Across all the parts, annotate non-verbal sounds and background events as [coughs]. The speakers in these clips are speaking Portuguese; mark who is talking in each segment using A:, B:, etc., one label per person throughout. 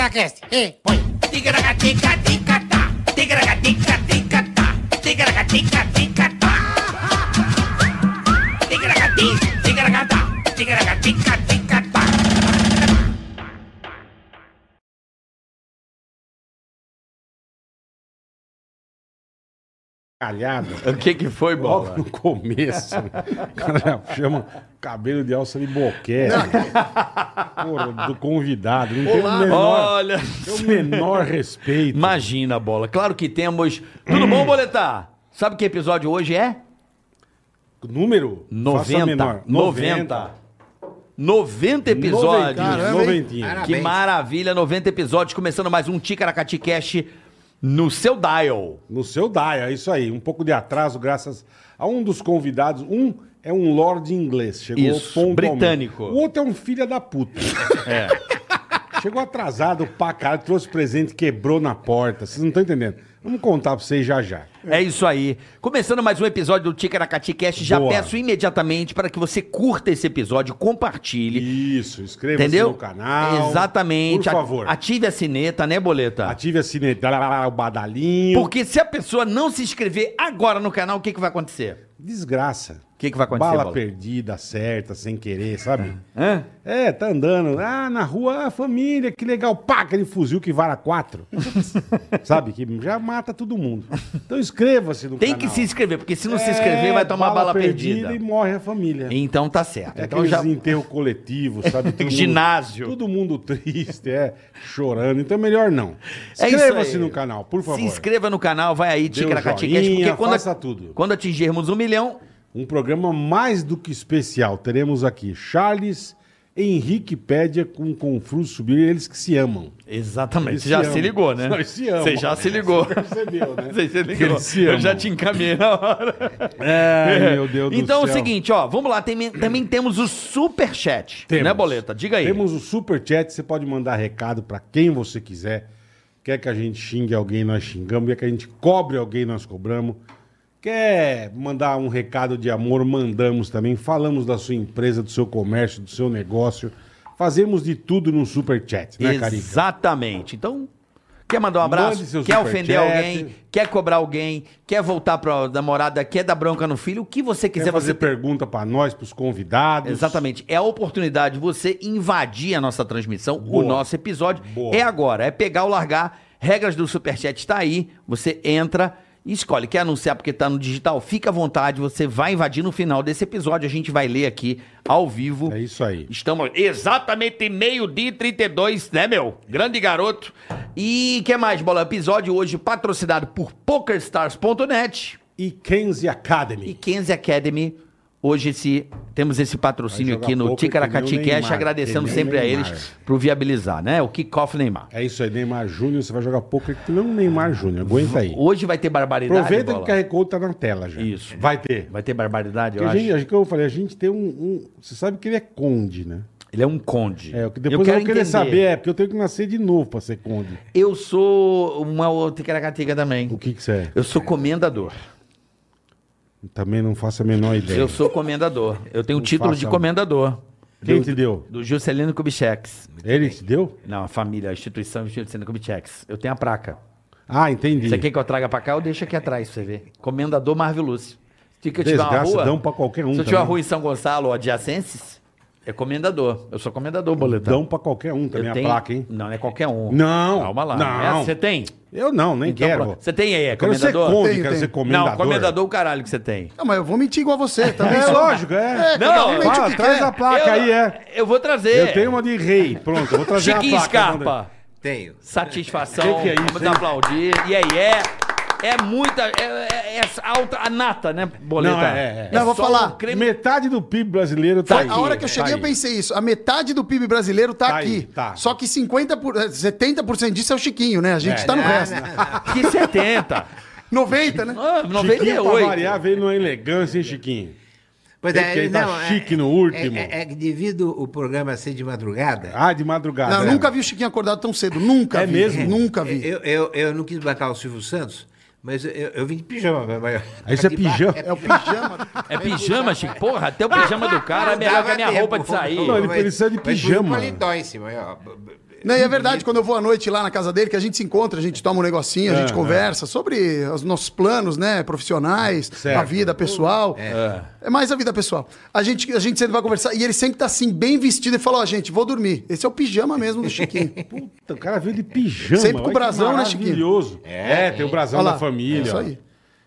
A: Tigracast. E põe.
B: Tigragatica-ticatá, tigragatica-ticatá, tigragatica-ticatá. Tigragati, tigragatá, tigragatica-ticatá.
C: Calhado.
D: O que que foi,
C: Logo
D: bola?
C: no começo. [laughs] O cara já chama cabelo de alça de boquete. Porra, do convidado. Não tem o menor,
D: Olha,
C: tem o menor respeito.
D: imagina, bola. Claro que temos. Tudo bom, boletar? Sabe que episódio hoje é?
C: Número? Faça
D: 90.
C: menor.
D: 90. 90 episódios.
C: Noventinha. Noventinha.
A: Cara,
D: Que
A: Parabéns.
D: maravilha, 90 episódios, começando mais um Ticaracati Cash no seu dial.
C: No seu Daia, é isso aí. Um pouco de atraso, graças a um dos convidados. Um é um lord inglês. Chegou
D: Isso,
C: pontualmente.
D: britânico. É.
C: O outro é um filho da
D: [laughs]
C: puta. Chegou atrasado pra caralho, trouxe presente, quebrou na porta. Vocês não estão entendendo. Vamos contar pra vocês já já.
D: É isso aí. Começando mais um episódio do Ticaracati Cash, já
C: Boa.
D: peço imediatamente para que você curta esse episódio, compartilhe,
C: Isso, inscreva-se
D: entendeu?
C: no canal.
D: Exatamente.
C: Por
D: A-
C: favor.
D: Ative a sineta, né, boleta?
C: Ative a sinetra, o badalinho.
D: Porque se a pessoa não se inscrever agora no canal, o que, que vai acontecer?
C: Desgraça.
D: O que, que vai acontecer,
C: Bala
D: Bola?
C: perdida, certa, sem querer, sabe?
D: Hã?
C: É, tá andando. Ah, na rua, ah, família, que legal. Pá, aquele fuzil que vara
D: [laughs]
C: quatro. Sabe? Que já mata todo mundo. Então inscreva-se no
D: Tem
C: canal. É,
D: que se inscrever, porque se não se inscrever, vai tomar bala, perdida.
C: E morre a família.
D: Então tá certo.
C: É
D: então já.
C: enterro coletivo,
D: [laughs]
C: sabe? Todo mundo-
D: Ginásio.
C: todo mundo triste, é, chorando. Então é melhor não.
D: É isso aí.
C: Inscreva-se no canal, por favor.
D: Se inscreva no canal, vai aí,
C: Dê um
D: Ticaracaticast, porque
C: joinha,
D: quando,
C: faça tudo.
D: quando atingirmos um milhão,
C: Um programa mais do que especial. Teremos aqui Charles Henrique Pédia com Confrus Subir, eles que se amam.
D: exatamente,
C: Eles
D: você já
C: se
D: se
C: amam.
D: ligou, né?
C: Nós se amam.
D: Você já se ligou.
C: Percebeu, né?
D: Você já ligou.
C: Eles se
D: Eu já
C: amam.
D: te encaminhei na hora. [laughs]
C: Ai, meu Deus do
D: então
C: céu.
D: é o seguinte, ó, vamos lá, tem- também temos o superchat,
C: Temos.
D: né, Boleta? Diga aí.
C: Temos o super chat, você pode mandar recado pra quem você quiser. Quer que a gente xingue alguém, nós xingamos. Quer que a gente cobre alguém, nós cobramos. Quer mandar um recado de amor, mandamos também. Falamos da sua empresa, do seu comércio, do seu negócio. Fazemos de tudo no super chat, né, Carica?
D: Exatamente. Então, quer mandar um abraço?
C: Mande seu
D: Quer ofender
C: superchat.
D: alguém? Quer cobrar alguém? Quer voltar pra namorada? Quer dar bronca no filho? O que você
C: Quer
D: quiser,
C: fazer
D: você
C: pergunta pra nós, pros convidados.
D: Exatamente. É a oportunidade de você invadir a nossa transmissão,
C: Boa.
D: o nosso episódio.
C: Boa.
D: É agora, é pegar ou largar. Regras do Superchat está aí. Você entra e escolhe. Quer anunciar porque tá no digital? Fica à vontade. Você vai invadir no final desse episódio. A gente vai ler aqui ao vivo.
C: É isso aí.
D: Estamos exatamente meio-dia e 32, né, meu? Grande garoto. E que mais, bola? Episódio hoje patrocinado por PokerStars.net
C: E Kenzie Academy.
D: e Kenzie Academy. Hoje esse, temos esse patrocínio
C: Vai jogar
D: aqui no
C: poker que
D: Ticaracati
C: nem o
D: Cash,
C: Neymar,
D: agradecendo
C: que nem o
D: sempre a
C: Neymar.
D: eles por viabilizar, né? O kickoff Neymar.
C: É isso aí, Neymar Júnior. Você vai jogar poker que não é Neymar Júnior. Aguenta aí.
D: Hoje vai ter barbaridade.
C: Aproveita que
D: Bola?
C: o QR Code tá na tela já.
D: Isso.
C: Vai ter.
D: Vai ter barbaridade, eu
C: Porque a
D: acho.
C: gente, acho que eu falei, a gente tem um, um- Você sabe que ele é conde, né?
D: Ele é um conde.
C: É, o que depois eu, vou querer
D: entender.
C: saber é, porque eu tenho que nascer de novo pra ser conde.
D: Eu sou uma outra Ticaracatica
C: O
D: também.
C: que que você é?
D: Eu sou comendador.
C: Também não faço a menor ideia.
D: Eu sou comendador. Eu tenho o título de
C: faça-
D: comendador.
C: Quem
D: do,
C: te deu?
D: Do Juscelino Kubitschek.
C: Ele te deu?
D: Não, a família, a instituição Juscelino Kubitschek. Eu tenho a placa.
C: Ah, entendi.
D: Você quer que eu traga pra cá? Eu deixo aqui atrás pra você ver. Comendador Marvel Lúcio. Se que eu tiver uma
C: Desgraça,
D: rua.
C: dão pra qualquer um
D: Se eu tiver uma
C: também.
D: rua em São Gonçalo ou adjacenses, é comendador. Eu sou comendador, boletão.
C: Dão pra qualquer um também
D: eu
C: a
D: tenho...
C: placa, hein?
D: Não, não é qualquer um.
C: Não,
D: Calma lá.
C: não.
D: É, Você tem?
C: Eu não, nem
D: Então,
C: quero.
D: pro- Você tem aí, é
C: Eu quero ser
D: comendador?
C: conde,
E: Tenho,
C: quero
E: tenho.
C: ser comendador.
D: Não, comendador o caralho que você tem.
E: Não, mas eu vou mentir igual você também.
C: É
E: sou-
C: lógico, é.
E: É, cada
D: Não,
E: um mente
C: Ah,
E: o que
C: traz
E: quer.
C: a placa
D: eu,
C: aí, é.
D: Eu vou trazer.
C: Eu tenho uma de rei. Pronto, eu vou trazer
D: Chiquinho
C: a placa.
D: Scarpa.
E: Tenho.
D: Satisfação.
C: Que que é isso,
D: Vamos
C: hein?
D: aplaudir. E aí, é. É muita. É, é- é alta, a nata, né, boleta?
C: Não, é, é.
E: Não, eu vou
D: só um
E: falar.
D: creme-
C: Metade do PIB brasileiro tá,
D: Tá
C: aí.
E: A hora que eu
C: Tá
E: cheguei,
C: aí.
E: eu pensei isso. A metade do PIB brasileiro tá,
C: Tá aí,
E: aqui.
C: tá.
E: Só que 50 por, eh, 70% disso é o Chiquinho, né? A gente
C: É.
E: tá no
C: [laughs]
E: resto.
D: Que 70?
E: 90, né?
D: Ah,
C: Chiquinho, pra
D: 98.
C: variar, veio numa elegância, hein, Chiquinho?
F: Pois
C: Tem que
F: é,
C: dar
F: não, é-
C: chique no último.
F: É, é- é que devido o programa ser de madrugada,
C: Ah, de madrugada.
E: Não,
C: né?
E: nunca vi o Chiquinho acordado tão cedo. Nunca
C: É
E: vi.
C: mesmo?
E: Nunca vi.
F: eu, eu, eu não quis bancar o Silvio Santos, mas eu, eu vim de pijama. Mas, mas-
C: Aí você é pijama.
E: É
D: [laughs]
E: o pijama.
D: É pijama, Chico? Porra, até o pijama do cara é
F: Não
D: melhor que
F: dava
D: a minha
F: tempo.
D: roupa de sair.
C: Não, ele
F: Mas-
C: precisa de
F: mas põe um
C: pijama.
F: paletó em cima, ó.
E: Não,
C: Uhum.
E: e é verdade, quando eu vou à noite lá na casa dele, que a gente se encontra, a gente toma um negocinho, a gente
C: É,
E: conversa sobre os nossos planos, né? Profissionais,
C: Certo.
E: a vida pessoal. É. mais a vida pessoal. A gente, a gente sempre vai conversar e ele sempre tá assim, bem vestido e fala: Ó, gente, vou dormir. Esse é o pijama
C: [laughs]
E: mesmo do Chiquinho.
C: Puta, o cara veio de pijama.
E: Sempre com
C: olha que
E: brasão, né, Chiquinho?
C: Maravilhoso. É, tem o brasão
E: Olha lá,
C: da família.
E: é isso
C: ó.
E: aí.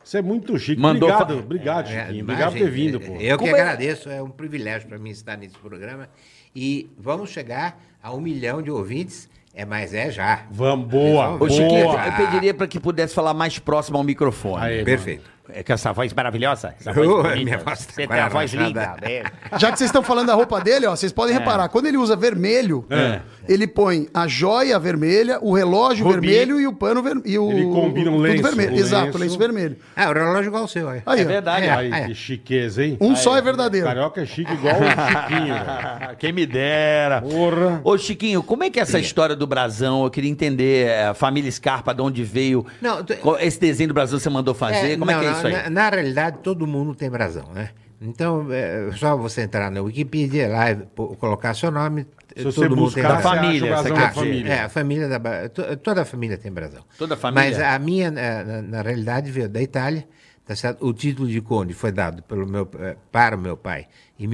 C: Isso é muito chique.
D: Mandou
C: obrigado,
D: fa-
C: obrigado,
F: É,
C: Chiquinho.
F: imagem,
C: Obrigado por ter vindo,
F: é,
C: pô.
F: Eu que
D: Como é-
F: agradeço, é um privilégio para mim estar nesse programa. E vamos chegar a um milhão de ouvintes, é, mas é já.
C: Vamos, boa,
D: Ô,
F: Boa.
D: Chiquinho, é,
C: boa.
D: eu pediria pra que pudesse falar mais próximo ao microfone.
C: Aê, mano.
F: Perfeito.
A: É com essa voz maravilhosa. Essa
F: Oh,
A: voz bonita.
F: minha voz tá
A: Você tem a voz linda.
F: arrochada.
A: né?
E: Já que vocês estão falando da roupa dele, ó, vocês podem reparar, quando ele usa vermelho,
C: É.
E: ele põe a joia vermelha, o relógio
C: Rubi.
E: vermelho e o pano vermelho.
C: Ele combina um lenço,
E: Vermelho.
C: um
E: Exato,
C: lenço.
E: lenço vermelho.
F: Ah, o relógio igual o seu. Aí.
E: Aí,
D: É
E: ó,
D: verdade.
C: Aí,
F: É, é.
C: que chiqueza, hein?
E: um só é verdadeiro.
C: Carioca é chique igual o Chiquinho, velho.
D: [laughs] Quem me dera.
C: Porra.
D: Ô, Chiquinho, como é que é essa história do brasão? Eu queria entender é, a família Scarpa, de onde veio.
F: Não, tu-
D: Qual- Esse desenho do brasão você mandou fazer? como é
F: não,
D: que é
F: não,
D: isso aí?
F: Na, na realidade, todo mundo tem brasão, né? Então, é, só você entrar na Wikipedia lá, e pô- colocar seu nome,
C: Se
F: todo
C: você
F: mundo tem
C: buscar,
F: brasão.
C: você acha
D: família,
C: o brasão
D: essa
C: da
D: quer dizer.
C: família.
F: É, a família da Ba- to- Toda a família tem brasão.
D: Toda a família?
F: Mas a minha, eh, na, na realidade, veio da Itália. Tá certo? O título de conde foi dado pelo meu, eh, para o meu pai em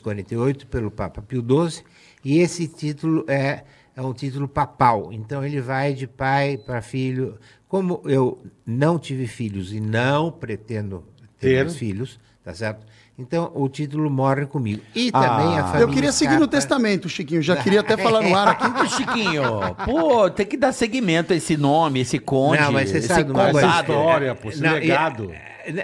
F: 1948 pelo Papa Pio XII. E esse título é, é um título papal. Então ele vai de pai para filho. Como eu não tive filhos e não pretendo ter,
C: Ter.
F: mais filhos, tá certo? Então o título morre comigo. E também a família.
E: Eu queria seguir no
F: Scarpa-
E: testamento, Chiquinho. Já queria até falar no
D: [laughs]
E: ar aqui.
D: Ô, Chiquinho, pô, tem que dar seguimento a esse nome, esse conde,
F: Não, mas você
D: esse
F: sabe é de uma coisa?
C: Essa
D: condado.
C: história, pô, esse
F: Não, e- é, né,
C: legado.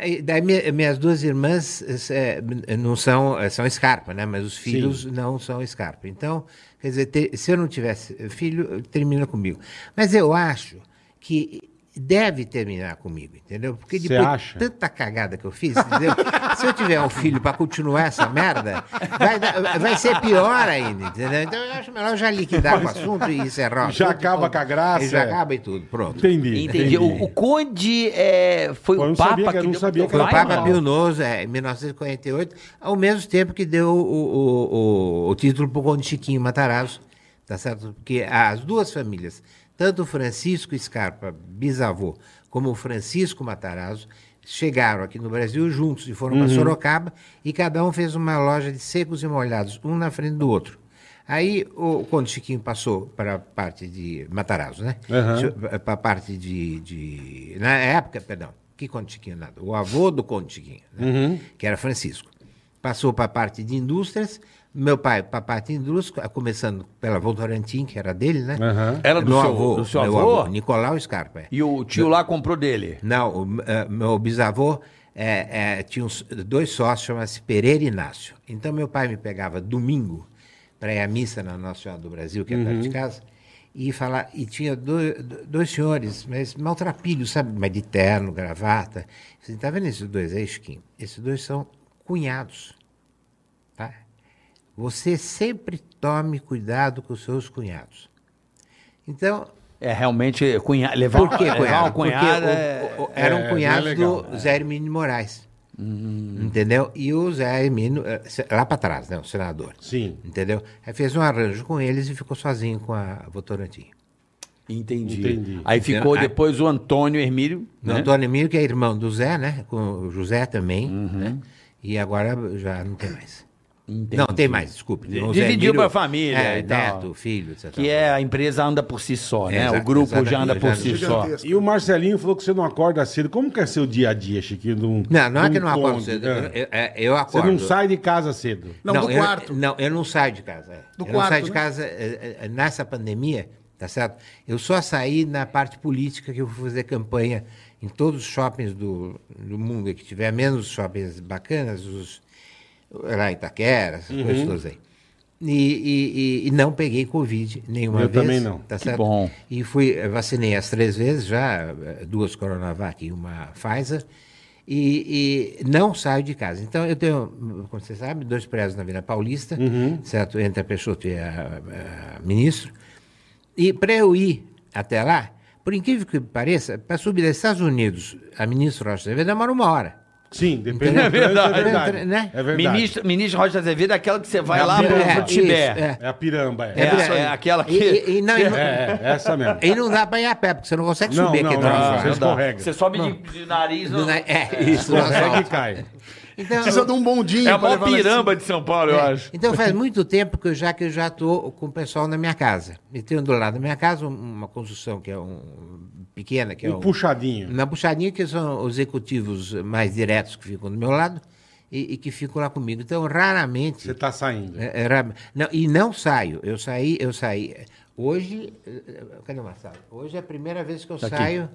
F: e- e daí mi- minhas duas irmãs eh, eh, não são, eh, são Scarpa, né? Mas os filhos não são Scarpa. Então, quer dizer, te- se eu não tivesse filho, termina comigo. Mas eu acho que deve terminar comigo, entendeu? Porque
C: Você
F: depois
C: acha?
F: de tanta cagada que eu
C: [laughs]
F: fiz, entendeu? se eu tiver um filho para continuar essa merda, vai, dar- vai ser pior ainda, entendeu? Então eu acho melhor já liquidar o assunto e encerrar. o
C: Já
F: assunto,
C: acaba
F: pronto.
C: com a graça.
F: Já acaba e tudo, pronto.
C: Entendi.
D: Entendi. O, o conde é, foi
C: Pô, eu
D: o
C: não
D: Papa
C: sabia que- eu não
D: deu-
C: sabia que
F: Foi
C: era
F: o
D: Vai,
F: Papa
D: não.
F: Pio Noso, é, em 1948, ao mesmo tempo que deu o, o, o, o título para o Conde Chiquinho Matarazzo, tá certo? Porque as duas famílias, tanto o Francisco Scarpa, bisavô, como o Francisco Matarazzo, chegaram aqui no Brasil juntos e foram para Sorocaba e cada um fez uma loja de secos e molhados, um na frente do outro. Aí, o, quando o Chiquinho passou para a parte de Matarazzo, né?
C: Aham.
F: Se- para a parte de, de- Na época, perdão, que Conde Chiquinho nada? O avô do Conde Chiquinho, né? que era Francisco. Passou para a parte de indústrias, meu pai para a parte de indústria, começando pela Votorantim, que era dele, né?
C: Aham.
D: Era do
F: meu
D: seu-
F: avô,
D: do seu
F: meu
D: avô?
F: Nicolau Scarpa. é.
D: E o tio lá comprou dele.
F: Não, o, eh, meu bisavô eh, eh, tinha uns dois sócios, chama-se Pereira Inácio. Então, meu pai me pegava domingo para ir à missa na Nossa Senhora do Brasil, que é perto de casa, e, falar, e tinha dois, dois senhores, mas maltrapilhos, sabe? Mas de terno, gravata. Você tá vendo esses dois aí, Chiquinho? Esses dois são cunhados, tá? Você sempre tome cuidado com os seus cunhados. Então,
D: É realmente cunha... levar,
F: por que
D: levar uma
F: cunhado?
D: cunhada.
F: Porque o- o- o- era
C: é,
F: um
C: não
F: cunhado
C: é Hum. legal.
F: do Zé Hermínio de Moraes. Entendeu? E o Zé Hermínio, eh, se- lá para trás, né? O senador.
C: Sim.
F: Entendeu? Aí fez um arranjo com eles e ficou sozinho com a Votorantim.
D: Entendi.
C: Entendi.
D: Aí ficou
F: Entendeu?
D: depois o Antônio Hermílio.
F: O
D: né?
F: Antônio Hermínio, que é irmão do Zé, né? Com o José também.
C: Uhum.
F: né? E agora já não tem mais. Não, tem mais, desculpe. O Zé
D: Dividiu
F: Hermínio-
D: pra família
F: É,
D: e tal.
F: neto, filho, etc.
D: Que é a empresa anda por si só, né?
F: Exato,
D: o grupo já
F: exatamente,
D: anda por si
F: exatamente.
D: só.
E: Gigantesco.
C: E o Marcelinho falou que você não acorda cedo. Como que é seu dia a dia, Chiquinho? de um-
F: Não, não é
C: de
F: que
C: um
F: eu não acordo
C: conde?
F: cedo.
C: É.
F: Eu, eu- eu
C: Você
F: acordo.
C: não sai de casa cedo.
E: Não, do
F: eu,
E: quarto.
F: Não, eu não saio de casa. é.
E: Do
F: eu
E: quarto,
F: não saio de
E: né?
F: casa eh, eh, nessa pandemia, tá certo? Eu só saí na parte política que eu vou fazer campanha em todos os shoppings do, do mundo que tiver, menos os shoppings bacanas, os lá em Itaquera, essas
C: Uhum.
F: coisas todas aí. E, e- e- e não peguei Covid nenhuma
C: Eu
F: vez.
C: também não.
F: Tá
D: Que
F: certo?
D: bom.
F: E fui, eh, vacinei as três vezes já, eh, duas Coronavac e uma Pfizer, e, e não saio de casa. Então, eu tenho, como você sabe, dois prédios na Vila Paulista, certo? Entre a Peixoto e a, a Ministro. E para eu ir até lá, por incrível que pareça, para subir dos Estados Unidos a Ministro Rocha Azevedo demora uma hora.
C: Sim, depende do trânsito, é
D: verdade.
C: verdade.
F: Né?
C: É verdade.
D: Ministro, ministro Rocha Azevedo é aquela que você vai
C: É a
D: lá pro,
C: piramba.
D: pro Tibete.
F: Isso, é.
C: É a piramba, é.
D: É,
C: É,
D: é aquela que.
F: E, e- e
C: [laughs]
F: não, e não-
C: essa mesmo.
F: [laughs] e não dá pra ir a pé, porque você não consegue
C: É. Não,
F: subir
C: não,
F: aqui
C: não,
F: atrás.
C: você escorrega.
D: Ah, Você sobe de, de nariz.
F: Do
D: No...
F: na- É, isso. no
C: Escorrega e
F: asfalto.
C: cai.
F: Então,
E: Precisa de um bondinho.
D: É a
E: pra
D: maior
E: levar lá em
D: piramba de São Paulo, eu
F: é,
D: acho.
F: então faz muito tempo que eu já que eu já tô com o pessoal na minha casa. E tenho do lado da minha casa um- uma construção que é um pequena, que é
C: Um puxadinho.
F: Uma puxadinha que são os executivos mais diretos que ficam do meu lado e, e que ficam lá comigo. Então raramente
C: Você tá saindo.
F: É, Era, não, e não saio. Eu saí, eu saí. Hoje. eh, Cadê o Marcelo? Hoje é a primeira vez que eu saio.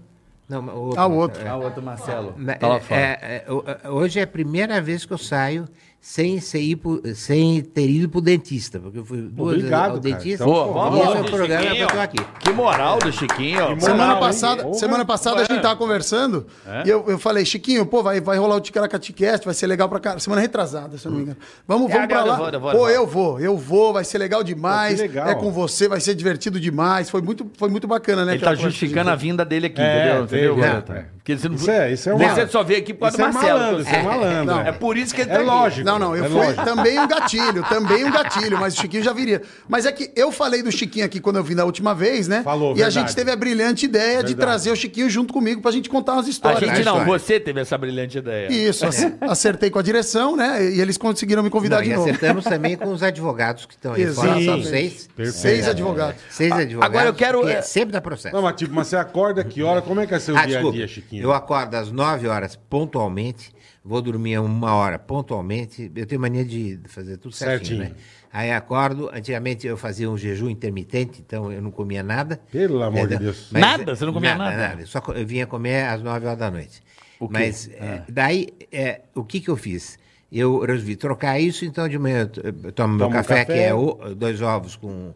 F: Não, mas o É. outro.
E: Ah, o outro.
F: Marcelo,
D: Ah, o outro Marcelo.
F: é.
D: Tá lá
F: É,
D: fora.
F: é, é, o- é, hoje é a primeira vez que eu saio sem, ser ir pro- sem ter ido pro dentista. Porque eu fui duas vezes
C: Obrigado, cara.
F: ao dentista.
C: Então,
D: Pô,
C: Pô,
D: vamos
F: esse é
D: lá,
F: o programa que
D: Chiquinho.
F: eu tô aqui.
D: Que moral do Chiquinho.
C: Que
E: Semana
C: Moral, hein?
E: passada,
C: Porra.
E: semana passada a gente tava conversando
D: É?
E: e eu, eu falei, Chiquinho, pô, vai, vai rolar o Ticaracatecast, vai ser legal pra caralho. Semana retrasada, se eu não me engano. Vamos,
D: É,
E: vamos pra
D: eu
E: lá.
D: vou, eu vou, eu
E: Pô,
D: vou.
E: eu vou, eu vou, vai ser legal demais.
C: Pô, que legal.
E: É com você, vai ser divertido demais. Foi muito, foi muito bacana, né?
D: Ele tá
E: aquela conversa.
D: justificando a vinda dele aqui,
C: É,
D: entendeu?
C: teve,
D: entendeu?
C: é,
D: Jonathan?
C: é.
D: Porque você não...
C: Isso é- isso é uma-
D: Você só veio aqui por causa do
C: Isso é
D: Marcelo.
C: malandro,
D: que
C: isso
D: eu
C: é malandro.
E: não,
D: sei. É por isso que ele
C: É
D: tá aqui.
C: lógico.
E: Não, não, eu
C: é
E: fui
C: lógico.
E: também um gatilho, também um gatilho, mas o Chiquinho já viria. Mas é que eu falei do Chiquinho aqui quando eu vim da última vez, né?
C: Falou,
E: e
C: verdade.
E: a gente teve a brilhante ideia de
C: Verdade.
E: trazer o Chiquinho junto comigo pra gente contar umas
D: A
E: histórias.
D: gente
E: né?
D: não,
F: história.
D: você teve essa brilhante ideia.
E: Isso, ac- acertei com a direção, né? E eles conseguiram me convidar
F: É. Não,
E: de
F: e
E: novo.
F: acertamos também com os advogados que estão aí fora. São
E: Exatamente.
F: assim, seis.
C: Perfeito.
E: Seis advogados.
F: Seis advogados.
D: Ah, agora eu quero,
F: que
D: eh,
F: Sempre dá processo.
C: Não, mas tipo, mas você acorda que hora? Como é que é seu
F: Ah,
C: dia a
F: desculpa.
C: dia, Chiquinho?
F: Eu acordo às 9 horas pontualmente, vou dormir uma hora pontualmente. Eu tenho mania de fazer tudo certinho,
C: Certinho.
F: né? Aí acordo, antigamente eu fazia um jejum intermitente, então eu não comia nada.
C: Pelo amor de Deus.
D: Nada? Você não comia nada?
F: Eu Só co- eu vinha comer às 9 horas da noite. Mas eh,
D: Ah.
F: daí, eh, o que que eu fiz? Eu resolvi trocar isso, então de manhã eu t- eu tomo meu
C: um café.
F: café, que é o- dois ovos com...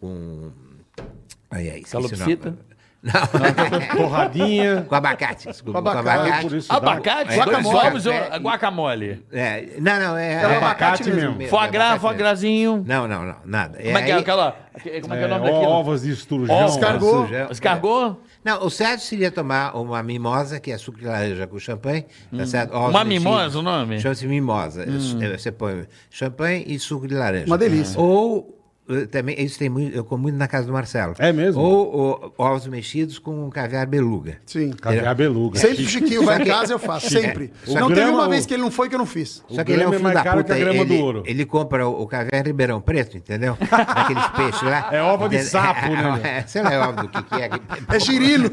F: com... Ai, ai, esqueci o nome.
D: Calopsita?
F: [laughs] Não.
C: Torradinha.
F: Com abacate, desculpa.
E: Com abacate,
F: com
C: é por isso dá-
D: Abacate,
F: É,
D: dois
F: guacamole.
D: ovos,
F: É,
D: ou- guacamole.
F: É, não, não, é.
E: É um
F: é-
E: abacate
C: abacate mesmo.
F: mesmo,
D: Foie
F: é
D: gras,
F: abacate
D: foie
F: mesmo.
D: grasinho.
F: Não, não, não, nada.
D: Como é que é
F: aí-
D: aquela... Como é que é o nome
C: é,
D: daquilo?
C: Ovos de esturjão.
D: Ovos.
C: Ovos.
E: Escargot.
F: Sujão.
D: Escargot?
F: é. Não, o Sérgio seria tomar uma mimosa, que é suco de laranja com champanhe, tá certo? Ovos
D: Hum. Uma
F: mexidos.
D: mimosa, o nome? Hum.
F: Chama-se mimosa. É, Você põe champanhe e suco de laranja.
E: Uma delícia.
F: Ou eh, também, isso tem muito, eu como muito na casa do Marcelo.
C: É mesmo?
F: Ou, ou ovos mexidos com caviar beluga.
E: Sim.
C: Caviar beluga.
E: É. Sempre que o
C: Chique.
E: Chiquinho vai em casa, eu faço. Sempre.
C: O
E: não teve
C: é grama,
E: uma
C: o-
E: vez que ele não foi que eu não fiz.
F: Só que ele é um
C: grama é
F: filho
C: mais
F: da
C: caro
F: puta.
C: que a grama
F: ele,
C: do ouro.
F: ele compra o, o caviar Ribeirão Preto, entendeu? Daqueles peixes lá.
C: [laughs] É ovo de
F: Entendeu?
C: sapo, né?
F: [laughs] É, sei lá, é ovo do que, que é.
E: É girino.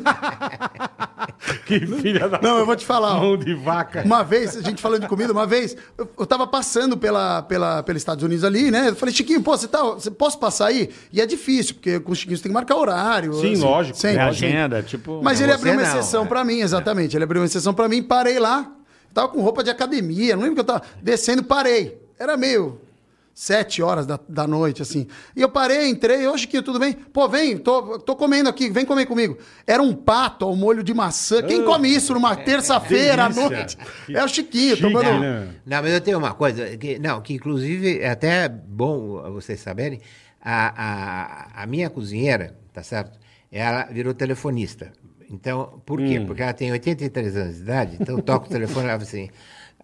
C: Que filha da
E: Não, eu vou te falar. ó.
C: mão de vaca.
E: Uma vez, a gente falando de comida, uma vez, eu, eu tava passando pela, pela, pelos Estados Unidos ali, né? Eu falei, Chiquinho, pô, você tá. Você posso passar aí? E é difícil, porque com o Chiquinho você tem que marcar horário. assim.
C: Sim, lógico.
E: Sempre,
C: É
E: sempre.
D: Agenda, tipo...
E: Mas ele
F: você
E: abriu uma
F: não,
E: exceção
F: é.
E: pra mim, exatamente. Ele abriu uma exceção pra mim, parei lá. Eu tava com roupa de academia, não lembro que eu tava descendo, parei. Era meio sete horas da, da noite, assim. E eu parei, entrei, hoje que tudo bem? Pô, vem, tô, tô comendo aqui, vem comer comigo. Era um pato ao molho de maçã. Quem come isso numa terça-feira à
C: delícia.
E: noite? É o Chiquinho,
C: Chique,
E: tomando...
C: né?
F: Não, mas eu tenho uma coisa, que, não, que inclusive é até bom vocês saberem, a, a, a minha cozinheira, tá certo? Ela virou telefonista. Então, por
D: Hum.
F: quê? Porque ela tem 83 anos de idade, então toca o telefone e ela fala assim,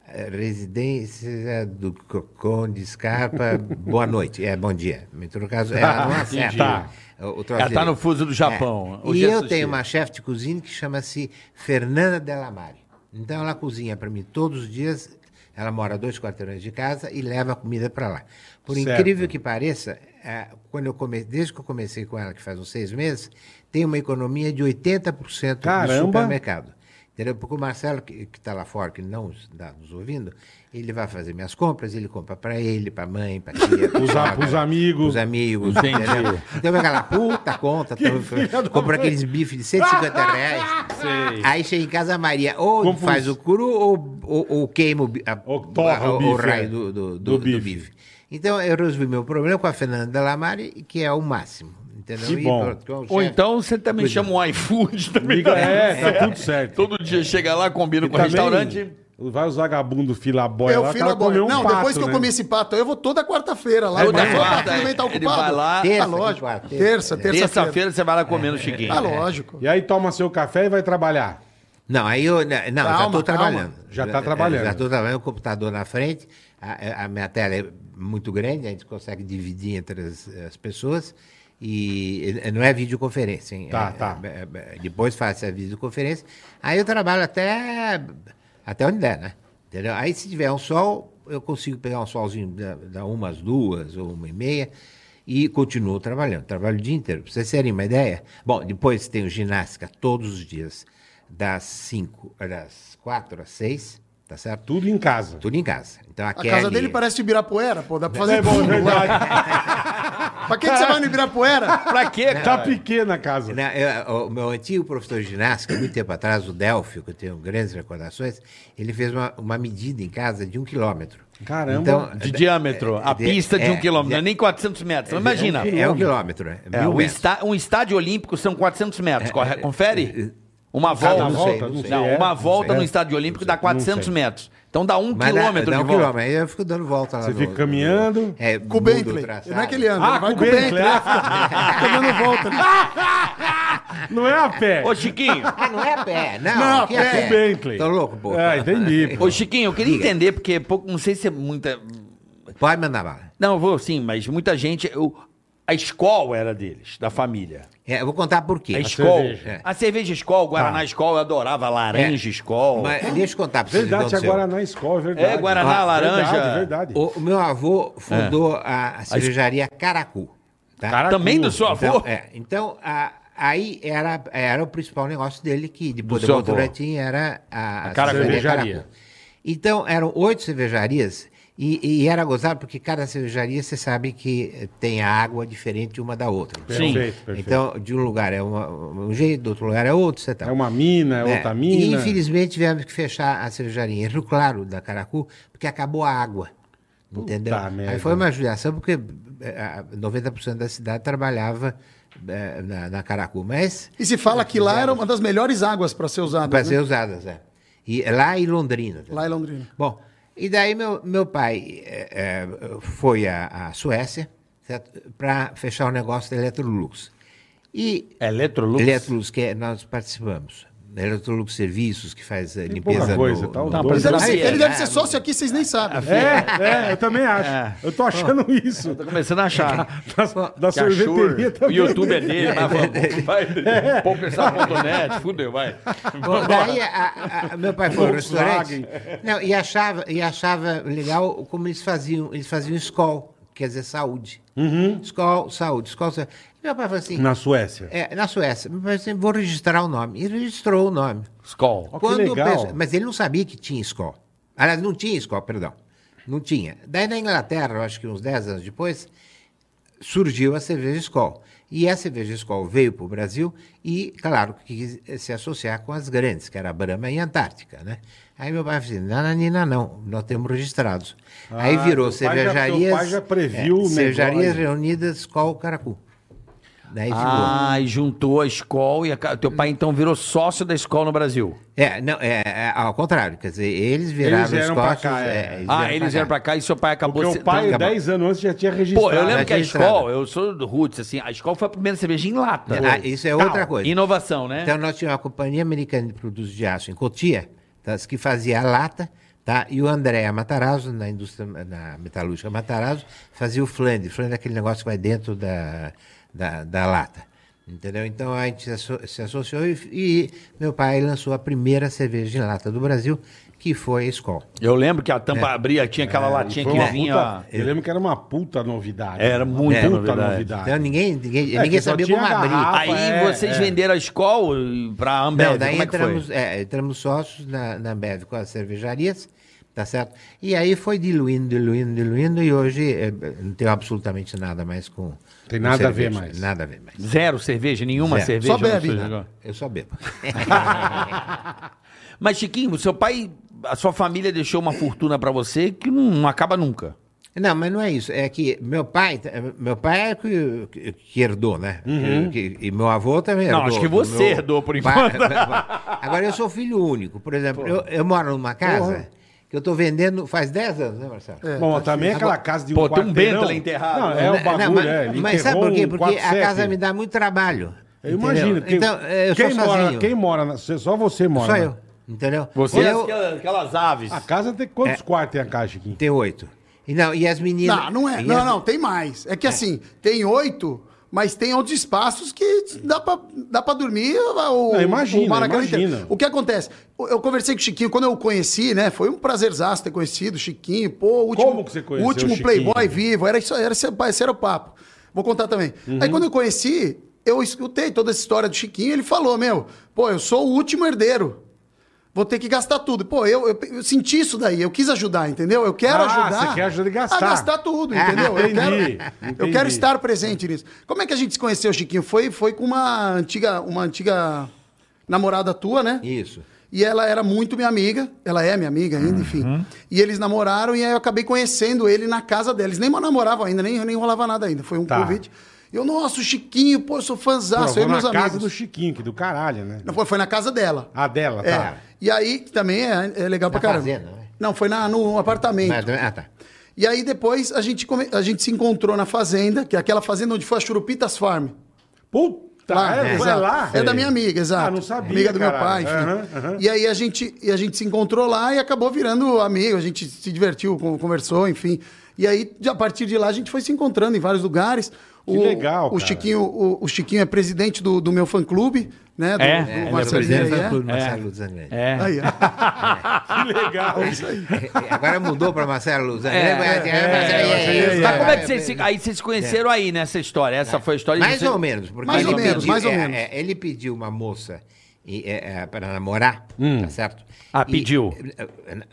F: eh, residência do Cocon de Scarpa, boa noite, é, bom dia. No caso, ela
D: [laughs]
F: não acerta.
C: Tá.
F: o- o
D: Ela
F: troço
D: tá
F: direito.
D: no fuso do Japão.
F: É.
D: Hoje
F: E
D: é
F: eu
D: sushi.
F: tenho uma chefe de cozinha que chama-se Fernanda Delamare. Então ela cozinha para mim todos os dias. Ela mora a dois quarteirões de casa e leva a comida para lá. Por
C: Certo.
F: incrível que pareça, é, quando eu come... desde que eu comecei com ela, que faz uns seis meses, tem uma economia de 80%
C: Caramba!
F: no supermercado. Entendeu? Porque o Marcelo, que está lá fora, que não está nos ouvindo, ele vai fazer minhas compras, ele compra para ele, para a mãe, para a tia. pra
C: [laughs] Os a-
F: sogra,
C: os amigos.
F: Os amigos.
D: Entendi.
F: entendeu? Então vai aquela puta
C: [laughs]
F: conta, tão-
C: filha da
F: compra
C: mãe.
F: aqueles bifes de
C: [laughs]
F: 150 reais.
D: Sei.
F: Aí chega em casa a Maria, ou
C: Compra uns-
F: faz o cru, ou, ou, ou queima o, bi- a-
C: Ou torra o
F: a- o,
C: bife, é.
F: raio do,
C: Do
F: do, do- do
C: bife.
F: bife. Então eu resolvi meu problema com a Fernanda Delamare, que é o máximo. Entendeu?
C: Que bom.
F: que é um
D: Ou
F: chefe.
D: então você também chama um iFood
F: [laughs]
D: também.
C: Liga,
D: dá
C: é,
D: certo.
C: tá tudo certo.
D: Todo dia chega lá, combina
C: E
D: com o restaurante.
C: Vai os vagabundos filabóia
E: Eu
C: lá,
E: fila
C: fila
E: boa.
C: comer um
E: não,
C: pato,
E: depois que eu
C: né?
E: comi esse pato, eu vou toda quarta-feira lá.
D: Aí
E: Eu
D: na
E: falo,
D: quarta,
E: "Ah, também tá
D: ele
E: ocupado."
D: vai lá-
E: Tá
F: Terça,
E: lógico.
F: quarta,
E: Terça, terça-feira.
F: É.
D: Terça-feira você vai lá comendo chiquinho.
E: Tá lógico.
C: E aí toma seu café e vai trabalhar.
F: Não, aí eu. né, Não, já
E: Calma,
F: estou trabalhando. É,
C: Já tá trabalhando.
F: Já estou trabalhando, o computador na frente, a, a minha tela é muito grande, a gente consegue dividir entre as, as pessoas. E e não é videoconferência, hein?
C: Tá,
F: É-
C: tá.
F: é- é- depois faço a videoconferência. Aí eu trabalho até, até onde der, né? Entendeu? Aí se tiver um sol, eu consigo pegar um solzinho da, da uma às duas ou uma e meia e continuo trabalhando. Trabalho o dia inteiro. Pra vocês terem uma ideia. Bom, depois tenho ginástica todos os dias, das cinco, eh, das quatro às seis, tá certo?
C: Tudo em casa.
F: Tudo em casa. Então a,
E: A casa dele parece de Ibirapuera, pô. Dá pra fazer
C: É bom, é
E: tudo. [laughs]
C: verdade.
E: Pra que, que você vai no Ibirapuera?
D: Pra quê, cara?
C: tá pequena a casa.
E: Né?
F: Na- né, eu- o meu antigo professor de ginástica, muito tempo atrás, o Delfio, que eu tenho grandes recordações, ele fez uma, uma medida em casa de um quilômetro. Então,
C: Caramba.
F: é.
D: De diâmetro. A pista de um quilômetro. não é nem 400 metros. Imagina.
F: É, é um quilômetro, é,
D: É,
F: mil
D: um,
F: metros. É,
D: está- um estádio olímpico são 400 metros, corre- confere? Uma volta.
F: Cada
D: Não,
F: volta,
D: sei,
F: não sei.
D: Não,
C: É,
D: uma
C: não
D: volta
C: sei.
D: no estádio olímpico dá 400
C: sei.
D: metros. Então dá um
F: Mas dá-
D: quilômetro
F: dá
D: de
F: um
D: volta.
F: quilômetro. Aí eu fico dando volta lá.
C: Você
F: no-
C: fica caminhando.
F: É,
E: Com o
F: muda o
E: Bentley.
F: traçado.
E: Não é que ele anda,
C: Ah,
E: ele vai
C: com
E: com o Bentley.
C: Bentley,
E: é. Tá dando volta ali.
C: [laughs] Não é a pé.
D: Ô, Chiquinho,
F: [laughs] Ah, não é a pé, não.
E: Não,
F: aqui é a
E: pé. Tá
F: pé.
C: Bentley.
F: Tô louco, pô.
C: É, entendi. pô.
D: ô, Chiquinho, eu queria entender, porque pouco, não sei se é muita.
F: Pode mandar bala.
D: Não, eu vou sim, mas muita gente. eu- a escola era deles, da família.
F: É, eu vou contar por quê.
D: A, escola.
C: cerveja.
D: A cerveja é. Tá. escola, o Guaraná escola, eu adorava laranja escola.
F: Mas deixa eu contar pra vocês.
C: Verdade,
F: então, seu-
C: agora na escola, é verdade.
D: É, Guaraná, laranja.
C: Verdade, verdade.
F: O, o meu avô fundou a, a cervejaria Caracu. tá?
C: Caraca,
D: É. Também do
C: como-
D: seu avô?
F: Então, é, então a- aí era, era o principal negócio dele, que depois
D: Do
F: do,
D: seu avô.
F: Votorantim era
C: A
F: a,
C: cara- cervejaria.
F: Então, eram oito cervejarias e, e era gozado porque cada cervejaria, você sabe que eh, tem a água diferente uma da outra.
D: Sim.
C: Perfeito, perfeito.
F: Então, de um lugar é uma- um jeito, do outro lugar é outro, você tal.
C: é uma mina, é
D: né,
F: É,
C: outra
F: E
C: mina.
F: infelizmente tivemos que fechar a cervejaria em Rio Claro, da Caracu, porque acabou a água. Entendeu?
C: merda.
F: Aí foi uma judiação, porque eh, a- 90% da cidade trabalhava eh, na, na Caracu, mas
E: E se fala que lá era uma das melhores águas pra ser usada.
F: para
E: né?
F: ser usadas. É. E, lá em Londrina. também.
E: Lá é- em Londrina.
F: Bom, e daí meu, meu pai eh, eh, foi à, à Suécia para fechar o negócio da Electrolux. E
C: É
D: Eletrolux.
F: Eletrolux, que é- nós participamos. Electrolux Serviços, que faz eh,
C: pouca
F: limpeza
C: coisa,
F: no,
C: tá?
F: no-
C: Tá,
E: Ele
C: mas
E: deve,
C: Aí,
E: ser, ele
D: é,
E: deve ser
D: é,
E: sócio aqui, vocês nem sabem. né?
C: É, é, eu também acho. Eu tô achando isso.
D: Tô começando a achar.
C: Da, da
D: Que a Shure,
C: sorveteria
D: o
C: também.
D: YouTube é dele, mas vamos, vai. Poucastar.net, fudeu, vai.
F: Bom, daí a- a- a- meu pai foi ao
C: Volkswagen.
F: restaurante não, e, achava, e achava legal como eles faziam. Eles faziam escol, quer dizer, saúde. Escol, saúde, escol, saúde. E meu pai falou assim,
C: Na Suécia.
F: é, na Suécia, meu pai falou assim, vou registrar o nome. E registrou o nome.
D: Skol.
C: Ó, que
F: Quando o
C: legal.
F: pessoal- mas ele não sabia que tinha escola. Aliás, não tinha escola, perdão. Não tinha. Daí na Inglaterra, eu acho que uns 10 anos depois, surgiu a cerveja escola. E a cerveja escola veio para o Brasil e, claro, quis se associar com as grandes, que era a Brahma e a Antártica, né? Aí meu pai falou assim, nananina não, nós temos registrados. Aí
C: Ah,
F: virou
C: teu pai já- teu pai
F: cervejarias... é,
C: já previu o negócio.
F: cervejarias reunidas com o Caracu. Daí ficou.
D: Ah, e juntou a escola e a ca- teu pai então virou sócio da escola no Brasil.
F: É, não, é, é ao contrário, quer dizer, eles viraram
C: Eles vieram
F: os
C: pra
F: costos,
C: cá, é.
D: ah, eles vieram pra cá e seu pai acabou
C: Porque
D: se-
C: o pai, é
D: então,
C: 10 anos antes, já tinha registrado.
D: Pô, eu lembro
F: Já
D: que a
F: tinha
D: escola,
F: entrado.
D: eu sou do Roots, assim, a escola foi a primeira cerveja em lata.
F: Ah, isso é outra
D: Tal.
F: coisa.
D: Inovação, né?
F: Então nós tínhamos uma companhia americana de produtos de aço em Cotia, tá, que fazia a lata, tá? E o André Matarazzo, na indústria, na metalúrgica Matarazzo, fazia o flandre. Flandre é aquele negócio que vai dentro da, da, da lata. Entendeu? Então a gente se asso- se associou e, e meu pai lançou a primeira cerveja em lata do Brasil, que foi a Skol.
D: eu lembro que a tampa
F: É.
D: abria, tinha aquela latinha
C: Foi
D: que
C: uma
D: vinha.
C: puta, eu lembro que era uma puta novidade.
D: Era muito
C: puta
D: novidade.
F: Então ninguém, ninguém,
C: Tá. É, que
F: ninguém
C: só
F: sabia
C: tinha
F: como abrir.
C: garrafa,
D: Aí
C: é,
D: vocês
C: é.
D: venderam a escola pra Ambev,
F: Não, daí
D: como é que
F: entramos,
D: foi?
F: é, entramos sócios na, na Ambev com as cervejarias, tá certo? E aí foi diluindo, diluindo, diluindo, e hoje é, não tenho absolutamente nada mais com.
C: Tem
F: com
C: nada a
F: cerveja,
C: ver mais.
F: Nada a ver mais.
D: Zero cerveja, nenhuma
F: Zero. né?
D: cerveja.
E: Só bebe.
D: não sei agora.
F: Eu só bebo. [laughs]
D: Mas, Chiquinho, seu pai, a sua família deixou uma fortuna pra você que não, não acaba nunca.
F: Não, mas não é isso. É que meu pai, meu pai é que, que- que herdou, né? Que- e meu avô também
D: Uhum. Não,
F: herdou.
D: acho que você
F: [laughs] Meu
D: herdou, por
F: pai-
D: enquanto.
F: Agora eu sou filho único. Por exemplo, eu, eu moro numa casa que eu estou vendendo faz 10 anos, né, Marcelo?
C: Bom, também é aquela casa de um
D: tá Pô, tem um
C: quarteirão.
D: Bentley enterrado.
C: Não, é o
F: Né, Não,
C: bagulho,
F: mas,
C: é. ele
F: mas sabe por
C: enterrou
F: quê?
C: um
F: Porque a
C: 47.
F: casa me dá muito trabalho.
C: Eu
F: Entendeu?
C: imagino. Quem,
F: Então, é, eu sou
C: quem mora,
F: sozinho.
C: quem mora na- Só você mora.
F: Só
C: na-
F: eu, entendeu?
A: Você é
F: eu Ah,
A: aquelas, aquelas aves.
C: A casa tem
F: É.
C: quantos quartos tem a caixa, Chiquinho?
F: tenho oito. E não, e as meninas.
E: Não, não é.
F: e
E: Não,
F: as-
E: não, tem mais. É que assim, tem oito, mas tem outros espaços que dá pra, dá pra dormir o,
C: Não, imagina,
E: o Maracanã
C: imagina.
E: inteiro. O que acontece? Eu eu conversei com o Chiquinho, quando eu o conheci, né? Foi um prazerzaço ter conhecido o Chiquinho. Pô, o último,
C: Como que você conheceu
E: o último
C: o Chiquinho?
E: Playboy vivo. Era isso, era, esse- esse era o papo. Vou contar também.
C: Uhum.
E: Aí quando eu conheci, eu escutei toda essa história do Chiquinho. Ele falou, meu, pô, eu sou o último herdeiro. Vou ter que gastar tudo. Pô, eu, eu, eu senti isso daí. Eu quis ajudar, entendeu? Eu quero
C: Ah,
E: ajudar.
C: você quer ajudar a gastar. Ah,
E: gastar tudo, entendeu? Eu quero,
C: Entendi,
E: eu
C: entendi.
E: quero estar presente nisso. Como é que a gente se conheceu, Chiquinho? Foi, foi com uma antiga, uma antiga namorada tua, né?
F: Isso.
E: E ela era muito minha amiga, ela é minha amiga ainda,
C: Uhum.
E: enfim. E eles namoraram e aí eu acabei conhecendo ele na casa dela. Eles nem namoravam ainda, nem, nem rolava nada ainda. Foi um
C: Tá.
E: convite. E eu, nossa, o Chiquinho, pô, eu sou
C: Pô,
E: fãzaço,
C: vou
E: eu e
C: na
E: meus
C: casa
E: amigos.
C: do Chiquinho, que do caralho, né?
E: Não, foi, foi na casa dela.
C: A dela,
E: É.
C: tá.
E: E aí, que também é, é legal
F: Na
E: pra caramba.
F: fazenda, né?
E: Não, foi na, no apartamento.
F: Mas- ah, tá.
E: E aí depois a gente, come- a gente se encontrou na fazenda, que é aquela fazenda onde foi a Churupitas Farm.
C: Puta, é, foi
E: exato.
C: lá?
E: É da minha amiga, exato.
C: Ah, não sabia,
E: Amiga do meu pai,
C: caralho.
E: enfim.
C: Aham, aham.
E: E aí a gente, e a gente se encontrou lá e acabou virando amigo, a gente se divertiu, con- conversou, enfim. E aí, de- a partir de lá, a gente foi se encontrando em vários lugares.
C: Que
E: o,
C: legal,
E: o
C: cara.
E: Chiquinho, o, o Chiquinho é presidente do, do meu fã-clube, né? Do,
A: É,
E: do
A: é, ele é
F: Mas, por
E: Marcelinho
F: exemplo,
E: aí, é.
F: foi o né? Marcelo Zanelli.
A: É.
E: Aí, ó. [laughs]
C: Que
E: É
C: legal. é isso
F: [laughs]
C: aí.
F: É, Agora mudou para Marcelo Zanelli.
D: É,
F: mas- mas-
C: é,
D: Mas como é
F: é,
D: que vocês se, aí vocês se conheceram aí nessa história? Essa foi a história de
F: Mais
D: vocês-
F: ou menos. Porque
E: Mais
F: ele
E: ou menos,
F: pediu-
E: mais ou
F: é,
E: menos.
F: é, ele pediu uma moça para namorar, tá certo?
A: Ah,
F: E-
A: pediu.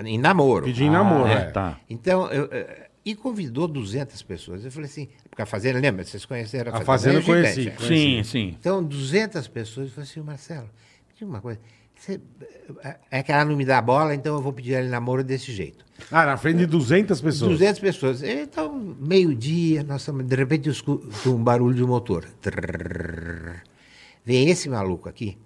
F: Em, namoro.
C: Pedi em namoro, é.
A: Tá.
F: Então, eu, eh, e convidou 200 pessoas. Eu falei assim, porque a Fazenda, lembra? Vocês conheceram
C: A Fazenda eu
F: é
C: conheci.
F: gigante, é.
A: Sim, sim.
F: Então, 200 pessoas. Eu falei assim, Marcelo, me diga uma coisa. Você, eh, é que ela não me dá bola, então eu vou pedir ela em namoro desse jeito.
C: Ah, na frente de 200 pessoas.
F: 200 pessoas. Então, meio-dia, nós estamos, de repente, eu escuto um barulho de um motor. Trrr. Vem esse maluco aqui,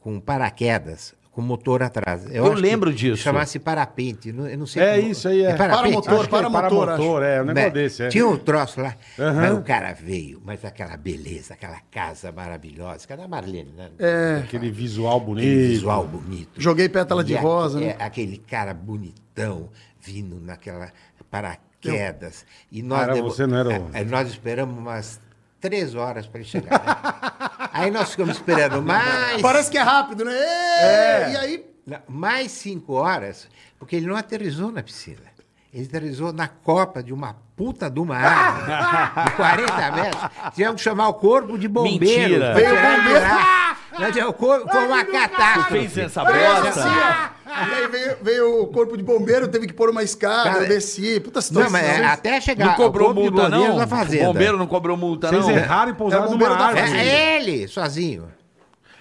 F: com paraquedas, com motor atrás.
D: Eu
F: acho que
D: lembro disso.
F: Chamasse parapente. não- Eu não sei
C: É
F: como-
C: isso aí, é.
F: parapente?
E: Paramotor,
C: Acho que é
E: paramotor,
C: paramotor, é, um negócio
F: Né?
C: desse, é.
F: Tinha um troço lá.
C: Aham.
F: Mas o cara veio, mas aquela beleza, aquela casa maravilhosa. Cadê a Marlene, né?
C: Aquele visual bonito.
F: Aquele visual bonito.
E: É. Joguei pétala de
F: aque-
E: rosa, né?
F: é, Aquele cara bonitão vindo naquela paraquedas. E nós
C: Cara, você não era o-
F: é, é, Nós esperamos umas três horas para ele chegar.
C: [laughs]
F: né? Aí nós ficamos esperando mais,
E: Parece que é rápido, né? É. E aí,
F: na- mais cinco horas, porque ele não aterrizou na piscina. Ele aterrizou na copa de uma puta de uma árvore, de 40 metros. Tivemos que chamar o corpo de bombeiro.
A: Mentira.
F: Veio
E: Veio o bombeiro.
F: o bombeiro. Foi uma catástrofe.
A: Fez essa
E: Fez
A: bosta.
E: assim, ó. E aí veio, veio o corpo de bombeiro, teve que pôr uma escada,
F: Cara,
E: eu desci, puta situação.
F: Não, mas é, até chegar.
D: Não cobrou
F: o corpo de
D: multa,
F: bombeiro
D: não?
F: Na fazenda.
D: O bombeiro não cobrou multa,
C: Vocês
D: não?
C: erraram e pousaram
E: É o
C: numa
E: bombeiro da
C: árvore.
F: É, é ele, sozinho.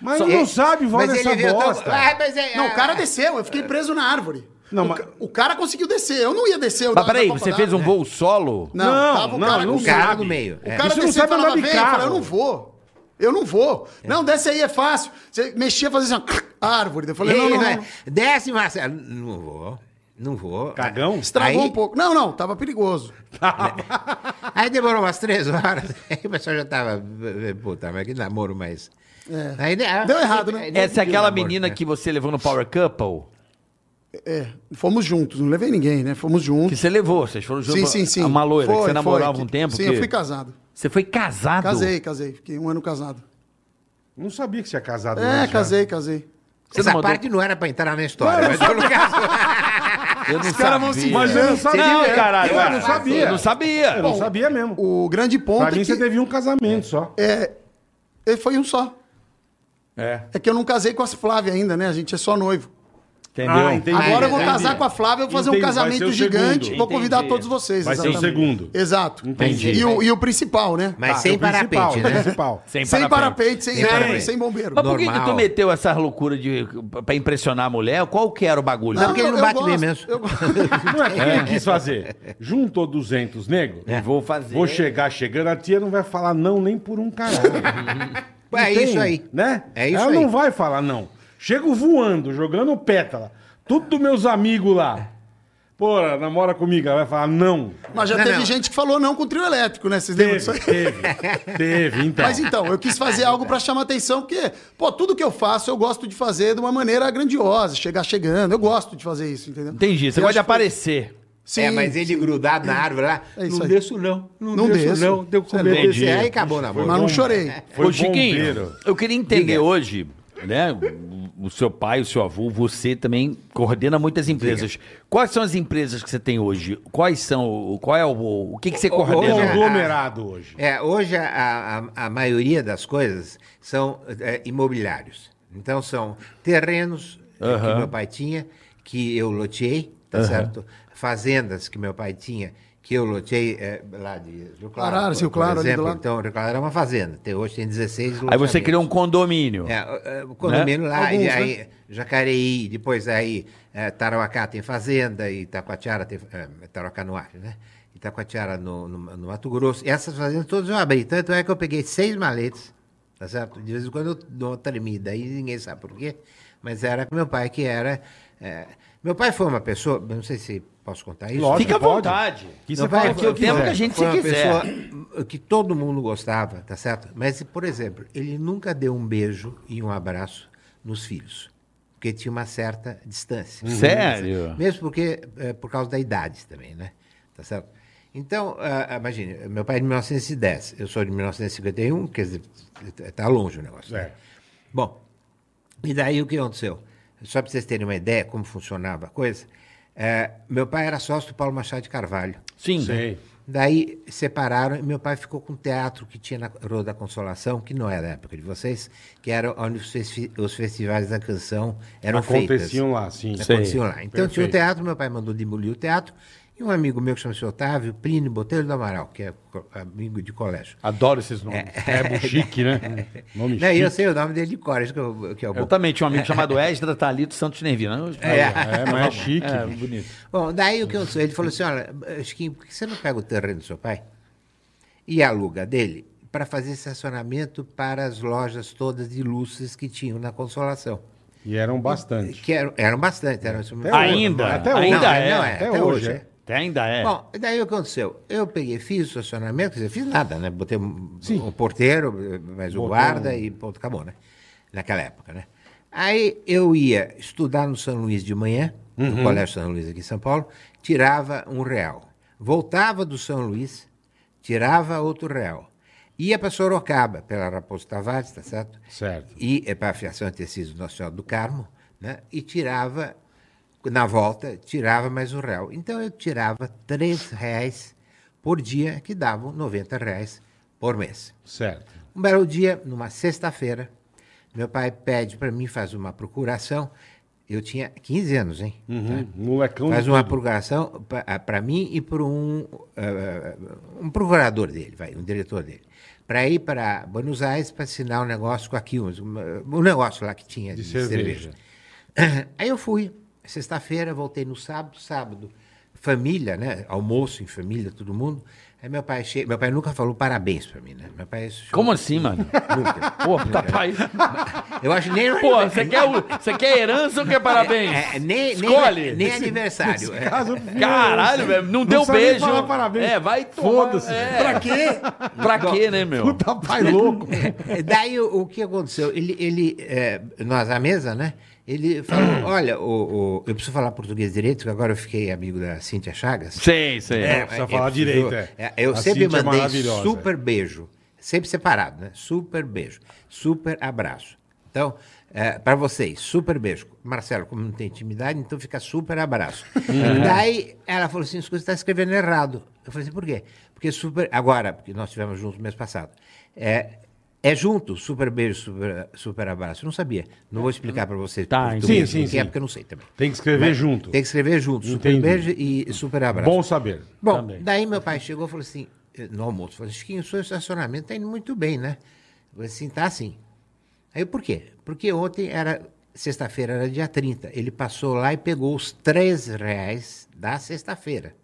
C: Mas
F: Só-
C: não sabe, vai
F: É, Mas ele
C: nessa
F: veio tão-
C: bosta.
F: Ah, mas é-
E: Não, o cara
F: ah,
E: desceu, eu fiquei preso na árvore.
C: Não,
E: o,
C: mas-
E: ca- o cara conseguiu descer, eu não ia descer. Eu
D: Mas
E: dava-
D: peraí,
E: dava pra
D: você
E: dar,
D: fez um
E: né?
D: voo solo?
E: Não,
C: Não,
E: tava o
C: não,
E: cara
C: não
E: com
F: O
E: o
F: cara
E: cara.
F: do meio.
E: O
F: é.
E: cara
C: Isso não
E: desceu e
C: sabe
E: falava,
C: andar de
E: vem, eu falei, eu
C: carro.
E: não vou. Eu não vou. Não, desce aí, é fácil. Você mexia, fazia assim, ó, [laughs] árvore. Eu falei,
F: Ele
E: não, não,
F: vai-
E: não.
F: Desce, Marcelo. Não vou. Não vou.
C: Cagão?
E: Estragou
F: Aí-
E: um pouco. Não, não, tava perigoso.
F: Aí demorou umas três horas. [laughs] Aí o pessoal já tava. eh, Puta, mas que namoro mais. Aí, né,
E: É. Deu errado, né?
F: aí,
D: Essa é
F: pediu
D: aquela
F: namoro,
D: menina
F: né?
D: que você levou no Power Couple?
E: É, fomos juntos, não levei ninguém, né? Fomos
D: Que
E: juntos.
D: você levou, vocês foram juntos.
E: Sim, sim, sim.
D: Uma loira
E: Foi,
D: que você
E: foi,
D: namorava
E: que-
D: um tempo.
E: Sim,
D: que-
E: eu fui casado.
D: Você foi casado?
E: Casei, casei. Fiquei um ano casado.
C: Não sabia que você é casado.
E: É,
C: já.
E: casei, casei.
D: Você
F: Essa
D: não mandou-
F: parte não era pra entrar na história. mas eu não
D: Eu não Os
E: caras vão se-
C: Mas eu não sabia.
D: Não, caralho.
C: Eu
D: cara.
C: não sabia.
D: Eu não sabia.
C: né? Eu não sabia mesmo.
E: O grande ponto
C: Pra mim,
E: é
C: você
E: que É,
C: teve um casamento só.
E: ele foi um só.
A: É.
E: É que eu não casei com a Flávia ainda, né? A gente é só noivo.
A: Entendeu?
C: Ah, entendi.
E: Agora eu vou
C: entendi.
E: casar com a Flávia, eu vou fazer
C: Entendi,
E: um
C: vai ser
E: casamento
C: o
E: gigante.
C: segundo.
E: Vou convidar
A: Entendi.
E: todos vocês.
C: Vai ser o
E: exatamente.
C: segundo.
E: Exato.
C: Entendi.
E: E o, e o principal, né?
F: Mas
C: Tá,
F: sem
C: o principal,
F: parapente,
C: o
F: né?
C: Principal.
A: Sem,
E: sem
A: parapente.
E: parapeito, sem,
F: Sem
E: sem,
F: parapeito.
E: sem bombeiro.
D: Mas por que, que tu
F: Normal.
D: meteu essa loucura de pra impressionar a mulher? Qual que era o bagulho?
F: Não, porque ele não
E: eu
F: bate
E: gosto,
F: bem mesmo.
E: eu gosto.
C: Não é o que ele quis fazer. Juntou 200, nego.
E: É.
D: Eu Vou fazer.
C: Vou chegar chegando, a tia não vai falar não nem por um caralho.
E: [laughs]
C: Não
F: É
C: tem,
F: isso aí.
C: Né?
F: É isso
C: Ela
F: aí.
C: não vai falar não. Chego voando, jogando pétala. Tudo dos meus amigos lá. Porra, namora comigo. Ela vai falar, não.
E: Mas já
F: Não,
E: teve
F: não.
E: gente que falou não com trio elétrico, né? Vocês lembram disso aí?
C: Teve, teve. teve, então.
E: Mas então, eu quis fazer algo pra chamar atenção, porque, pô, tudo que eu faço eu gosto de fazer de uma maneira grandiosa, chegar chegando. Eu gosto de fazer isso, entendeu?
D: Entendi. Você
E: Eu
D: gosta de
E: acho que-
D: aparecer.
E: Sim,
F: é, mas ele grudado na árvore lá.
E: É isso
F: não
E: aí.
F: desço, não. Não,
E: Não
F: desço,
E: desço.
F: não. Deu
E: Você
F: com medo de
A: entendi.
F: descer. Aí É, acabou na boca.
E: mas não chorei.
C: é Foi
A: Ô, Chiquinho,
C: bombeiro.
D: Eu queria entender
F: Diga.
D: hoje, né? o- O seu pai, o seu avô, você também coordena muitas empresas. Quais são as empresas que você tem hoje? Quais são? o- Qual é o. O que, que você
C: É um
D: coordena?
C: aglomerado hoje.
F: É, hoje a, a, a maioria das coisas são é, imobiliários. Então são terrenos é, que meu pai tinha, que eu loteei, tá certo? Fazendas que meu pai tinha, que eu loteei é, lá de Rio Claro.
E: Claro, Rio Claro, ali do lado.
F: Então, Rio Claro era uma fazenda. Tem, hoje tem 16
D: Aí você
F: loteamentos.
D: criou um condomínio.
F: É, é, o condomínio lá,
E: Alguns,
F: e aí Jacareí, depois aí é, Tarauacá tem fazenda, e Itacoatiara tem. É, Tarauacá no ar, né? Itacoatiara no, no, no Mato Grosso. Essas fazendas todas eu abri. Tanto é que eu peguei seis maletes, tá certo? De vez em quando eu dou uma tremida, aí ninguém sabe por quê. Mas era meu pai que era. é, meu pai foi uma pessoa, eu não sei se posso contar isso.
C: Lógico.
D: Fica à
C: Pode. é
D: vontade.
A: Que
F: Meu
A: você
F: pai
A: fala o
F: foi-
A: que eu quiser.
D: tempo é que a gente
F: foi
D: se
F: uma
D: quiser.
F: pessoa que todo mundo gostava, tá certo? Mas, por exemplo, ele nunca deu um beijo e um abraço nos filhos. Porque tinha uma certa distância.
D: Sério?
F: Mesmo porque, eh, por causa da idade também, né? Tá certo? Então, ah, imagine, meu pai é de 1910, eu sou de 1951, quer dizer, tá longe o negócio. né?
C: É.
F: Bom, e daí o que aconteceu? Só para vocês terem uma ideia como funcionava a coisa, eh, meu pai era sócio do Paulo Machado de Carvalho.
D: Sim.
C: Sei.
F: Daí separaram e meu pai ficou com o teatro que tinha na Rua da Consolação, que não era da época de vocês, que era onde os, festi- os festivais da canção eram
C: Aconteciam
F: feitas.
C: lá, sim.
A: Sei.
F: Aconteciam lá. Então tinha
C: Perfeito.
F: o teatro, meu pai mandou demolir o teatro, e um amigo meu que chama-se Otávio, Plínio Botelho do Amaral, que é co- amigo de colégio.
C: Adoro esses nomes. É, chique,
F: [laughs]
C: né? Nome
F: Não, e eu
C: chique.
F: sei o nome dele de cor, isso que, eu, que é o bom.
D: Eu também tinha um amigo chamado Esdra Thalito Santos Nervino.
C: É,
F: Tá
C: mas é chique.
F: Bom, daí o que eu sou? Ele falou assim: olha, Chiquinho, por que você não pega o terreno do seu pai e aluga dele para fazer estacionamento para as lojas todas de luzes que tinham na Consolação?
C: E eram bastante.
F: Que eram, eram bastante, um eram isso mesmo.
C: Até hoje,
A: Ainda.
C: até hoje.
A: ainda
F: Não,
A: é.
F: não,
C: Até,
F: até
C: hoje,
F: hoje,
C: é.
A: Até ainda é.
F: Bom, daí o que aconteceu? Eu peguei, fiz o estacionamento, quer dizer, fiz nada, né? Botei um, um porteiro, mas o guarda e ponto, acabou, né? Naquela época, né? Aí eu ia estudar no São Luís de manhã, no Colégio São Luís aqui em São Paulo, tirava um real. Voltava do São Luís, tirava outro real. Ia para Sorocaba, pela Raposo Tavares, tá certo?
C: Certo.
F: E para a Fiação Tecidos Nossa Senhora do Carmo, né? E tirava, na volta, tirava mais um real. Então eu tirava três reais por dia, que davam 90 reais por mês.
C: Certo.
F: Um belo dia, numa sexta-feira, meu pai pede para mim fazer uma procuração. Eu tinha 15 anos, hein?
C: Uhum.
F: Tá.
C: Molecão
F: Faz
C: de
F: uma
C: tudo.
F: procuração para mim e para um, eh, um procurador dele, vai, um diretor dele. Para ir para Buenos Aires para assinar um negócio com a Quilmes, um, um negócio lá que tinha
C: De
F: de,
C: cerveja.
F: cerveja. [coughs] Aí eu fui, sexta-feira, voltei no sábado, sábado, família, né? Almoço em família, todo mundo. Aí meu pai chega, meu pai nunca falou parabéns para mim, né? Meu pai
D: Como assim, mano?
F: Nunca.
D: Pô,
C: É.
D: tá pai.
F: Eu acho que nem
D: Pô,
F: [laughs]
D: você quer, o- você quer herança ou quer parabéns?
F: É, nem, nem,
D: Escolhe.
F: nem
D: [laughs]
F: aniversário. É.
C: Caso-
D: Caralho, velho, não, deu
C: precisa nem
D: beijo.
C: falar parabéns.
D: É, vai tomar.
C: Foda-se.
D: É. Pra quê? Pra quê, né, meu?
C: Puta pai louco.
F: [laughs] Daí o, o que aconteceu? Ele, ele eh, nós à mesa, né? Ele falou: Olha, o, o- eu preciso falar português direito, porque agora eu fiquei amigo da Cíntia Chagas.
D: Sei, sei.
C: É, precisa falar direito, é.
F: é, eu
C: A
F: sempre
C: Cíntia é
F: mandei
C: maravilhosa.
F: super beijo, sempre separado, né? Super beijo, super abraço. Então, para vocês, super beijo. Marcelo, como não tem intimidade, então fica super abraço. Daí ela falou assim: escuta, você está escrevendo errado. Eu falei assim: por quê? Porque super. Agora, porque nós estivemos juntos mês passado. É, é junto, super beijo, super, super abraço. Eu não sabia. Não vou explicar para vocês.
A: Tá,
F: português,
C: sim, sim,
F: o que é,
C: sim.
F: porque eu não sei também.
C: Tem que escrever
F: Mas
C: junto.
F: Tem que escrever junto, super
C: Entendi.
F: beijo e super abraço.
C: Bom saber.
F: Bom,
A: Também.
F: daí meu pai chegou e falou assim, eh, no almoço, falou, Chiquinho, o seu estacionamento tá indo muito bem, né? Eu falei assim, tá sim. Aí eu, por quê? Porque ontem era, sexta-feira era dia 30, ele passou lá e pegou os três reais da sexta-feira.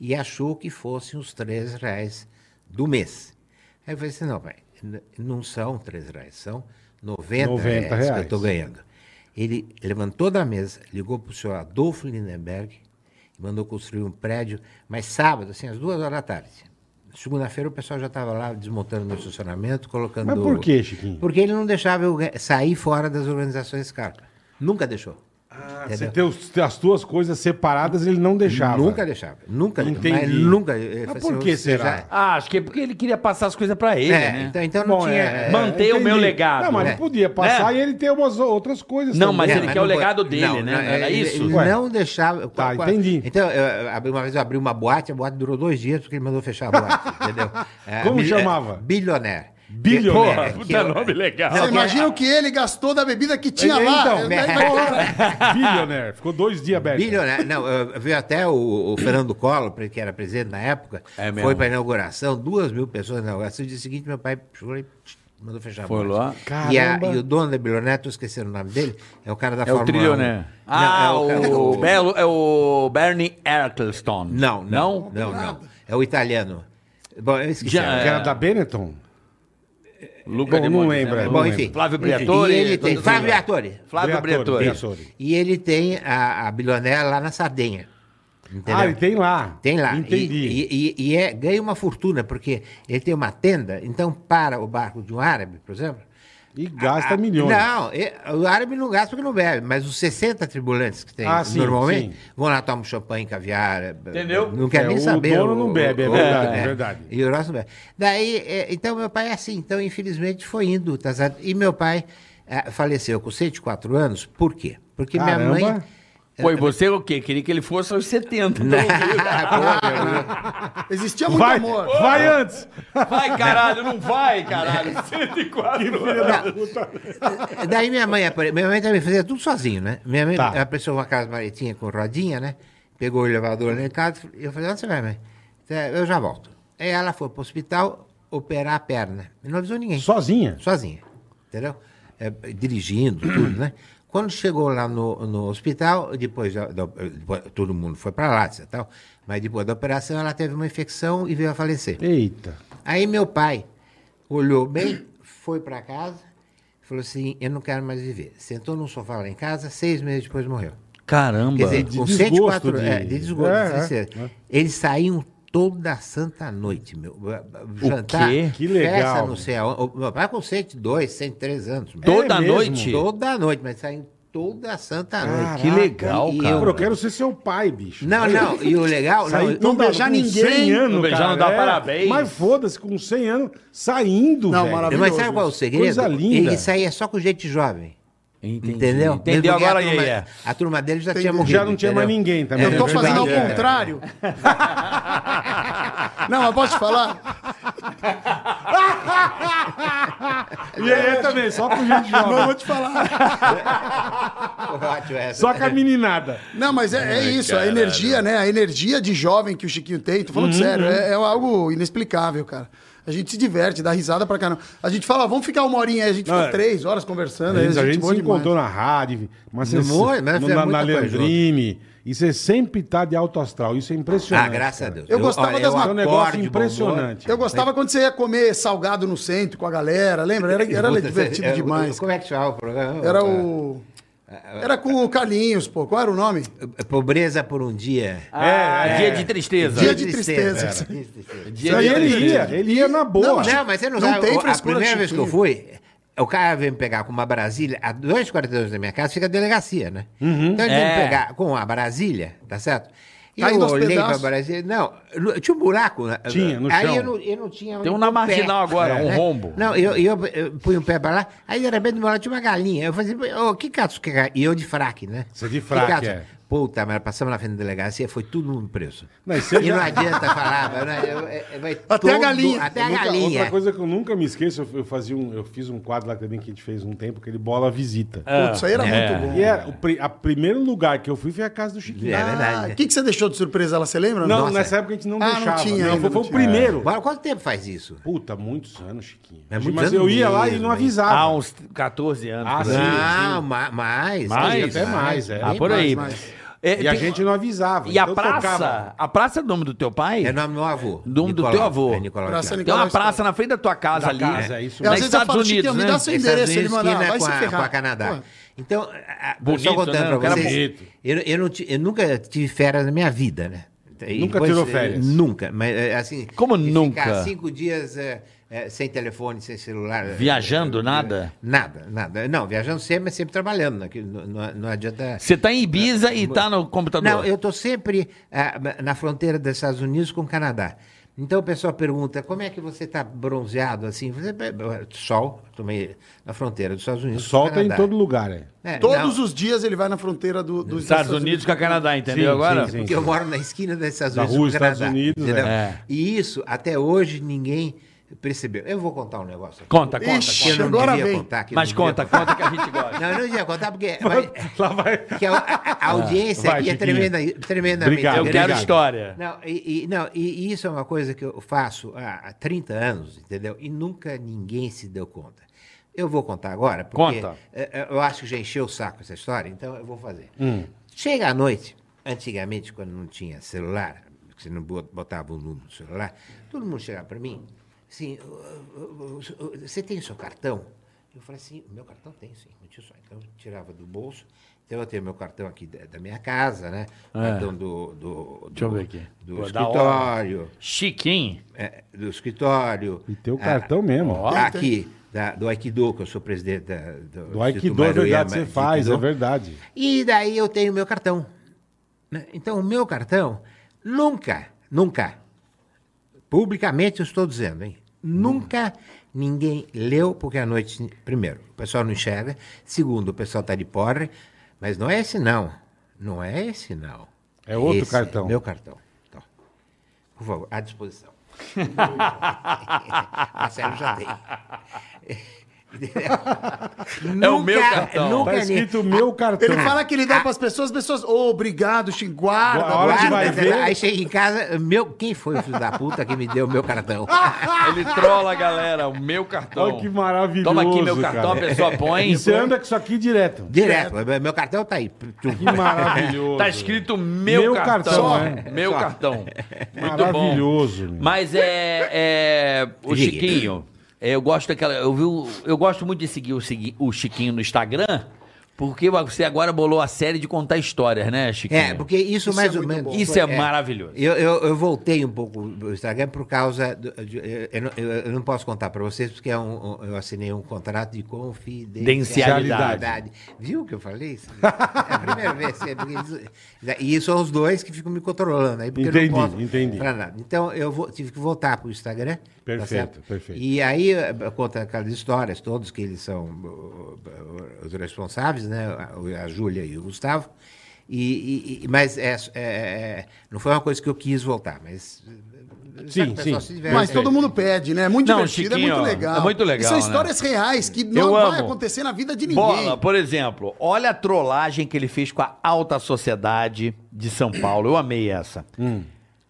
F: E achou que fossem os três reais do mês. Aí eu falei assim, não pai, n- não são três reais, são 90,
C: 90
F: reais, que eu
C: reais.
F: tô ganhando. Ele levantou da mesa, ligou para o senhor Adolfo Lindenberg e mandou construir um prédio, mas sábado, assim, às duas horas da tarde. Segunda-feira o pessoal já estava lá desmontando meu estacionamento, colocando.
C: Mas por quê, Chiquinho?
F: Porque ele não deixava eu re- sair fora das organizações Scarpa. Nunca deixou.
C: Ah,
F: Entendeu?
C: você ter os- as tuas coisas separadas, ele não deixava.
F: Nunca deixava. Nunca
C: Entendi.
F: Mas nunca. eh,
C: Mas
F: assim,
C: por
F: eu-
C: que
F: eu
C: será?
F: já-
D: Ah, acho que é porque ele queria passar as coisas pra ele,
F: É,
D: né?
F: então, então não
C: Bom,
F: tinha.
C: é, é,
D: Manter o
C: entendi.
D: meu legado.
C: Não, mas
F: É.
C: ele podia passar
D: Né?
C: e ele ter umas outras coisas
D: Não,
C: também.
D: mas
F: É,
D: ele quer o
F: não pode-
D: legado dele, né? Não era
F: ele-
D: isso?
F: Ele
C: Ué.
F: não deixava.
C: Tá,
F: qua- qua-
C: entendi.
F: Então, eu, eu abri- uma vez eu abri uma boate, a boate durou dois dias porque ele mandou fechar
C: [laughs]
F: a boate, entendeu? É,
C: Como
F: bil-
C: chamava?
F: é, Bilionaire.
C: Bilionaire.
F: Porra,
A: Puta
F: é que eu-
A: nome legal.
E: Você
F: é-
E: imagina o que ele gastou da bebida que tinha
C: Ele-
E: lá.
C: então,
E: Eu-
F: né?
C: porra, [laughs] Billionaire. Ficou dois dias aberto.
F: Bilionaire. Não, eu- eu veio até o, o Fernando Collor, que era presidente na época,
A: É mesmo.
F: foi para inauguração, duas mil pessoas na inauguração. No dia seguinte, meu pai chegou e tch, mandou fechar a
A: Foi
F: boate.
C: lá.
F: E, a-
C: Caramba.
F: e o dono da Bilionaire, estou esquecendo o nome dele, é o cara da
A: É o
F: Fórmula 1.
A: trilionaire.
F: Não,
D: Ah,
F: é
D: o,
F: cara-
D: Belo, é o Bernie Ecclestone.
F: Não, não, não, não. É o italiano. Bom, eu esqueci.
A: Já-
C: O cara da Benetton?
A: Luca
C: Bom,
A: de
C: não
A: Monte-
C: lembra.
F: Bom,
C: não
F: enfim.
D: Flávio
F: Enfim,
D: Briatore,
F: E ele tem,
D: todo-
F: Flávio Briatore.
D: né? Flávio é.
C: Briatore,
D: Briatore.
C: Briatore.
F: E ele tem a, a bilionaire lá na Sardenha. Entendeu?
C: Ah, ele tem lá.
F: Tem lá.
C: Entendi.
F: E, e- e- e é, ganha uma fortuna, porque ele tem uma tenda, então para o barco de um árabe, por exemplo.
C: E gasta
F: a-
C: milhões.
F: Ah, Não, e- o árabe não gasta porque não bebe, mas os 60 tribulantes que tem
C: Ah, sim,
F: normalmente
C: sim.
F: vão lá, tomam champanhe, caviar. eh,
D: Entendeu?
F: Não quer
C: É,
F: nem
C: o
F: saber.
C: dono não bebe, é verdade, é verdade.
F: E o nosso bebe. Daí, eh, então meu pai é assim, então infelizmente foi indo, tá certo? E meu pai eh, faleceu com 104 anos, por quê? Porque minha mãe. [laughs]
C: Caramba.
D: Pô, e você o quê? Queria que ele fosse aos 70.
F: [laughs]
E: Existia muito
C: Vai,
E: amor.
D: [laughs]
C: vai antes.
D: Vai, caralho, não vai, caralho. 104 anos.
F: [laughs] Daí minha mãe, apare- minha mãe também fazia tudo sozinho, né? Minha mãe,
C: Tá.
F: ela pensou uma casa maletinha com rodinha, né? Pegou o elevador lá em casa, e eu falei, onde você vai, mãe? Eu já volto. Aí ela foi pro hospital operar a perna. E não avisou ninguém.
C: Sozinha.
F: Sozinha. Entendeu? É, dirigindo, tudo, né? Quando chegou lá no, no hospital, depois, da- da- depois todo mundo foi para lá, etc, tal, mas depois da operação ela teve uma infecção e veio a falecer.
C: Eita.
F: Aí meu pai olhou bem, foi para casa, falou assim: Eu não quero mais viver. Sentou num sofá lá em casa, seis meses depois morreu.
D: Caramba.
F: Quer dizer,
C: De
F: com
C: desgosto
F: 104
C: de-
F: de... É, de desgosto,
C: É, é,
F: sincero.
C: é.
F: Eles saíam toda santa noite, meu. Jantar,
D: quê?
C: Que
F: festa
C: legal.
F: no céu. O meu pai com 102, 103 anos. meu.
D: Toda
C: É mesmo?
D: noite?
F: Toda noite, mas saíam toda santa noite.
D: que legal,
F: E
D: cara.
C: Pô, eu quero ser seu pai, bicho.
F: Não, não, e o legal...
C: Sair
F: não,
C: toda-
E: beijar
C: com
E: ninguém.
C: 100 anos,
D: Não beijar, não
C: cara,
D: dá
C: é.
D: parabéns.
C: Mas foda-se, com 100 anos, saindo,
E: Não,
C: velho.
E: maravilhoso.
F: Mas sabe qual é o segredo?
C: Coisa linda.
F: Ele saía só com gente jovem.
A: Entendi.
F: Entendeu?
D: Entendeu
F: Porque
D: agora,
F: a turma,
D: Yeye?
F: A turma dele já tinha morrido.
C: Já não tinha mais
F: entendeu?
C: ninguém também.
E: Eu tô
C: é
E: fazendo ao
C: verdade, é.
E: contrário. Não, mas posso te falar?
C: E aí também, só com gente jovem.
E: Não, vou te falar.
F: um Ótimo, [laughs] essa.
C: Só com a meninada.
E: Não, mas é, é isso, a energia, né? A energia de jovem que o Chiquinho tem, tô
C: Uhum.
E: falando sério, é, é algo inexplicável, cara. A gente se diverte, dá risada pra caramba. A gente fala, vamos ficar uma horinha aí, a gente
C: Não,
E: fica
C: é.
E: três horas conversando. aí
C: a gente,
E: boa
C: se
E: demais.
C: encontrou na rádio, mas você
F: No
C: se-
F: monte, né?
C: no-
F: Fez
C: na, na
F: muita coisa
C: Leandrine. E você sempre tá de alto astral. Isso é impressionante.
F: Ah, graças a Deus.
E: Eu gostava das
C: É
E: ma-
C: um
F: acordo de
C: negócio
F: bom humor.
C: impressionante.
E: Eu gostava quando você ia comer salgado no centro com a galera, lembra? Era,
C: [laughs]
E: era
F: Puta,
E: divertido
F: é,
E: demais.
F: Como é que chamava o programa? Ah,
E: Era
C: é?
E: o. Era com o Carlinhos, pô. Qual era o nome?
F: é, Pobreza por um dia.
D: Ah, dia de tristeza.
E: Dia de tristeza.
F: Dia de tristeza.
D: Dia
C: Aí é
D: de
C: ele
D: tristeza.
C: ia, ele ia na boa.
E: Não, mas-
F: Não, né? mas você não,
E: Não
F: sabe.
E: tem
F: o- a
E: frescura,
F: primeira vez que eu
E: Chiquinho.
F: fui, o cara veio me pegar com uma Brasília, a dois quarteirões da minha casa fica a delegacia, né?
C: Uhum.
F: Então ele veio
D: É.
F: me pegar com a Brasília, tá certo? E
E: Caindo
F: eu
E: aos
F: olhei pra
E: pedaços.
F: Brasília. Não, no- tinha um buraco. né?
C: Tinha, no
F: Aí
C: chão.
F: eu não, eu não tinha. onde
D: Tem um
F: pôr
D: na
F: o pé.
D: marginal agora, um
F: né?
D: rombo.
F: Não, eu, eu, eu punho o pé pra lá, aí de repente do meu lado tinha uma galinha. Eu falei assim, ô, que cato que é?" E eu de fraque, né?
C: Você de
F: Que
C: fraque,
F: cato?
C: é.
F: Puta, mas passamos na frente da delegacia, foi tudo um preço.
C: Não, e
F: e
C: você já-
F: não adianta falar, né? Eu- eu- eu- vai
E: Até a galinha.
F: Até a
C: Nunca-
F: galinha.
C: Outra coisa que eu nunca me esqueço, eu, eu fazia um, eu fiz um quadro lá também que a gente fez um tempo, aquele bola visita.
E: Putz, isso aí era
A: É.
E: muito bom.
C: E era o pri- a primeiro lugar que eu fui foi a casa do Chiquinho.
F: É
E: Ah,
F: verdade.
E: o que, que você deixou de surpresa lá, você lembra?
C: Não,
F: Nossa.
C: nessa época a gente não
E: Ah, não
C: deixava. Não
E: tinha ainda,
C: foi, um
E: não
C: foi o
E: tinha.
C: primeiro.
F: Agora, quanto tempo faz isso?
C: Puta, muitos anos, Chiquinho.
F: É, muitos
C: Mas
F: anos
C: eu ia lá e
F: mesmo,
C: não
F: hein?
C: avisava.
D: É. Há uns 14 anos.
C: Ah,
D: por aí.
C: sim.
F: Ah, ma- mais.
A: Mais?
F: Acho que
C: Até mais, é.
D: Ah, por aí.
E: mais.
D: É,
C: E a
D: tem-
C: gente não avisava.
D: E a
C: Então
D: praça,
C: tocava.
D: a praça é o nome do teu pai?
F: É nome do meu avô.
D: Nome do
F: Nicolau.
D: teu avô.
F: É Nicolau
E: Praça
F: Tiago.
D: Tem uma
E: Nicolau Star.
D: praça na frente da tua casa
C: Da
D: ali.
C: casa, é isso
E: E às
D: Nos
E: vezes eu
D: Estados
E: falo, Chiquinho,
D: Unidos,
E: me
D: né?
E: dá seu
F: Estados
E: endereço, ele
F: Unidos,
E: mandava,
F: esquina
E: vai
F: com
E: se
F: a-
E: ferrar.
F: Com a Canadá.
E: Pô,
F: Então, a- a-
A: Bonito,
F: só
A: né?
F: contando
A: O
F: pra
A: cara
F: vocês,
C: bonito.
F: eu, eu, não ti- eu nunca tive férias na minha vida, né? E eh,
C: Nunca tirou férias?
F: Nunca, mas é, assim...
D: Como
F: de
D: nunca?
F: Ficar cinco dias é, é, sem telefone, sem celular... é,
D: Viajando,
F: é,
D: nada?
F: Nada, nada. Não, viajando sempre, mas sempre trabalhando. né? Que Não, não- não adianta...
D: Você tá em Ibiza e tá no computador.
F: Não, eu estou sempre ah, na fronteira dos Estados Unidos com o Canadá. Então o pessoal pergunta, como é que você está bronzeado assim? Você- Sol, tomei na fronteira dos Estados Unidos com o
C: Solta em
F: Canadá.
C: todo lugar, é.
F: É,
E: Todos
F: não,
E: os dias ele vai na fronteira do- dos
A: Estados Unidos com a Canadá, entendeu
C: Sim,
A: agora?
C: sim, sim.
F: Porque eu moro na esquina dos Estados
C: Da
F: Unidos
C: rua
F: com o Canadá.
C: Estados Unidos,
F: entendeu?
A: é.
F: E isso, até hoje, ninguém percebeu. Eu vou contar um negócio aqui.
A: Conta, conta.
E: Ixi.
F: que eu não
E: agora
F: devia
E: vem.
F: contar. que eu
D: Mas
F: não devia
D: conta,
F: contar.
D: conta que a gente gosta.
F: [laughs] Não, eu não devia contar porque... mas-
C: Lá vai.
F: que a, a- a audiência
C: Vai,
F: aqui é
C: Chiquinho.
F: tremenda, tremendamente
C: Obrigado,
D: Eu
F: grande.
D: quero
C: Obrigado.
D: história.
F: Não, e, e- não, e e isso é uma coisa que eu faço há, há 30 anos, entendeu? E nunca ninguém se deu conta. Eu vou contar agora, porque
A: Conta.
F: eh, eh, eu acho que já encheu o saco essa história, então eu vou fazer. Chega à noite, antigamente, quando não tinha celular, que você não bot- botava o número no celular, todo mundo chegava para mim, assim, "Ô, ô, ô, ô, você tem seu cartão? Eu falei assim, meu cartão tem, sim, mas deixa eu só. Então eu tirava do bolso, então eu tenho meu cartão aqui da, da minha casa, né? Cartão do, do,
A: Deixa eu
F: do-
A: ver aqui.
F: Do
A: Pô, da
F: escritório.
A: Chiquinho.
F: é, do escritório.
C: E tem o
F: Ah,
C: cartão mesmo.
A: Ó.
F: aqui, da- do Aikido, que eu sou presidente da,
C: Do Aikido, é verdade, você
F: Maruyama
C: faz, é
F: Aikido.
C: verdade.
F: E daí eu tenho meu cartão. né? Então, o meu cartão, nunca, nunca, publicamente eu estou dizendo, hein? Nunca ninguém leu, porque à noite, primeiro, o pessoal não enxerga, segundo, o pessoal está de porre, mas não é esse não. Não é esse não.
C: É outro
F: Esse
C: cartão.
F: Meu cartão. Então, por favor, à
C: [laughs]
F: disposição. Marcelo já tem.
D: É o meu cartão.
F: Nunca
C: Tá escrito meu cartão.
D: Então,
E: Ele fala que ele
D: ah.
E: dá pras pessoas, as pessoas, ô, obrigado, Chico, guarda,
C: Boa hora
E: guarda.
C: que vai
F: Guarda,
C: ver.
F: Aí chega em casa, meu, quem foi o filho da puta que me deu
C: [laughs]
F: meu cartão?
D: Ele trola a galera, o meu cartão.
C: Olha que maravilhoso,
D: Toma aqui meu cartão,
C: cara.
D: a pessoa põe.
C: E você anda com isso
D: [laughs]
C: aqui direto.
F: Direto, meu cartão tá aí.
C: Que é maravilhoso.
D: Tá escrito meu,
C: Meu
D: cartão.
C: cartão, é.
D: Meu
C: [laughs]
D: cartão. Muito bom.
C: Maravilhoso. meu.
D: Mas é. é, o
F: Diga.
D: Chiquinho, é, eu gosto daquela. Eu, vi, o- eu gosto muito de seguir o, segui- o Chiquinho no Instagram, porque você agora bolou a série de contar histórias, né, Chiquinho?
F: É, porque isso,
E: Isso
F: mais
E: é
F: ou
E: muito
F: menos.
E: bom.
D: Isso é maravilhoso.
F: Eu, eu, eu voltei um pouco do Instagram por causa. do- de- eu, eu não, eu- eu não posso contar para vocês, porque é um- um- eu assinei um contrato de
D: Confidencialidade.
F: confidencialidade. Viu que eu falei isso? É a primeira vez. é porque eles- e isso são os dois que ficam me controlando. Aí porque eu
C: Entendi,
F: não posso
C: entendi.
F: falar nada. Então eu vou- tive que voltar para o Instagram. tá
C: Perfeito,
F: certo?
C: perfeito.
F: E aí eh, conta aquelas histórias, todos que eles são uh, uh, os responsáveis, né? A, a Júlia e o Gustavo. E, e- e- mas é, é- não foi uma coisa que eu quis voltar, mas. eh,
C: Sim,
F: sabe, o pessoal
C: sim.
F: se diverte.
E: Mas todo mundo pede, né? É muito
D: Não,
E: divertido,
D: Chiquinho,
E: é muito legal.
D: é muito legal,
E: E são
D: né?
E: histórias reais que
D: Eu
E: não vai
D: amo.
E: acontecer na vida de ninguém.
D: Bola, por exemplo, olha a trollagem que ele fez com a alta sociedade de São Paulo. Eu amei essa.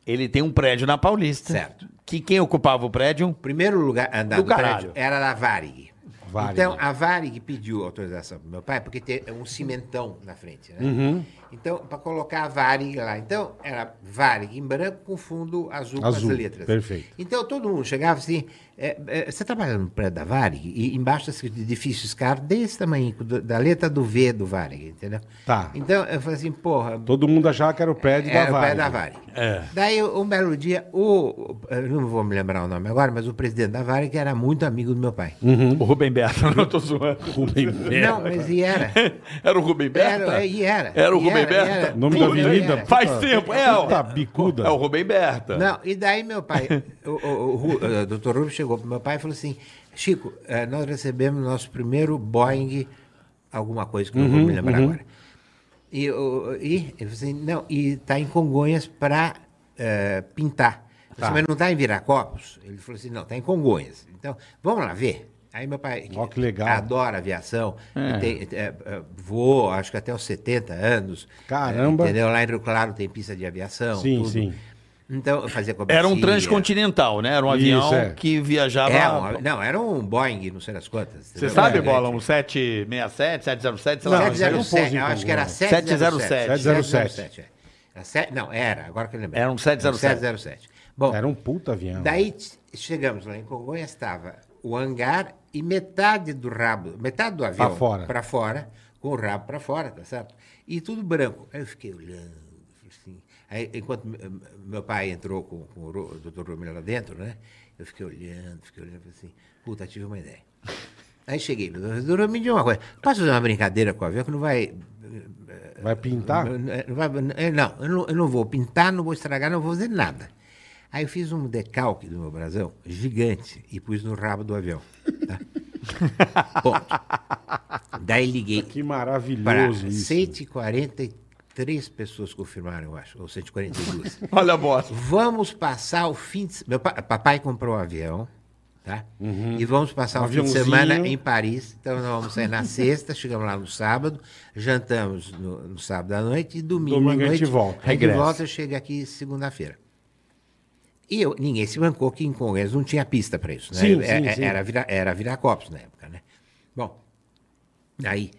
D: Ele tem um prédio na Paulista.
F: Hum. Certo.
D: Que quem ocupava o prédio?
F: O primeiro lugar andar
D: Do
F: do,
D: caralho.
F: prédio era da Varig.
C: Varig.
F: Então, a Varig pediu autorização pro meu pai, porque tem um cimentão na frente, né?
C: Uhum.
F: Então, para colocar a Varig lá. Então, era Varig em branco com fundo azul, com
C: Azul,
F: as letras.
C: perfeito.
F: Então, todo mundo chegava assim, é, é, você trabalha no prédio da Varig? E embaixo assim, está escrito edifício Scar, desse tamanho, do- da letra do V do Varig, entendeu?
C: Tá.
F: Então, eu falei assim, porra,
C: Todo mundo achava que era o prédio
F: era
C: da
F: É, o
C: Vale.
F: pai da Varig.
D: É.
F: Daí, um belo dia, o, eu não vou me lembrar o nome agora, mas o presidente da Varig era muito amigo do meu pai.
A: O Rubem
D: [laughs]
A: Berta, não tô zoando. Rubem
F: Não, mas e era.
D: Era o Rubem Berta?
F: Era, é, e era.
D: Era o
F: E
D: Rubem
F: era,
D: Berta?
F: era.
C: Nome da
F: Puta,
C: avenida?
F: era.
D: Faz
C: Puta-
D: tempo, é, ó.
C: Puta bicuda.
D: É o Rubem
C: Então.
D: Berta.
F: Não, e daí
C: [laughs]
F: meu pai, o, o, o Ru- eh, doutor Rubio chegou pro meu pai e falou assim, Chico, eh, nós recebemos nosso primeiro Boeing, alguma coisa que eu não
C: Uhum,
F: vou me lembrar agora. E, o- e ele falou assim, não, e está em Congonhas para pintar. Eu
C: Tá.
F: falei, assim, Mas não está em Viracopos? Ele falou assim, não, está em Congonhas. Então, vamos lá ver. Aí meu pai,
C: Ó, que legal. É.
F: adora aviação, e tem, eh, eh, voa, acho que até os 70 anos. eh,
C: Caramba.
F: entendeu? Lá em Rio Claro tem pista de aviação.
C: Sim,
F: tudo.
C: sim.
F: Então, eu fazia
D: Era
F: cobertura.
D: um transcontinental, né? Era um
C: Isso,
D: avião
C: é.
D: que viajava.
F: É, um- não, era um Boeing, não sei das quantas.
D: Você
F: entendeu?
D: sabe,
F: É,
D: Bola? Um 767, 707, sei lá.
C: Não,
D: Mas era um-
F: 707, eu
C: pouso,
F: acho que era
C: então,
F: 707.
C: 707.
F: 707, é. Era sete- Não, era, agora que eu lembrei.
D: Era um 707.
F: 707. Bom,
C: Era um puta avião.
F: daí t- chegamos lá em Congonhas, estava o hangar e metade do rabo, metade do avião
C: fora.
F: pra fora, com o rabo para fora, tá certo? E tudo branco. Aí eu fiquei olhando, assim. Aí, enquanto me- meu pai entrou com, com o Ro- doutor Romero lá dentro, né? Eu fiquei olhando, fiquei olhando, falei assim, puta, tive uma ideia. Aí cheguei, doutor, me diga uma coisa, posso fazer uma brincadeira com o avião que não vai
C: Vai pintar?
F: não, é, não vai- é, não, eu não, eu não vou pintar, não vou estragar, não vou fazer nada. Aí eu fiz um decalque do meu brasão, gigante, e pus no rabo do avião. Tá? Ponto. Daí liguei
C: Que
F: para
C: maravilhoso isso. né?
F: 143 pessoas confirmaram, eu acho, ou 142.
D: Olha a bosta.
F: Vamos passar o fim de meu pa- papai comprou um avião, tá? E vamos passar
C: Um
F: o fim de
C: aviãozinho.
F: semana em Paris. Então nós vamos sair na [laughs] sexta, chegamos lá no sábado, jantamos no, no sábado à noite e domingo,
C: Domingo
F: à
C: a
F: noite.
C: gente volta.
F: A gente
D: Regressa.
F: volta, chega aqui segunda-feira. E eu, ninguém se bancou que em Congonhas não tinha pista para isso, né?
C: Sim,
F: É-
C: sim,
F: é-
C: sim.
F: Era, vira, era Viracopos na época, né? Bom, aí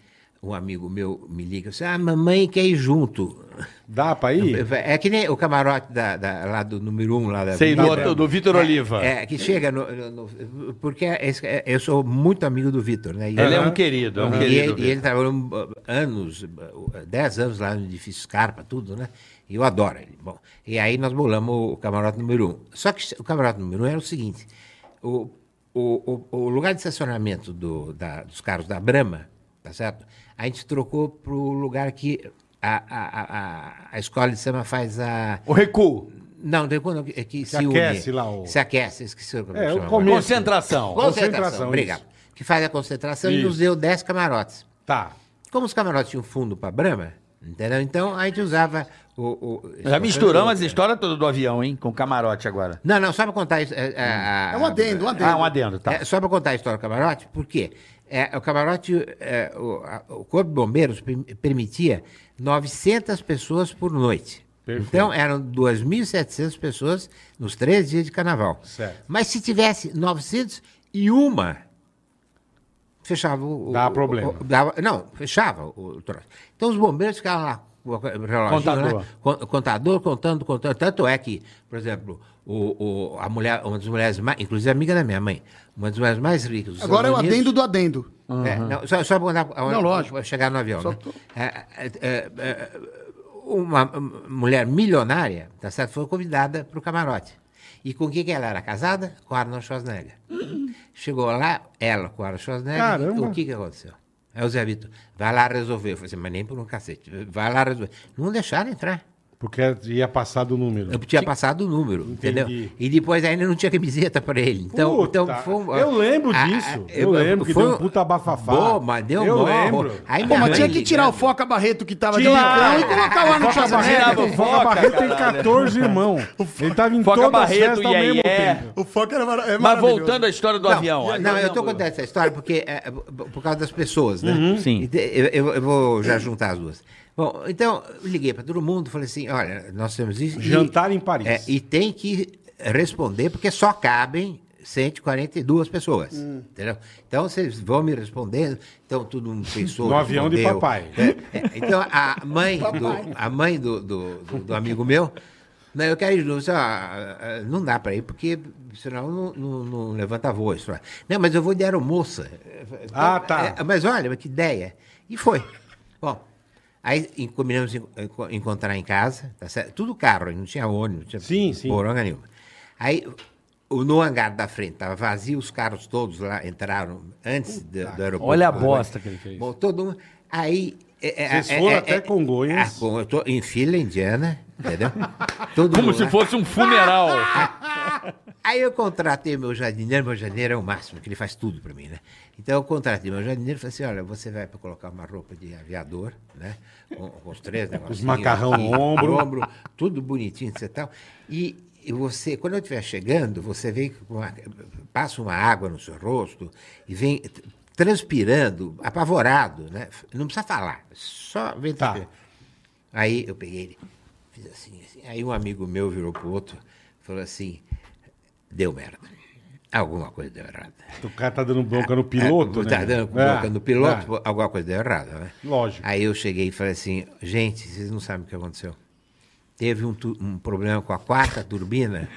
F: um amigo meu me liga, e ah, mamãe quer ir junto.
C: Dá pra ir?
F: É que nem o camarote da, da- lá do número um, lá da
D: Sei, do,
F: Avenida.
D: do, do Vitor Oliva.
F: É, que chega no, no- no- Porque esse- é, eu sou muito amigo do Vitor, né? E
D: Ele é
F: eu-
D: um querido, é um
F: e
D: querido.
F: ele, e ele trabalhou uh, anos, uh, uh, 10 anos lá no edifício Scarpa, tudo, né? E eu adoro ele. Bom, e aí nós bolamos o camarote número um. Só que o camarote número um era o seguinte: o, o, o, o lugar de estacionamento do- da- dos carros da Brahma, tá certo? A gente trocou para o lugar que a, a, a- a, a escola de samba faz a.
A: O recuo.
F: Não, tem quando é que se,
C: aquece
F: une.
C: lá o-
F: Se aquece, esqueci o que
C: É, o
F: chama.
C: começo.
D: Concentração.
C: Concentração, isso.
F: Concentração, obrigado. Que faz a concentração e
C: Isso.
F: nos deu 10 camarotes.
C: Tá.
F: Como os camarotes tinham fundo para Brahma, entendeu? Então a gente usava o. o-
D: Já misturamos as histórias todas do avião, hein? Com camarote agora.
F: Não, não, só para contar isso.
C: Hum.
F: É,
E: É um adendo, um adendo.
D: Ah, um adendo, tá.
F: É, só para contar a história do camarote, por quê? É, o camarote, é, o, a- o Corpo de Bombeiros prim- permitia 900 pessoas por noite.
C: Perfeito.
F: Então eram 2.700 pessoas nos três dias de carnaval.
C: Certo.
F: Mas se tivesse 901, fechava o. o-
C: Dava problema.
F: o- dava- não, fechava o, troço. Então os bombeiros ficavam lá. com o reloginho,
A: Contador.
F: né? Con- contador contando, contando. Tanto é que, por exemplo, o, o- a mulher, uma das mulheres mais, inclusive amiga da minha mãe, uma das mulheres mais ricas. dos
E: Agora é o
F: Estados Unidos-
E: adendo do adendo.
F: É, não, só, só pra mandar a hora-
E: Não, lógico.
F: pra chegar no avião.
E: Só
F: né?
E: tô-
F: É, é, é, é, uma hum, mulher milionária, tá certo? Foi convidada para o camarote. E com quem que ela era casada? Com Arnold Schwarzenegger. Chegou lá, ela com Arnold Schwarzenegger.
C: Caramba.
F: O que que aconteceu? Aí o Zé Vitor, vai lá resolver. Eu falei assim, mas nem por um cacete. Vai lá resolver. Não deixaram entrar.
C: Porque ia passar do número.
F: Eu tinha passado o número, entendeu?
C: Entendi.
F: E depois ainda não tinha camiseta para ele. Então,
C: Puta,
F: então foi um-
C: eu lembro disso. Eu lembro que
F: foi
C: deu um
F: um-
C: puta bafafá.
F: Bom, mas deu um
C: Eu
F: mó-
C: lembro.
F: Aí
E: Pô,
F: minha
E: mas tinha
F: mãe
E: que tirar o
D: né?
F: ligando.
E: Foca Barreto que tava de
C: Tira!
E: bicão e colocar o Arnold
C: Foca
E: Schwarzenegger.
C: Barreto,
D: Barreto,
C: o Foca Barreto tem 14 irmãos. Ele tava em
D: Foca
C: todas as
D: Barreto,
C: festas ao
D: Ié,
C: mesmo
D: Ié.
C: tempo.
E: O Foca era mara- é
D: Mas
E: maravilhoso.
D: voltando à história do avião. olha.
F: Não, eu estou contando essa história porque é, por por causa das pessoas, né?
D: Uhum. Sim.
F: E te- Eu, eu- eu vou já juntar as duas. Bom, então eu liguei para todo mundo, falei assim: olha, nós temos isso. e-
C: Jantar em Paris.
F: é, e tem que responder porque só cabem 142 pessoas.
C: Hum.
F: Entendeu? Então vocês vão me respondendo. Então todo mundo pensou.
C: No avião de
F: respondeu.
C: papai.
F: É, é, então a mãe do, a mãe do, do, do- do amigo meu. Não, eu quero ir de novo. Eu disse, "Ah, ah, não dá para ir, porque senão não, não- não levanta voo. isso lá." Não, mas eu vou de aeromoça.
C: Ah, tá.
F: É, mas olha, mas que ideia. E foi. Bom, aí em- combinamos em- enco- encontrar em casa, tá certo? Tudo carro, não tinha ônibus, não tinha
C: Sim, sim.
F: poronga nenhuma. Aí, o- no hangar da frente, estava vazio, os carros todos lá entraram antes do, do aeroporto.
D: olha a bosta que ele fez.
F: Bom, todo mundo. Aí. é, é,
C: é Vocês
F: é,
C: foram
F: é,
C: até
F: é,
C: Congonhas?
F: Ah, com- eu tô em fila indiana,
C: [laughs]
F: entendeu? Todo
A: Como
F: mundo
A: se
F: lá.
A: fosse um funeral.
F: Aí eu contratei meu jardineiro, meu jardineiro é o máximo, que ele faz tudo para mim, né? Então eu contratei meu jardineiro e falei assim, olha, você vai colocar uma roupa de aviador, né? Com, com
C: [laughs]
F: os três negócios.
C: macarrão no ombro.
F: tudo bonitinho, etc. e tal. E e você, quando eu estiver chegando, você vem com uma- passa uma água no seu rosto e vem t- transpirando, apavorado, né? Não precisa falar, só vem
C: Tá.
F: transpirando. Aí eu peguei ele. Fiz assim, assim. Aí um amigo meu virou pro outro, falou assim, deu merda. Alguma coisa deu errada.
C: O cara tá dando bronca no piloto,
F: É,
C: né?
F: Tá dando bronca
C: É,
F: no piloto,
C: é.
F: pô, alguma coisa deu errada, né?
C: Lógico.
F: Aí eu cheguei e falei assim, gente, vocês não sabem o que aconteceu. Teve um, tu- um problema com a quarta
C: [laughs]
F: turbina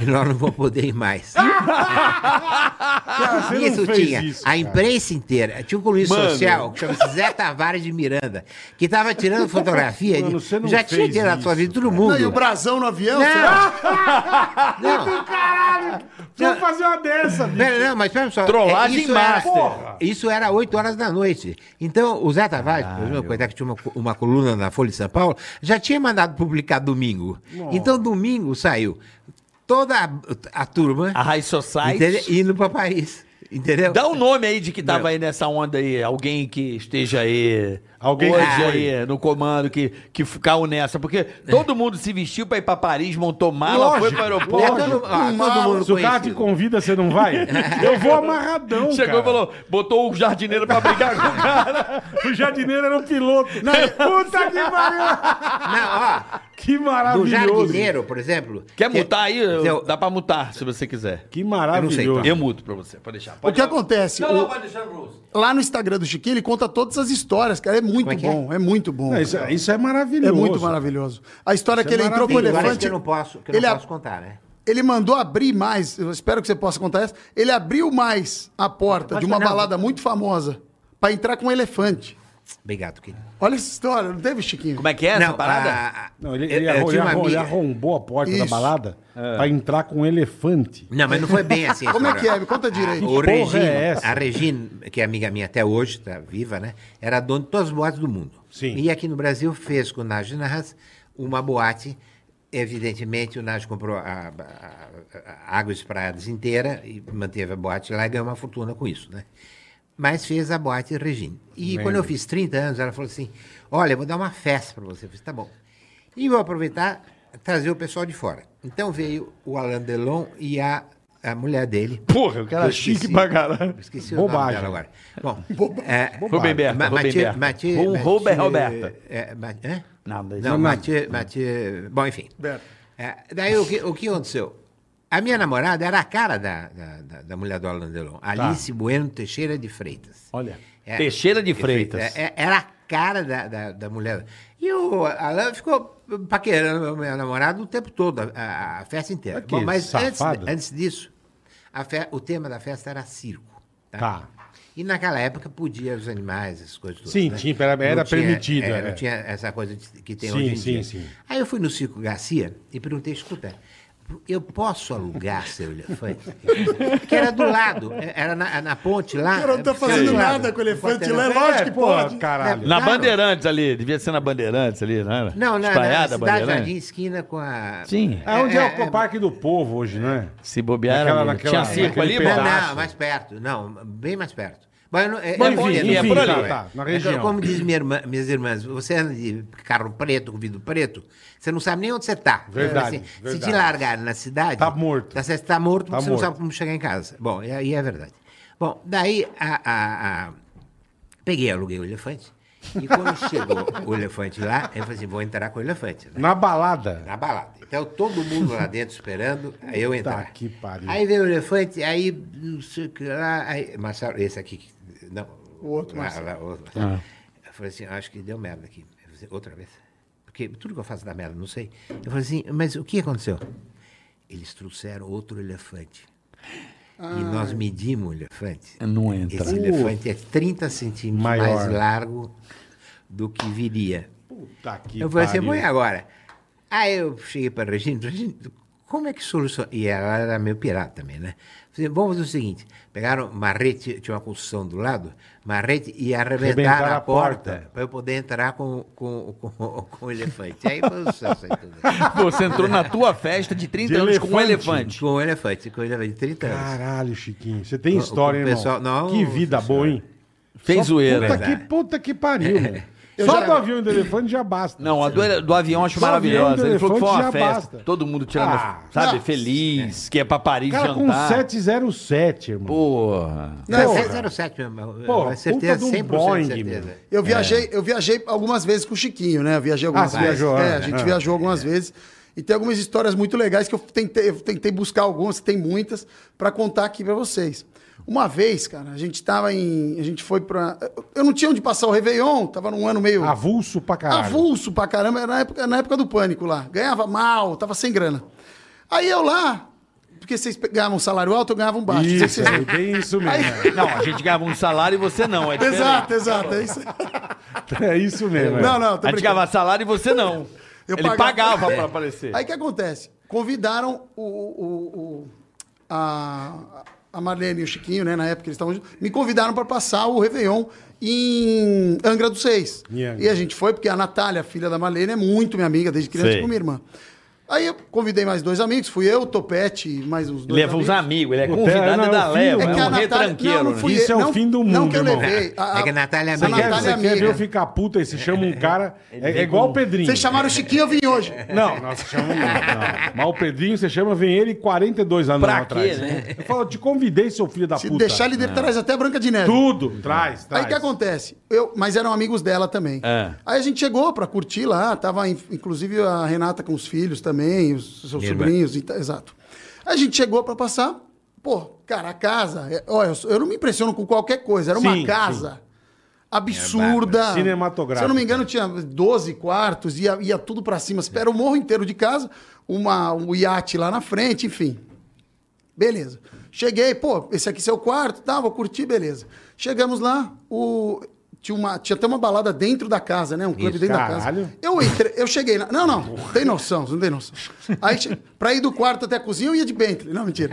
F: e nós não vamos poder ir mais.
C: Cara, você não
F: isso
C: fez
F: tinha.
C: isso,
F: a
C: cara.
F: imprensa inteira. Tinha um colunista
A: Mano.
F: social que chama-se Zé Tavares de Miranda, que estava tirando fotografia.
C: Mano,
F: de,
C: você não
F: já tinha
C: fez
F: tirado fotografia de
C: isso,
F: todo
C: cara.
F: mundo.
E: Não, e o brasão no avião?
F: Não,
C: Caralho! Vamos fazer uma dessa, bicho.
F: Pera, não, mas pera só. É,
A: Trollagem
F: isso
A: master.
F: Era, isso era 8 horas da noite. Então, o Zé
D: Ah,
F: Tavares, por exemplo, coitado que tinha uma, co- uma coluna na Folha de São Paulo, já tinha mandado publicar domingo. Então, domingo saiu toda a, a turma
D: A High Society.
F: entendeu? indo para Paris. Entendeu?
D: Dá o nome aí de que tava aí nessa onda aí. Alguém que esteja aí.
C: Alguém
D: hoje
C: que foi.
D: aí, no comando, que, que caiu nessa. Porque todo mundo se vestiu pra ir pra Paris, montou mala, foi pro
C: Lógico,
D: aeroporto.
C: lógico.
F: todo- ah, todo mundo
C: Se o cara te
F: conhecido.
C: convida, você não
F: [laughs]
C: vai? Eu vou amarradão,
D: Chegou e
C: cara.
D: falou, botou o jardineiro pra brigar com o cara.
C: O jardineiro era um piloto. Puta que pariu!
F: Não, ó,
C: Que
F: do
C: maravilhoso.
F: jardineiro, por exemplo.
D: um Quer
F: que-
D: mutar aí? Eu-
F: Seu-
D: Dá um pra mutar, se você quiser.
C: Que
F: Eu
C: maravilhoso.
F: não sei,
D: Eu muto pra você, pode deixar.
E: O
D: Pode
E: que acontece?
D: Não, não,
E: O-
D: pode deixar, Bruce.
E: lá no Instagram do Chiquinho, ele conta todas as histórias, cara. É muito
F: é que é?
E: bom, é? muito bom.
C: Não, isso,
E: cara.
C: isso é
E: É
C: maravilhoso.
E: muito maravilhoso. A história
C: Isso
E: que
C: é
E: ele entrou com o
F: Tem
C: maravilhoso.
F: várias
E: elefante.
F: que eu não posso, que eu
E: ele,
D: é
F: não
E: a-
F: posso contar, né?
E: ele mandou abrir mais, eu espero que você possa contar essa. Ele abriu mais a porta
F: Pode
E: de uma
F: falar, não.
E: balada muito famosa pra entrar com um elefante.
F: Obrigado, querido.
E: Olha essa história, não teve, Chiquinho?
D: Como é que é essa
F: Não,
D: parada?
F: a- a-
C: Não, ele,
F: eu-
C: ele
F: eu
C: arro-
F: É, tinha uma É.
C: ele arro- ele
F: amiga-
C: arrombou a porta da
E: Isso.
C: balada pra entrar com um elefante.
F: Não, mas não foi bem assim. a
E: Como é
F: história.
E: que é? Me conta direito.
F: O
C: porra
F: Regine,
C: é essa?
F: A Regine, que é amiga minha até hoje, está viva, né? Era dona de todas as boates do mundo.
C: Sim.
F: E aqui no Brasil fez com o Naj Narras uma boate. Evidentemente, o Naj comprou a, a- a Águas Praiadas inteira e manteve a boate lá e ganhou uma fortuna com isso, né? Mas fez a boate Regine. E quando eu fiz 30 anos, ela falou assim: Olha, eu vou dar uma festa para você. Eu fiz, tá bom. E vou aproveitar trazer o pessoal de fora. Então veio o Alain Delon e a, a mulher dele.
A: Porra, o cara
F: Eu
A: é chique
F: esqueci.
A: pra caralho.
F: Esqueci
C: Bobagem.
F: o nome dela agora. Bom, é,
A: Rubem Berta,
F: Ma-
A: Rubem
F: Mathieu-
A: Berta.
F: Mathieu-
D: Ru-
F: Mathieu-
D: Rubem Roberta.
F: é, Ma- hã?
D: Não, mas-
F: Não, Mathieu, Mathieu- Bom, enfim.
E: Berta.
F: É, daí o que, o que aconteceu? A minha namorada era a cara da, da, da- da mulher do Alan Delon, Alice Bueno Teixeira de Freitas.
A: Olha.
F: É,
D: Teixeira de Freitas.
F: é, é, era a cara da, da, da mulher. E o Alan ficou paquerando meu namorado o tempo todo, a- a, a festa inteira.
C: Mas que
F: Bom, mas antes,
C: safado.
F: antes disso, a fe- o tema da festa era circo. Tá.
C: Tá.
F: E naquela época podia os animais, essas coisas todas.
C: Sim,
F: né?
C: tinha, era-
F: Não
C: era
F: tinha-
C: permitido,
F: é,
C: é.
F: Não tinha essa coisa de- que tem
C: Sim,
F: hoje em
C: sim,
F: dia.
C: sim.
F: Aí eu fui no Circo Garcia e perguntei, escuta, eu posso alugar seu elefante? [laughs] que era do lado, era na, na ponte lá.
E: O cara não tá fazendo
F: Do lado.
E: nada com o elefante,
F: Ponte
E: lá é
F: era-
E: lógico que
C: É, porra,
E: pode.
C: caralho.
A: Na
F: Claro.
A: Bandeirantes ali, devia ser na Bandeirantes ali, não era?
F: Não, na, na
A: Espalhada, né?
F: cidade Jardim, esquina com a...
A: Sim.
D: Ah.
C: É onde é, o Parque do Povo hoje, né?
A: Se bobear, era
C: Naquela-
A: mesmo.
C: naquela-
A: tinha circo
C: naquele
A: ali,
F: Não,
A: mano.
C: pedaço.
F: não, mais perto. Não, bem mais perto. Mas eu não- é,
A: Bom,
F: é
A: enfim,
F: bom,
A: enfim,
F: é
A: tá,
F: bom,
C: tá, na
F: é.
C: região.
F: Então, como diz minha irmã- minhas irmãs, você anda de carro preto, com vidro preto, você não sabe nem onde você está.
C: Verdade,
F: se,
C: verdade.
F: te largarem na cidade...
C: Tá morto.
F: Tá, você está morto porque
C: Tá
F: você
C: morto.
F: não sabe como chegar em casa. Bom, e aí é verdade. Bom, daí a- a- a, peguei, aluguei o elefante. E quando chegou o elefante lá, eu falei assim, vou entrar com o elefante. né?
C: Na balada.
F: Na balada. Então todo mundo lá dentro esperando aí eu entrar.
C: que pariu.
F: Aí veio o elefante, aí não sei o que lá. Aí, Marcelo, esse aqui. que- Não. Ah,
E: O outro
F: lá,
E: Marcelo.
F: lá, o outro.
C: Ah.
F: Eu falei assim, acho que deu merda aqui. Eu falei assim, outra vez. Porque tudo que eu faço dá merda, não sei. Eu falei assim, mas o que aconteceu? Eles trouxeram outro elefante. E nós medimos o elefante.
A: Não entra.
F: Esse elefante é 30 centímetros
C: Maior.
F: mais largo do que viria.
C: Puta que
F: Eu falei assim, mãe, agora. Aí eu cheguei para a Regina, Regina, como é que soluciona? E ela era meio pirata também, né? Falei, vamos fazer o seguinte: pegaram marrete, tinha uma construção do lado, marrete e
C: Arrebentaram
F: arrebentaram
C: a
F: a porta,
C: porta.
F: para eu poder entrar com, com, com, com o elefante. Aí foi um sucesso aí tudo.
D: Você entrou na tua festa de 30
C: De
D: anos com um
C: elefante.
D: elefante.
F: Com o elefante, com o elefante de 30 anos.
C: Caralho, Chiquinho. Você tem
F: O-
C: história,
F: o
C: hein, irmão?
F: pessoal- não,
C: que vida
F: senhora.
C: boa, hein?
D: Fez
C: Só
D: zoeira.
C: Puta que, puta que pariu, mano.
E: Eu
C: Só
E: já-
C: do avião e do elefante já basta.
D: Não, a do, do avião eu acho
C: Do avião,
D: maravilhosa.
C: do
D: Ele falou que foi uma
C: elefante, já
D: festa.
C: basta.
D: Todo mundo tirando,
C: Ah,
D: sabe,
E: não.
D: feliz, que é pra Paris
C: Cara, com
D: jantar.
C: 707, irmão.
D: Porra.
F: Não, é
C: Porra.
F: 707 mesmo.
C: Porra,
F: Porra, certeza,
C: puta de um
F: 100%
C: Boeing,
F: certeza.
C: meu.
D: é?
E: Eu viajei, eu viajei algumas vezes com o Chiquinho, né? Eu viajei algumas
C: você
E: vezes.
C: viajou,
E: é,
C: né?
E: a gente
C: É.
E: viajou algumas vezes. E tem algumas histórias muito legais que eu tentei, eu tentei buscar algumas, tem muitas, pra contar aqui pra vocês. Uma vez, cara, a gente tava em. A gente foi pra. eu- Eu não tinha onde passar o Réveillon, tava num ano
C: Ah,
E: meio.
C: Avulso pra caralho.
E: Avulso pra caramba, era na época, na época do pânico lá. Ganhava mal, tava sem grana. Aí eu lá, porque vocês pe- ganhavam um salário alto, eu ganhava um baixo. Não sei se
C: Isso,
E: vocês-
C: é bem isso mesmo.
D: Não, a gente ganhava um salário e você não. É diferente.
E: [laughs] Exato, exato, é isso.
C: É isso mesmo. é.
E: Não, não, tô
D: A gente
E: brincando.
D: ganhava salário e você não.
E: Eu
D: Ele
E: pagava. É.
D: pagava pra aparecer.
E: Aí o que acontece? Convidaram o, o- o- a, a Marlene e o Chiquinho, né? Na época eles estavam juntos, me convidaram para passar o Réveillon em Angra dos Seis.
C: Em Angra.
E: E a gente foi, porque a Natália, filha da Marlene, é muito minha amiga desde criança,
A: Sei.
E: com minha irmã. Aí eu convidei mais dois amigos, fui eu, o Topete e mais uns dois
D: Leva
E: amigos.
D: uns amigos, ele é
C: Não,
D: convidado
C: não,
D: e da leva.
C: eu fiz-
D: É
C: É que
D: um
C: a
E: Natália-
D: retranqueiro,
E: não, não fui
D: né?
E: eu.
C: Isso é o fim do
E: não
C: mundo,
E: que eu
C: irmão.
E: levei.
F: É que a Natália é
E: essa
C: Você quer,
E: Natália
C: você
E: é
C: quer ver
E: amiga.
C: eu ficar puta e você chama um cara. É, é igual o Pedrinho.
E: Vocês chamaram o Chiquinho, eu vim hoje.
C: [laughs] Não, nós chamamos. Não, um não. Mas o Pedrinho, você chama, vem ele 42 anos
D: Pra quê,
C: atrás.
D: né?
C: Eu falo, eu te convidei, seu filho da
E: Se
C: puta.
E: deixar ele traz até a Branca de Neve.
C: Tudo. Traz, traz.
E: Aí o que acontece? Eu, mas eram amigos dela também.
A: É.
E: Aí a gente chegou pra curtir lá, tava in- inclusive a Renata com os filhos também, os seus
F: Minha irmã.
E: sobrinhos, e ta- exato. Aí a gente chegou pra passar, pô, cara, a casa, é- olha, eu, sou- eu não me impressiono com qualquer coisa, era
C: Sim,
E: uma
C: sim.
E: casa absurda.
C: É, cinematográfica.
E: Se eu não me engano, tinha 12 quartos, ia, ia tudo pra cima, era o morro inteiro de casa, uma, um iate lá na frente, enfim. Beleza. Cheguei, pô, esse aqui é seu quarto, tá? Vou curtir, beleza. Chegamos lá, o... tinha, uma... tinha até uma balada dentro da casa, né? Um clube
F: Isso,
E: dentro da
C: caralho.
E: casa. Eu entrei, eu cheguei lá. Não, não, tem noção, você não tem noção. Aí, che- pra ir do quarto até a cozinha, eu ia de Bentley. Não,
C: [laughs]
E: mentira.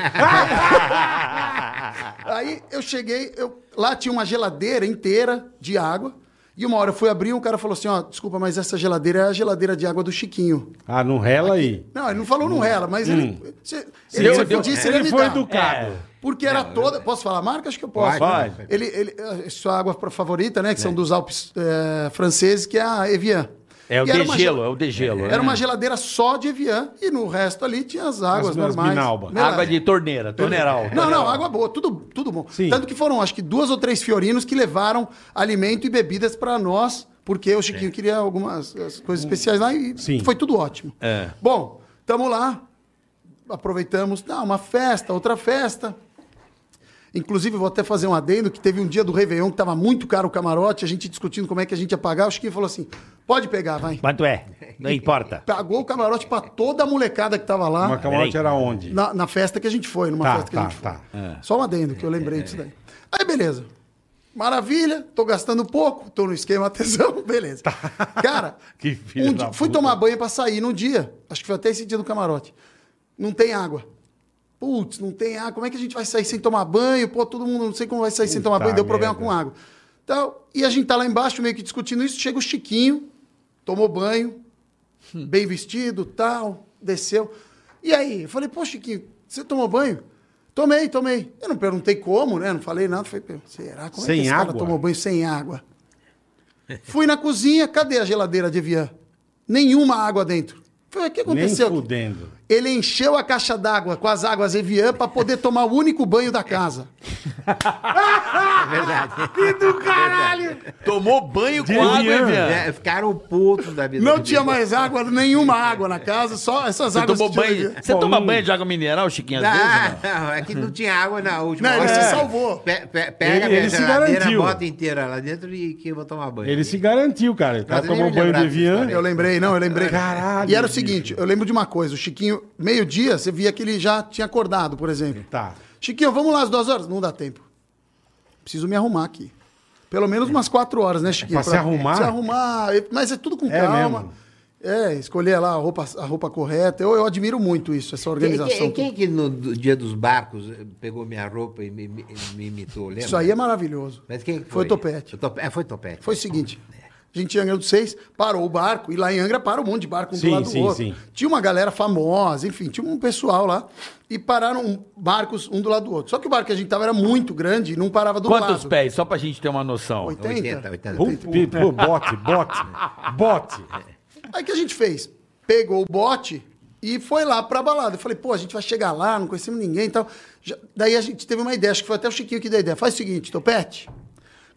E: Aí eu cheguei, eu... lá tinha uma geladeira inteira de água. E uma hora eu fui abrir e o cara falou assim: ó, desculpa, mas essa geladeira é a geladeira de água do Chiquinho.
C: Ah, não rela aí.
E: Não, ele não falou não rela, mas ele. Se, se
C: Hum. Deu-
E: ele,
C: deu-
E: disse,
C: ele
E: ele, É.
C: foi
E: foi do
C: educado.
E: Porque era toda. Posso falar a marca? Acho que eu posso.
F: Pode.
E: Vai. Ele, ele, a sua água pra- favorita, né? Que são dos Alpes eh, franceses, que é a Evian.
A: É o
E: E era uma
A: degelo,
E: gel-
A: é o degelo.
D: né?
E: Era uma geladeira só de Evian e no resto ali tinha as águas
C: As- as
E: normais.
C: Minalba.
E: Melado.
D: Água de torneira, torneiral.
E: Não, não, água boa, tudo, tudo bom.
C: Sim.
E: Tanto que foram, acho que, duas ou três fiorinos que levaram alimento e bebidas pra nós, porque o Chiquinho queria algumas as coisas especiais lá e
C: Sim.
E: foi tudo ótimo. Bom, tamo lá, aproveitamos, tá, uma festa, outra festa. Inclusive, eu vou até fazer um adendo, que teve um dia do Réveillon que tava muito caro o camarote, a gente discutindo como é que a gente ia pagar, o Chiquinho falou assim, pode pegar, vai.
G: Quanto é? Não importa.
E: Pagou o camarote pra toda a molecada que tava lá.
C: Mas camarote era onde?
E: Na, na festa que a gente foi, numa
C: Tá,
E: festa que
C: tá,
E: a gente
C: tá. É,
E: foi. Só um adendo que eu lembrei disso daí. Aí, beleza. Maravilha, tô gastando pouco, tô no esquema [laughs] tesão, beleza. Cara,
C: Tá. [laughs] Que filho
E: um
C: da
E: dia- fui
C: puta.
E: tomar banho pra sair num dia. Acho que foi até esse dia do camarote. Não tem água. Putz, não tem água. Como é que a gente vai sair sem tomar banho? Pô, todo mundo não sei como vai sair sem tomar
C: Puta
E: banho, deu problema
C: merda.
E: com água. Então, e a gente tá lá embaixo meio que discutindo isso. Chega o Chiquinho, tomou banho, bem vestido, tal, desceu. E aí, eu falei, pô, Chiquinho, você tomou banho? Tomei, tomei. Eu não perguntei como, né? Não falei nada. Falei, "Pô, será? Como
C: Sem
E: é que esse
C: água?
E: cara tomou banho sem água? Fui na cozinha, cadê a geladeira de Evian? Nenhuma água dentro. Falei, o que
C: Nem
E: aconteceu?
C: fudendo.
E: Ele encheu a caixa d'água com as águas Evian para poder tomar o único banho
C: [laughs]
E: da casa.
D: Tomou banho com
C: De
D: água,
C: Evian.
D: Evian.
F: É, ficaram putos da vida.
E: Não
F: do
E: tinha
F: Bill.
E: mais água, nenhuma água na casa, só essas
D: Você
E: águas
D: tomou
E: que tinha
D: banho.
E: Evian.
D: Você
C: Pô,
D: toma
C: hum.
D: banho de água mineral, Chiquinho, às vezes?
F: Ah, não, é que não tinha água na última
E: Não,
F: hora.
E: ele se salvou.
F: Pe- pe-
C: Ele-
F: pega a
C: ele se
F: geladeira,
C: garantiu.
F: bota inteira lá dentro e que eu vou tomar banho.
C: Ele se garantiu, cara. O cara
F: Mas
C: tomou
F: eu nem
C: banho de
F: lembrava
C: Evian.
F: disso,
E: Eu lembrei, não, eu lembrei.
C: Caralho,
E: E era o
C: bicho.
E: seguinte, eu lembro de uma coisa, o Chiquinho, meio-dia, você via que ele já tinha acordado, por exemplo.
C: Tá.
E: Chiquinho, vamos lá às duas horas? Não dá tempo. Preciso me arrumar aqui. Pelo menos umas quatro horas, né, Chiquinho?
C: Pra se arrumar?
E: Se arrumar, mas é tudo com
C: É
E: calma.
C: mesmo.
E: É, escolher lá a roupa, a roupa correta. Eu, eu admiro muito isso, essa
F: Quem-
E: organização.
F: Quem, quem que no do- dia dos barcos eh, pegou minha roupa e me, me- me imitou, lembra?
E: Isso aí é maravilhoso.
F: Mas quem que
E: Foi
F: foi?
E: o Topete.
F: O Tope- é, foi Topete.
E: Foi o seguinte. A gente tinha Angra dos Seis, parou o barco, e lá em Angra para um monte de barco um
C: Sim,
E: do lado
C: sim,
E: do outro.
C: sim.
E: Tinha uma galera famosa, enfim, tinha um pessoal lá. E pararam barcos um do lado do outro. Só que o barco que a gente tava era muito grande e não parava do
D: Quantos
E: lado.
D: pés? Só pra gente ter uma noção.
E: 80.
F: 80, 80.
C: Puta, pi- pô, bote, bote, bote.
E: Aí o que a gente fez? Pegou o bote e foi lá pra balada. Eu falei, pô, a gente vai chegar lá, não conhecemos ninguém e tal. Já- daí a gente teve uma ideia, acho que foi até o Chiquinho que deu a ideia. Faz o seguinte, Topete,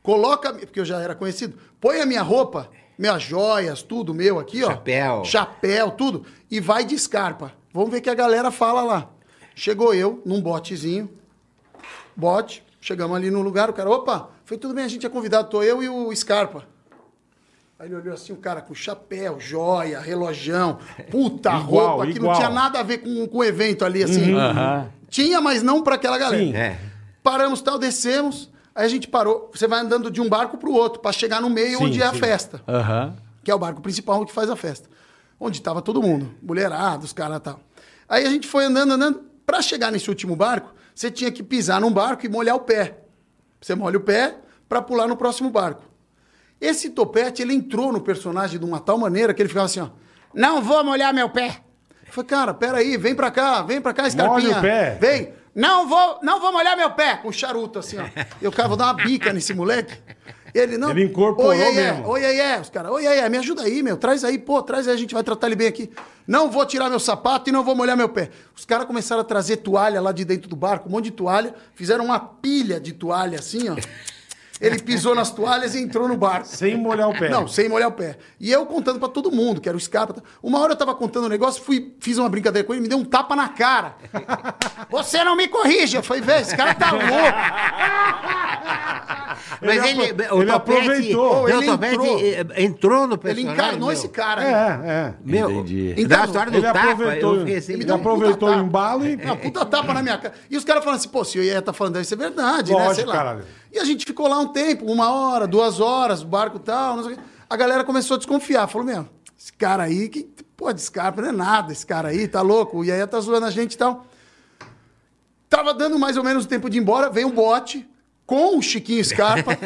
E: coloca, a mi- porque eu já era conhecido, põe a minha roupa, minhas joias, tudo meu aqui, ó.
F: Chapéu.
E: Chapéu, tudo. E vai de escarpa. Vamos ver o que a galera fala lá. Chegou eu, num botezinho, bote, chegamos ali no lugar, o cara, opa, foi tudo bem, a gente é convidado, tô eu e o Scarpa. Aí ele olhou assim, o cara com chapéu,
C: [laughs]
E: joia, relojão, puta
C: Igual,
E: roupa, que
C: igual. Uhum.
E: não tinha nada a ver com, com o evento ali, assim. Tinha, mas não pra aquela galera.
C: Sim.
F: É.
E: Paramos, tal, descemos, aí a gente parou. Você vai andando de um barco pro outro, pra chegar no meio
C: Sim,
E: onde é a
C: sim.
E: festa
A: Aham.
E: que é o barco principal que faz a festa. Onde tava todo mundo, mulherada, os caras e tal. Aí a gente foi andando, andando. Pra chegar nesse último barco, você tinha que pisar num barco e molhar o pé. Você molha o pé pra pular no próximo barco. Esse topete, ele entrou no personagem de uma tal maneira que ele ficava assim, ó. Não vou molhar meu pé. Eu falei, cara, peraí, vem pra cá, vem pra cá, escarpinha.
C: Molha o pé.
E: Vem. Não vou, não vou molhar meu pé. Com charuto, assim, ó. Eu, cara, vou dar uma bica nesse moleque. Ele, não.
C: Ele incorporou
E: Oi, ei, ei,
C: mesmo.
E: oi, Oi, aí, é, os caras, oi, aí, é, me ajuda aí, meu, traz aí, pô, traz aí, a gente vai tratar ele bem aqui. Não vou tirar meu sapato e não vou molhar meu pé. Os caras começaram a trazer toalha lá de dentro do barco, um monte de toalha, fizeram uma pilha de toalha assim, ó. Ele pisou nas toalhas e entrou no barco.
C: Sem molhar o pé.
E: Não, sem molhar o pé. E eu contando pra todo mundo, que era o Scarpa. tá? Uma hora eu tava contando um negócio, fui, fiz uma brincadeira com ele, me deu um tapa na cara. Você não me corrige. Eu falei, velho, esse cara tá louco.
F: Mas ele,
C: apro-
F: o
C: ele
F: Topete-
C: aproveitou.
F: não,
E: Ele
F: o Topete
E: entrou.
F: eh, entrou no
E: Ele
F: personagem.
E: encarnou
F: meu.
E: esse cara. né?
C: É, é.
F: Meu,
A: Entendi.
F: da
E: Então,
F: história do
C: Ele
F: tapa,
C: aproveitou,
F: eu fiquei assim,
E: me
C: ele
E: deu um
C: aproveitou
E: puta
C: o
E: tapa.
C: embalo e.
E: Uma puta tapa na minha cara. E os caras falando assim, pô, se o Iaia tá falando deve ser verdade, né?
C: Lógico,
E: Sei lá.
C: caralho.
E: E a gente ficou lá um tempo, uma hora, duas horas, o barco tal, não sei o quê. A galera começou a desconfiar, falou, meu, esse cara aí, que, pô, descarpa, não é nada, esse cara aí, tá louco, o Iaia tá zoando a gente e tal. Tava dando mais ou menos tempo de ir embora, veio um bote com o
C: [laughs]
E: Chiquinho Scarpa.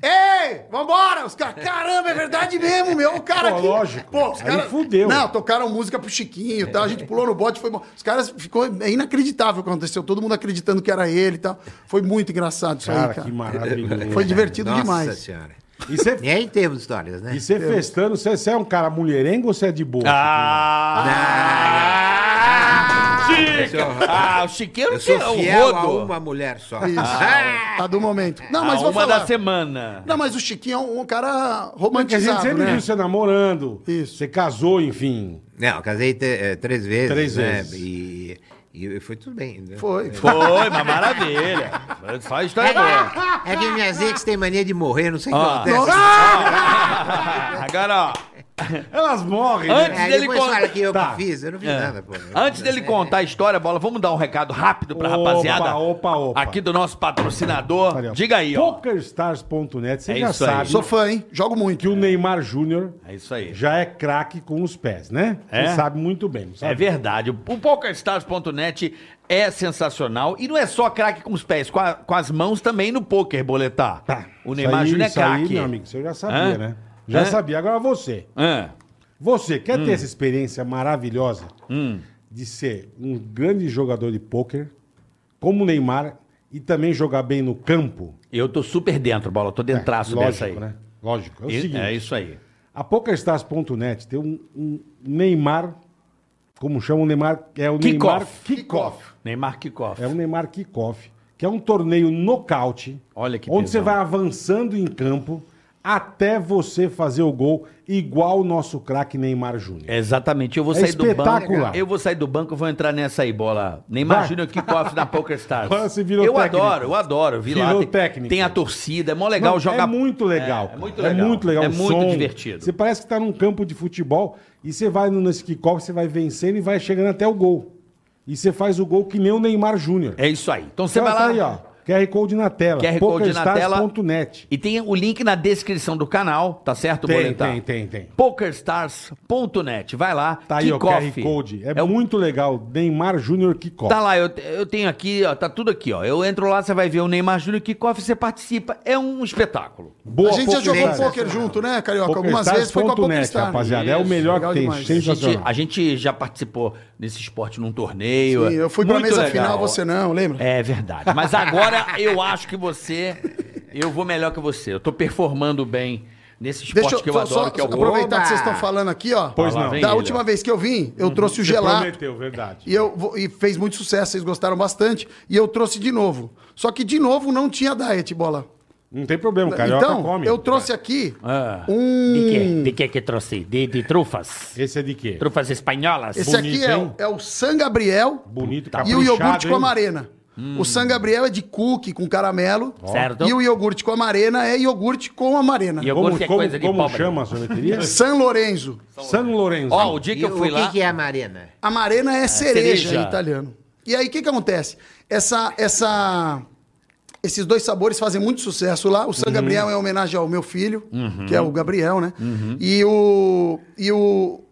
E: Ei, vambora! Os caras, caramba, é verdade mesmo, meu. O cara
C: Pô,
E: aqui.
C: lógico.
E: Pô, os
C: Aí
E: caras.
C: fudeu.
E: Não, tocaram música pro Chiquinho e tal. A gente pulou no bote, foi bom. Os caras ficou. É inacreditável o que aconteceu. Todo mundo acreditando que era ele e tal. Foi muito engraçado isso
C: Cara,
E: aí, cara.
C: que maravilhoso.
E: Foi divertido
F: Nossa
E: demais.
F: senhora.
C: E você
F: E é aí temos histórias, né?
C: e você festando, você você é um cara mulherengo ou você é de boa?
A: Ah! Dica!
C: [laughs]
A: Ah, o Chiqueiro
F: Eu
A: que
F: sou
A: é
F: fiel
A: o
F: a
A: rodo.
F: uma mulher só. Ah.
E: Isso. Tá do momento. Não, mas
A: Ah,
E: vou
A: uma
E: falar.
A: da semana.
E: Não, mas o Chiquinho é um um
C: Porque a
E: cara
C: gente
E: romantizado,
C: sempre
E: né?
C: viu você namorando.
E: Isso.
C: Você casou, enfim.
F: Não, eu casei te- eh, três vezes.
C: Três
F: né?
C: vezes.
F: E, e foi tudo bem. né?
E: Foi.
A: Foi, uma maravilha. Só a história
F: É,
A: boa.
F: que- é que minhas ex têm mania de morrer, não sei o que
A: Ah.
F: acontece.
A: Agora, ó.
C: Elas morrem, né?
A: Antes
F: É,
A: dele
F: depois fala
A: contar.
F: que eu
C: Tá.
F: que fiz, eu não fiz nada, pô. É.
A: Antes dele contar a história, bola, vamos dar um recado rápido pra
C: Opa,
A: rapaziada.
C: opa, opa.
A: Aqui do nosso patrocinador.
C: Olha,
A: Diga aí, ó.
C: Pokerstars.net, você
A: É
C: já
A: isso aí.
C: sabe
E: Sou fã, hein? Jogo muito.
C: que o Neymar Júnior
A: É isso aí.
C: já é craque com os pés, né?
A: É?
C: Você sabe muito bem. não
A: É
C: sabe?
A: verdade. O PokerStars.net é sensacional. E não é só craque com os pés, com, a- com as mãos também no poker, boletar.
C: Tá.
A: O
C: Isso
A: Neymar
C: aí-
A: Júnior é
C: isso aí,
A: craque.
C: Meu amigo, você já sabia,
A: Hã?
C: né? Já
A: Hã?
C: sabia. Agora você.
A: Hã?
C: Você quer
A: Hum.
C: ter essa experiência maravilhosa de ser um grande jogador de pôquer, como o Neymar, e também jogar bem no campo?
A: Eu tô super dentro, bola. Tô dentraço
C: É, lógico,
A: dessa Um aí.
C: né? Lógico. É o
A: E-
C: seguinte,
A: É isso aí.
C: a PokerStars.net tem um, um Neymar, como chama o Neymar? É o Neymar
A: Kickoff.
C: Kickoff.
A: Neymar Kickoff.
C: É o Neymar Kickoff, que é um torneio nocaute.
A: Olha que
C: Onde
A: tesão.
C: você vai avançando em campo até você fazer o gol, igual o nosso craque Neymar Júnior.
A: Exatamente. Eu vou
C: É
A: sair do banco.
C: espetacular.
A: Eu vou sair do banco, vou entrar nessa aí, bola. Neymar
C: Vai.
A: Júnior Kickoff
C: [laughs]
A: na PokerStars.
C: Agora você virou
A: eu
C: técnico.
A: adoro, eu adoro. eu Vi lá,
C: Virou
A: tem,
C: técnico.
A: tem a torcida, é mó legal
C: Não,
A: jogar.
C: É muito legal.
A: É,
C: cara.
A: muito legal.
C: É muito legal.
A: É
C: o
A: muito
C: som.
A: divertido.
C: Você parece que tá num campo de futebol e você vai no- nesse kickoff, você vai vencendo e vai chegando até o gol. E você faz o gol que nem o Neymar Júnior.
A: É isso aí. Então você
C: Então,
A: vai
C: tá
A: lá.
C: aí, ó. QR Code na tela.
D: QR Code na tela.
C: PokerStars.net.
D: E tem o link na descrição do canal, tá certo,
C: Tem,
D: Boletar?
C: tem, tem, tem.
D: Pokerstars.net. Vai lá.
C: Tá aí o QR
D: Kickoff.
C: Code. É,
D: o-
C: muito legal. Neymar Júnior Kickoff.
D: Tá lá, eu, eu tenho aqui, ó, tá tudo aqui, ó. Eu entro lá, você vai ver o Neymar Júnior Kickoff, você participa. É um espetáculo.
C: Boa
E: a gente já jogou
C: PokerStars.
E: pôquer junto, né, Carioca? Algumas
C: PokerStars.net,
E: vezes foi com a PokerStars.
C: tá rapaziada. É o
D: Isso,
C: melhor
E: legal
C: que tem.
E: demais.
D: A gente,
C: Sensacional.
D: a gente já participou desse esporte num torneio.
E: Sim, eu fui pra
D: Muito
E: mesa
D: legal.
E: final, você não, lembra?
D: É verdade. Mas agora eu acho que você. Eu vou melhor que você. Eu tô performando bem nesse esporte que eu
E: só-
D: adoro,
E: só
D: que é o
E: aproveitar
F: Oba!
E: que vocês estão falando aqui, ó.
C: Pois
D: Lá
C: não.
D: vem Uhum.
E: Da
D: ele,
E: última
D: ó.
E: vez que eu vim, eu trouxe o gelato.
C: Prometeu, verdade.
E: E, eu, vou- e fez muito sucesso, vocês gostaram bastante. E eu trouxe de novo. Só que de novo não tinha diet, bola.
C: Não tem problema, carioca
E: então,
C: come. né?
E: eu trouxe aqui
D: Ah.
E: um.
B: De que? De que que trouxe? De, de trufas?
C: Esse é de quê?
B: Trufas espanholas?
E: Esse
C: bonito,
E: aqui é, o-
C: hein?
E: é o San Gabriel
C: Bonito,
E: e
C: caprichado.
E: o iogurte com
C: hein? Hum.
E: amarena. O San Gabriel é de cookie com caramelo.
B: Certo.
E: E o iogurte com amarena é iogurte com amarena.
B: E eu
C: Como,
B: gosto que é
C: como-
B: coisa de
C: como
B: pobre.
C: chama
A: [laughs]
C: a sorveteria?
E: San Lorenzo.
C: San Lorenzo.
D: Ó, o dia que
F: E
D: eu fui
F: o
D: lá.
F: que, que é a Marena?
E: Amarena é cereja,
D: cereja.
E: em italiano. E aí, o que, que acontece? Essa, essa, esses dois sabores fazem muito sucesso lá. O San Gabriel é uma homenagem ao meu filho, que é o Gabriel, né? E o... E o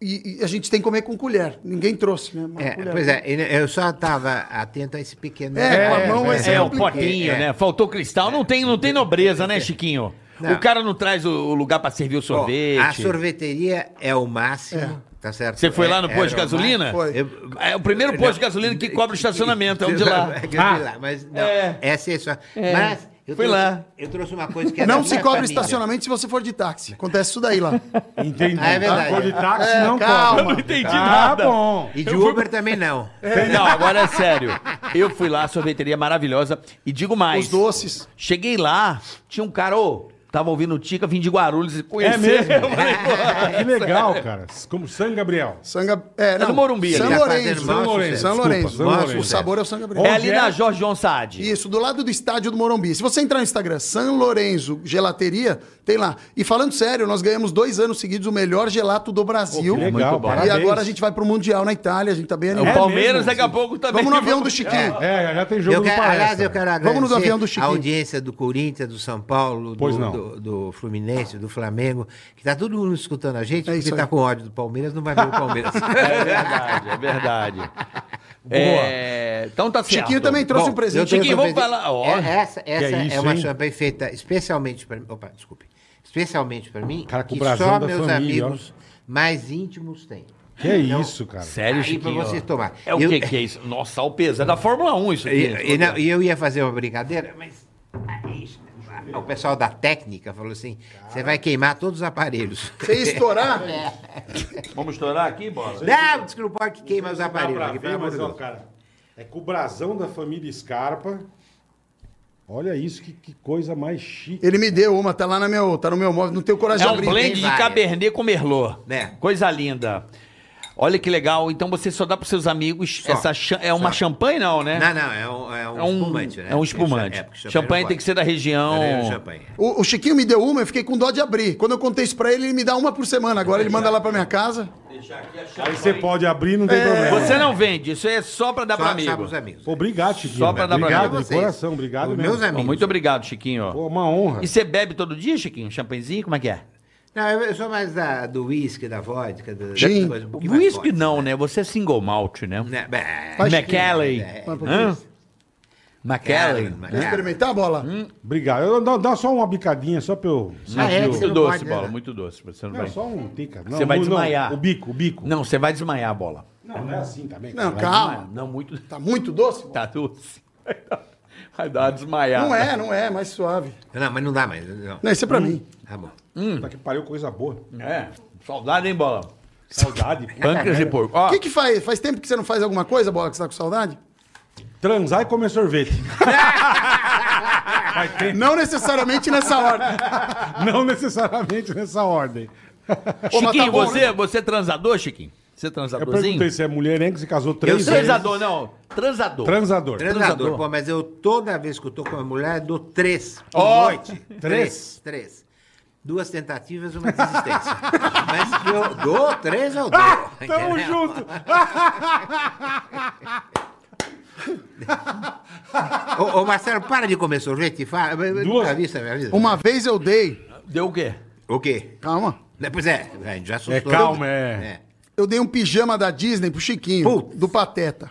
E: e, e a gente tem que comer com colher. Ninguém trouxe, né? Uma
F: É,
E: colher.
F: pois é, ele- eu só estava atento a esse pequeno.
E: É, com a mão vai ser
D: É, o
E: complicado.
D: potinho,
F: É.
D: né? Faltou cristal. Não tem, não tem nobreza, né, Chiquinho?
F: Não.
D: O cara não traz o o lugar pra servir o
F: Bom,
D: sorvete.
F: a sorveteria é o máximo, tá certo?
D: Você foi
F: É-
D: lá no
F: era
D: posto de
F: o máximo.
D: gasolina?
E: Foi.
F: Eu-
D: É o primeiro posto de gasolina que cobra o estacionamento, é o de lá.
F: [laughs] É o de
C: Ah.
F: lá, mas não,
D: É.
F: essa é só. Mas eu
D: Fui
F: trouxe,
D: lá.
F: eu trouxe uma coisa que é
E: Não
F: da
E: se
F: minha
E: cobra
F: família.
E: estacionamento se você for de táxi. Acontece isso daí
F: [laughs]
E: lá.
C: Entendi.
F: Ah, é Ah, verdade.
C: Cor de táxi
E: É,
C: não
E: calma.
C: cobra.
E: Eu não
D: entendi
C: tá
D: nada.
C: bom.
F: E de Uber também
D: [laughs]
F: não.
D: Não, agora é sério. Eu fui lá, sorveteria maravilhosa. E digo mais.
E: Os doces.
D: Cheguei lá, tinha um cara, ô, tava ouvindo o Tica, vim de Guarulhos e conheci.
C: É
D: [laughs]
C: mesmo?
D: Eu falei, pô,
C: [laughs] Que legal, cara. Como San Gabriel.
E: San Gab... é, não.
D: no Morumbi,
E: San
D: ele
F: tá
E: Lorenzo.
F: fazendo mau
E: Lorenzo.
F: sucesso.
E: San
C: Desculpa,
E: Lorenzo.
C: San
E: Nossa,
C: Lorenzo.
E: O sabor é o San Gabriel.
D: é
C: Onde
D: ali
C: é?
D: na Jorge João Saad.
E: Isso, do lado do estádio do Morumbi. Se você entrar no Instagram, San Lorenzo Gelateria, tem lá. E falando sério, nós ganhamos dois anos seguidos o melhor gelato do Brasil.
C: que legal,
E: e
C: parabéns.
E: agora a gente vai pro Mundial na Itália, a gente tá bem
D: O
E: animado.
C: É
D: Palmeiras
C: mesmo?
D: daqui a pouco também. um-
E: Vamos no avião do Chiquinho.
C: É, já tem jogo
F: Eu
C: no
F: quero,
C: Palestra.
F: aliás, eu quero agradecer
E: Vamos no avião do Chiquinho.
F: a audiência do Corinthians, do São Paulo,
C: Pois
F: do,
C: não.
F: do, do Fluminense, do Flamengo, que está todo mundo escutando a gente,
E: É isso
F: porque está
E: aí.
F: com ódio do Palmeiras, não vai ver
D: [laughs]
F: o Palmeiras. [laughs]
D: É verdade, é verdade. É, então tá certo.
E: Chiquinho também trouxe
F: Bom,
E: um presente.
F: eu
D: Chiquinho,
F: trouxe um
D: vamos
F: presente.
D: falar- ó.
F: É, essa essa é,
C: isso,
F: uma
C: hein?
F: champanhe feita especialmente para mim. Opa, desculpe. Especialmente para mim,
C: Cara, com o
F: que
C: brasão
F: só
C: da
F: meus
C: família,
F: amigos mais íntimos têm. Então,
C: Que é isso, cara.
D: Sério,
F: é. Aí pra
D: Chiquinho?
F: você tomar.
D: É o
F: Eu-
D: que que é isso? Nossa, olha o peso. É da Fórmula 1 isso aqui.
F: E, e não, e eu ia fazer uma brincadeira, mas aí, o pessoal da técnica falou assim: você vai queimar todos
C: [laughs]
F: os aparelhos.
E: Você ia estourar?
D: Vamos estourar aqui, bola?
F: [laughs] Não, diz que não pode que queima os aparelhos.
C: Dá pra
F: aqui,
C: ver,
F: pelo amor
C: mas, um
F: de
C: ó,
F: Deus.
C: cara, é com o brasão da família Scarpa. Olha isso, que, que coisa mais chique.
E: Ele me deu uma, tá lá na meu, tá no meu móvel, não tenho coragem
D: É
E: de
D: um
E: abrir.
D: blend de
F: várias.
D: Cabernet com Merlot.
F: Né?
D: Coisa linda. Olha que legal. Então você só dá pros seus amigos
F: Só,
D: essa cha- é uma
F: só.
D: champanhe não, né?
F: Não, não, é um, é um
D: É um
F: espumante, né?
D: É um espumante.
F: É, porque champanhe
D: champanhe
F: não
D: tem
F: pode.
D: que ser da região.
F: É, champanhe.
E: O, o Chiquinho me deu uma, eu fiquei com dó de abrir. Quando eu contei isso pra ele, ele me dá uma por semana. Agora ele manda lá pra minha casa.
C: Aí você pode abrir,
F: É,
C: não tem problema.
D: Você não vende, isso é só pra dar
F: Só
D: pra
F: só
D: amigo.
F: pros amigos.
C: Obrigado, Chiquinho.
D: Só pra dar pra
C: Obrigado,
F: mim.
C: de coração. Obrigado
F: Os
C: mesmo.
F: meus é amigos.
D: Ó, muito obrigado, Chiquinho.
C: Pô, uma honra.
D: E você bebe todo dia, Chiquinho? Champanhezinho? Como é que é?
F: Não, eu, eu sou mais da, do uísque, da vodka, do,
E: Gin.
F: coisa um pouquinho mais
D: Whisky
F: forte,
D: não, né? Você é single malt, né?
F: Né? Bem,
E: Mas-
D: McKellen.
F: É.
E: Vai pra
D: Hã?
E: frente.
D: McKellen.
F: Cara,
E: Quer experimentar a bola?
C: Hum. Obrigado. Eu- dá, dá só uma bicadinha, só pra eu...
F: Ah, é, que você
D: Muito
F: não
D: doce,
F: pode, né?
D: bola, muito doce. Você não
C: Não,
D: vai.
C: só um pica. Não,
D: Você vai
C: não, não.
D: desmaiar.
C: O bico, o bico.
D: Não, você vai desmaiar a bola.
C: Não, não é assim também.
E: Não,
C: cara.
E: calma.
D: Não, muito. [laughs]
E: Tá muito doce?
D: Tá doce. Vai dar uma desmaiada.
E: Não é, não é, mais suave.
F: Não, mas não dá mais. Não.
E: Não, isso é
C: Hum.
E: pra mim.
F: Tá bom.
C: Tá que pariu coisa boa.
D: É. Saudade, hein, bola?
C: Saudade.
D: Pâncreas de porco.
E: O
F: Ah.
D: Ó,
E: que que faz? Faz tempo que você não faz alguma coisa, bola, que você tá com saudade?
C: Transar e comer sorvete.
E: Não necessariamente nessa ordem.
C: não necessariamente nessa ordem.
E: Pô, mas
D: Chiquinho,
E: tá bom,
D: você, você é transador, Chiquinho? Você é
C: Eu
D: transadorzinho?
C: perguntei se é mulherengo, se casou três
F: sou
C: vezes.
D: Transador, não. Transador.
C: Transador.
F: Transador.
D: Transador.
F: Pô, mas eu toda vez que eu tô com uma mulher, eu dou três por
D: Ó,
F: noite. Três. Três. Duas tentativas, uma desistência. [laughs] mas que eu [laughs] dou três, eu dou.
C: Tamo
F: entendeu?
C: junto.
F: Ô, ô, Marcelo, para de comer sorvete e fala. Duas...
C: Duas-
F: Nunca vi essa minha vida.
E: Uma vez eu dei,
D: Deu o quê?
F: O quê?
E: calma,
F: Pois é, a gente já assustou.
C: É calma, é.
E: eu dei um pijama da Disney pro Chiquinho,
F: Putz.
E: do Pateta.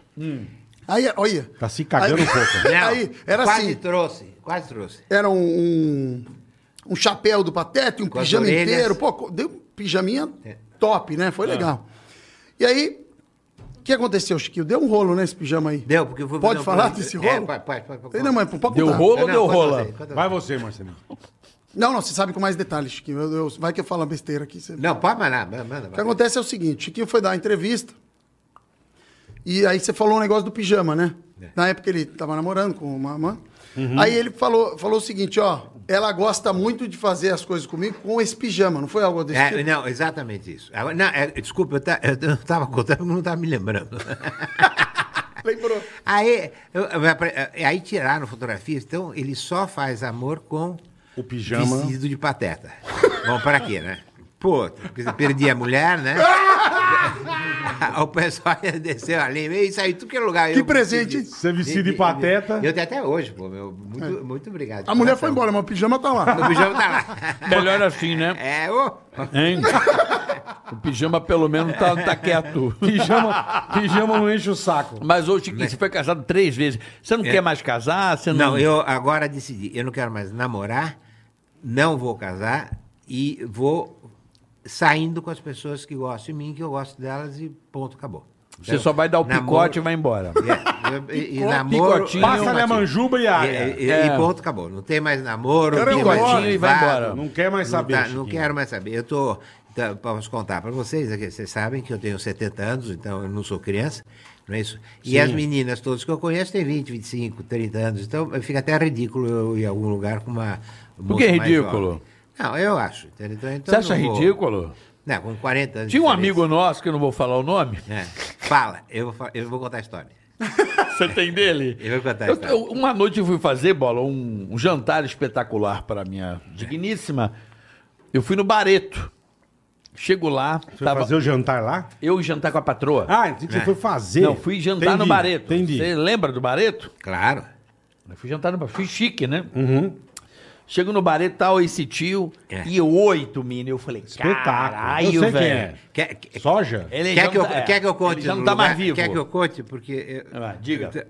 E: Aí, olha,
C: Tá se cagando um pouco.
F: É.
E: [laughs]
F: Não,
E: Aí, era
F: quase
E: assim.
F: trouxe, quase trouxe.
E: era um, um, um chapéu do Pateta, e um
F: Com as
E: pijama
F: orelhas. É. Ah.
E: inteiro. Pô, co- deu um pijaminha top, né? Foi legal. E aí, o que aconteceu, Chiquinho? Deu um rolo nesse pijama aí.
F: Deu, porque eu vou
E: Pode
F: não,
E: falar
F: pode-
E: desse
F: é,
E: rolo?
F: pode, pode, pode, pode.
E: Não, mas pode contar.
D: Deu rolo ou deu
F: conta
D: rola?
F: você, conta
C: Vai
F: você.
C: você, Marcelinho.
E: Não, não, você sabe com mais detalhes, Chiquinho. Eu- eu- vai que eu falo uma besteira aqui. você-
F: Não, pode mandar, manda. manda.
E: O que acontece é o seguinte, Chiquinho foi dar uma entrevista e aí você falou um negócio do pijama, né? Na época ele tava namorando com uma mãe. Aí ele falou, falou o seguinte, ó, ela gosta muito de fazer as coisas comigo com esse pijama, não foi algo desse
F: É,
E: tipo?
F: não, exatamente isso. Agora, Não, é, desculpa, eu, tá, eu estava contando, mas não estava me lembrando.
E: Lembrou?
F: Aí, eu- eu apre- eh, aí tiraram fotografias, então ele só faz amor com
C: O pijama.
F: vestido de pateta. Bom, para quê, né? Pô, quer dizer, perdi a mulher, né? [laughs] o pessoal desceu ali, meio isso aí, tu que lugar.
E: Que
F: eu-
E: presente.
C: Você vestido de pateta. É.
F: Eu tenho até hoje, pô, meu. Muito, muito obrigado.
E: A mulher foi embora, mas o pijama tá lá.
F: O pijama tá lá.
D: Melhor assim, né?
F: [laughs] É, ô.
C: Hein?
D: O pijama pelo menos tá, tá quieto.
C: Pijama, pijama não enche o saco.
D: Mas, ô Chiquinho, você foi casado três vezes. Você não quer mais casar? Você não...
F: É. Não, eu agora decidi. Eu não quero mais namorar, não vou casar e vou saindo com as pessoas que gostam de mim, que eu gosto delas e ponto, acabou.
D: Você só vai dar o picote e vai embora.
F: É, eu- [laughs] e, e namoro,
D: picotinho,
C: Passa
F: e- É,
C: na manjuba e área.
F: e, e- e ponto, acabou. Não tem mais namoro,
C: Quero
F: não tem
C: ir
F: mais
C: embora.
F: noivado,
D: E vai É. embora.
C: Não quer mais
F: não
C: saber,
F: tá- não
C: Chiquinho.
F: quero mais saber. Eu tô. Tá, vamos contar para vocês, é que vocês sabem que eu tenho 70 anos, então eu não sou criança, não é isso? E as meninas todas que eu conheço têm 20, 25, 30 anos, então fica até ridículo eu ir a algum lugar com
D: que
F: uma.
D: é
F: moça mais
D: ridículo?
F: jovem. Não, eu acho. entendeu? Então, então
D: Você acha
F: não vou-
D: ridículo?
F: Não, com 40 anos. de
D: Tinha um
F: diferença.
D: amigo nosso, que eu não vou falar o nome.
F: É. Fala, eu vou, fa- eu vou contar a história.
D: [laughs] Você tem dele?
F: Eu vou contar a
D: Eu-
F: história.
D: eu- uma noite eu fui fazer, Bola, um, um jantar espetacular para minha digníssima. Eu fui no Bareto. Chego lá,
C: Você vai
D: tava
C: fazer o jantar lá?
D: eu jantar com a patroa.
C: Ah, então você foi fazer.
D: não, fui jantar no
C: Entendi,
D: Bareto.
C: Entendi.
D: Você lembra do Bareto?
F: Claro.
D: Eu fui jantar no Bareto. Fui chique, né? Chego no Bareto, tá ó, esse tio.
F: É.
D: E eu, oito, menino. Eu falei,
C: Espetáculo.
D: caralho,
C: eu sei quem
D: velho.
C: é.
F: Quer, quer-
C: Soja?
D: Ele
F: quer,
D: já
F: que eu,
D: não tá- é,
F: quer que eu conte?
D: Ele já
F: no
D: não tá mais
F: lugar?
D: vivo.
F: Quer que eu conte? Porque. eu-
D: Ah, diga.
F: eu-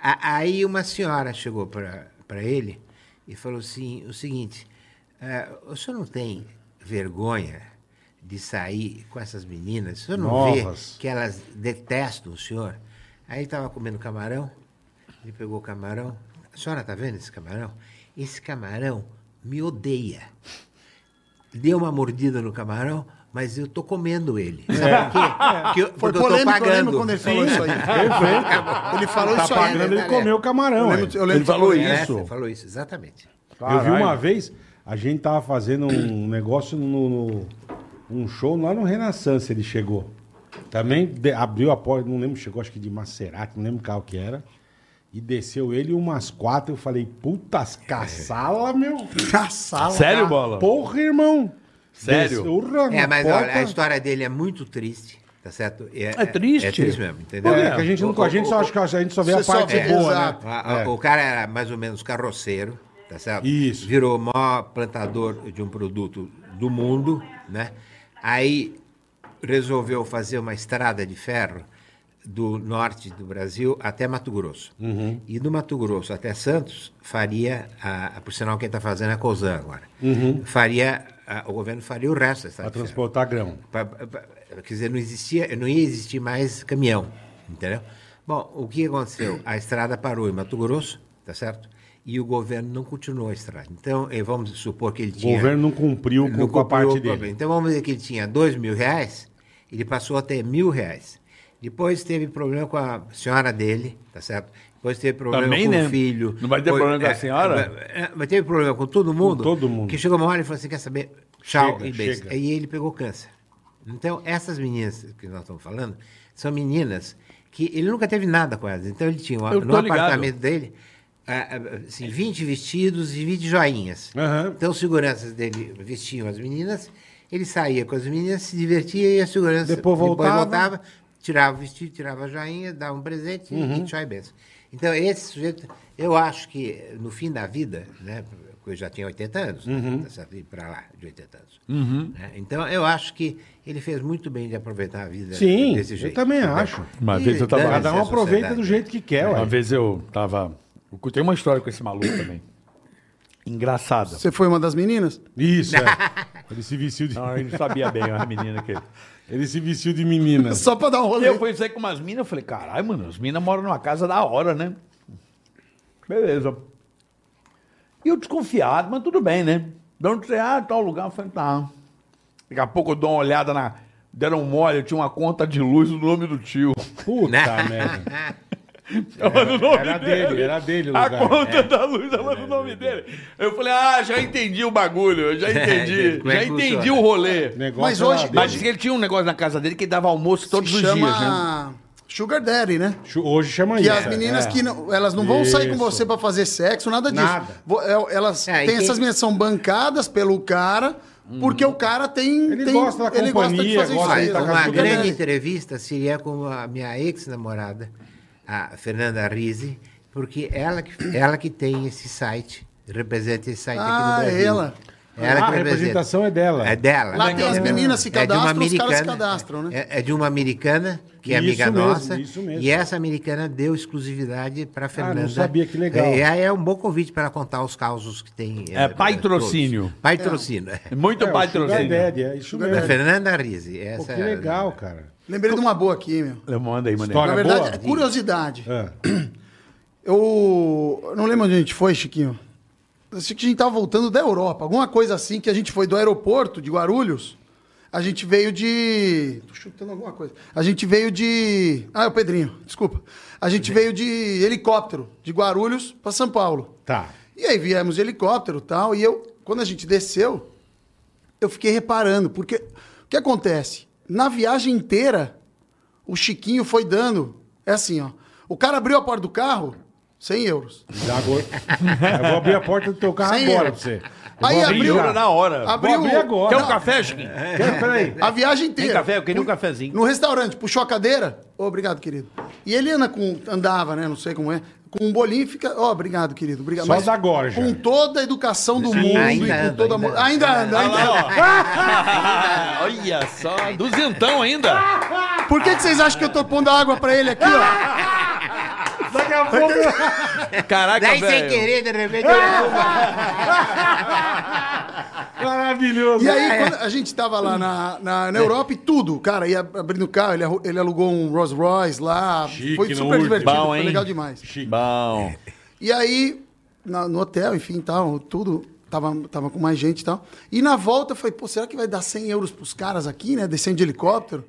F: a- aí uma senhora chegou para ele e falou assim: o seguinte, eh, o senhor não tem vergonha de sair com essas meninas? O senhor não
C: Novas.
F: vê que elas detestam o senhor? Aí ele estava comendo camarão, ele pegou o camarão. A senhora tá vendo esse camarão? Esse camarão me odeia deu uma mordida no camarão, mas eu tô comendo ele. Sabe por quê? Que eu,
E: Foi
F: porque eu
E: polêmico, eu
F: tô
E: lembro
F: tá pagando.
E: quando ele falou isso aí.
C: Perfeito.
E: Ele falou
C: tá
E: isso aí.
C: pagando, ele
F: né?
C: comeu o camarão.
E: Eu lembro-
C: ué.
E: eu lembro-
C: ele falou
F: É,
C: isso.
F: você falou isso, exatamente.
C: Eu vi uma vez, a gente tava fazendo um [clears throat] negócio no, no- um show lá no Renaissance, ele chegou. Também de- abriu a porta, não lembro, chegou acho que de Maserati, não lembro qual que era. E desceu ele e umas quatro, eu falei, putas caçala, meu.
E: É. [laughs] Caçala.
D: Sério,
E: cara.
D: Bola?
C: Porra, irmão.
D: Sério?
C: Desceu,
F: É, mas olha, a
C: porta.
F: história dele é muito triste, tá certo? É,
D: triste?
F: É triste mesmo, entendeu?
C: Pô, é que a gente, não, a gente só acha que a gente só vê a
E: Você só
C: parte
E: vê,
C: boa,
E: exato.
C: né?
F: A- a-
C: É.
F: O cara era mais ou menos carroceiro, tá certo?
C: Isso.
F: Virou o maior plantador de um produto do mundo, né? Aí resolveu fazer uma estrada de ferro do norte do Brasil até Mato Grosso.
C: Uhum.
F: E do Mato Grosso até Santos faria, a, a- por sinal quem está fazendo é a Cosan agora,
C: Uhum.
F: faria, a- o governo faria o resto da
C: Pra
F: estrada de ferro.
C: transportar grão.
F: Pra- pra- pra- quer dizer, não existia, não ia existir mais caminhão, entendeu? Bom, o que aconteceu? A estrada parou em Mato Grosso, tá certo? E o governo não continuou a estrada. Então, eh, vamos supor que ele
C: O
F: tinha...
C: governo não cumpriu com,
F: não
C: com a parte
F: cumpriu o
C: dele.
F: Então, vamos dizer que ele tinha dois mil reais, ele passou a ter mil reais. Depois teve problema com a senhora dele, tá certo? Depois teve problema
D: Também,
F: com
D: né?
F: o filho.
D: Não vai ter
F: Foi-
D: problema com a
F: eh,
D: senhora?
F: eh, Mas teve problema com todo mundo.
C: todo mundo.
F: Que chegou uma hora e falou assim, quer saber? Tchau
C: Chega,
F: e beijo.
C: chega.
F: E ele pegou câncer. Então, essas meninas que nós estamos falando são meninas que ele nunca teve nada com elas. Então, ele tinha um,
D: Eu tô
F: no
D: ligado.
F: apartamento dele ah, ah, assim, 20 vestidos e 20 joinhas.
C: Aham.
F: Então, os seguranças dele vestiam as meninas, ele saía com as meninas, se divertia e a segurança
C: Depois voltava.
F: voltava tirava o vestido, tirava a joinha, dava um presente e-
C: Uhum.
F: e tchau e benção. Então, esse sujeito, eu acho que no fim da vida, né, porque eu já tinha 80 anos,
C: Uhum.
F: né, tá certo? E para lá de 80 anos. né? Então, eu acho que ele fez muito bem de aproveitar a vida
C: Sim,
F: desse jeito.
C: eu também
F: entendeu?
C: acho.
A: Uma
F: E
A: vez eu tava-
F: dane-se
C: Cada um
F: é a
C: aproveita
F: sociedade. né?
C: do jeito que quer,
A: Uma
C: É, ué.
A: vez eu tava. Eu tenho uma história com esse maluco também. Engraçada.
E: Você foi uma das meninas?
A: [laughs]
C: Isso, é. Ele se vestiu de,
A: Não, ele não sabia bem, a menina que ele.
C: ele se vestiu de
A: [laughs]
C: menina.
E: Só pra dar um rolê.
A: Eu fui sair com umas minas, eu falei, caralho, mano, as minas moram numa casa da hora, né? Beleza. E eu desconfiado, mas tudo bem, né? De onde você, ah, tal lugar, eu falei, tá. Daqui a pouco eu dou uma olhada na. Deram um mole, eu tinha uma conta de luz no nome do tio.
C: Puta merda.
A: Tava no nome
C: [laughs] Era dele, era dele o
A: A
C: lugar. É.
A: conta da luz tava no nome dele. Eu falei, ah, já entendi o bagulho, eu
C: [laughs]
A: já entendi.
F: Como é
A: já
F: que
A: entendi
F: funciona?
A: o rolê.
C: O [laughs] negócio
E: Mas
C: era
E: hoje-
C: dele.
A: Mas diz que ele tinha um negócio na casa dele que ele dava almoço todos
E: Se
A: os
E: chama
A: dias, né?
E: Sugar Daddy, né?
C: Chu- Hoje chama
E: Que
C: isso.
E: as
C: é.
E: meninas
C: É.
E: que não, elas não vão sair com
C: Isso.
E: você pra fazer sexo, nada disso.
C: Nada.
E: Vo- é- Elas
F: É, e
E: têm
F: quem-
E: essas meninas que são bancadas pelo cara, porque o cara tem
C: Ele
E: tem-
C: gosta da companhia, gosta de
E: isso. né?
C: tá
F: Olha,
C: com
F: uma
C: as
F: grande
C: mulheres.
F: entrevista seria com a minha ex-namorada, a Fernanda Rizzi, porque ela que, ela que tem esse site, representa esse site
E: Ah,
F: aqui no Brasil.
E: ela.
F: Ela
C: é Ah,
F: que
C: a
F: representa.
C: representação é dela.
F: É dela.
E: Lá tem as
F: entendeu?
E: meninas se
F: É de uma
E: cadastram, os caras se
F: americana-
E: cadastram, né?
F: É, é de uma americana, que é
C: Isso
F: amiga
C: mesmo,
F: nossa.
C: isso mesmo. Ah,
F: E essa americana deu exclusividade para Fernanda.
C: não sabia, que legal.
F: É, E aí é um bom convite para contar os causos que tem. eh,
A: É, patrocínio.
F: todos. Patrocínio. é.
A: né? Muito né?
C: É, o Sugar
A: patrocínio.
C: Daddy, é isso
F: Da
C: mesmo.
F: Fernanda Rizzi.
C: Pô,
F: Essa
C: que legal, cara.
E: Lembrei de uma boa aqui, meu.
A: Eu mandei, mandei.
C: História
E: Na verdade,
C: boa?
E: é curiosidade.
C: É.
E: Eu eu não lembro onde a gente foi, Chiquinho. Eu sei que a gente tava voltando da Europa. Alguma coisa assim que a gente foi do aeroporto de Guarulhos. A gente veio de. Tô chutando alguma coisa. A gente veio de. Ah, é o Pedrinho, desculpa. A gente veio de helicóptero de Guarulhos para São Paulo.
C: Tá.
E: E aí viemos de helicóptero e tal. E eu, quando a gente desceu, eu fiquei reparando, porque o que acontece? Na viagem inteira, o Chiquinho foi dando. É assim, ó. O cara abriu a porta do carro, 100 euros.
C: Já agora- Eu vou abrir a porta do teu carro
E: Sem
C: agora
E: erro.
C: pra você. Eu
E: Aí
C: vou abrir
E: abriu-
C: já.
A: na hora.
E: abriu-
C: Vou abrir
A: Quer
C: agora.
A: um café, Chiquinho?
E: É.
C: Quer-
E: [laughs]
C: Peraí.
E: A viagem inteira.
A: Tem café? Eu queria um
C: assim?
A: cafezinho.
E: No restaurante, puxou a cadeira. Ô, obrigado, querido. E ele anda com. andava, né? Não sei como é. Com um bolinho e fica. Ó, obrigado, querido. Obrigado.
C: Só da gorja.
E: Com toda a educação do mundo
F: ainda
E: e com
F: anda,
E: toda a. mo- Ainda anda, ainda anda.
D: [laughs]
A: Olha só, duzentão ainda.
E: Por que, que vocês acham que eu tô pondo água pra ele aqui, ó?
C: Daqui a pouco.
A: Caraca,
F: Daí sem
A: velho. Ah!
F: querer, de repente. eu-
C: [laughs] Maravilhoso.
E: E aí, quando a gente tava lá na, na, na Europa e tudo, cara, ia abrindo o carro, ele, arru- ele alugou um Rolls Royce lá.
C: Chique,
E: foi
D: né?
C: no
E: super
C: último.
E: divertido,
A: Bom,
E: foi
A: hein?
E: legal demais.
C: Chique.
A: Bom.
E: E aí, na- no hotel, enfim, tal, tudo, tava, tava com mais gente e tal. E na volta eu falei, pô, será que vai dar 100 euros pros caras aqui, né? Descendo de helicóptero.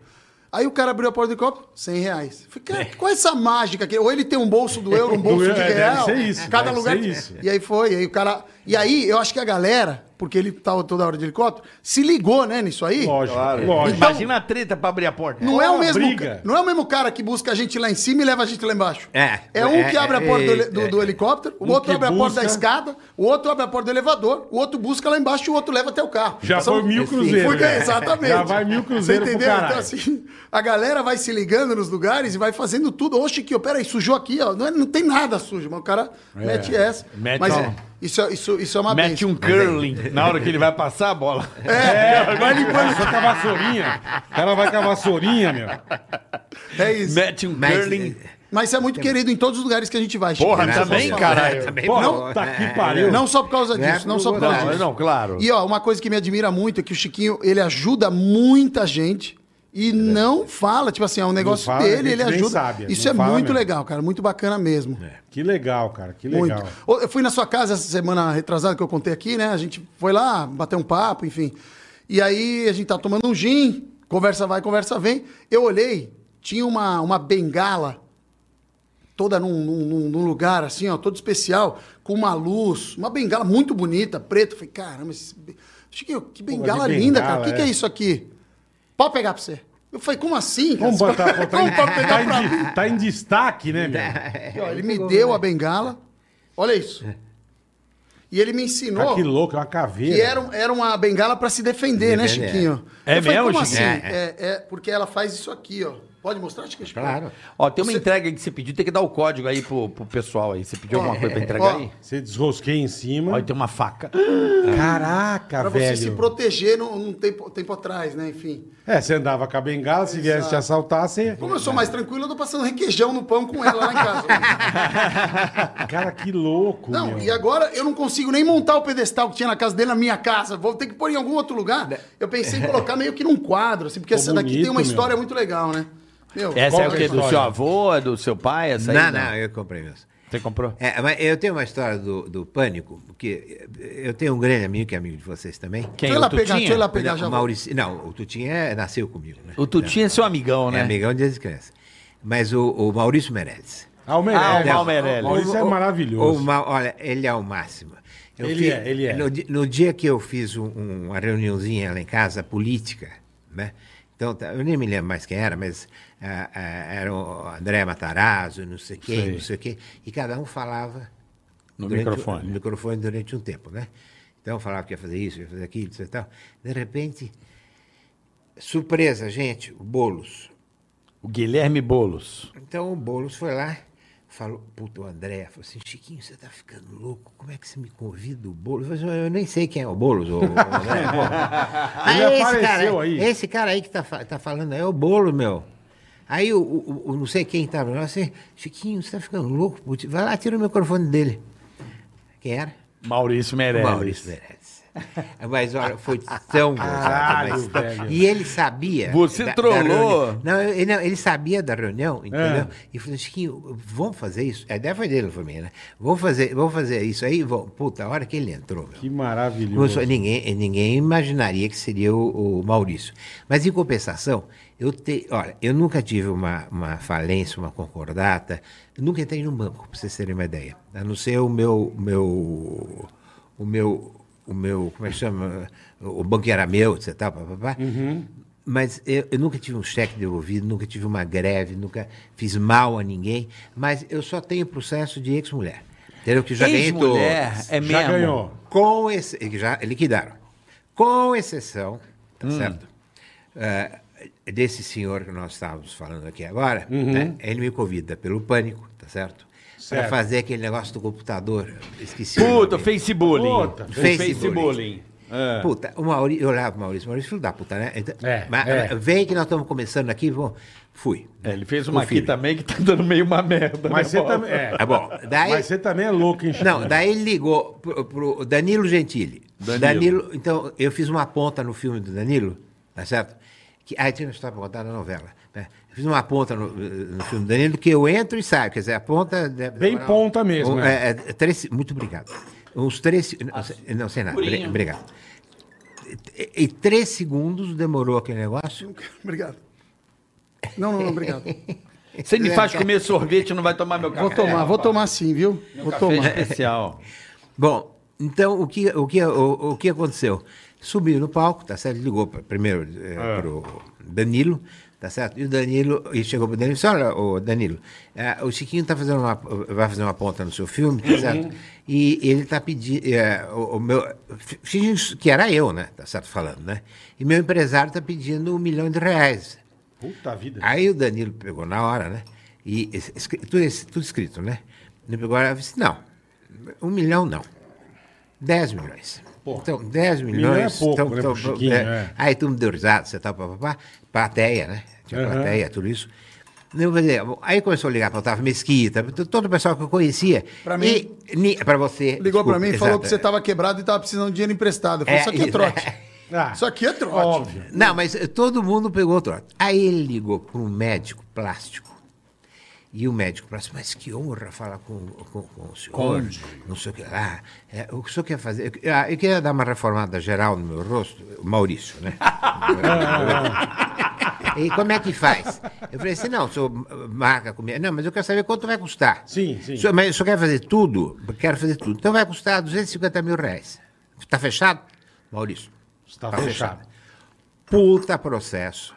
E: Aí o cara abriu a porta do helicóptero, 100 reais. Eu Falei, cara, qual é essa mágica aqui? Ou ele tem um bolso
C: [laughs]
E: do euro, um bolso
C: euro,
E: de
C: é, deve
E: real.
C: ser isso,
E: Cada
C: deve
E: lugar.
C: ser isso.
E: E aí foi, aí o cara. E aí, eu acho que a galera, porque ele tava toda hora de helicóptero, se ligou, né, nisso aí.
C: Lógico, lógico.
E: Então-
A: Imagina a treta pra abrir a porta.
E: Não é, o
C: Olha a
E: mesmo,
C: briga.
E: não é o mesmo cara que busca a gente lá em cima e leva a gente lá embaixo.
F: É.
E: É um
F: É,
E: que abre a
F: é,
E: porta do,
F: é,
E: heli- do- do
F: é.
E: helicóptero, o
C: Um
E: outro
C: que
E: abre a porta da
C: busca-
E: escada, o outro abre a porta do elevador, o outro busca lá embaixo e o outro leva até o carro.
C: Já
E: São-
C: foi mil
F: Sim.
C: cruzeiros.
E: Foi-
C: né?
E: exatamente.
C: Já vai mil cruzeiros
E: Você
C: pro
E: entendeu?
C: caralho.
E: Então, assim, [laughs] a galera vai se ligando nos lugares e vai fazendo tudo. Ô, Chiquinho, peraí, sujou aqui, ó. Não, é- não tem nada sujo, mas o cara
C: É.
E: mete essa.
A: Mete
E: mas
A: um-
E: isso, é- isso, isso é uma
A: Mete
E: benção.
A: um curling na hora que ele vai passar a bola.
E: É, vai limpando.
C: Só com a vassourinha. O cara vai com a vassourinha, meu.
E: É isso.
A: Mete um
F: Mas, eh,
A: curling.
E: Mas você é muito querido em todos os lugares que a gente vai, Né?
A: Porra,
E: Chiquinho.
A: também,
F: é
E: Só-
A: caralho.
F: Também
C: Pô,
F: bom.
C: tá que pariu.
E: Não só por causa
F: é,
C: Né?
F: Não é
E: disso, não só por
F: por
E: causa
A: Não,
E: disso.
A: não, claro.
E: E ó, uma coisa que me admira muito é que o Chiquinho, ele ajuda muita gente e não fala, tipo assim, é um negócio
C: É fala, a gente
E: dele, ele
C: nem
E: ajuda.
C: sabe,
E: Isso
C: não
E: é
C: fala
E: muito
C: mesmo. É.
E: legal, cara, muito bacana mesmo.
C: Que legal, cara. Que
E: Muito.
C: legal.
E: Ô, Eu fui na sua casa essa semana retrasada que eu contei aqui, né? A gente foi lá, bateu um papo, enfim. E aí a gente tá tomando um gin, conversa vai, conversa vem. Eu olhei, tinha uma, uma bengala toda num, num- num- num lugar assim, ó, todo especial, com uma luz, uma bengala muito bonita, preta. Eu Falei, caramba, esse... be- Chiquinho, que bengala
C: de
E: linda,
C: bengala,
E: cara. O que, que
C: é.
E: é isso aqui? Pode pegar pra você. Eu falei, como assim? cara?
C: Vamos
E: [laughs]
C: botar pô, tá, em,
E: Como pode
C: tá
E: pegar
C: em
E: pra
C: de-
E: mim?
C: tá em destaque, né, meu?
E: Aqui, ó, ele me deu a bengala. Olha isso. E ele me ensinou
C: Tá que louco, é uma caveira.
E: que era, um- era uma bengala para se defender, né,
F: Defender,
E: Chiquinho?
A: é. É
E: Eu falei,
A: mesmo,
E: como
A: Chiquinho?
E: assim? É, é, porque ela faz isso aqui, ó. Pode mostrar? Acho que acho que-
F: Claro.
D: Ó, tem uma entrega aí que você pediu, tem que dar o código aí pro, pro pessoal aí. Você pediu alguma coisa pra entregar
E: ó.
D: aí?
C: Você desrosqueia em cima.
D: Ó, e tem uma faca.
C: Caraca,
E: Pra você
C: Ah, velho.
E: se proteger num, num tempo, tempo atrás, né? Enfim.
C: É, você andava com a bengala, se viesse te assaltar,
E: [laughs]
C: você...
E: Como eu sou mais tranquilo, eu tô passando requeijão no pão com ela lá em casa.
C: Cara, que louco,
E: Não,
C: meu.
E: e agora eu não consigo nem montar o pedestal que tinha na casa dele na minha casa. Vou ter que pôr em algum outro lugar. Eu pensei em colocar meio que num quadro, assim, porque
C: Ficou
E: essa daqui tem uma
C: bonito,
E: história
C: meu.
E: muito legal, né? Meu,
D: Essa
C: Qual
D: é o
C: que é a
D: quê? Do
C: história?
D: seu avô, do seu pai? Essa
F: não,
D: aí?
F: não, eu comprei mesmo.
D: Você comprou?
F: É, mas eu tenho uma história do, do pânico, porque eu tenho um grande amigo que é amigo de vocês também.
D: Quem?
E: deixa eu
D: O
E: lá pegar, deixa
D: Tutinha?
E: eu lá pegar
F: o
E: já. volto.
F: Maurici... Não, o Tutinha é- nasceu comigo, né?
D: O Tutinho é seu amigão,
F: É
D: né?
F: amigão desde criança. Mas o, o Maurício Meirelles.
C: Ah, o Meirelles.
D: Ah, o Mal
C: O
D: Meirelles.
C: Maurício é
F: O- o-
C: maravilhoso.
F: o Mau- olha, ele é o máximo.
C: Ele
F: fi-
C: é, ele é.
F: No, di- no dia que eu fiz um- um- uma reuniãozinha lá em casa, política, né? Então, tá- eu nem me lembro mais quem era, mas ah, ah, era o André Matarazzo, não sei quem, não sei o quê. E cada um falava...
A: No
F: durante o-
A: microfone.
F: no microfone durante um tempo, né? Então, falava que ia fazer isso, ia fazer aquilo, isso e tal. De repente, surpresa, gente, o Boulos...
A: O Guilherme Boulos.
F: Então o Boulos foi lá, falou, puto o André, falou assim, Chiquinho, você tá ficando louco, como é que você me convida o Boulos? Eu, falei, eu nem sei quem é o Boulos, ô, ô, André, pô."
C: [laughs]
F: Ah,
C: Ele apareceu
F: cara,
C: aí.
F: Esse cara aí que tá, fa- tá falando aí é o Boulos, meu. Aí o, o- o não sei quem tava lá, assim, Chiquinho, você tá ficando louco, putz, vai lá, tira o microfone dele. Quem era?
A: Maurício Meirelles.
F: Maurício Meirelles. Mas olha, foi tão gozado.
C: Caralho,
F: mas tão-
C: velho.
F: E ele sabia.
D: Você trollou. É.
F: reunião. não, ele, não, ele sabia da reunião, entendeu? E falou, Chiquinho, vamos fazer isso. A ideia foi dele, não foi minha, né? Vamos fazer, vamos fazer isso aí. Vamos. Puta, a hora que ele entrou, meu.
C: Que
F: Não
C: maravilhoso.
F: sou- ninguém, ninguém imaginaria que seria o, o Maurício. Mas, em compensação, eu, te, olha, eu nunca tive uma, uma falência, uma concordata, nunca entrei num banco, para vocês terem uma ideia. A não ser o meu. meu o meu. O meu. Como é que chama? O banco era meu, etc. Pá, pá, pá. Mas eu, eu nunca tive um cheque devolvido, nunca tive uma greve, nunca fiz mal a ninguém. Mas eu só tenho processo de ex-mulher. Entendeu? Que já ganhei
D: Ex-mulher,
F: todos.
D: é mesmo.
C: Já ganhou.
F: Com esse, que já liquidaram. Com exceção, tá
C: Hum.
F: certo? Eh, desse senhor que nós estávamos falando aqui agora, né? ele me convida pelo pânico, tá certo? Para
C: Uhum. Certo.
F: fazer aquele negócio do computador. Esqueci. o
B: Puta,
F: nome.
B: Facebook.
C: Puta,
F: Facebook.
B: Facebook.
F: Puta, o Maurício, eu olhava pro Maurício, Maurício, filho da puta, né? Então,
C: É,
F: mas,
C: é.
F: Vem que nós estamos começando aqui, vou... fui.
A: É, ele fez uma
F: O
A: aqui
F: filho.
A: também que tá dando meio uma merda.
C: Mas
A: né,
C: você
A: Bola?
C: também... É.
F: Tá bom. Daí...
C: Mas você também é louco, hein, Chico?
F: Não, daí ele ligou pro, pro Danilo Gentili. Danilo. Então, eu fiz uma ponta no filme do Danilo, tá certo? Que, aí tem uma história pra contar na novela. né? Eu fiz uma ponta no, eh, no filme do Danilo que eu entro e saio. Quer dizer, a ponta. é
C: Bem ponta mesmo,
F: Um,
C: é.
F: é, é, três, muito obrigado. Uns três. Não, sei- não sei nada. obri- Obrigado. E, e três segundos demorou aquele negócio.
E: Obrigado. Não, não, não,
C: [laughs]
E: obrigado.
D: Você me faz comer sorvete não vai tomar meu café.
E: Vou tomar, vou tomar sim, viu? Vou
D: Café é
E: tomar.
D: especial.
F: Bom, então o que, o que, o, o que aconteceu? Subiu no palco, tá certo? Ligou pra- primeiro eh, pro Danilo, tá certo? E o Danilo e chegou pro Danilo e disse: Olha, ô Danilo, eh, o Chiquinho tá fazendo uma, vai fazer uma ponta no seu filme, tá certo? E ele tá pedindo. o, o meu, fi- fingindo que era eu, né? Tá certo? Falando, né? E meu empresário tá pedindo um milhão de reais.
C: Puta vida.
F: Aí o Danilo pegou na hora, né? E es- escri- tudo, es- tudo escrito, né? Ele pegou e disse, não, um milhão não. 10 milhões.
C: Porra.
F: Então, 10 milhões.
C: Milhão é pouco, né, pro Chiquinho,
F: é.
C: é.
F: Aí todo mundo deu risada, você tá, tal, papapá. Plateia, né? Tinha
C: Aham.
F: plateia, tudo isso. Eu vou dizer, Aí começou a ligar para o Otávio Mesquita, t- todo o pessoal que eu conhecia.
E: Pra mim.
F: Para você.
E: Ligou pra
F: desculpa,
E: mim e falou
F: exato.
E: que
C: é.
E: você tava quebrado e tava precisando de dinheiro emprestado. Eu falei,
F: É,
C: [laughs]
E: isso aqui é
F: isso,
E: trote.
C: Ah,
E: Isso aqui é trote.
C: Óbvio.
F: Não, mas eh, todo mundo pegou o trote. Aí ele ligou para um médico plástico. E o médico plástico, mas que honra falar com, com, com o senhor. Não sei o que lá. É, o que o senhor quer fazer? Eu, ah, eu queria dar uma reformada geral no meu rosto. Maurício,
C: [laughs]
F: né? e como é que faz? Eu falei assim, não, o senhor marca comigo. Não, mas eu quero saber quanto vai custar.
C: Sim, sim.
F: O senhor- mas o senhor quer fazer tudo? Quero fazer tudo. Então vai custar 250 mil reais. Está fechado? Maurício.
C: Está
F: tá
C: fechado.
F: Puta processo.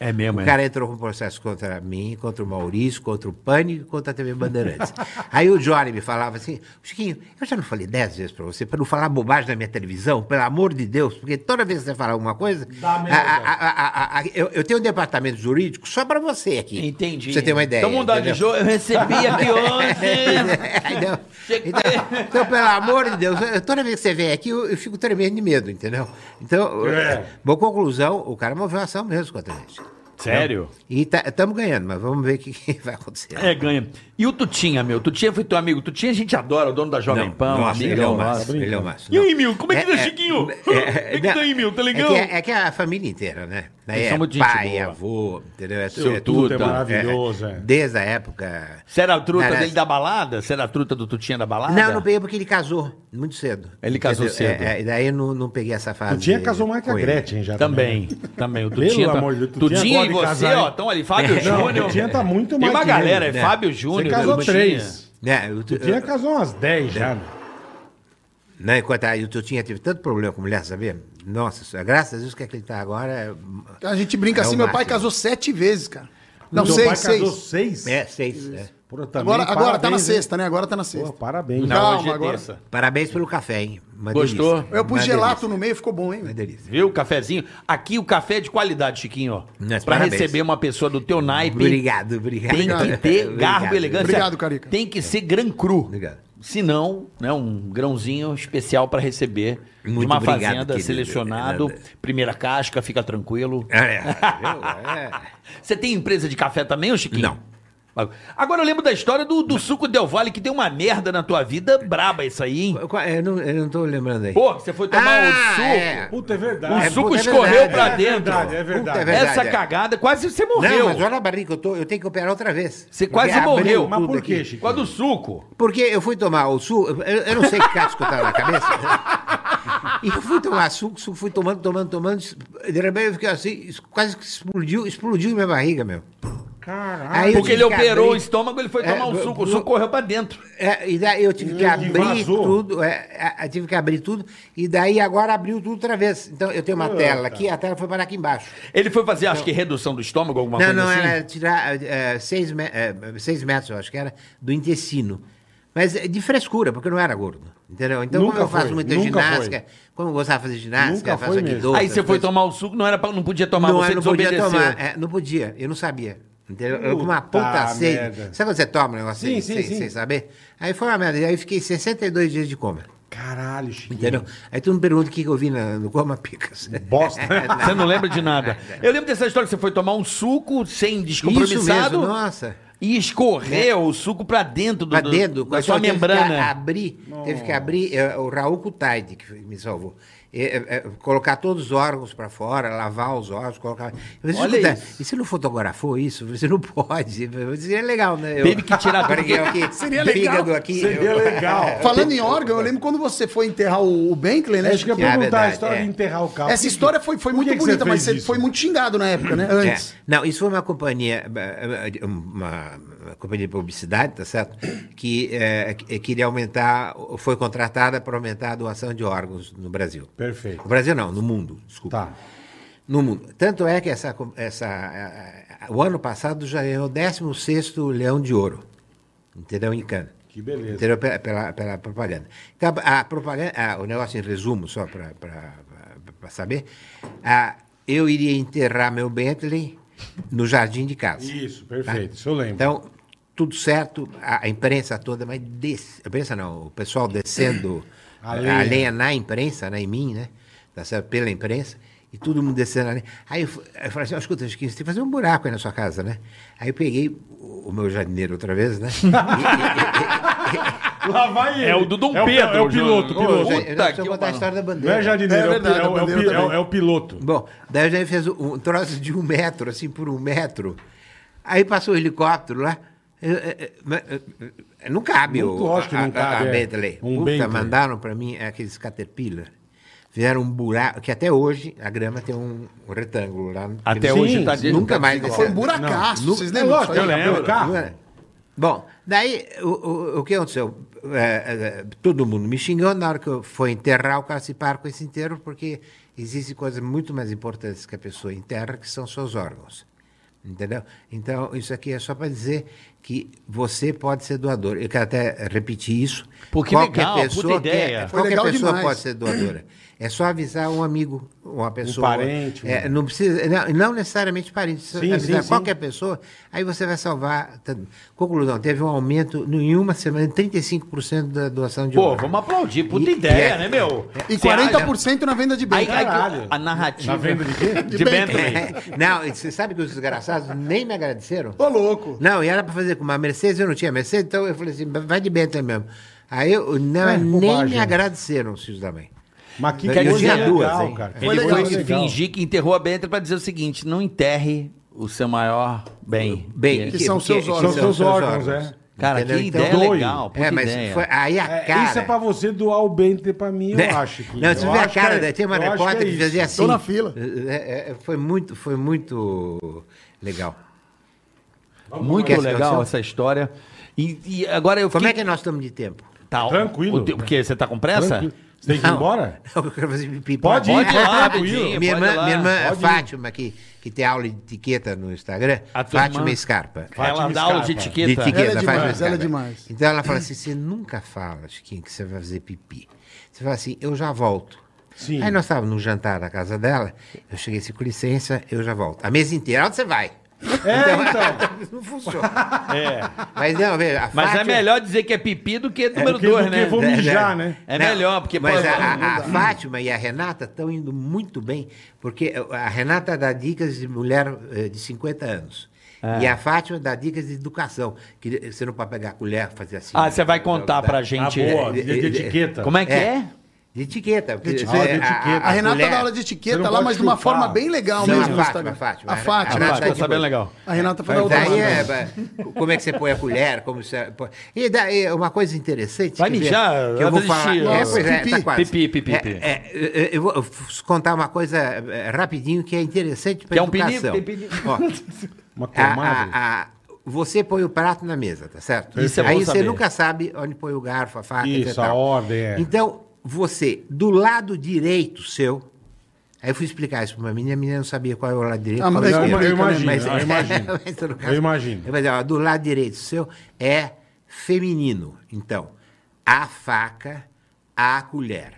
A: É mesmo,
F: O
A: é.
F: cara entrou com um processo contra mim, contra o Maurício, contra o Pânico e contra a TV Bandeirantes. [laughs] Aí o Johnny me falava assim, Chiquinho, eu já não falei dez vezes pra você, pra não falar bobagem na minha televisão, pelo amor de Deus, porque toda vez que você falar alguma coisa,
C: Dá merda.
F: a- a- a- a- a- eu, eu tenho um departamento jurídico só pra você aqui.
D: Entendi.
F: Pra você ter uma ideia.
D: Então mudar de
F: entendeu?
D: jogo, né? eu recebi
F: [laughs]
D: aqui hoje.
F: Entendeu? Então, então, pelo amor de Deus, eu- toda vez que você vem aqui, eu, eu fico tremendo de medo, entendeu? Então,
C: É.
F: boa conclusão, o cara moveu a ação mesmo contra a gente.
B: Sério?
F: E estamos ganhando, mas vamos ver o que, [laughs] que vai acontecer.
D: É, ganha. E o Tutinha, meu? Tutinha foi teu amigo. Tutinha a gente adora, o dono da Jovem Pan.
F: nossa,
D: amigo.
F: ele é o
D: nosso.
F: máximo, ele é o máximo.
B: E aí,
F: Não.
B: meu, como é que tá,
F: [laughs]
B: Chiquinho? Como é que
F: não,
B: tá aí, meu? Tá
F: é
B: legal?
F: que É é que, a família inteira, né? Daí
D: Eles
F: é
D: são muito gente
F: pai,
D: boa.
F: avô, entendeu? É,
D: Seu
F: é
C: Tudo é
D: Puta.
C: maravilhoso, é.
F: Desde a época...
D: Você era a truta
F: Não, não,
D: dele da balada? Você era a truta do Tutinha da balada?
F: Não, não peguei porque ele casou muito cedo.
D: Ele casou cedo.
F: É, é, e daí eu não, não peguei essa fase.
C: Tu tinha casou mais que a
F: com ele.
C: Gretchen já né?
D: Também, também. O
C: Pelo
D: Tutinha. tá-
C: amor de Deus, Tutinha
D: Tutinha e
C: gosta de
D: você,
C: casar, hein?
D: ó, estão ali. Fábio
C: Não,
D: Júnior.
C: o Tutinha tá muito
D: Tem
C: mais
D: uma
C: que ele,
D: galera, é
F: né?
D: Fábio
C: Você
D: Júnior.
C: casou
D: Tutinha.
C: três.
F: Né, eu,
C: Tu tinha casou umas dez já, né?
F: né, enquanto aí o Tutinha teve tanto problema com mulher, sabia? Nossa, senhora, graças a Deus que é que ele tá agora. é-
E: A gente brinca
F: É
E: assim,
F: o
E: meu pai
F: máximo.
E: casou sete vezes, cara. Não,
C: Seu pai
E: seis,
C: casou
E: seis.
C: seis?
F: É, seis. né?
C: Pô, também,
E: Agora, agora tá na
C: parabéns, hein?
E: sexta, né? Agora tá na
C: Pô,
E: sexta.
C: parabéns.
E: Não. Calma,
D: hoje é
E: agora.
D: terça.
F: Parabéns pelo café, hein? Uma
D: Gostou?
F: delícia.
E: Eu pus
F: Uma
E: gelato no meio, ficou bom, hein?
F: delícia, Uma delícia.
D: Viu? Cafezinho. Aqui o café é de qualidade, Chiquinho. ó.
F: Mas
D: Pra
F: parabéns.
D: receber uma pessoa do teu naipe.
F: Obrigado, obrigado.
D: Tem que ter garbo e elegância.
E: Obrigado, Carica.
D: Tem que ser gran cru.
F: Obrigado.
D: Se não, né, um grãozinho especial para receber de
F: Muito
D: uma
F: obrigado,
D: fazenda
F: querido.
D: selecionado.
F: É nada.
D: Primeira casca, fica tranquilo.
F: É, é, viu? [laughs] É.
D: Você tem empresa de café também, ô Chiquinho?
F: Não.
D: Agora eu lembro da história do, do suco Del Valle, que deu uma merda na tua vida. Braba isso aí, hein?
F: Qual- qual- É. Eu, não, eu não tô lembrando aí.
D: Pô, você foi tomar o suco.
F: é.
C: Puta, é
D: O
C: verdade.
F: É,
D: suco
F: puta, é
D: escorreu
F: verdade.
D: pra
C: É
D: dentro.
C: verdade, é verdade.
F: Puta, é verdade,
D: Essa
F: é.
D: cagada, quase você morreu.
F: Não, mas olha a barriga que eu tô. Eu tenho que operar outra vez.
D: Você
F: Porque
D: quase
F: abriu
D: morreu.
C: Mas
F: tudo
C: por quê,
F: aqui.
C: Chico?
D: Qual do suco?
F: Porque eu fui tomar o suco, eu, eu não sei que casco eu tava na cabeça. [laughs] E eu fui tomar suco, suco, fui tomando, tomando, tomando. De repente eu fiquei assim, isso quase que explodiu, explodiu minha barriga, meu.
C: Caralho.
F: Aí eu
D: Porque ele
F: tive que
D: operou o
F: abrir-
D: estômago, ele foi
F: É,
D: tomar o
F: eu-
D: suco. O
F: eu-
D: suco correu pra dentro.
F: É, e daí eu tive que
C: Hum,
F: abrir
C: vazou.
F: tudo, é, a- a- tive que abrir tudo, e daí agora abriu tudo outra vez. Então eu tenho uma
C: Ah, tá.
F: tela aqui, a tela foi parar aqui embaixo.
D: Ele foi fazer, acho que redução do estômago, alguma
F: não,
D: coisa
F: não,
D: assim?
F: era tirar é, seis, me- é, seis metros, eu acho que era, do intestino. Mas é, de frescura, porque eu não era gordo. Entendeu? Então,
C: Nunca
F: como eu faço
C: foi,
F: muita
C: nunca
F: ginástica, como eu gostava de fazer ginástica,
C: Nunca foi
F: faço
C: mesmo.
F: aqui
D: Aí você foi tomar o suco, não, era pra, não podia tomar,
F: não,
D: você
F: eu não podia
D: desobedeceu.
F: tomar. é, não podia, eu não sabia. Entendeu? Eu com uma
C: Puta
F: puta sede.
C: merda.
F: Sabe quando você toma um negócio
C: Sim,
F: sem,
C: sim,
F: sem-
C: sim.
F: sem saber? Aí foi uma merda. E aí eu fiquei 62 dias de coma.
C: Caralho, Chico.
F: Entendeu?
D: Uhum.
F: Aí tu me pergunta o que, que eu vi na- no coma picas. É.
C: Bosta.
D: Você não lembra de
F: [laughs]
D: nada. Eu lembro dessa história que você foi tomar um suco sem
F: Isso
D: descompromissado
F: mesmo, nossa.
D: e escorreu o suco pra dentro do,
F: Né? Pra
D: do-
F: dentro,
D: da sua
F: só teve que a-
D: membrana.
F: abrir, teve que abrir é, o Raul Kutaid, que me salvou. É, é, é, colocar todos os órgãos para fora, lavar os órgãos, colocar. Eu disse,
D: Olha
F: "Escuta,
D: isso."
F: E você não fotografou isso? Você não [laughs] pode. Eu disse, é legal, né? Eu,
D: Teve que tirar
F: [laughs]
D: tudo.
F: Agora que eu aqui,
E: Seria legal.
F: fígado aqui.
C: [laughs] Seria
F: eu- É.
C: legal.
E: Falando em órgão, É, eu lembro quando você foi enterrar o, o Bentley, né?
C: Acho que eu ia
F: É
C: perguntar a
F: verdade,
C: história
F: é.
C: de enterrar o carro.
E: Essa história é foi, foi
C: Por que
E: muito
C: que você
E: bonita,
C: fez
E: mas você
C: isso?
E: foi muito xingado na época, né?
F: É.
E: Antes.
F: Não, isso foi uma companhia, eh, eh, uma, uma companhia de publicidade, tá certo? Que eh, que- queria aumentar, foi contratada para aumentar a doação de órgãos no Brasil.
C: Perfeito.
F: No Brasil não, no mundo, desculpa.
C: Tá.
F: No mundo. Tanto é que essa, com- essa, eh, eh, o ano passado já ganhou o 16º Leão de Ouro, entendeu? Em Cannes.
C: Que beleza.
F: Entendeu? Pela, pela, pela propaganda. Então, a propaganda, ah, o negócio em resumo, só para saber, ah, eu iria enterrar meu Bentley no jardim de casa.
C: Isso, perfeito. Isso eu lembro.
F: Então, tudo certo, a, a imprensa toda, mas des, a imprensa não, o pessoal descendo
C: A
F: [clears throat] a,
C: lenha.
F: lenha. na imprensa, né, em mim, né? Tá certo? Pela imprensa. E todo mundo descendo ali. Aí eu, fu- eu falei assim, ó, escuta, Chiquinho, você tem que fazer um buraco aí na sua casa, né? Aí eu peguei o, o meu jardineiro outra vez, [laughs] né? E- e- e- e-
C: Lá vai ele.
B: É o do Dom
C: É o-
B: Pedro,
C: É o piloto,
B: Júnior.
C: piloto.
F: Eu
D: Puta
F: já- deixa
D: que
F: eu contar a
D: pariu.
F: história da
C: Não
F: bandeira.
C: é jardineiro,
E: É
C: é, o-
E: verdade,
C: é o-
E: a
C: é o,
E: bandeira
C: é o-
E: também.
C: é o piloto.
F: Bom, daí eu já fez um, um troço de um metro, assim, por um metro. Aí passou o helicóptero lá. É, Eu- eu- eu- mas, eu- eu- é, Não cabe
C: Não,
F: o,
C: lógico que não
F: a- a-
C: cabe,
F: a
C: é.
F: Bentley.
C: Um
F: Puta,
C: Bentley.
F: mandaram para mim aqueles Caterpillar. Fizeram um buraco, que até hoje a grama tem um, um retângulo lá.
D: Até
F: Sim,
D: hoje tá
F: Nunca mais.
D: tá-
E: Foi um
F: desse-
E: buracaço,
F: Não.
E: vocês
C: É
E: lembram? disso
C: lógico,
E: aí?
C: eu lembro. Carro.
F: não era. Bom, daí o, o, o que aconteceu? É, é, todo mundo me xingou. Na hora que eu fui enterrar, o cara se parou com esse inteiro, porque Existem coisas muito mais importantes que a pessoa interna, que são seus órgãos. Entendeu? Então, isso aqui é só para dizer que você pode ser doador. Eu quero até repetir isso.
B: Pô, que legal, puta ideia.
F: Quer,
E: Foi
F: é- qualquer
E: legal
F: pessoa
E: demais.
F: pode ser doadora. É só avisar um amigo, uma pessoa.
C: parente, um-
F: É, não precisa, não, não necessariamente parente, só
C: Sim,
F: avisar
C: sim, sim.
F: qualquer pessoa, aí você vai salvar. tanto. Conclusão, teve um aumento no- em uma semana, 35% da doação de
D: Pô,
F: órgãos.
D: vamos aplaudir. Puta
F: E-
D: ideia,
F: é-
D: né, meu?
E: E
D: Você
E: 40% na venda de
D: Aí,
E: bens.
D: aí,
C: Caralho.
D: a narrativa.
C: Na venda de quê?
D: De Bentley.
F: É, [laughs] não, e você sabe que os desgraçados nem me agradeceram?
E: Ô, louco.
F: Não, e era para fazer com uma Mercedes, eu não tinha Mercedes, então eu falei assim, vai de Bentley mesmo. Aí eu, não,
C: É,
F: nem
C: bobagem.
F: me agradeceram os filhos da mãe.
C: Mas que
F: Eu tinha duas,
C: legal,
F: hein?
C: cara. Que
D: Ele
C: coisa
D: foi
C: legal.
D: fingir que enterrou a Bentley pra dizer o seguinte: não enterre o seu maior bem. é
F: Bem,
E: Que são seus
C: São
E: órgãos.
C: seus órgãos, é.
D: né? Cara,
F: Entendeu?
D: que
F: Então,
D: ideia
C: doe.
D: legal. Puta
F: É, mas
D: ideia.
F: foi- aí a
C: É,
F: cara...
C: isso é pra você doar o Bentley pra mim, eu
F: Né?
C: acho. Que,
F: Não, você
C: eu
F: vê a
C: acho que
F: cara,
C: é-
F: da- tinha uma
C: eu acho
F: repórter
C: que
F: que,
C: é isso.
F: fazia assim.
E: Tô na fila.
F: É, é, foi muito, foi muito legal.
D: Muito
F: Quer
D: legal
F: ser-
D: essa história. E, e agora eu
F: Como
D: fiquei-
F: é que é? nós estamos de tempo?
D: Tá, o-
C: Tranquilo.
D: o teu- porque você tá com pressa?
C: Tranquilo. Você tem que ir
F: Não.
C: embora?
F: [laughs] Eu quero fazer pipi.
C: Pode ir, pode ir, tranquilo.
D: rapidinho,
F: Minha
D: pode
F: irmã,
D: ir lá.
F: minha irmã
C: Pode ir.
F: Fátima, que, que tem aula de etiqueta no Instagram,
D: A tua
F: Fátima
D: irmã?
F: Scarpa.
D: Ela
C: Fátima
D: dá aula de
C: Scarpa.
F: De
D: etiqueta.
F: etiqueta,
E: Ela é
F: Fátima
E: demais, ela é
F: Scarpa.
E: demais.
F: Então ela fala assim: você nunca fala, Chiquinho, que você vai fazer pipi. Você fala assim, eu já volto.
C: Sim.
F: Aí nós estávamos num jantar na casa dela, eu cheguei assim, com licença, eu já volto. A mesa inteira, onde você vai?
C: É, então.
F: [laughs]
C: é.
F: Não funciona. Mas não, veja, a
D: Mas
F: Fátima...
D: é melhor dizer que é pipi do que número
C: Porque-
D: 2,
C: porque
D: né?
C: vou
F: É,
C: mijar,
F: né?
C: né?
D: É
F: Não,
D: melhor, porque
F: Mas
D: pô,
F: a, a- a Fátima e a Renata estão indo muito bem, porque a Renata dá dicas de mulher eh, de 50 anos.
D: É.
F: E a Fátima dá dicas de educação. Que você não pode pegar a colher e fazer assim.
D: Ah, você vai contar pra gente.
C: Ah, boa, de,
F: é,
C: de
F: é,
C: etiqueta.
D: Como é que é?
F: De etiqueta. porque tipo, é,
C: etiqueta.
F: você-
C: Ah, de etiqueta.
E: A Renata
F: colher-
E: dá aula de
C: Você
E: etiqueta
C: não
E: lá,
C: pode
E: mas de uma
C: chupar.
E: forma bem legal
F: Não,
E: mesmo.
F: a
E: no
F: Fátima,
E: Instagram.
F: a Fátima.
E: A Fátima.
F: A é
D: Ah,
F: Fátima.
D: ficou sabendo legal.
E: A Renata foi
C: Mas
E: da outra
F: Daí
E: lado.
F: é, ba- como é que você põe a colher, como você põe- E daí, uma coisa interessante...
D: Vai
F: quer dizer,
D: mijar,
F: que eu
D: vai
F: vou
D: fazer
F: falar...
D: xixi,
F: É,
E: ó.
F: pois é,
E: Pipi.
F: tá quase.
D: Pipi, pipi,
F: É,
D: pipi.
F: é, é, eu vou f- contar uma coisa é, rapidinho que é interessante para
D: Que é um perigo,
F: educação.
D: tem perigo.
F: Ó,
D: é?
C: Uma
F: a- a-
D: Ah,
C: comadre?
F: a- você põe o prato na mesa, tá certo?
D: Isso é bom
F: Aí você
D: saber.
F: nunca sabe onde põe o garfo, a faca,
C: Isso,
F: etc e
C: a
F: tal.
C: ordem, é.
F: Então, você, do lado direito seu... Aí eu fui explicar isso para uma menina, a menina não sabia qual é o lado direito.
E: Ah,
F: qual
E: mas
F: é o
E: eu-
F: esquerdo.
E: eu
C: imagino,
F: Mas-
C: eu imagino.
F: [laughs] mas no
D: ah,
C: Eu imagino.
F: eu vou dizer, ó, do lado direito seu é feminino. Então, a faca, a colher.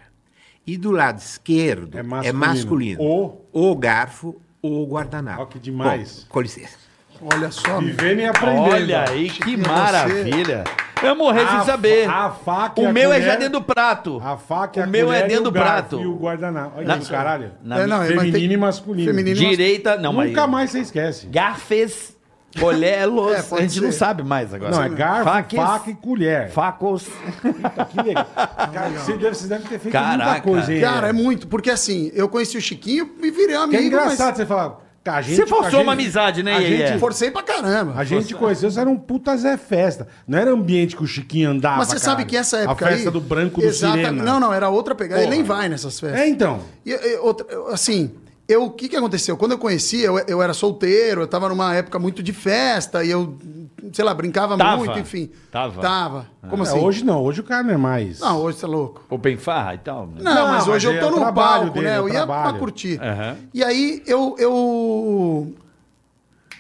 F: E do lado esquerdo
C: É
F: é
C: masculino.
F: masculino.
C: O-
F: garfo, o guardanapo.
C: Ó, que demais.
F: Bom, com licença.
E: Olha só. meu.
C: Vivendo e aprendendo.
D: Olha aí, que
E: Chiquinho, você-
D: maravilha. Eu morri
C: A
D: sem
C: fa-
D: saber.
C: a faca e
D: o
C: a
D: meu é
C: colher-
D: já dentro do prato.
C: A faca,
D: o
C: a
D: meu é
C: colher e
D: dentro
C: o
D: do
C: garfo
D: prato.
C: E o guardanapo. Olha
D: Na-
C: isso, caralho.
D: Na
E: É, não, mas tem-
C: Feminino e masculino.
E: Feminino e
D: Direita, não, mas.
C: Nunca mais você esquece.
D: Garfes, colelos.
E: [laughs] É, pode
D: a gente não
E: ser.
D: sabe mais agora.
C: Não, é garfo,
D: Faques,
C: faca e colher.
D: Facos.
C: Que legal. Cara, você deve, você deve ter feito muita
D: Caraca.
C: coisa, hein?
E: Cara, é muito. Porque assim, eu conheci o Chiquinho e virei
C: Que
E: amigo,
C: é engraçado
E: mas
C: você falar. cara, a gente-
D: Você forçou
C: a gente-
D: uma amizade, né,
C: A
D: Iê?
C: gente,
E: forcei pra caramba.
C: a gente conheceu, você era um puta Zé Festa. Não era ambiente que o Chiquinho andava.
E: Mas você sabe
C: caralho.
E: que essa época
C: A
E: aí...
C: festa do branco do
E: Exata-
C: cinema.
E: Não, não, era outra pegada. Ele nem vai nessas festas.
C: É, então.
E: E, e, outra- eu, assim, eu, o que, que aconteceu? Quando eu conheci, eu, eu era solteiro, eu tava numa época muito de festa, e eu, sei lá, brincava
D: Tava.
E: muito, enfim.
D: Tava.
E: Tava. Como
C: É,
E: assim?
C: Hoje não, hoje o cara não é mais.
E: Não, hoje você é louco.
D: Open Farra e tal. né?
E: Não,
C: Não,
E: mas hoje
C: mas
E: eu
C: é
E: tô
C: o
E: no
C: trabalho
E: palco,
C: dele, é
E: né?
C: o
E: Eu ia pra
C: trabalho.
E: curtir.
D: Aham.
E: E aí eu, eu.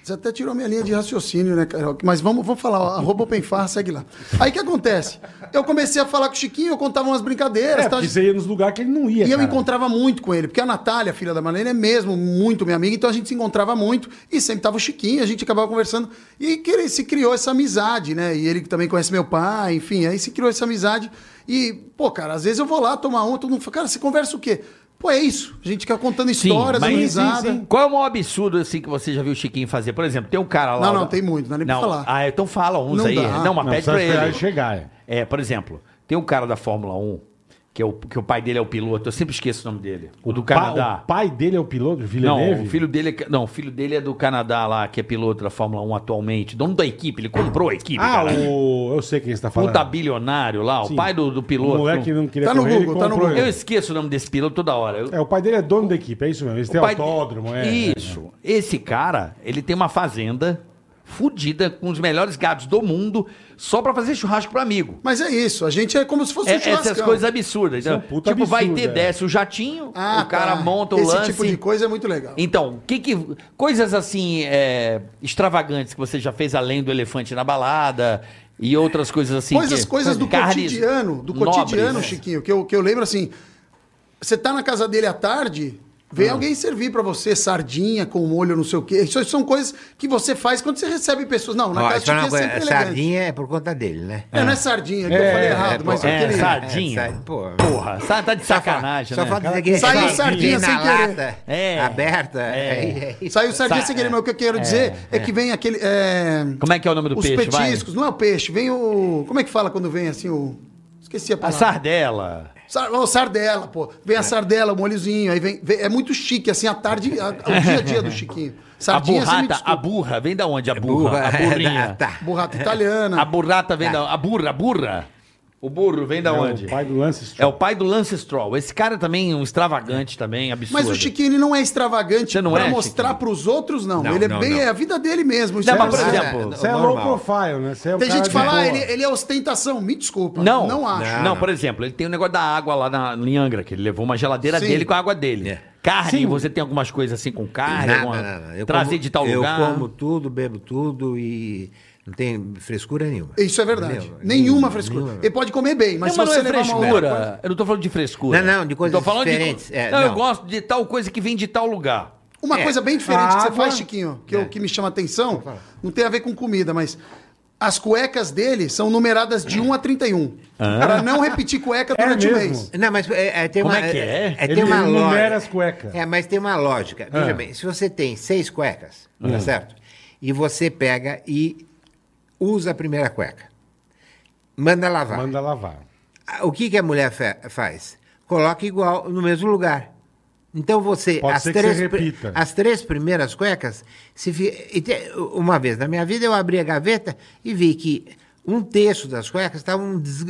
E: Você até tirou minha linha de raciocínio, né, Carol? Mas vamos, vamos falar, ó, arroba OpenFar, segue lá. Aí o que acontece? Eu comecei a falar com o Chiquinho, eu contava umas brincadeiras.
C: É,
E: tal,
C: porque você ia nos lugares que ele não ia.
E: e eu
C: cara.
E: encontrava muito com ele, porque a Natália, filha da Marlene, é mesmo muito minha amiga, então a gente se encontrava muito e sempre tava o Chiquinho, a gente acabava conversando. E que ele se criou essa amizade, né? E ele que também conhece meu pai, enfim, aí se criou essa amizade. E, pô, cara, às vezes eu vou lá tomar uma, todo mundo fala, cara, você conversa o quê? Pô, é isso. A gente fica contando histórias,
D: mas-
E: dando
D: sim,
E: risada.
C: sim.
D: Qual é o maior absurdo assim que você já viu o Chiquinho fazer? Por exemplo, tem um cara lá.
E: Não, não, tem muito, não é nem pra falar.
D: Ah, então fala uns
E: Não
D: aí.
E: dá.
D: Não, mas
C: Não,
D: pede
C: precisa
D: pra
C: esperar
D: ele.
C: ele chegar. é.
D: É, por exemplo, tem um cara da Fórmula 1, que, é o, que o pai dele é o piloto, eu sempre esqueço o nome dele. O do
C: Pa-
D: Canadá.
C: O pai dele é o piloto, o
D: Não,
C: Villeneuve?
D: o filho dele é, não, o filho dele é do Canadá lá, que é piloto da Fórmula 1 atualmente, dono da equipe, ele comprou a equipe,
C: Ah,
D: cara.
C: o... eu sei quem você tá falando.
D: Puta bilionário lá,
C: Sim.
D: o pai do, do
C: O
D: piloto.
C: moleque não queria
E: Tá no
C: correr, ele
E: Google, tá no
C: comprou
E: Google.
C: ele.
D: Eu esqueço o nome desse piloto toda hora. Eu-
C: É, o pai dele é dono da equipe, é isso mesmo. Eles têm
D: o pai de-
C: autódromo, é.
D: Isso. Esse cara, ele tem uma fazenda fudida, com os melhores gados do mundo, só pra fazer churrasco pra amigo.
E: Mas é isso, a gente é como se fosse
D: É,
E: um churrascão.
D: essas coisas absurdas.
C: Isso é um
D: entendeu?
C: puta
D: tipo, vai
C: absurdo,
D: ter,
C: é.
D: desce o jatinho,
E: Ah,
D: o cara
E: tá.
D: monta o
E: Esse
D: lance.
E: tipo de coisa é muito legal.
D: Então, que que, coisas assim é, extravagantes que você já fez além do elefante na balada e outras coisas assim.
E: coisas
D: que-
E: coisas do
D: carnes
E: cotidiano, do
D: nobres.
E: cotidiano, Chiquinho, que eu, que eu lembro assim, você tá na casa dele à tarde, vem alguém servir pra você sardinha com molho, não sei o quê. Isso são coisas que você faz quando você recebe pessoas. Não, na
F: Ó,
E: casa
F: só
E: do
F: uma
E: Chiquinho é
F: coisa,
E: sempre elegante.
F: sardinha é por conta dele, né?
E: É, não é sardinha, que
C: É,
E: eu falei errado,
F: é,
E: mas
F: pô,
D: É,
E: [laughs] aquele...
D: sardinha.
F: É, sa- pô.
D: Porra, sa- tá de sacanagem,
F: só
D: né?
F: falta dizer que
E: Saiu
F: é
E: sardinha sem
F: na
E: querer.
F: lata,
D: É.
F: aberta.
D: É.
F: é, é.
E: Saiu sardinha
D: Sa-
E: sem querer, mas o que eu quero dizer é, que vem aquele... é,
D: Como é que é o nome do
E: os
D: peixe, vai?
E: petiscos, não é o peixe, vem o... Como é que fala quando vem assim o... Esqueci a
D: A
E: palavra.
D: sardela.
E: Sar, ô, sardela, pô.
D: É.
E: Vem a sardela, o molhozinho, aí vem, vem- É muito chique, assim, a tarde, a- o dia a
D: [laughs]
E: dia do Chiquinho. Sardinha, assim,
D: a
E: você me
D: burrata, a
E: desculpa.
D: burra, vem da
C: É
D: onde a burra? A
C: [laughs]
D: burrinha.
F: [laughs] Tá.
E: Burrata italiana.
D: A burrata vem da A burra, a burra. O burro vem da onde?
C: É O pai do lance
D: É o pai do Lance Stroll. Esse cara também é um extravagante também, absurdo.
E: Mas o Chiquinho ele não é extravagante
D: Você não
E: pra
D: é,
E: mostrar
D: Chiquinho?
E: pros outros, não.
F: Não,
E: ele é
F: não,
E: bem.
F: não.
E: É a vida dele mesmo. isso
D: Não,
E: é
D: mas, por
E: verdade.
D: exemplo,
C: Você é low
F: Ah, tá. normal.
C: profile, né? Você é um
E: Tem
C: cara
E: gente que
C: de
E: fala,
C: boa.
E: ah, ele, ele é ostentação. Me desculpa.
D: Não,
E: Não acho.
D: Não, por exemplo, ele tem o negócio da água lá na em Angra, que ele levou uma geladeira
E: Sim.
D: dele com a água dele.
F: É.
D: Carne,
C: Sim.
D: você tem algumas coisas assim com carne,
F: Nada,
D: alguma-
F: nada. Eu
D: trazer
F: como-
D: de tal lugar.
F: Eu como tudo, bebo tudo e não tem frescura nenhuma.
E: Isso é verdade.
F: Entendeu?
E: nenhuma frescura.
F: nenhuma.
E: Ele pode comer bem, mas
D: não, mas
E: se
D: não
E: você
D: é
E: levar uma outra
D: frescura.
E: coisa-
D: eu não tô falando de frescura.
F: Não, não, de coisas
D: Tô falando de-
F: diferentes. É,
D: não, eu
F: não.
D: gosto de tal coisa que vem de tal lugar.
E: Uma
F: É.
E: coisa bem diferente que você
C: Água.
E: faz, Chiquinho, que, eu-
C: É.
E: que me chama atenção, não tem a ver com comida, mas as cuecas dele são numeradas de 1 a 31. Para não repetir cueca
C: É
E: durante o
C: mesmo?
E: mês.
F: Não, mas é, é, tem
D: Como
F: uma,
D: é que é?
F: tem
C: Ele
F: uma
C: numera
F: lógica.
C: as cuecas.
F: É, mas tem uma lógica.
E: Ah.
F: Veja bem, se você tem seis cuecas,
D: Ah.
F: tá certo? E você pega e usa a primeira cueca. Manda lavar.
C: Manda lavar.
F: O que, que a mulher fe- faz? Coloca igual no mesmo lugar. Então você.
C: Pode
F: as,
C: ser que
F: três,
C: você
F: pri-
C: repita.
F: as três primeiras cuecas. Se fi- e te- Uma vez na minha vida eu abri a gaveta e vi que um terço das cuecas estavam des...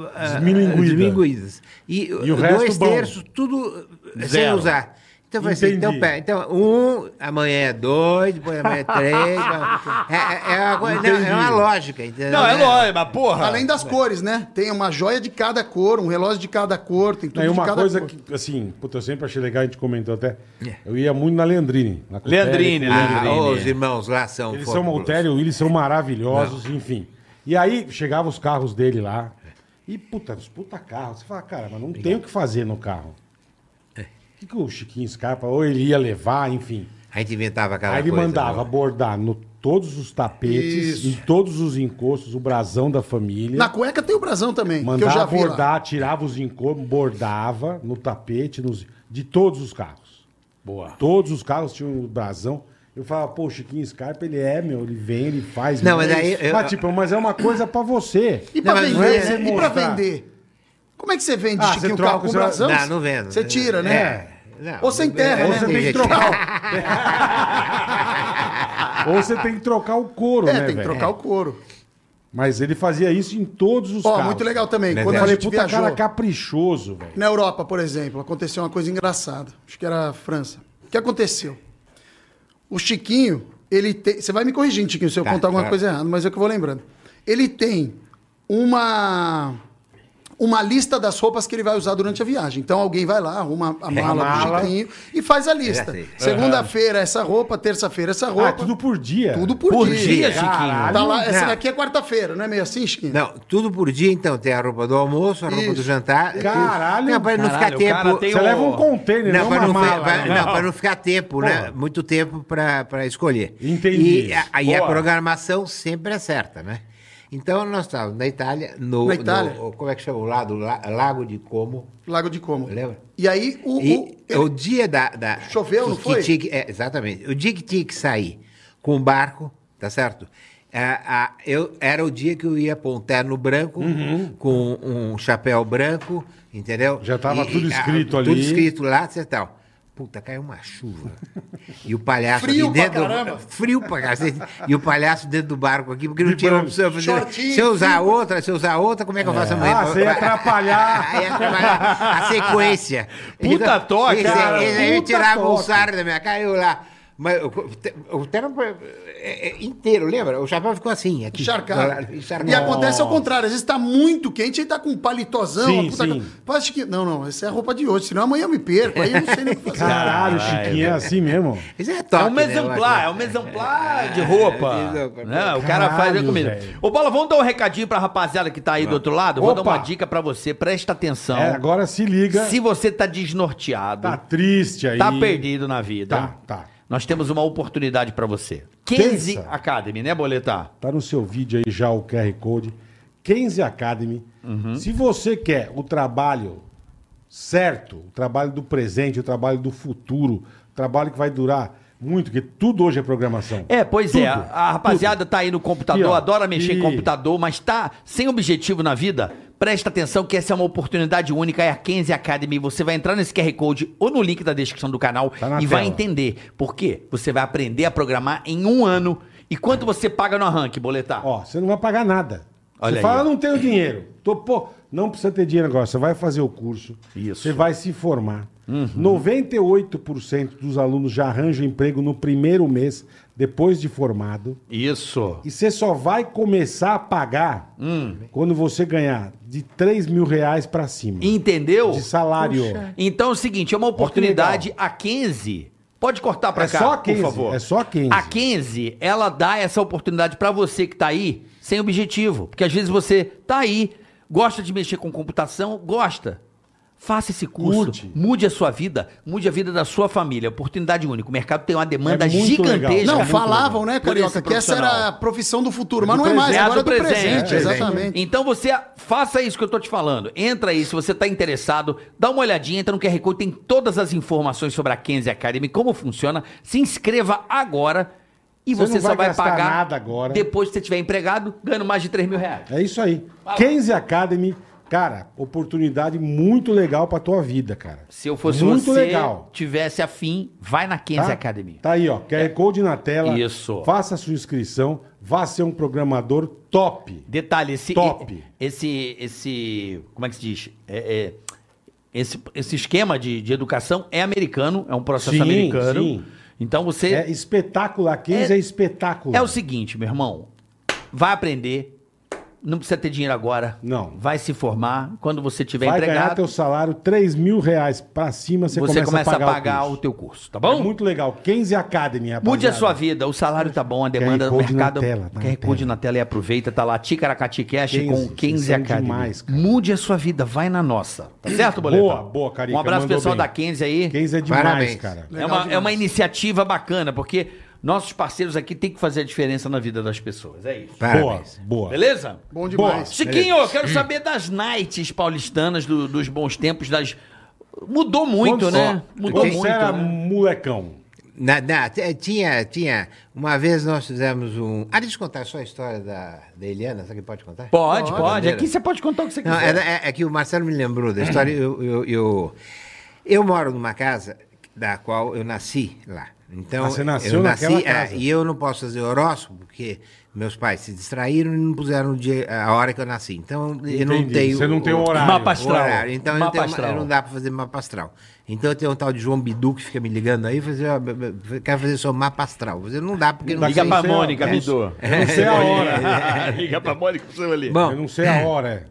C: Desmilinguídas.
F: desmilinguídas. E,
C: E o resto,
F: dois
C: bom.
F: terços, tudo eh, sem
D: Zero.
F: usar. Então eu falei assim, então,
C: Entendi.
F: pera, então um, amanhã é dois, depois amanhã é três. é, é- é uma, coisa- não, é uma lógica, entendeu?
D: Não, é
F: Não é-
D: lógico, mas
C: Ah,
D: porra.
E: Além
C: é.
E: das cores, né? Tem uma joia de cada cor, um relógio de cada cor, tem tudo
C: Não, e
E: de
C: uma
E: cada
C: coisa
E: cor.
C: que, assim, puta, eu sempre achei legal, a gente comentou até.
F: É.
C: Eu ia muito na Leandrine. Na Cotélia.
D: Leandrine,
F: Ah,
D: Leandrine.
F: os irmãos lá são
C: Eles são
F: foram grosso.
C: Maltério, eles
F: É.
C: são maravilhosos, enfim. E aí chegavam os carros dele lá. E puta, os puta carros. Você fala, cara, mas não tem o que fazer no carro.
F: É.
C: O que, que o Chiquinho Scarpa, ou ele ia levar, enfim.
F: A gente inventava aquela
C: aí ele
F: coisa,
C: mandava
F: né?
C: bordar no todos os tapetes,
E: Isso.
C: em todos os encostos, o brasão da família.
E: Na cueca tem o brasão também, que eu já
C: Mandava
E: vi lá.
C: bordar, tirava os encostos, bordava no tapete, nos, de todos os carros.
D: Boa.
C: Todos os carros tinham o brasão. Eu falava, pô, o Chiquinho Scarpa, ele é, meu, ele vem, ele faz.
F: Não,
C: meu,
F: mas
C: é
F: aí
C: isso.
F: eu-
C: Mas, tipo, mas é uma coisa pra você.
E: E pra
F: Não, mas não é
E: vender,
C: você
E: né? E pra
C: mostrar.
E: vender? Como é que você vende,
C: Ah,
E: Chiquinho,
C: você
E: o
C: troca
E: carro com
C: o
E: o
C: seu-
E: brasão?
F: Não, não vendo.
E: Você tira, né?
F: É. Não,
E: Ou você enterra, né?
F: não
C: Ou você
F: tem
C: tem que
F: jeito.
E: [laughs]
C: trocar. o- Ou você tem que trocar o couro,
E: É,
C: né,
E: tem que
C: velho?
E: trocar o couro.
C: Mas ele fazia isso em todos os
E: Ó,
C: carros.
E: muito legal também.
F: Mas
E: Quando
F: é.
E: a
C: Eu falei,
E: gente
C: puta
E: viajou...
C: cara caprichoso, velho.
E: Na Europa, por exemplo, aconteceu uma coisa engraçada. Acho que era a França. O que aconteceu? O Chiquinho, ele tem. Você vai me corrigindo, Chiquinho, se eu
F: Tá,
E: contar alguma
F: claro.
E: coisa errada, mas é que eu vou lembrando. Ele tem uma. Uma lista das roupas que ele vai usar durante a viagem. Então alguém vai lá, arruma a mala,
C: mala.
E: do Chiquinho e faz a lista.
F: sei.
E: Segunda-feira essa roupa, terça-feira essa roupa.
C: Ah, tudo por dia.
E: Tudo por,
D: Por dia,
E: dia.
D: Chiquinho.
E: Tá lá, essa
F: Não.
E: daqui é quarta-feira, não é meio assim, Chiquinho?
F: Não, tudo por dia, então. Tem a roupa do almoço, a roupa
E: Isso.
F: do jantar. tudo.
C: Caralho,
F: Não, para não
D: caralho,
F: ficar
D: o cara
F: tempo...
D: tem
C: Você
D: o-
C: leva um container, não,
F: Não, para
C: uma
F: não,
C: mala.
F: fi- pra-
C: né?
F: não, pra não ficar tempo,
C: Porra.
F: né? Muito tempo para escolher.
C: Entendi.
F: E a, aí a
D: Boa.
F: programação sempre é certa, né? Então, nós estávamos na Itália, no,
E: Na Itália.
F: no- como é que chama o lado? La- Lago de Como,
E: Lago de Como.
F: lembra?
E: E aí o.
F: E
E: o-
F: o dia da. da-
E: Choveu,
F: que-
E: não
F: que
E: foi?
F: tinha que- é, exatamente. O dia que tinha que sair com o barco, tá certo? É, a- eu, era o dia que eu ia pôr um terno branco, com um chapéu branco, entendeu?
C: Uhum. Já tava tudo
F: a-
C: escrito ali.
F: Tudo escrito lá, e tal. Puta, caiu uma chuva. E o palhaço
E: Frio pra
F: dentro.
E: caramba.
F: Frio pra cacete. E o palhaço dentro do barco aqui, porque não tinha
C: Vibrando.
F: opção. Eu falei,
E: Shortinho,
F: se eu usar outra, se eu usar outra, como é que eu faço amanhã?
C: Ah, você ia atrapalhar.
F: [laughs] Aí ia atrapalhar a sequência.
D: Puta toca,
F: Esse-
C: cara,
F: esse aí eu
C: puta
F: tirava um
C: toca.
F: sarro da minha cara e eu lá. Mas o, o, o terno é, é inteiro, lembra? O chapéu ficou assim, aqui.
E: Encharcado.
F: Encharcado.
E: E acontece ao contrário. Às vezes tá muito quente e tá com um palitozão.
C: Sim,
E: a puta
C: sim.
E: ca- Parece que... Não, não. Essa é a roupa de hoje. Senão amanhã eu me perco. Aí eu não sei nem o que fazer.
C: Caralho, Chiquinho, é assim mesmo.
F: Isso é
D: É
F: top,
D: um
F: né?
D: exemplar, é um exemplar de roupa.
F: exemplar.
D: Né? O cara
C: Caralho,
D: faz a comida.
C: velho.
D: Ô, Bola, vamos dar um recadinho pra rapaziada que tá aí do outro lado? Vou dar
C: Opa.
D: uma dica pra você, presta atenção.
C: É, agora se liga.
D: Se você tá desnorteado, tá,
C: Tá triste aí.
D: perdido na vida,
C: Tá, tá.
D: nós temos uma oportunidade pra você. 15
C: Pensa.
D: Academy, né, Boletar?
C: Tá no seu vídeo aí já o QR Code. Kenzie Academy.
D: Uhum.
C: Se você quer o trabalho certo, o trabalho do presente, o trabalho do futuro, o trabalho que vai durar muito, porque tudo hoje é programação.
D: É, pois é.
C: Tudo,
D: A rapaziada tá aí no computador,
C: Aqui, ó.
D: adora mexer em
C: E-
D: computador, mas tá sem objetivo na vida. Presta atenção que essa é uma oportunidade única, é a Kenzie Academy. Você vai entrar nesse QR Code ou no link da descrição do canal
C: Tá na
D: e vai
C: tela.
D: entender. Por quê? Você vai aprender a programar em um ano. E quanto você paga no arranque, boletar?
C: Ó, você não vai pagar nada.
D: Olha
C: você
D: aí,
C: fala,
D: ó.
C: não tenho dinheiro. Tô, pô, não precisa ter dinheiro agora. Você vai fazer o curso.
D: Isso. Uhum.
C: Você vai se formar. 98% dos alunos já arranjam emprego no primeiro mês, depois de formado.
D: Isso.
C: E você só vai começar a pagar
D: Hum.
C: quando você ganhar de 3 mil reais pra cima.
D: Entendeu?
C: De salário.
D: Então é o seguinte, é uma oportunidade a 15. Pode cortar pra
C: É
D: cá,
C: só a 15,
D: por favor.
C: é só a 15.
D: A 15, ela dá essa oportunidade pra você que tá aí sem objetivo, porque às vezes você tá aí, gosta de mexer com computação, gosta. Faça esse curso,
C: Curte.
D: mude a sua vida, mude a vida da sua família. Oportunidade única. O mercado tem uma demanda
C: É muito legal.
D: gigantesca.
C: Isso é
E: Não,
C: muito
E: falavam, né,
D: Por
E: Carioca,
D: esse
E: que essa era a
D: profissional.
E: profissão do futuro. Mas
C: Do
E: não é mais,
D: É a
E: agora é do presente.
F: É,
E: exatamente.
D: Então você faça isso que eu tô te falando. Entra aí, se você tá interessado, dá uma olhadinha, entra no QR Code, tem todas as informações sobre a Kenzie Academy, como funciona. Se inscreva agora e
C: Você
D: você,
C: não
D: só
C: vai
D: vai
C: gastar
D: pagar
C: nada agora.
D: depois que você tiver empregado, ganhando mais de 3 mil reais.
C: É isso aí. Kenzie Academy, cara, oportunidade muito legal pra tua vida, cara.
D: Se eu fosse
C: muito
D: você,
C: legal.
D: tivesse afim, vai na Kenzie
C: tá?
D: Academy. É.
C: Tá aí, ó. QR Code na tela.
D: Isso.
C: Faça a sua inscrição. Vá ser um programador top.
D: Detalhe, esse.
C: Top.
D: Esse. esse como é que se diz? É, é, esse, esse esquema de, de educação é americano, é um processo
C: Sim,
D: americano.
C: sim.
D: Então você.
C: É espetacular. Kenzie é,
D: É-
C: espetacular.
D: É o seguinte, meu irmão. Vai aprender. Não precisa ter dinheiro agora.
C: Não.
D: Vai se formar. Quando você tiver
C: Vai ganhar
D: empregado,
C: teu salário 3 mil reais pra cima, você,
D: você começa, a pagar,
C: o,
D: o,
C: curso.
D: teu curso, tá bom?
C: É muito legal. Kenzie Academy, rapaziada.
D: Mude a sua vida, o salário tá bom, a demanda do
C: Code na
D: mercado.
C: tela, tá na
D: QR Code
C: tela.
D: na tela e aproveita, tá lá Ticaracati Cash
C: 15,
D: com 15
C: vocês são
D: Academy.
C: demais, cara. Hum,
D: Mude a sua vida, vai na nossa. Tá certo, Boleta?
C: Boa, boa, Carica,
D: Um abraço
C: mandou
D: pessoal
C: bem.
D: da Kenzie aí.
C: Kenzie é demais,
F: Parabéns.
C: cara.
D: É
E: Legal
D: uma, é
E: demais.
D: uma iniciativa bacana, porque nossos parceiros aqui têm que fazer a diferença na vida das pessoas. É isso.
C: Tá.
F: Parabéns.
C: Boa, boa.
D: Beleza?
E: Bom demais.
D: Chiquinho, eu quero saber das nights paulistanas, do- dos bons tempos, das. Mudou muito,
C: Quando
D: né?
C: você-
D: Mudou
C: quando
D: muito.
C: Você era
D: né?
C: molecão.
F: Na- na- t- tinha, tinha. Uma vez nós fizemos um. Ah, deixa eu contar só a história da, da Eliana, será que pode é contar?
D: Pode, pode.
F: Maneira.
D: Aqui você pode contar o que você
F: Não,
D: quiser.
F: é, é- é que o Marcelo me lembrou da história. Eu, eu, eu, eu moro numa casa da qual eu nasci lá. Então,
C: Ah, você nasceu
F: eu nasci
C: naquela
F: é,
C: casa.
F: e eu não posso fazer horóscopo porque meus pais se distraíram e não puseram o dia- a hora que eu nasci. Então, eu não
C: Entendi.
F: tenho.
C: Você não tem
F: o-
C: um horário.
D: Mapa astral.
F: Horário. Então eu não,
D: Mapa
F: tenho ma-
D: astral.
F: eu não dá para fazer mapa astral. Então eu tenho um tal de João Bidu que fica me ligando aí, fazer, ó, b- b- quero fazer seu mapa astral. Você não dá porque não
D: Liga
F: sei. é
D: pra
C: sei,
D: Mônica,
C: eu
D: me
C: não sei.
D: dou.
C: Eu não sei a hora.
F: [laughs]
D: Liga pra Mônica, seu ali.
F: Bom,
C: Eu não sei a hora. é.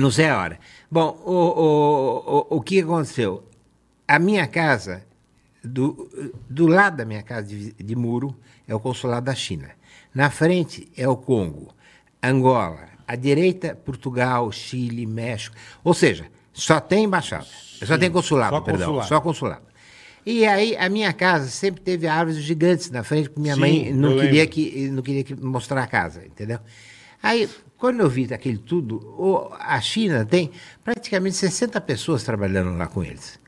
F: Não sei a hora. Bom, o, o, o, o que aconteceu? A minha casa, do, do lado da minha casa de, de muro, é o consulado da China. Na frente é o Congo, Angola. À direita, Portugal, Chile, México. Ou seja, só tem embaixada. Só tem consulado,
C: só
F: perdão.
C: consulado.
F: Só consulado. E aí, a minha casa sempre teve árvores gigantes na frente, porque minha
C: Sim,
F: mãe não
C: eu
F: queria
C: lembro.
F: que que não queria que mostrar a casa, entendeu? Aí, quando eu vi aquele tudo, o- a China tem praticamente 60 pessoas trabalhando lá com eles.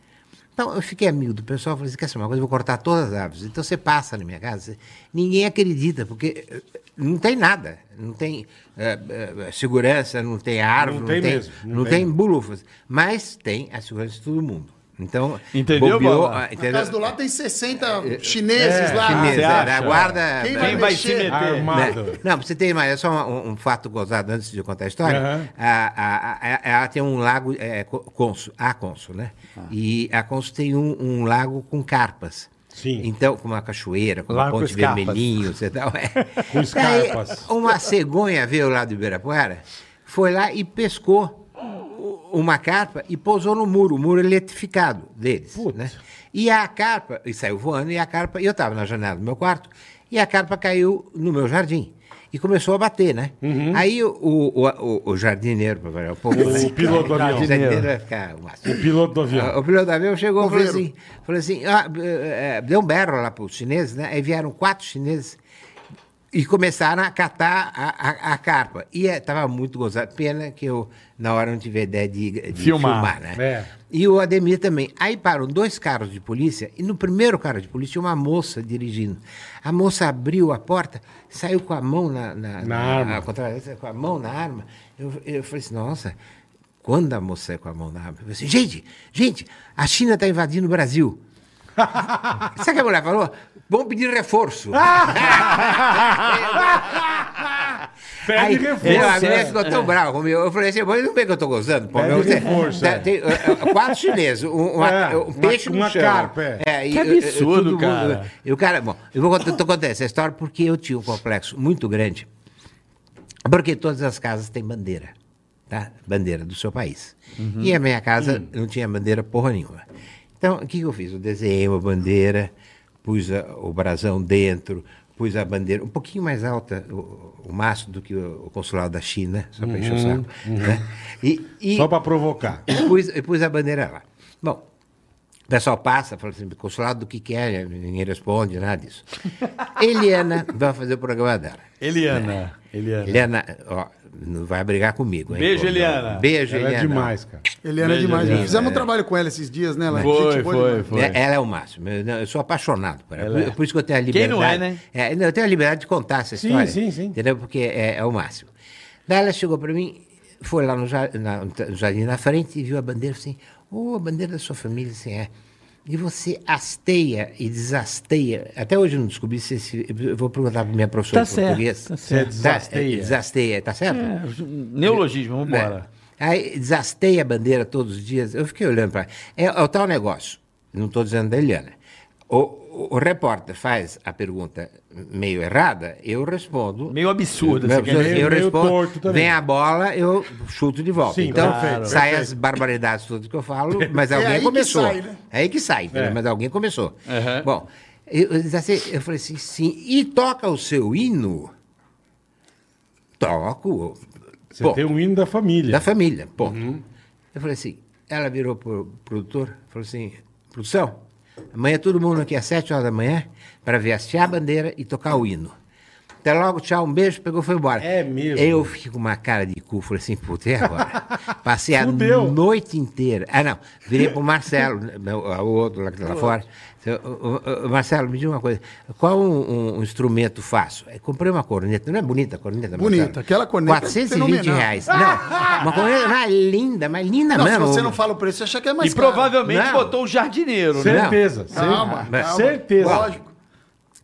F: Então, eu fiquei amigo do pessoal, falei assim, quer saber uma coisa, eu vou cortar todas as árvores. Então, você passa na minha casa, você- ninguém acredita, porque eh, não tem nada. Não tem eh, eh, segurança, não tem árvore, não
C: tem
F: tem,
C: mesmo, não
F: não
C: tem.
F: tem bulufas. Mas tem a segurança de todo mundo. Então,
D: Entendeu, Bola?
F: ah,
E: Na
F: entendeu?
E: casa do lado tem 60 chineses
C: É,
E: lá. Ah,
F: Chinesa,
C: você acha?
F: a guarda...
E: Quem
F: da-
E: vai,
D: Quem vai Ah,
E: mexer?
D: se meter?
C: Armado.
F: né? Não, pra você ter mais, é só um, um fato gozado antes de eu contar a história.
C: Aham.
F: A- a- a- a- ela tem um lago,
E: Ah.
F: é, co- Conso, a Conso, né? E a Conso tem um, um lago com carpas.
C: Sim.
F: Então, com uma cachoeira, com
D: Lá
F: uma
D: com
F: ponte
D: escarpas.
F: vermelhinhos e tal. é.
C: [laughs] Com
F: Daí,
C: escarpas.
F: uma cegonha veio lá do Ibirapuera, foi lá e pescou u- uma carpa e pousou no muro, o muro eletrificado deles.
C: Putz.
F: Né? E a carpa, e saiu voando, e a carpa, e eu estava na janela do meu quarto, e a carpa caiu no meu jardim. E começou a bater, né? Aí o, o, o, o jardineiro, para variar um pouco,
C: Uhum. O
F: né?
C: piloto do avião.
F: O jardineiro vai ficar o máximo.
C: O piloto do
F: Ah,
C: avião.
F: O piloto do avião chegou e falou
E: Coveiro.
F: assim, falou assim ah, eh, eh, deu um berro lá para os chineses, né? Aí vieram quatro chineses e começaram a catar a, a- a carpa. E estava muito gozado. Pena que eu, na hora, não tive a ideia de, de
D: Filmar.
F: filmar. né?
C: É.
F: E o Ademir também. Aí param dois carros de polícia, e no primeiro carro de polícia, tinha uma moça dirigindo. A moça abriu a porta, saiu com a mão na, na,
C: Na arma.
F: ao contrário, com a mão na arma. Eu, eu falei assim, nossa, quando a moça saiu com a mão na arma? Eu falei assim, gente, gente, a China está invadindo o Brasil. [laughs] Sabe o que a mulher falou? Vão pedir reforço.
C: Pede
F: Aí,
C: reforço.
F: Meu, a
D: Sério?
F: mulher ficou tão brava comigo. Eu falei assim, mas não vê que eu tô gozando? Pô,
C: Pede
F: meu, tem-
C: reforço,
F: tá-
C: é.
F: tem, eh, eh, quatro chineses, um, um,
C: É,
F: um peixe
C: uma- uma
F: no chão.
C: carpa, é.
F: É, e-
D: Que
F: eh, eh,
D: absurdo,
F: todo mundo-
D: cara.
F: E o cara, bom, eu vou cont- tô contando essa história porque eu tinha um complexo muito grande. Porque todas as casas têm bandeira, tá? Bandeira do seu país. E a minha casa não tinha bandeira porra nenhuma. Então, o que, que eu fiz? Eu desenhei uma bandeira, pus a- o brasão dentro, pus a bandeira um pouquinho mais alta, o, o maço, do que o, o consulado da China, só para encher o saco. Né? E, e-
C: Só pra provocar.
F: e pus, e pus a bandeira lá. Bom, o pessoal passa, fala assim, consulado do que que é, ninguém responde, nada disso. Eliana vai fazer o programa dela.
A: Eliana.
D: É.
A: Eliana.
F: Eliana, ó, não vai brigar comigo, hein?
A: Beijo,
F: Pô,
A: Eliana.
F: não. Beijo,
C: Ela é
F: Eliana.
C: demais, cara.
E: Eliana é
A: Beijo,
E: demais.
A: Eliana.
E: Fizemos um trabalho com ela esses dias, né? Ela é
A: Foi,
E: gente boa
A: foi,
E: demais.
A: foi.
F: É, Ela é o máximo. Eu, não, eu sou apaixonado por ela.
A: Ela é.
F: Por, por isso que eu tenho a
D: Quem
F: liberdade.
D: não é, né?
F: É, não, eu tenho a liberdade de contar essa
C: Sim,
F: história.
C: sim, sim.
F: Entendeu? Porque é, é o máximo. Daí ela chegou para mim, foi lá no, ja- na- no jardim na frente e viu a bandeira assim: Ô, a bandeira da sua família, assim, é. E você hasteia e desasteia. Até hoje eu não descobri se. esse- eu vou perguntar para minha professora
D: Tá
F: de
D: certo,
F: português.
D: tá
C: certo.
F: Desasteia. desasteia, tá certo?
D: É, neologismo, vambora.
F: É. Aí desastei a bandeira todos os dias. Eu fiquei olhando para. É, é o tal negócio. Não estou dizendo da Eliana. O, o, o repórter faz a pergunta meio errada, eu respondo.
D: Meio absurdo.
F: Meu,
D: você quer dizer.
C: meio-
F: eu
C: meio
F: respondo.
C: torto também.
F: vem a bola, eu chuto de volta.
C: Sim,
F: então,
C: claro,
F: sai
C: perfeito.
F: as barbaridades todas que eu falo, mas
E: É
F: alguém
E: aí que
F: começou.
E: sai, né?
F: É aí que sai, né? mas alguém começou.
D: Aham.
F: Bom, eu, eu disse assim, eu falei assim, sim, e toca o seu hino? Toco.
C: Você
F: Pô,
C: tem o hino da família.
F: da família, ponto. Eu falei assim, ela virou pro produtor, falou assim, produção, amanhã todo mundo aqui às sete horas da manhã para ver hastear a bandeira e tocar o hino. Até logo, tchau, um beijo, pegou, foi embora.
C: É mesmo?
F: Eu fiquei com uma cara de cu, falei assim, puta, e agora? Passei a
C: Fudeu.
F: noite inteira. Ah, não, virei pro Marcelo, né, meu- o outro lá, que tá lá fora. Seu- ô, ô, ô, Marcelo, me diga uma coisa, qual um, um instrumento faço? Eu comprei uma corneta, não é bonita a corneta?
E: Bonita,
F: Marcelo?
E: aquela corneta
F: 420
E: fenomenal.
F: reais. Não, uma corneta mais linda, mais linda
E: Não, se
F: É mesmo.
E: você não fala o preço, você acha que é mais
D: E provavelmente
F: Não.
D: botou o jardineiro, né?
C: Certeza. cer-
E: Calma, calma.
C: Certeza.
E: Lógico.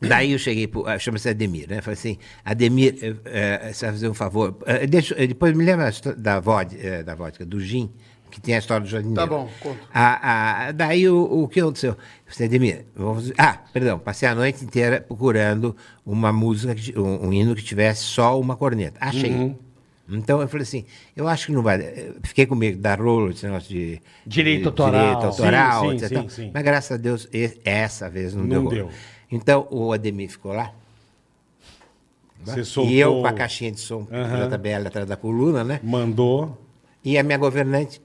F: Daí eu cheguei, pro- ah, chama-se Ademir, né? Falei assim, Ademir, eh, eh, você vai fazer um favor. Eh, deixa- eh, depois me lembra a histó- da, vod, eh, da vodka, do gin, que tem a história do jardineiro.
E: Tá bom, conta.
F: Ah, ah, daí o, o que aconteceu? Eu falei, Ademir, vamos... Ah, perdão, passei a noite inteira procurando uma música, que ti- um, um hino que tivesse só uma corneta. Achei. Então eu falei assim, eu acho que não vai. eh, Fiquei com medo da rolo, esse negócio de.
D: Direito
F: de-
D: autoral.
F: Direito autoral,
C: Sim, sim,
F: etc.
C: sim, sim.
F: Mas graças a Deus, e- essa vez não,
C: Não
F: deu.
C: deu.
F: Então o Ademir ficou lá. né?
C: Você soltou.
F: E eu com a caixinha de som
C: Aham.
F: JBL atrás da coluna, né?
C: Mandou.
F: E a minha governante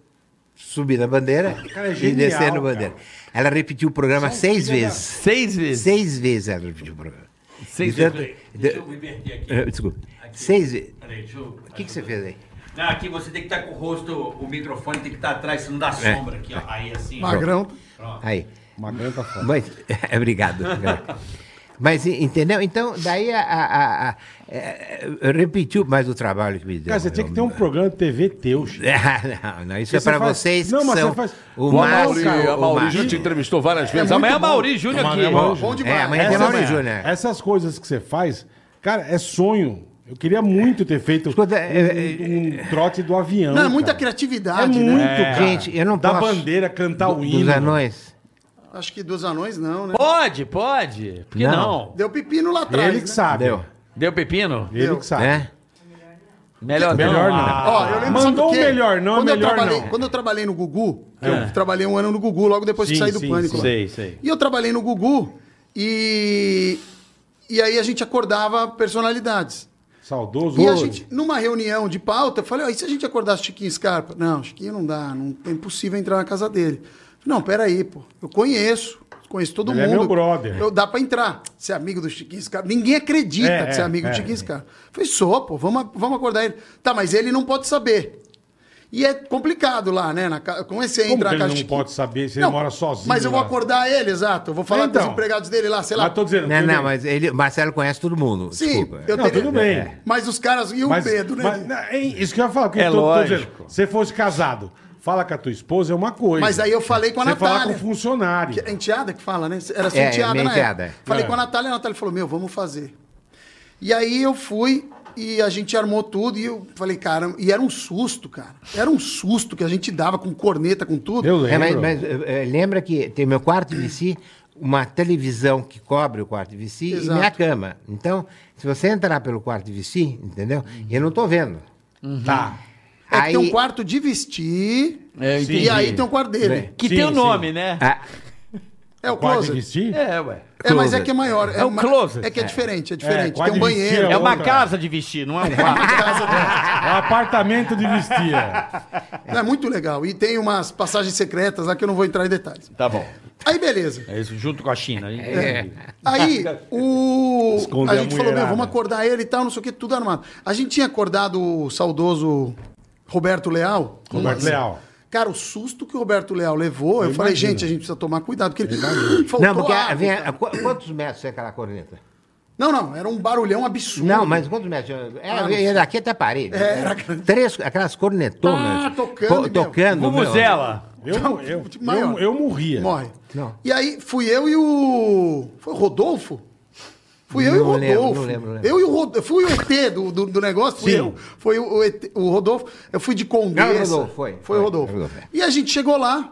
F: subindo a bandeira
C: Cara, é
F: e
C: genial,
F: descendo
C: cara. um
F: a bandeira. Ela repetiu o programa seis vezes.
D: Seis vezes.
F: Seis vezes ela repetiu o programa.
D: Seis
F: De tanto-
D: vezes.
G: Deixa eu me inverter aqui.
F: Eh, Desculpa. Seis vezes.
G: Peraí, deixa eu...
F: O que, que você fez aí?
G: Não, aqui você tem que estar com o rosto, o microfone tem que estar atrás, senão
D: É.
G: dá sombra aqui, ó. Aí assim, ó.
E: Magrão.
F: Aí.
C: Uma grande tá foda.
F: Mas, [laughs] obrigado. Mas, e- entendeu? Então, daí a, a- a- a- eh, repetiu mais o trabalho que me deu.
C: Cara, você tinha
F: Eu-
C: que ter
F: [laughs]
C: um programa de TV teu, Chico.
F: Ah, não, não, isso
C: Porque você
F: é para
C: faz-
F: vocês
C: Não,
F: que
C: mas
F: são
C: você faz-
F: o
C: O
F: máximo.
C: Amauri-
A: a
F: o
A: Mauri Júnior
F: máximo.
A: te entrevistou várias vezes. Amanhã é Mauri Júnior
C: Amanhã é
A: aqui.
C: Mauri
E: Bom
F: É,
E: demais.
F: amanhã tem
C: Essas-
F: Mauri Júnior.
C: Essas coisas que você faz, cara, é sonho. Eu queria muito ter feito
F: Escuta, é-
C: um, um trote do avião.
E: Não, é muita
C: cara.
E: criatividade,
C: É muito,
E: né?
C: cara.
F: Gente, eu não
C: Da
F: posso-
C: bandeira, cantar o
F: Do-
C: hino.
F: Dos anões.
E: Acho que dos anões não, né?
D: Pode, pode. Por que não?
E: Deu pepino lá atrás.
C: Ele que
E: né?
C: sabe.
F: Deu.
D: Deu pepino?
C: Ele que sabe.
F: Né?
D: Melhor, Ah.
C: Melhor não.
E: Ó, eu lembro
C: Mandou
E: sabe do quê?
C: o melhor não,
E: quando
C: melhor
E: eu trabalhei,
C: não.
E: Quando eu trabalhei no Gugu, que eu trabalhei um ano no Gugu logo depois que
C: É. Sim,
E: saí do
C: sim,
E: Pânico.
C: sim.
E: lá.
C: Sei, sei.
E: E eu trabalhei no Gugu e... E aí a gente acordava personalidades.
C: Saudoso.
E: E a
C: Oi.
E: gente, numa reunião de pauta, eu falei, ó, e se a gente acordasse Chiquinho Scarpa? Não, Chiquinho não dá, não, é impossível entrar na casa dele. Não, peraí, pô, eu conheço, conheço todo
C: Ele é
E: mundo.
C: meu brother.
E: Eu, dá pra entrar, ser amigo do Chiquinho Scarpa. Ninguém acredita
C: É,
E: que você é
C: é,
E: amigo
C: é.
E: do Chiquinho Scarpa. Eu falei, sou, pô, vamos, vamos acordar ele. Tá, mas ele não pode saber. E é complicado lá, né? Na, ca- como é que você
C: Como
E: entra
C: que ele
E: na casa
C: não
E: do Chiquinho?
C: pode saber se ele
E: Não,
C: mora sozinho?
E: Mas eu vou
C: lá?
E: acordar ele, exato. Eu vou falar com
C: Então.
E: os empregados dele lá, sei lá.
C: Mas tô dizendo.
F: Não,
C: tudo
F: não,
C: bem.
F: mas é. ele, Marcelo conhece todo mundo.
E: Sim,
F: desculpa.
E: eu
C: Não,
E: teria-
C: tudo bem.
E: Mas os caras. E o
C: Mas,
E: medo, né?
C: mas- não, é isso que eu ia falar. porque
D: É
C: eu tô- tô
D: lógico.
C: dizendo, se você fosse casado, fala com a tua esposa é uma coisa.
E: Mas aí eu falei com a
C: Você falar com
E: Natália.
C: o funcionário.
E: É enteada que fala, né? Era sua
F: É,
E: enteada,
F: minha
E: né?
F: enteada, é.
E: Falei
C: É.
E: com a Natália, a Natália falou, meu, vamos fazer. E aí eu fui e a gente armou tudo e eu falei, cara, e era um susto, cara. Era um susto que a gente dava com corneta, com tudo.
C: Eu
F: É,
C: lembro.
F: mas, mas, eh, eh, lembra que tem meu quarto de VC, uma televisão que cobre o quarto de VC
E: Exato.
F: e minha cama. Então, se você entrar pelo quarto de VC, entendeu? Eu não tô vendo.
C: Tá.
E: É que
F: Aí-
E: tem um quarto de vestir
D: É, eu entendi.
E: e aí tem um quarto dele.
D: Que
C: Sim,
D: tem o
C: sim.
D: nome, né?
F: Ah,
E: É o
C: Quarto de
E: closet.
C: vestir?
D: É, ué.
E: É, mas é que é maior.
D: É o
E: ma-
D: closet.
E: É que é diferente, é diferente.
C: quarto
E: tem um
C: de vestir
E: banheiro.
C: é
D: É uma
C: outra.
D: casa de vestir, não é um
C: [laughs]
D: quarto.
C: É um apartamento de vestir.
E: [laughs]
C: é.
E: [laughs] É. muito legal. E tem umas passagens secretas lá que eu não vou entrar em detalhes.
D: Tá bom.
E: Aí, beleza.
D: É isso, junto com a China. hein?
C: É.
E: Aí, o...
C: [laughs] Esconder
E: a
C: a
E: gente falou, meu,
C: mulherada.
E: vamos acordar ele e tal, não sei o que, tudo armado. A gente tinha acordado o saudoso Roberto Leal.
C: Roberto
E: Nossa.
C: Leal.
E: Cara, o susto que o Roberto Leal levou, eu, falei,
C: imagino.
E: gente, a gente precisa tomar cuidado, porque ele faltou
F: não, porque
E: ar,
F: vem-
E: cara.
F: qu- quantos metros é aquela corneta?
E: Não, não, era um barulhão absurdo.
F: Não, mas quantos metros? É, é daqui até a parede.
E: Ah, É, era-
F: Três, aquelas cornetonas.
E: Ah, tocando,
F: co-
E: meu.
F: tocando. meu.
D: Vuvuzela.
C: Eu, eu,
E: Tipo,
C: eu, eu,
E: maior.
C: morria.
E: Morre.
F: Não.
E: E aí, fui eu e o... Foi o Rodolfo? Fui eu e o
F: Não lembro,
E: Rodolfo.
F: não lembro, não lembro.
E: Eu e o Rodolfo. Fui o ET do, do, do negócio, fui
C: Sim.
E: eu. Foi o, o ET o Rodolfo. Eu fui de Condessa.
F: Não, é Rodolfo, foi.
E: Foi
F: Foi,
E: o Rodolfo.
F: Rodolfo, é.
E: E a gente chegou lá,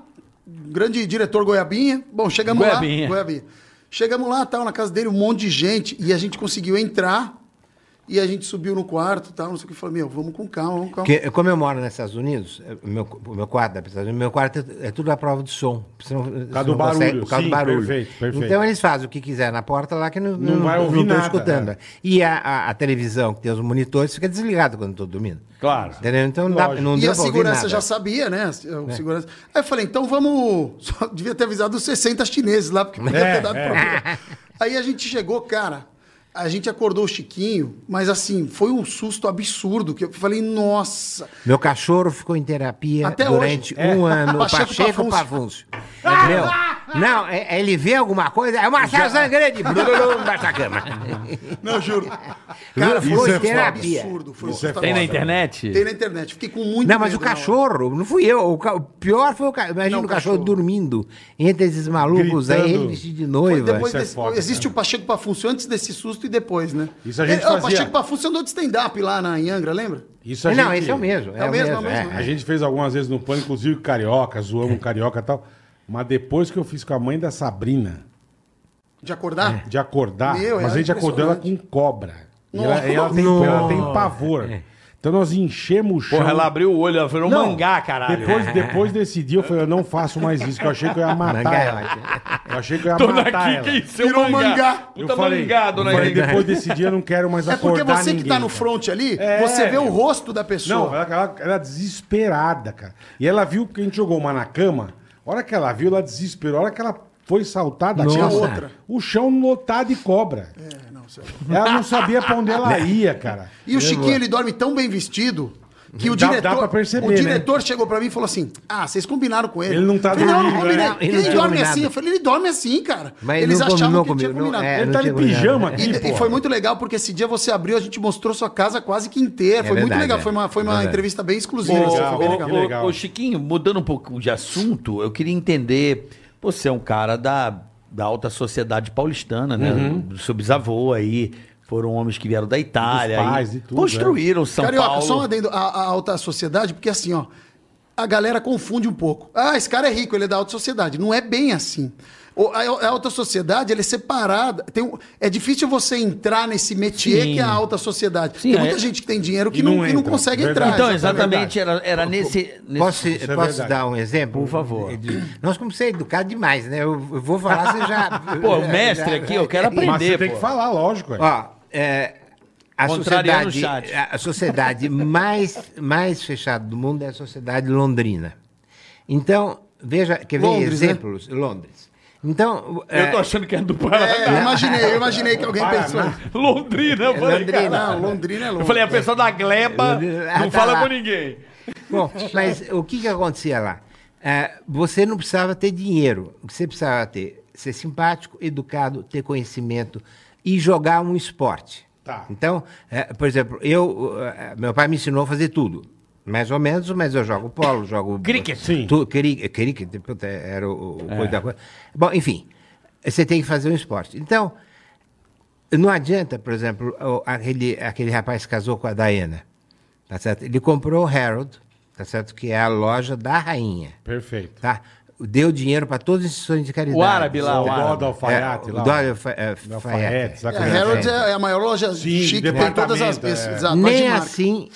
E: grande diretor Goiabinha. Bom, chegamos
D: Goiabinha.
E: lá. Goiabinha. Chegamos lá, tal, na casa dele, um monte de gente. E a gente conseguiu entrar. E a gente subiu no quarto, tal, não sei o que. Falei, meu, vamos com calma, vamos com calma.
F: Porque, como eu moro nos Estados Unidos, eh, o meu, o meu quarto da Estados Unidos, meu quarto é, é tudo à prova de som. Você não, por
C: do barulho,
F: por causa
C: sim,
F: do barulho.
C: perfeito, perfeito.
F: Então eles fazem o que quiser na porta lá que não,
C: Não vai ouvir
F: tô
C: nada,
F: escutando.
C: é.
F: E a, a- a televisão que tem os monitores fica desligada quando eu tô dormindo.
C: Claro.
F: Entendeu? Então não dá,
C: Lógico.
F: não
E: E
F: deu
E: a
F: pra ouvir
E: segurança
F: nada. É.
E: já sabia, né? O segurança. Aí eu falei, então vamos. [laughs] Só devia ter avisado os 60 chineses lá, porque podia
C: É,
E: ter dado
C: é.
E: problema. Aí a gente chegou, cara. A gente acordou o Chiquinho, mas assim, foi um susto absurdo. que Eu falei, nossa.
F: Meu cachorro ficou em terapia
E: Até
F: durante
E: hoje.
F: um
E: É.
F: ano.
E: Pacheco
F: Pacheco, Pacheco Pavúncio. Meu, não, é- ele vê alguma coisa, é o Marcelo Zangrande, blá, blá, blá, embaixo da cama.
E: Não, juro.
F: Cara,
E: Cara, foi
F: isso
E: um
F: é
E: susto [laughs]
F: foda.
E: absurdo. Foi um
C: Isso é
E: susto
D: Tem na
E: absurdo.
D: internet?
E: Tem na internet. Fiquei com muito
F: Não, mas o
E: medo na hora.
F: cachorro, não fui eu. O, ca- o pior foi o cachorro. Imagina
E: Não,
F: o cachorro,
E: cachorro.
F: dormindo entre esses malucos
C: Gritando.
F: aí, ele vestido de
E: Foi
F: noiva.
E: depois
C: Isso é
E: desse-
C: foda,
E: existe o Pacheco Pafuncio antes desse susto e depois, né?
C: Isso a gente
E: É, O
C: fazia.
E: Pacheco Pafuncio andou de stand-up lá na em Angra, lembra?
C: Isso a
F: não,
C: gente-
F: esse é o mesmo. É, o mesmo, é o mesmo.
C: A gente fez algumas vezes no pânico, inclusive carioca, zoamos um carioca e tal. Mas depois que eu fiz com a mãe da Sabrina,
E: De
F: É.
E: acordar?
C: de acordar,
E: Meu,
C: mas
E: é
C: a gente acordou ela com
E: impressionante.
C: cobra. E
E: Nossa.
C: ela, e ela tem,
F: Nossa.
C: ela tem pavor. Então nós enchemos o chão.
D: Porra, ela abriu o olho, ela virou um
C: Não,
D: mangá, caralho.
C: Depois, depois desse dia eu falei, eu não faço mais isso, que eu achei que eu ia matar
F: Mangá,
C: ela.
F: eu
C: Eu achei que eu ia
D: Dona
C: matar
D: Kika
C: ela.
D: e seu
E: Virou um mangá.
C: Eu
D: Puta
C: falei,
D: mangá,
C: eu
D: dona
C: falei,
D: Kika.
C: depois desse dia eu não quero mais
E: É porque
C: acordar ninguém.
E: você que tá no
C: cara.
E: front ali,
C: É,
E: você vê o
C: meu.
E: rosto da pessoa.
C: Não, é ela, ela, ela desesperada, cara. E ela viu que a gente jogou uma na cama. A hora que ela viu, ela desesperou. A hora que ela foi saltada,
F: Nossa.
C: tinha
E: Outra.
C: O chão lotado de cobra.
E: É, não, seu-
C: Ela não sabia pra
F: [laughs]
C: onde
F: Né?
C: ela ia, cara.
E: E o Chiquinho, ele dorme tão bem vestido que o
C: Dá- dá
E: diretor,
C: pra perceber,
E: o
C: né?
E: diretor chegou pra mim e falou assim: "Ah, vocês combinaram com ele".
C: Ele não tá
E: Eu falei, não, não
C: dormindo,
E: combinei.
F: né? Não, ele
E: ele
F: não tinha
E: dorme
F: combinado.
E: assim. Eu falei: "Ele dorme assim, cara".
F: Mas
E: Eles
F: não
E: achavam
F: combinou
E: que ele tinha
F: comigo, não,
E: combinado.
F: é.
C: Ele tá de
F: não tinha
C: pijama
F: olhado.
C: aqui,
E: E, e
C: pô.
E: foi muito legal, porque esse dia você abriu, a gente mostrou sua casa quase que inteira.
F: É
E: foi muito
F: verdade,
E: legal.
F: é.
E: Foi uma, foi uma
F: Verdade.
E: entrevista bem exclusiva.
C: Pô,
E: que você
C: legal,
E: foi bem
C: ô,
E: legal.
C: que legal.
D: Ô, ô, Chiquinho, mudando um pouco de assunto, eu queria entender. pô, Você é um cara da, da alta sociedade paulistana, né?
C: Uhum.
D: Seu bisavô aí. Foram homens que vieram da Itália.
C: Dos pais
D: e
C: e tudo, né?
D: construíram São
E: Carioca,
D: Paulo.
E: só um adendo à, à alta sociedade, porque assim, ó. a galera confunde um pouco. Ah, esse cara é rico, ele é da alta sociedade. Não é bem assim. O- A a alta sociedade ela é separada. Tem um- é difícil você entrar nesse métier
D: Sim.
E: que é a alta sociedade.
D: Sim,
E: tem muita
D: é-
E: gente que tem dinheiro que
C: E
E: não,
C: não
E: que não
C: entra,
E: consegue
C: verdade.
E: entrar.
D: Então,
C: essa é a
D: exatamente, era, era nesse. nesse-
F: Posso,
C: Isso é
F: posso
C: verdade.
F: dar um exemplo?
D: Por favor.
F: De- Nós como ser educado demais, né? Eu eu vou falar, você já.
D: [laughs]
C: É,
D: Pô,
F: [laughs]
D: o mestre aqui, eu quero aprender.
C: Mas você tem
D: pô.
C: que falar, lógico. É.
F: Ó, é, a
D: Contrariando o
F: sociedade,
D: chat.
F: a- a sociedade mais, mais fechada do mundo é a sociedade londrina. Então, veja, quer ver
E: Londres, né?
F: exemplos? Londres. Então,
A: Eu tô
F: é,
A: achando que é do Paraná.
E: É, eu imaginei, eu imaginei que alguém
C: Paraná.
E: pensou.
A: Londrina, eu falei,
F: Londrina.
A: caralho.
E: Não, Londrina é
A: Eu
E: louco.
A: falei, a pessoa da Gleba
F: Londrina.
A: não
F: Ah, tá
A: fala
F: lá.
A: com ninguém.
F: Bom, mas o que, que acontecia lá? É, você não precisava ter dinheiro. O que você precisava ter? Ser simpático, educado, ter conhecimento e jogar um esporte.
C: Tá.
F: Então, é, por exemplo, eu, eh, meu pai me ensinou a fazer tudo. Mais ou menos, mas eu jogo polo, jogo...
D: Cricket.
C: Sim.
F: Tu, cri, cricket, puta, era o, o coisa da coisa. Bom, enfim, você tem que fazer um esporte. Então, não adianta, por exemplo, o- aquele, aquele rapaz que casou com a Diana, tá certo? Ele comprou o Harold, tá certo? Que é a loja da rainha,
C: Perfeito.
F: tá? Deu dinheiro para todas as instituições de caridade.
D: O árabe lá,
C: O
D: o
C: dó
D: árabe.
C: do alfaiate
F: Ah, é,
C: lá.
F: O Dória Alfa- é,
C: do
F: Alfaiate.
C: alfaiate.
E: É,
C: saca?
E: a Harold é é a maior loja
C: Sim,
E: chique que tem todas as
C: departamento,
E: peças.
C: é.
E: Exato, loja de
F: nem
E: marca.
F: assim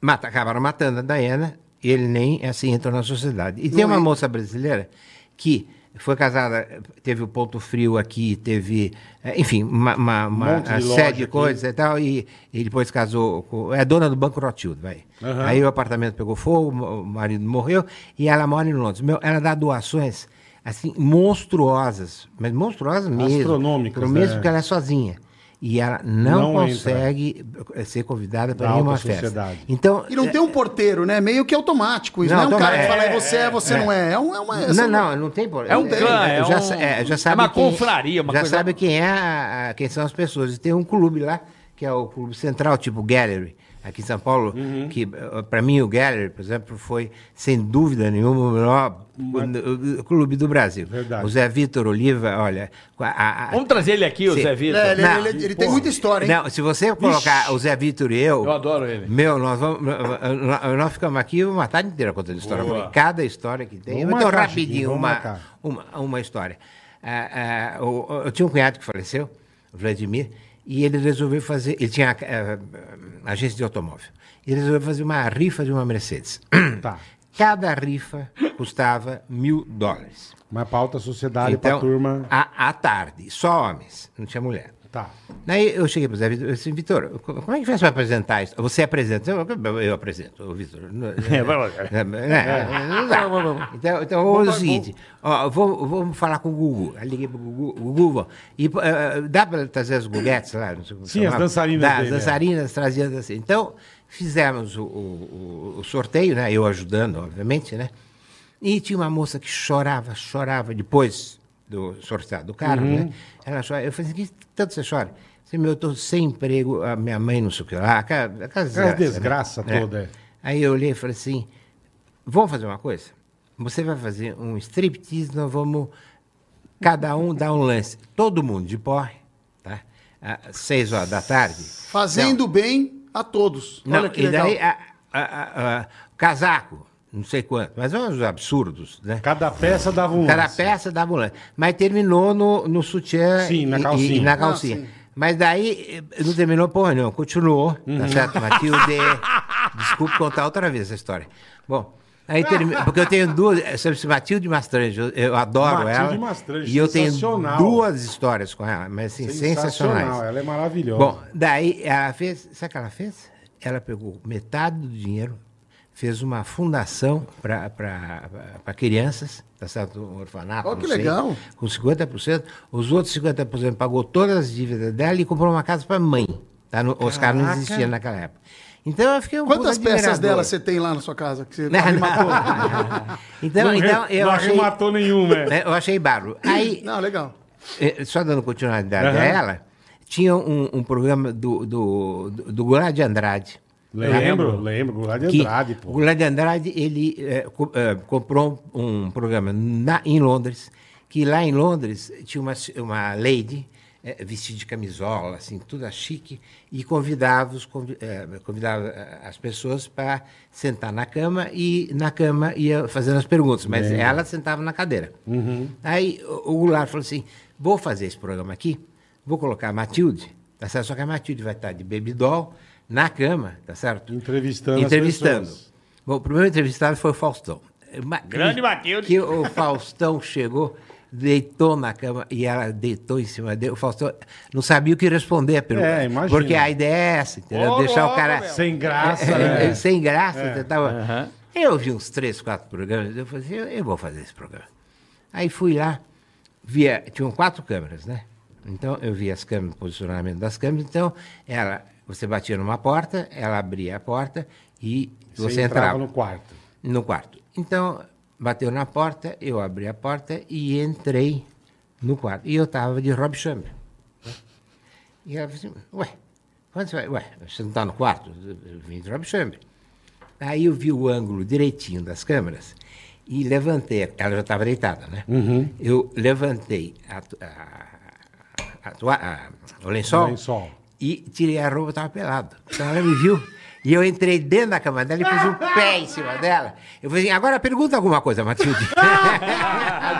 F: mata, acabaram matando a Diana e ele nem assim entrou na sociedade. E tem uma
C: é?
E: entra.
F: moça brasileira que foi casada, teve o ponto frio aqui, teve, eh, enfim, uma, uma, uma
C: Um monte de
F: uma
C: loja
F: série de
C: aqui.
F: coisas e tal, e, e depois casou com. É dona do Banco Rothschild, vai.
C: Aham.
F: Aí o apartamento pegou fogo, o marido morreu, e ela mora em Londres. Meu, ela dá doações assim, monstruosas, mas monstruosas mesmo.
C: Astronômicas,
F: Pro Mesmo
C: né?
F: que ela é sozinha. E ela não,
C: Não entra.
F: consegue eh, ser convidada
C: Da
F: para nenhuma
C: alta
F: festa.
C: sociedade.
F: Então,
E: E não tem um porteiro, né? Meio que automático isso. Não,
F: Não,
E: é um cara que
F: automático.
E: fala, é, você é, você não é. É, um, é uma.
F: eh,
E: essa-
F: não, não, não tem problema.
D: É um clã, é
F: já,
D: um-
F: sa- é, já
D: é
F: sabe
D: uma
F: quem-
D: confraria, uma
F: Já
D: coisa-
F: sabe quem, é a- a- quem são as pessoas. E tem um clube lá, que é o Clube Central, tipo Gallery, aqui em São Paulo,
D: Uhum.
F: que para mim o Gallery, por exemplo, foi, sem dúvida nenhuma, o melhor eh, clube do Brasil.
C: Verdade.
F: O Zé Vitor Oliva, olha... a- a- a-
D: Vamos trazer ele aqui, o
F: Sim.
D: Zé Vitor.
E: É, ele
F: Não.
E: ele- ele tem muita história, hein?
F: Não, se você colocar o Zé Vitor e eu.
D: Eu adoro ele.
F: Meu, nós vamos. Nós, nós ficamos aqui uma tarde inteira contando história.
D: Boa.
F: Porque cada história que tem.
C: Vamos
F: então,
C: marcar, Chiquinho,
F: rapidinho,
C: vamos
F: uma,
C: marcar.
F: uma, uma história. Ah, ah, o- o- eu, tinha um cunhado que faleceu, o Vladimir, e ele resolveu fazer. Ele tinha ah, agência de automóvel. Ele resolveu fazer uma rifa de uma Mercedes.
C: [coughs] Tá.
F: Cada rifa custava mil dólares.
C: Mas pra alta sociedade,
F: Então-
C: pra turma.
F: à à tarde, só homens, não tinha mulher.
C: Tá.
F: Daí eu cheguei para o Zé Vitor, eu disse, Vitor, co- como é que você vai apresentar isso? Você apresenta? Eu, eu- eu apresento, o
C: [laughs]
F: Vitor. Não- É, né? Não dá. Então, então vamos fazer o seguinte, ó, vou- vamos falar com o Gugu. Aí liguei para o Gugu, Gugu, e, eh, dá para trazer as guguetes lá? Não sei como
C: Sim, as
F: chamava?
C: dançarinas
F: Dá,
C: dele,
F: as
C: é.
F: dançarinas traziam assim. Então, fizemos o, o- o- o sorteio, né? eu ajudando, obviamente, né? E tinha uma moça que chorava, chorava depois do sorteado do carro,
C: Uhum.
F: né? Ela chorava. Eu falei assim, que tanto você chora? Assim, meu, eu estou sem emprego, a minha mãe não sei o que lá, aquela, aquela desgraça. né?
C: desgraça toda, é.
F: Aí eu olhei e falei assim, vamos fazer uma coisa? Você vai fazer um striptease, nós vamos cada um dar um lance. Todo mundo de porre, tá? Às seis horas da tarde.
E: Fazendo bem a todos.
F: Não,
E: Olha que
F: e
E: legal.
F: daí, é a- a- a- a- casaco, não sei quanto, mas é uns absurdos, né?
C: Cada peça dava um.
F: Cada
C: lance.
F: peça da ambulância. Mas terminou no, no sutiã
C: Sim, na
F: e-
C: calcinha.
F: e, e na calcinha.
E: Ah, sim.
F: Mas daí eh, não terminou porra nenhuma, continuou,
C: Uhum.
F: tá certo?
C: [laughs]
F: Matilde, desculpe contar outra vez essa história. Bom,
C: [laughs]
F: aí terminou, porque eu tenho duas, eh, sabe, se Matilde Mastrange, eu, eu adoro
C: Matilde
F: ela.
C: Mastrange,
F: e eu tenho
C: sensacional.
F: duas histórias com ela, mas assim, sensacionais.
C: Ela é maravilhosa.
F: Bom, daí ela fez. Sabe o que ela fez? Ela pegou metade do dinheiro, fez uma fundação para crianças, tá certo? Um orfanato.
E: Ó,
F: não
E: que
F: sei,
E: legal.
F: Com 50%. Os outros 50% pagou todas as dívidas dela e comprou uma casa para mãe. Tá? No, Oscar não
C: Caraca.
F: existia naquela época. Então eu fiquei um
E: Quantas
F: pouco
E: peças
F: admirador.
E: dela você tem lá na sua casa? Que você
F: [laughs] Né? Não,
E: arrematou?
F: não. então, então
C: re-
F: eu
C: não
F: achei.
C: arrematou nenhuma, é.
F: [laughs] né, Eu achei barro. Aí,
E: Não, legal.
F: eh, só dando continuidade
C: Aham.
F: a ela, tinha um, um programa do, do, do, do Goulart de Andrade.
C: Lembro, lembro. Goulart de
F: Que
C: Andrade,
F: O
C: pô.
F: Goulart de Andrade, ele eh, co- eh, comprou um, um programa na, em Londres, que lá em Londres tinha uma, se- uma lady eh, vestido de camisola, assim, tudo chique, e convidava, os, convi- eh, convidava eh, as pessoas para sentar na cama e na cama ia fazendo as perguntas, mas ela sentava na cadeira.
C: Uhum.
F: Aí o, o Goulart falou assim: vou fazer esse programa aqui, vou colocar a Matilde, tá certo? Só que a Matilde vai estar de babydoll na cama, tá certo?
C: Entrevistando as
F: Entrevistando.
C: pessoas.
F: Bom, o primeiro entrevistado foi o Faustão. Ma-
G: Grande Matilde.
F: Que o Faustão chegou, deitou na cama e ela deitou em cima dele. O Faustão não sabia o que responder a pergunta.
C: É, imagina.
F: Porque a ideia é essa, entendeu?
G: Ô,
F: Deixar
G: louco,
F: o cara
G: meu.
C: Sem graça,
F: é,
C: né?
F: é, sem graça. Tentava... Eu vi uns três, quatro programas, eu falei assim, eu, eu vou fazer esse programa. Aí fui lá, via, tinham quatro câmeras, né? Então eu vi as câmeras, o posicionamento das câmeras, então ela, você batia numa porta, ela abria a porta e você, entrava,
C: no quarto.
F: no quarto. Então, bateu na porta, eu abri a porta e entrei no quarto. E eu estava de Rob Chamber. E ela falou assim, ué, quando você vai? Ué, você não está no quarto? Eu vim de Rob Chamber. Aí eu vi o ângulo direitinho das câmeras e levantei. Ela já estava deitada, né?
C: Uhum.
F: Eu levantei a, to- a- a toa- a- o lençol,
C: O lençol.
F: e tirei a roupa, eu estava pelado. Então ela me viu. E eu entrei dentro da cama dela e pus o pé em cima dela. Eu falei assim, agora pergunta alguma coisa, Matilde. [laughs]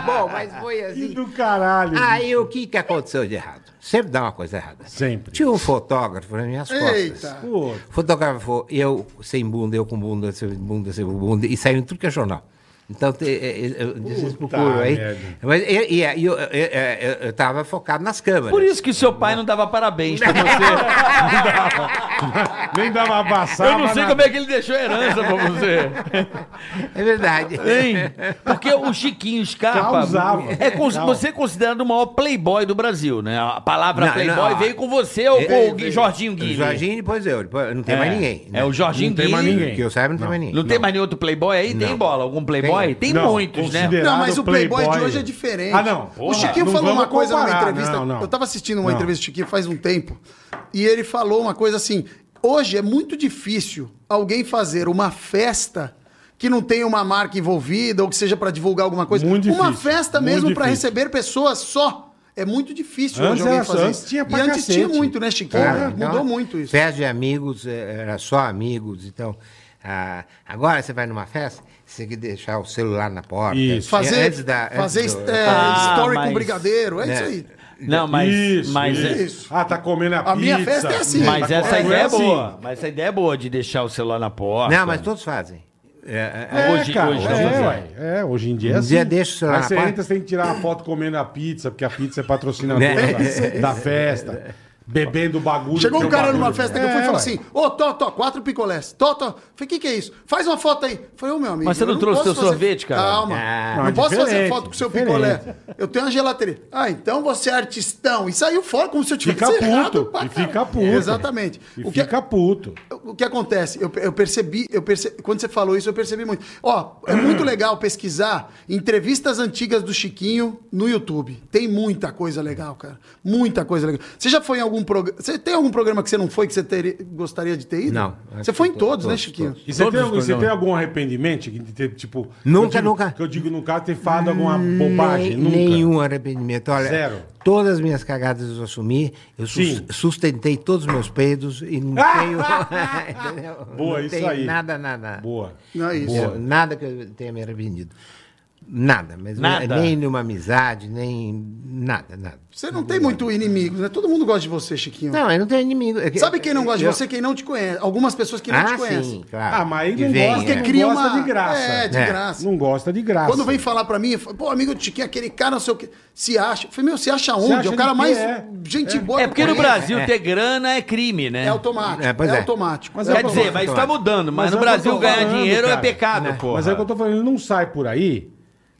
F: Bom, mas foi
C: Que
F: assim.
C: do caralho.
F: Aí o que, que aconteceu de errado? Sempre dá uma coisa errada.
C: Sempre.
F: Tinha um fotógrafo nas minhas
E: Eita.
F: costas.
C: Pô,
F: Fotografou eu sem bunda, eu com bunda, sem bunda, sem bunda, e saiu em tudo que é jornal. Então, te- eh, eh, eu vocês
C: Puta
F: procuram aí.
C: merda.
F: Mas e- e- e eu estava focado nas câmeras.
D: Por isso que seu pai não dava parabéns [laughs] pra você.
C: nem dava passada.
D: Eu não sei como é que ele deixou herança pra você.
F: É verdade.
D: Hein? Porque o Chiquinho Scarpa
C: Causava.
D: é cons-
C: Causava.
D: você é considerado o maior playboy do Brasil, né? A palavra
F: Não,
D: playboy
F: não.
D: veio com você ou com É o Gui- Jorginho
F: É, O
D: Guilherme.
F: Jorginho, depois eu. Depois, não tem
D: É.
F: mais ninguém. né?
D: É o Jorginho
C: Não tem mais
D: Guilherme.
C: ninguém.
F: Que eu saiba, não, tem mais
D: Não
F: ninguém.
D: tem mais nenhum outro playboy aí? Tem bola? Algum playboy? Tem,
C: Não,
D: muitos, né?
C: considera-
E: Não, mas o Playboy,
C: Playboy.
E: de hoje é diferente.
C: Ah, não. Porra,
E: o Chiquinho
C: não
E: falou
C: vamos
E: uma coisa numa
C: comparar.
E: entrevista.
C: Não, não.
E: Eu tava assistindo uma
C: Não.
E: entrevista do Chiquinho faz um tempo. E ele falou uma coisa assim: hoje é muito difícil alguém fazer uma festa que não tenha uma marca envolvida ou que seja pra divulgar alguma coisa.
C: Muito
E: uma
C: difícil,
E: festa
C: muito
E: mesmo pra
C: difícil.
E: receber pessoas só. É muito difícil
C: Antes
E: hoje alguém
C: era só-
E: fazer.
C: antes
E: isso.
C: tinha pra
E: e antes tinha
C: cacete. então,
E: muito, né, Chiquinho?
C: Cara,
E: Mudou muito isso.
F: então, Festa de amigos, eh, era só amigos. Então, ah, agora você vai numa festa, você tem que deixar o celular na porta.
C: Isso.
E: Fazer,
F: Antes da- antes
E: fazer
F: do- né,
E: é,
D: Ah,
E: story
D: mas-
E: com brigadeiro, é, isso aí.
D: Não, mas.
C: Isso,
D: mas é-
C: isso. Ah, tá comendo a,
E: A
C: pizza.
E: minha festa é assim.
D: Mas
E: Sim,
D: essa
E: é
D: ideia é
C: assim.
D: boa. Mas essa ideia é boa de deixar o celular na porta.
F: Não, mas todos fazem. É, é,
C: É,
D: Hoje-
C: cara,
D: hoje tá não
C: é,
D: usa.
C: ué. é, hoje em dia é
F: Um dia deixa o celular
C: Aí
F: na
C: você
F: porta.
C: entra, você tem que tirar uma foto comendo a pizza, porque a pizza é patrocinadora
F: Né?
C: da, da festa. Bebendo o bagulho.
E: Chegou um
C: seu
E: cara numa
C: bagulho.
E: festa que eu fui e
C: É,
E: falou
C: ué.
E: assim: Ô, Tó, Tó, quatro picolés. Tó, Tó. Falei, o que, que é isso? Faz uma foto aí. Falei, ô, meu amigo.
D: Mas você
E: eu
D: não trouxe
E: posso
D: teu sorvete, cara?
E: Calma.
F: Ah,
E: não
C: não, é
E: posso fazer
C: diferente,
E: foto com o seu
C: diferente.
E: picolé. Eu tenho uma gelateria. Ah, então você é artistão. E saiu fora como se eu tivesse
C: Fica puto.
E: errado pra
C: E
E: caralho.
C: fica puto.
E: Exatamente.
C: E
E: O que,
C: fica puto.
E: o que acontece? Eu, eu percebi, eu perce- quando você falou isso, eu percebi muito. Ó, é
F: [clears throat]
E: muito legal pesquisar entrevistas antigas do Chiquinho no YouTube. Tem muita coisa legal, cara. Muita coisa legal. Você já foi em algum programa? Você tem algum programa que você não foi que você teria- gostaria de ter ido?
F: Não.
E: Você foi em
F: Acho que
E: todos, né,
F: todos,
E: Chiquinho?
C: E você tem,
D: Todos os
C: algum, você
D: programas.
C: tem algum arrependimento? Chiquinho, de ter, tipo,
F: Nunca,
C: que eu digo-
F: nunca.
C: Que eu digo no caso, ter falado alguma É bobagem?
F: Nem-
C: nunca.
F: Nenhum arrependimento. Olha,
C: Zero.
F: todas as minhas cagadas eu assumi, eu sus-
C: Sim. Ah!
F: sustentei todos os meus peidos e não tenho. [laughs] entendeu?
C: Boa,
F: não
C: isso
F: tenho
C: aí.
F: Nada, nada.
C: Boa.
E: Não é isso.
F: Eu- Nada que eu tenha me arrependido. Nada, mas
D: Nada.
F: nem numa amizade, nem nada, nada.
E: Você não tem muito inimigos, né? Todo mundo gosta de você, Chiquinho.
F: Não, eu não tenho inimigo. É que-
E: Sabe quem não gosta de
F: eu-
E: você? Quem não te conhece. Algumas pessoas que não te
F: Ah,
E: conhecem.
F: sim, claro.
C: Ah, mas aí
F: Que
C: não
F: vem,
C: gosta,
E: Porque
F: é.
C: não
E: cria
C: gosta
E: uma-
C: de graça.
E: É, de
F: É.
E: graça.
C: Não gosta de graça.
E: Quando vem falar pra mim, eu falo, pô, amigo do Tiquinho, aquele cara, não sei o que, se acha. Eu falei, meu, se acha onde?
C: acha
E: é o cara
C: de quê?
E: mais
C: É.
E: gente boa.
D: É
E: que
D: porque
E: eu
D: no
E: conheço.
D: Brasil ter grana é crime, né?
E: É automático.
F: É,
E: É,
F: pois é.
E: automático.
C: Mas
E: É
C: é
D: Quer
E: automático.
D: dizer, mas está mudando. Mas, no
C: é o que eu tô
D: Brasil ganhar
C: falando,
D: dinheiro
C: cara.
D: é pecado, pô.
C: Mas é o que eu tô falando, ele não sai por aí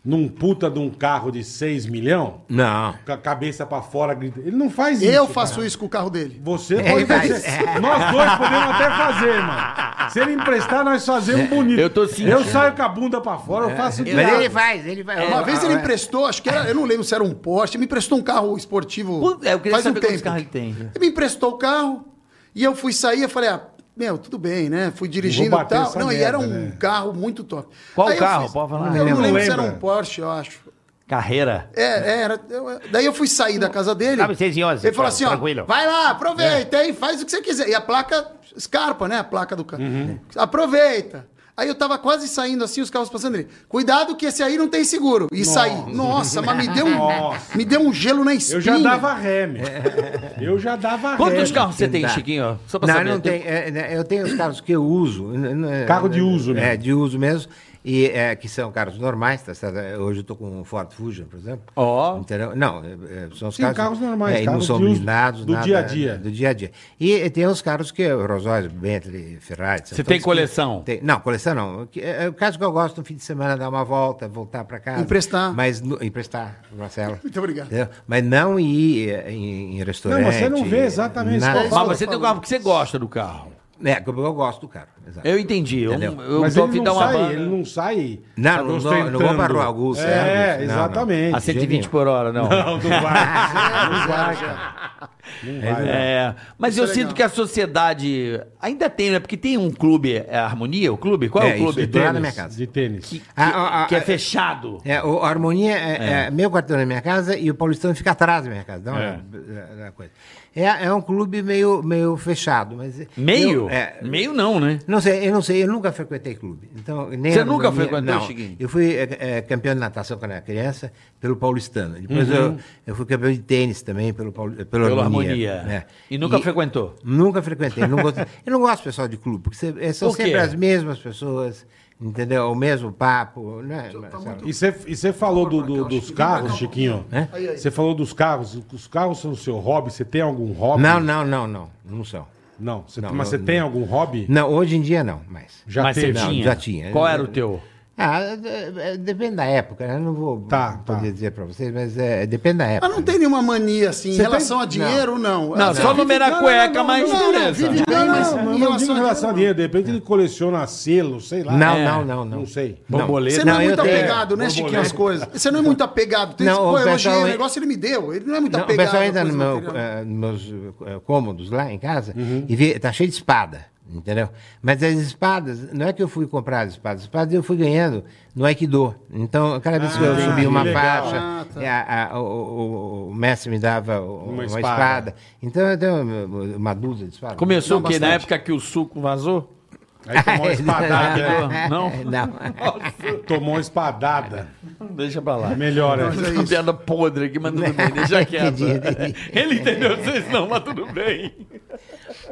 C: num puta de um carro de 6 milhão,
F: Não.
C: com a cabeça pra fora, gritando. Ele não faz isso.
E: eu faço
C: cara.
E: isso com o carro dele.
C: Você
F: É,
C: pode
F: mas-
C: fazer. Nós dois podemos até fazer, mano. Se ele emprestar, nós fazemos bonito.
D: É. Eu tô sentindo. É.
C: Eu saio com a bunda pra fora, eu faço de
F: Mas
C: lado.
F: ele faz, ele faz. é.
E: Uma vez ele emprestou, acho que era, eu não lembro se era um Porsche, me emprestou um carro esportivo. um
D: Quanto- é, eu queria saber quantos carros ele tem.
E: Ele me emprestou o carro e eu fui sair eu falei, ah, meu, tudo bem, né? Fui dirigindo
C: Vou
E: e
C: bater
E: tal.
C: essa
E: Não, e
C: merda,
E: era um
C: né?
E: carro muito top.
D: Qual
E: eu
D: carro?
E: fiz-
D: Pode falar?
E: Eu não
C: Não
E: lembro se era
C: lembra.
E: um Porsche, eu acho.
D: Carreira.
E: É, é, era, eu- daí eu fui sair da casa dele.
H: Sabe, vocês iam assim,
E: Ele falou assim, ó,
H: tranquilo.
E: vai lá, aproveita, hein, faz o que você quiser. E a placa, escarpa, né, a placa do carro. Aproveita. Aí eu tava quase saindo assim, os carros passando ele. Cuidado que esse aí não tem seguro. E saí. Nossa, mas me deu um,
C: Nossa.
E: me deu um gelo na espinha.
C: Eu já dava ré, meu. Eu já dava ré.
D: É. Quantos carros você
F: Não
D: tem,
F: dá.
D: Chiquinho? Só pra
F: não,
D: saber.
F: não tem. é, né, eu tenho os carros que eu uso. n- n-
C: Carro de uso
F: É,
C: mesmo.
F: de uso mesmo. E é, que são carros normais, tá certo? Hoje eu tô com um Ford Fusion, por exemplo.
D: Ó.
F: Entendeu? Não, é, é, são os é,
C: Sim, carros normais,
F: e
C: carros
F: não são
C: de uso
F: blindados,
C: do
F: nada,
C: dia a dia.
F: Do dia a dia. E, e tem os carros que Rolls Royce, Bentley, Ferrari. são
D: Você
F: todos
D: tem coleção?
F: que- tem- não, coleção não. O que- É, é o caso que eu gosto no fim de semana dar uma volta, voltar para casa.
E: Emprestar.
F: Mas no- emprestar, Marcelo.
E: Muito obrigado.
F: Entendeu? Mas não ir é, em, em restaurante.
C: você não vê exatamente
E: isso
F: nada
E: que eu
F: disso.
D: Mas você tem um carro porque você gosta do carro.
F: É, eu, eu gosto do carro. exato.
D: Eu entendi. Eu,
F: Entendeu?
D: eu
C: Mas
D: tô
C: ele
D: afim de dar
C: não,
D: uma
C: sai,
D: banda.
C: ele não sai.
F: Não, não, não, não vou para a Rua Augusta. né,
C: É,
F: Augusto? Não, não.
C: exatamente.
D: A 120 por hora, [laughs] não.
C: Não, não vai. Não vai, cara. Não vai.
D: É, mas eu sinto que a sociedade ainda tem, né? Porque tem um clube, é Harmonia, o clube? Qual é,
F: É,
D: o clube?
F: isso, do lado da minha
C: Tênis,
F: casa.
C: de tênis.
D: Que, que-
F: Ah, ah, ah,
D: que é
F: ah,
D: fechado.
F: É, o a Harmonia é, é meu quarteirão na minha casa e o Paulistão fica atrás da minha casa. Dá uma,
C: É.
F: é. Coisa. É, é um clube meio, meio fechado. Mas
D: Meio?
F: eu- é,
D: Meio não, né?
F: não sei, eu não sei, eu nunca frequentei clube. Então, nem
D: Você
F: a
D: nunca
F: harmonia-
D: frequentou,
F: não.
D: Chiquinho?
F: Eu fui eh, eh, campeão de natação quando era criança pelo paulistano. Depois eu, eu fui campeão de tênis também pelo, Paul- eh, pelo,
D: Uhum. Pela
F: harmonia.
D: harmonia.
C: é.
F: né?
D: E nunca frequentou.
F: Nunca frequentei. não gosto- eu não gosto do pessoal de clube, porque cê- eh, são
D: Por quê?
F: sempre as mesmas pessoas, entendeu? O mesmo papo, né? Marcelo?
C: E você- E você falou do- do- dos carros, Chiquinho?
F: Hã?
C: Você falou dos carros. Os carros são o seu hobby? Você tem algum hobby?
F: Não, não, não, não. Não são.
C: Não, você-
F: Não,
C: mas você
F: não,
C: tem
F: não.
C: algum hobby?
F: Não, hoje em dia não, mas.
C: Já
D: mas
C: teve.
D: você
F: Não,
D: tinha?
F: já
C: É.
F: tinha.
D: Qual era o teu?
F: Ah, eh, eh, depende da época, né? Não vou
C: Tá,
F: poder
C: tá.
F: dizer para vocês, mas eh, depende da época.
E: Mas Ah, não tem nenhuma mania, assim, em
C: Você
E: relação
C: tem-
E: a dinheiro, não.
D: Não,
E: Ah,
D: só
E: vive-
D: numerar a cueca, mas.
E: não, não, vive
C: Não,
E: bem, mas
C: não,
E: em
C: não, não digo
E: relação
C: em
E: a
C: relação a dinheiro. De repente ele coleciona selo, sei lá.
F: É. Não,
C: É.
F: não, não, não.
C: Não sei.
F: Não.
E: Você não,
F: Não,
E: é
F: eu
E: muito
F: tenho-
E: apegado, né,
C: borboleta.
E: Chiquinho, as coisas. Você não é muito apegado. Tem
F: Não,
E: esse-
F: o
E: Pô, eu
F: pessoal-
E: elogiei o negócio, ele me deu. Ele não é muito
F: Não, o
E: apegado.
F: pessoal
E: à
F: entra no
E: coisa
F: meu,
E: material.
F: eh, nos eh, cômodos lá em casa
C: Uhum.
F: e vê, tá cheio de espada, entendeu? Mas as espadas, não é que eu fui comprar as espadas, as espadas eu fui ganhando no Aikido. Então, cada vez que eu
C: Ah,
F: subia uma
C: que legal.
F: faixa,
E: Ah, tá.
F: eh, a- a- o, o- o mestre me dava o-
C: Uma
F: uma,
C: espada.
F: espada. Então, eu tenho uma dúzia de espadas.
D: Começou o quê? Na
E: bastante.
D: época que o suco vazou?
C: Aí
F: [laughs]
C: tomou uma
F: É,
C: espadada. né?
D: então, Não?
F: Não.
C: tomou uma espadada.
D: Hum. Deixa pra lá.
C: Melhor
E: Mas
C: essa.
E: é
D: Uma
E: isso.
D: piada podre aqui, mas tudo bem, deixa quieto.
F: Entendi.
D: Ele entendeu vocês não, mas tudo bem.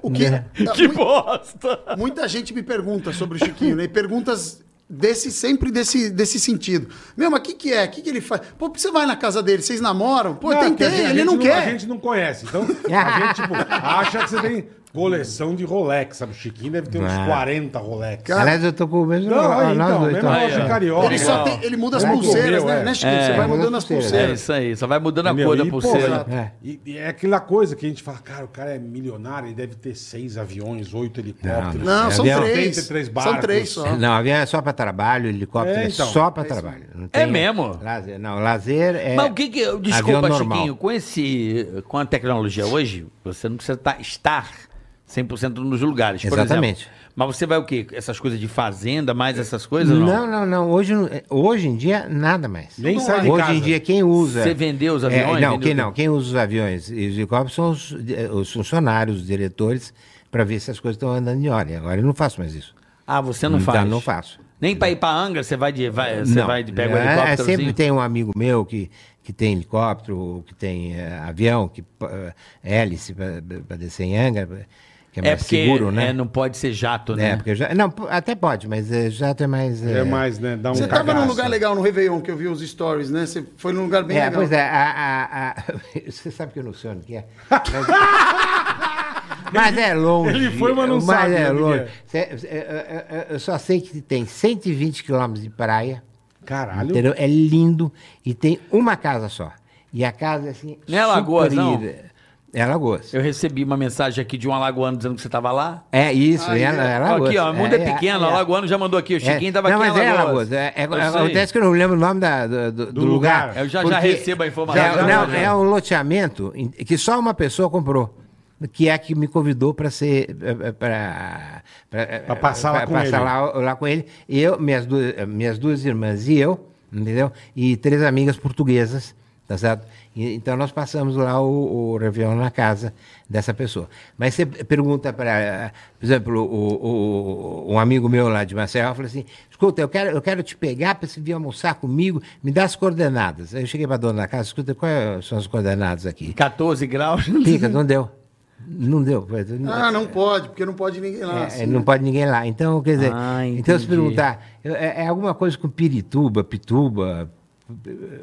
E: O que, [laughs] Ah,
D: Que
E: mu-
D: bosta!
E: muita gente me pergunta sobre o Chiquinho, né? E perguntas desse, sempre desse, desse sentido. Meu, mas o que, que é? O que, que ele faz? Pô, você vai na casa dele, vocês namoram? Pô, tem,
C: que a
E: tem,
C: gente- a
E: ele
C: gente
E: não
C: A
E: quer.
C: gente não conhece.
F: [laughs]
C: Então, a gente tipo, acha que você tem coleção de Rolex, sabe? O Chiquinho deve ter uns
F: Ah.
C: 40 Rolex.
F: Aliás, eu tô com o mesmo.
C: Não, aí,
F: Ah, nós
C: então,
F: dois
C: mesmo
F: estamos-
C: loja
D: ó.
C: carioca.
E: Ele só tem, ele muda as
C: Não é
E: pulseiras,
C: comeu,
E: né,
C: é.
E: né, Chiquinho?
D: É,
E: você vai
F: muda
E: mudando
F: as
E: as
F: pulseiras.
D: É
E: pulseiras.
D: isso aí, só vai mudando a
C: Entendeu?
D: cor da
C: E, pô,
D: pulseira.
F: É.
C: E, e é aquela coisa que a gente fala, cara, o cara é milionário, ele deve ter seis aviões, oito helicópteros. É
E: Não, são
F: Avião.
E: três.
C: 33
E: São
C: barcos.
E: três só.
F: Não, avião é só para trabalho, helicóptero
C: É,
F: é,
C: então.
F: só para trabalho. Não
D: É
F: tem
D: mesmo?
F: Lazer, não, lazer é.
D: Mas o que que. eu-
F: avião
D: Desculpa,
F: normal.
D: Chiquinho, com, esse, com a tecnologia hoje, você não precisa tá- estar 100% nos lugares. por
F: Exatamente.
D: exemplo. Mas você vai o quê? Essas coisas de fazenda, mais essas coisas? Não.
F: Não, não, não. Hoje, hoje em dia, nada mais.
C: Nem sai de
F: hoje
C: casa.
F: em dia, quem usa.
D: é. Você vendeu os aviões?
F: É, não,
D: Vendeu
F: quem
D: tudo?
F: não, quem usa os aviões e os helicópteros são os, eh, os funcionários, os diretores, para ver se as coisas estão andando de ordem. Agora eu não faço mais isso.
D: Ah, você não
F: Então,
D: faz?
F: não faço.
D: Nem pra ir pra Angra, você vai de. Vai, você vai de pega o
F: É, é,
D: helicóptero.
F: sempre tem um amigo meu que, que tem helicóptero, ou que tem eh, avião, que eh, hélice para descer em Angra, que é mais
D: é porque
F: seguro, né?
D: é, não pode ser jato,
F: É,
D: né?
F: porque já, não, p- até pode, mas eh, jato é mais.
C: É
F: eh,
C: mais, né? Dá um
E: Você tava num
C: cagaço.
E: lugar legal no Réveillon, que eu vi os stories, né? Você foi num lugar bem
F: É,
E: legal.
F: pois é, a, a- [laughs] a- você sabe que eu não sei onde
C: [laughs]
F: que é. Mas, mas é longe.
C: ele foi, mas não sabe
F: é
C: onde que
F: longe.
C: é.
F: Cê- cê- eu- eu- eu só sei que tem 120 quilômetros de praia,
C: Caralho.
F: entendeu? É lindo e tem uma casa só. E a casa é assim.
D: Não é Lagoas, não?
F: É Lagoas.
D: Eu recebi uma mensagem aqui de um alagoano dizendo que você tava lá.
F: É isso,
E: Ah,
F: é,
E: é.
F: é Lagoas.
D: Aqui, ó, o mundo é, pequeno, o
F: é.
D: Alagoano já mandou aqui, o Chiquinho tava
F: não,
D: aqui
F: mas
D: em
F: é
D: Alagoas.
F: Alagoas. É, é,
D: Eu sei.
F: acontece que eu não lembro o nome da- do, do- do
C: lugar.
F: lugar.
D: Eu já- já
F: porque
D: recebo a informação.
F: É,
D: Já, já,
F: não,
D: já.
F: é um loteamento em- que só uma pessoa comprou. Que é a que me convidou para ser. é, para
C: Pra passar lá com ele.
F: lá, lá com ele. Eu, minhas duas, minhas duas irmãs e eu. entendeu? E três amigas portuguesas, tá certo? E, então nós passamos lá o, o Réveillon na casa dessa pessoa. Mas você pergunta para, por exemplo, o, o- um amigo meu lá de Maceió, falou assim, escuta, eu quero, eu quero te pegar para você vir almoçar comigo, me dá as coordenadas. Aí eu cheguei para a dona da casa, escuta, quais são as coordenadas aqui?
D: 14 é
F: [laughs]
D: graus.
F: Fica, não deu. Não deu.
E: Ah, não pode, porque não pode ninguém lá.
F: É,
E: assim,
F: não pode ninguém lá. Então, quer dizer,
D: Ah,
F: então se
D: entendi.
F: perguntar, é, é alguma coisa com pirituba, pituba.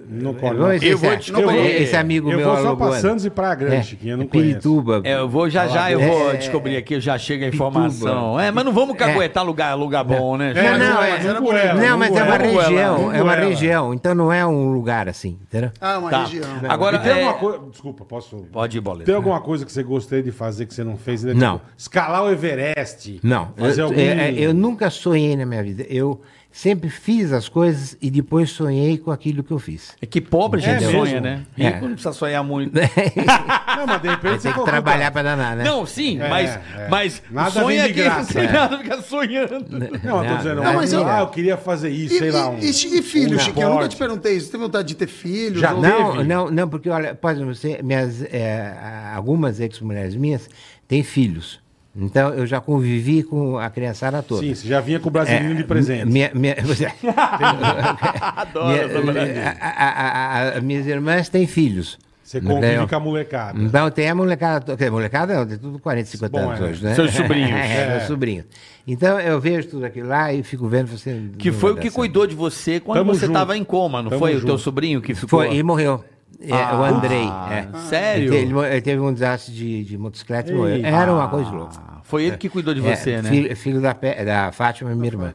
C: Não
F: Eu
C: corre.
F: vou
C: não.
F: ver se
B: Eu
F: esse-
B: vou te-
C: eu vou-
F: esse amigo
C: eu
F: meu
C: vou só
F: alugou,
C: pra
F: né?
C: Santos e Praia Grande,
F: É,
C: Chiquinho, eu não conheço.
F: Pirituba.
D: É, eu vou já já, eu
F: É,
D: vou
F: é,
D: descobrir aqui, já chega a
F: Pituba.
D: informação. É, mas não vamos caguetar lugar, lugar bom, né?
C: É,
F: Não, não, é-
C: era Anguera,
F: Não, mas é uma
C: Anguera,
F: região, é uma
C: Anguera.
F: região, então não é um lugar assim, entendeu?
E: Ah, uma
D: Tá.
E: região.
D: Agora,
C: E tem
D: é,
C: alguma coisa. Desculpa, posso.
D: pode ir,
C: Tem
F: um-
D: boleto.
C: alguma coisa que você gostaria de fazer que você não fez? né?
F: Não.
C: Tipo, escalar o Everest.
F: Não,
C: Fazer
F: eu,
C: algum-
F: é, é, eu nunca sonhei na minha vida. Eu sempre fiz as coisas e depois sonhei com aquilo que eu fiz.
D: É que pobre a gente
C: É
D: sonha,
C: mesmo.
D: né?
F: É.
D: Rico não precisa sonhar muito.
C: Não, mas de repente você um
F: Tem que
C: colocou-
F: trabalhar para danar, né?
D: Não, sim,
C: É,
D: mas,
C: é.
D: mas
C: Nada
D: sonha
C: vem de
D: que
C: graça,
D: sem
F: é. Né?
D: nada fica sonhando.
C: Não, eu tô dizendo,
E: Não, mas eu-
C: ah, eu queria fazer isso,
E: E,
C: sei lá. Um,
E: e, e, e filho,
C: um
E: Chiquinho? Eu nunca
C: esporte.
E: te perguntei isso. Você Teve vontade de ter filhos?
C: Já
E: Ou-
F: não,
C: teve?
F: não, não, porque olha, pode você, minhas, eh, algumas ex-mulheres minhas têm filhos. Então eu já convivi com a criançada toda. É,
C: Sim, você já vinha
E: É,
C: com o brasileiro de presente.
F: Minha, minha, [laughs]
C: [laughs]
F: você-
D: [laughs] Adoro
F: minha- eh,
D: essa mulher.
F: a- a- a- a- minhas irmãs têm filhos.
C: Você convive
F: Entendeu?
C: com a molecada.
F: Então tem a molecada, to- quer dizer, molecada não, tem tudo 40, 50
C: Bom,
F: anos
C: é.
F: hoje, né?
D: Seus sobrinhos.
F: [laughs] é,
C: É.
F: meus sobrinhos. Então eu vejo tudo aquilo lá e fico vendo assim, você.
D: Que
F: não
D: foi o
F: vai
D: que
F: dar
D: cuidou de você quando
C: Tamo
D: você
C: junto.
D: tava em coma, não
C: Tamo
D: foi? O teu
C: junto.
D: sobrinho que ficou?
F: Foi, ele morreu. É,
D: Ah.
F: o Andrei. é.
C: Ah.
D: sério?
F: Ele, mo- ele teve um desastre de, de motocicleta e morreu.
C: Ih.
F: Era uma coisa louca.
D: Ah, foi ele que cuidou de você,
F: É,
D: né?
F: Filho, filho da, Pe- da Fátima, minha irmã.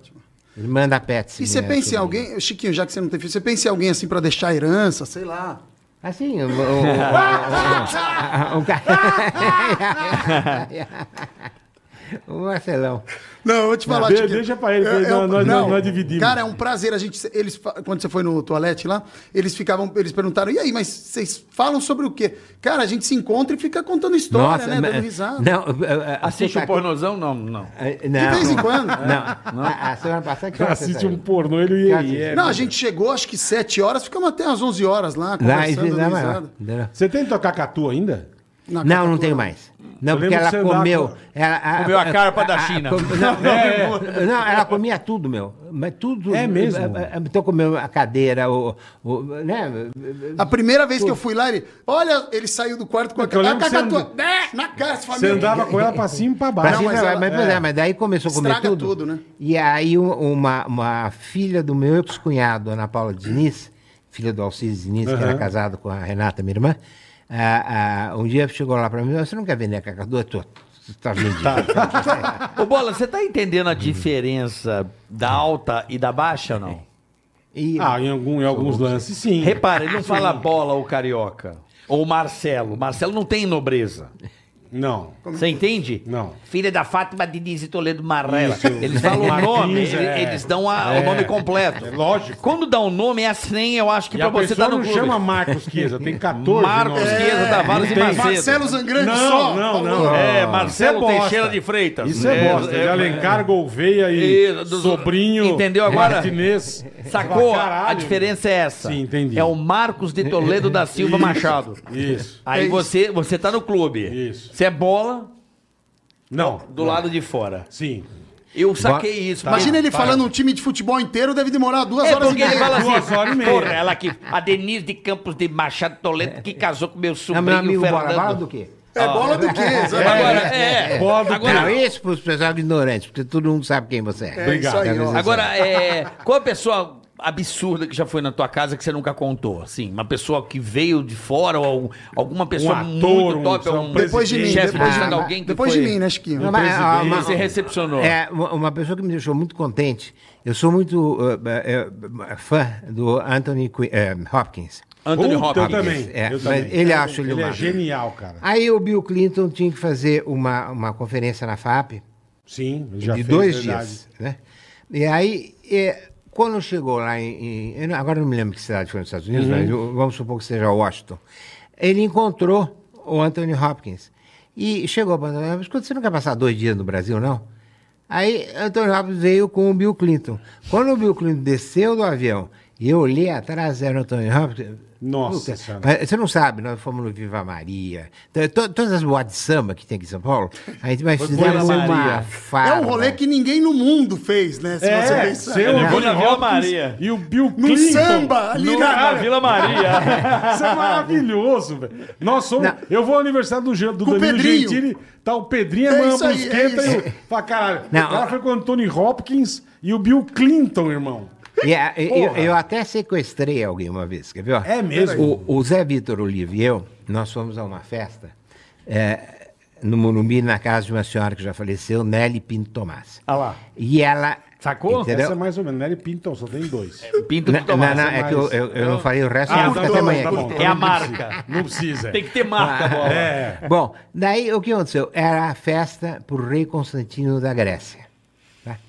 F: Irmã da Pets.
E: E
C: é,
E: você
F: minha
E: pensa em
F: sobrinha.
E: alguém, Chiquinho, já que você não tem filho, você pensa em alguém assim pra deixar herança, sei lá. [laughs]
F: Assim, o, o, o- o- o [laughs] cara. o Um Marcelão.
E: Não, eu vou te falar,
C: de-
E: Chiquinho.
C: deixa pra ele, que nós- nós- nós dividimos.
E: Cara, é um prazer a gente. Eles, fa- quando você foi no toalete lá, eles ficavam, eles perguntaram, e aí, mas vocês falam sobre o quê? Cara, a gente se encontra e fica contando história, né?
F: mas-
C: é,
E: Dando risada.
F: Não, eu- eu-
D: Assiste um
F: você
D: o
F: tá-
D: pornozão? Não, não.
F: Eh, Não.
E: De vez em quando.
C: é
F: Não. A, a semana passada que horas você
C: Assiste
F: saiu?
C: um pornô, ele
F: Cara,
C: e é.
E: Não, a gente chegou, acho que 7 horas, ficamos até às 11 horas lá,
F: Lá, e-
E: conversando,
F: lá,
E: dando
F: mas-
E: risada.
F: entendeu?
C: Você tem que tocar catu ainda?
E: Na
F: Não, não
E: catatura.
F: tenho mais. Não,
C: Eu
F: porque
C: lembro
F: ela
C: que você andava
F: comeu.
C: com-
F: Ela,
D: Comeu a carpa da China.
F: com- não, não, não, ela comia tudo, meu. Mas tudo.
C: É mesmo?
F: eh, eh, Então comeu a cadeira, o. o- né?
E: A primeira vez que eu fui lá, ele. Olha, ele saiu do quarto com a
C: Porque eu
E: cara.
C: lembro É que você
E: cacatua.
C: anda-
E: Né? Na cara, essa
C: Você
E: família.
C: andava com ela pra cima e pra
F: Pra
C: baixo.
F: cima,
E: mas
F: mas,
E: ela-
F: mas,
C: é.
F: é, mas daí começou a comer
E: Estraga
F: tudo.
E: tudo, né?
F: E aí um- uma, uma filha do meu ex-cunhado, Ana Paula Diniz, filha do Alcides Diniz, que era
C: Aham.
F: casado com a Renata, minha irmã, ah, ah, um dia chegou lá pra mim, você não quer vender a cacatua? Tô, você tá vendido.
D: Ô, Bola, você tá entendendo a diferença da alta e da baixa ou não?
F: E-
C: Ah, em, algum- em alguns lances, sim.
D: Repara, ele não fala bola ou carioca. Ou Marcelo. Marcelo não tem nobreza.
C: Não.
D: Você entende?
C: Não.
D: Filha da Fátima Diniz e Toledo Marrela.
C: Isso.
D: Eles falam o
C: Martins,
D: nome,
C: é.
D: ele- eles dão a-
C: É.
D: o nome completo.
C: É lógico.
D: Quando dá o nome, é assim, eu acho que
C: E
D: pra
C: a
D: você
C: pessoa
D: tá no
C: não
D: clube.
C: chama Marcos Chiesa, tem 14
D: Marcos
C: nomes. É,
D: Chiesa, Tavares
C: não
D: e
C: tem.
D: Macedo.
E: Marcelo Zangrande
C: Não,
E: só. Tá
C: não,
E: falou.
C: não.
D: É, Marcelo
C: Isso é bosta.
D: Teixeira de Freitas.
C: Isso é bosta. de Alencar, Gouveia e,
D: E dos-
C: sobrinho.
D: Entendeu agora?
C: Martinez.
D: Sacou?
C: Pra né? caralho.
D: A diferença é essa.
C: Sim, entendi.
D: É o Marcos de Toledo da Silva
C: Isso,
D: Machado.
C: Isso. É
D: Aí
E: isso.
D: você, você tá no clube.
C: Isso.
D: Você é bola
C: Não.
D: do lado de fora.
C: Sim.
D: Eu saquei isso.
C: tá.
D: porque-
E: Imagina ele falando um time de futebol inteiro, deve demorar duas
D: É
E: horas e
D: porque
E: meia.
D: ele fala
C: Duas horas e
D: assim,
C: meia.
D: porra, ela que, a Denise de Campos de Machado Toledo, que casou com É meu
F: não, meu
D: sobrinho
F: amigo, bola,
D: Fernando.
F: bola do quê?
E: É bola do quê?
D: Agora,
E: Exatamente.
D: é,
C: Bola do
D: agora,
F: não, isso pros pessoal ignorantes, porque todo mundo sabe quem você é.
E: É isso aí, ó.
D: Agora, é, qual a pessoa absurda que já foi na tua casa que você nunca contou? Assim, uma pessoa que veio de fora ou alguma pessoa
C: ator,
D: muito
C: um-
D: top,
C: um
D: um,
E: Depois de mim,
D: chefe
E: depois de
D: de
E: mim.
D: alguém que
E: Depois
D: foi-
E: de mim, né, Chiquinho?
F: Não, mas, ah, mas-
D: Você recepcionou.
F: É, uma, uma pessoa que me deixou muito contente. Eu sou muito eh, eh, eh, fã do Anthony Qui- eh, Hopkins.
D: Anthony
C: né? Puta,
D: Hopkins.
C: Eu também.
F: É,
C: eu
F: mas
C: também.
F: ele acha Ah, ele
C: Ele é
F: uma-
C: genial, cara.
F: Aí o Bill Clinton tinha que fazer uma, uma conferência na FAP
C: Sim, ele já
F: de
C: fez,
F: dois
C: verdade.
F: dias. Né? E aí, eh, quando chegou lá em, em- eu não- Agora eu não me lembro que cidade foi nos Estados
C: Uhum.
F: Unidos, mas eu- vamos supor que seja Washington. Ele encontrou o Anthony Hopkins. E chegou para Anthony Hopkins, "Escuta, você não quer passar dois dias no Brasil, não? Aí Anthony Hopkins veio com o Bill Clinton. Quando o Bill Clinton desceu do avião E eu olhei atrás, era o Anthony Hopkins.
C: Nossa
F: Puta,
C: Senhora.
F: mas você não sabe, nós fomos no Viva Maria. Então, to- todas as boates de samba que tem aqui em São Paulo, a gente vai fazer
C: Vila Maria.
F: uma
E: É
F: farra.
E: um rolê que ninguém no mundo fez, né? Se você
C: É,
E: pensar.
C: seu
F: Não.
C: Anthony
A: Na Vila
C: Hopkins
A: Maria.
C: E o Bill
E: No
C: Clinton.
E: samba, ali
C: no,
E: na-
A: Na Vila Maria.
C: [laughs] Isso é maravilhoso, velho. Nós somos.
F: Não.
C: Eu vou ao aniversário do, Jean- do
E: Com o
C: Danilo
E: Pedrinho.
C: Gentili, tá o Pedrinho, a
E: É
C: é
E: isso aí,
C: Brusqueta
E: é
C: e o. Fala, caralho.
F: Não,
C: o cara
F: ó.
C: foi com o Anthony Hopkins e o Bill Clinton, irmão.
F: E a- e- eu,
C: Porra.
F: eu até sequestrei alguém uma vez, quer ver? ó?
C: É mesmo?
F: O, o Zé Vitor Olive e eu, nós fomos a uma festa é, no Monumbi, na casa de uma senhora que já faleceu, Nelly Pinto Tomás.
C: Ah lá.
F: E ela.
A: Sacou?
F: Entendeu?
C: Essa é mais ou menos.
F: né?
C: Nelly Pinton, só tem dois.
D: Pinto
F: Não,
D: com
F: não,
D: Tomás.
F: não, é que eu, eu- eu não falei o resto,
C: Ah,
F: eu fico
C: É, tá
F: até
C: bom,
F: amanhã.
C: tá bom.
A: É a
C: Não precisa,
A: marca.
C: Não precisa.
D: Tem que ter marca, bola.
C: É.
F: Bom, daí o que aconteceu? Era a festa para o rei Constantino da Grécia. tá?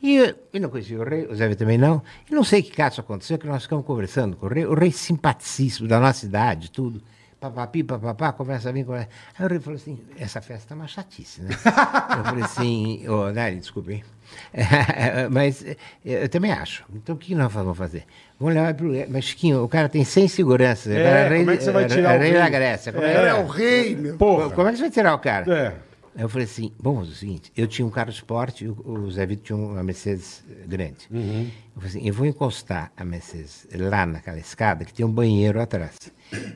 F: E eu, eu não conhecia o rei, o Zé Vitor também não. E não sei que caso aconteceu, que nós ficamos conversando com o rei, o rei simpaticíssimo da nossa idade, tudo. Papapi, papapá, conversa bem, conversa. Aí o rei falou assim: essa festa é uma chatice,
C: [laughs]
F: né? eu falei assim: ô, Nari, desculpe, hein? [laughs] mas eh, eu também acho. Então o que nós vamos fazer? Vamos levar pro. Mas, Chiquinho, o cara tem 100 seguranças. o
C: É,
F: cara rei,
C: como é que você vai
F: eh,
C: tirar o
F: rei da
C: rei?
F: Grécia. Como
E: É
F: é,
E: o rei, meu.
C: Porra.
F: como é que você vai tirar o cara?
C: É.
F: Aí eu falei assim, bom, é o seguinte, eu tinha um carro esporte, o, o Zé Vito tinha uma Mercedes grande.
C: Uhum.
F: Eu falei assim, eu vou encostar a Mercedes lá naquela escada que tem um banheiro atrás.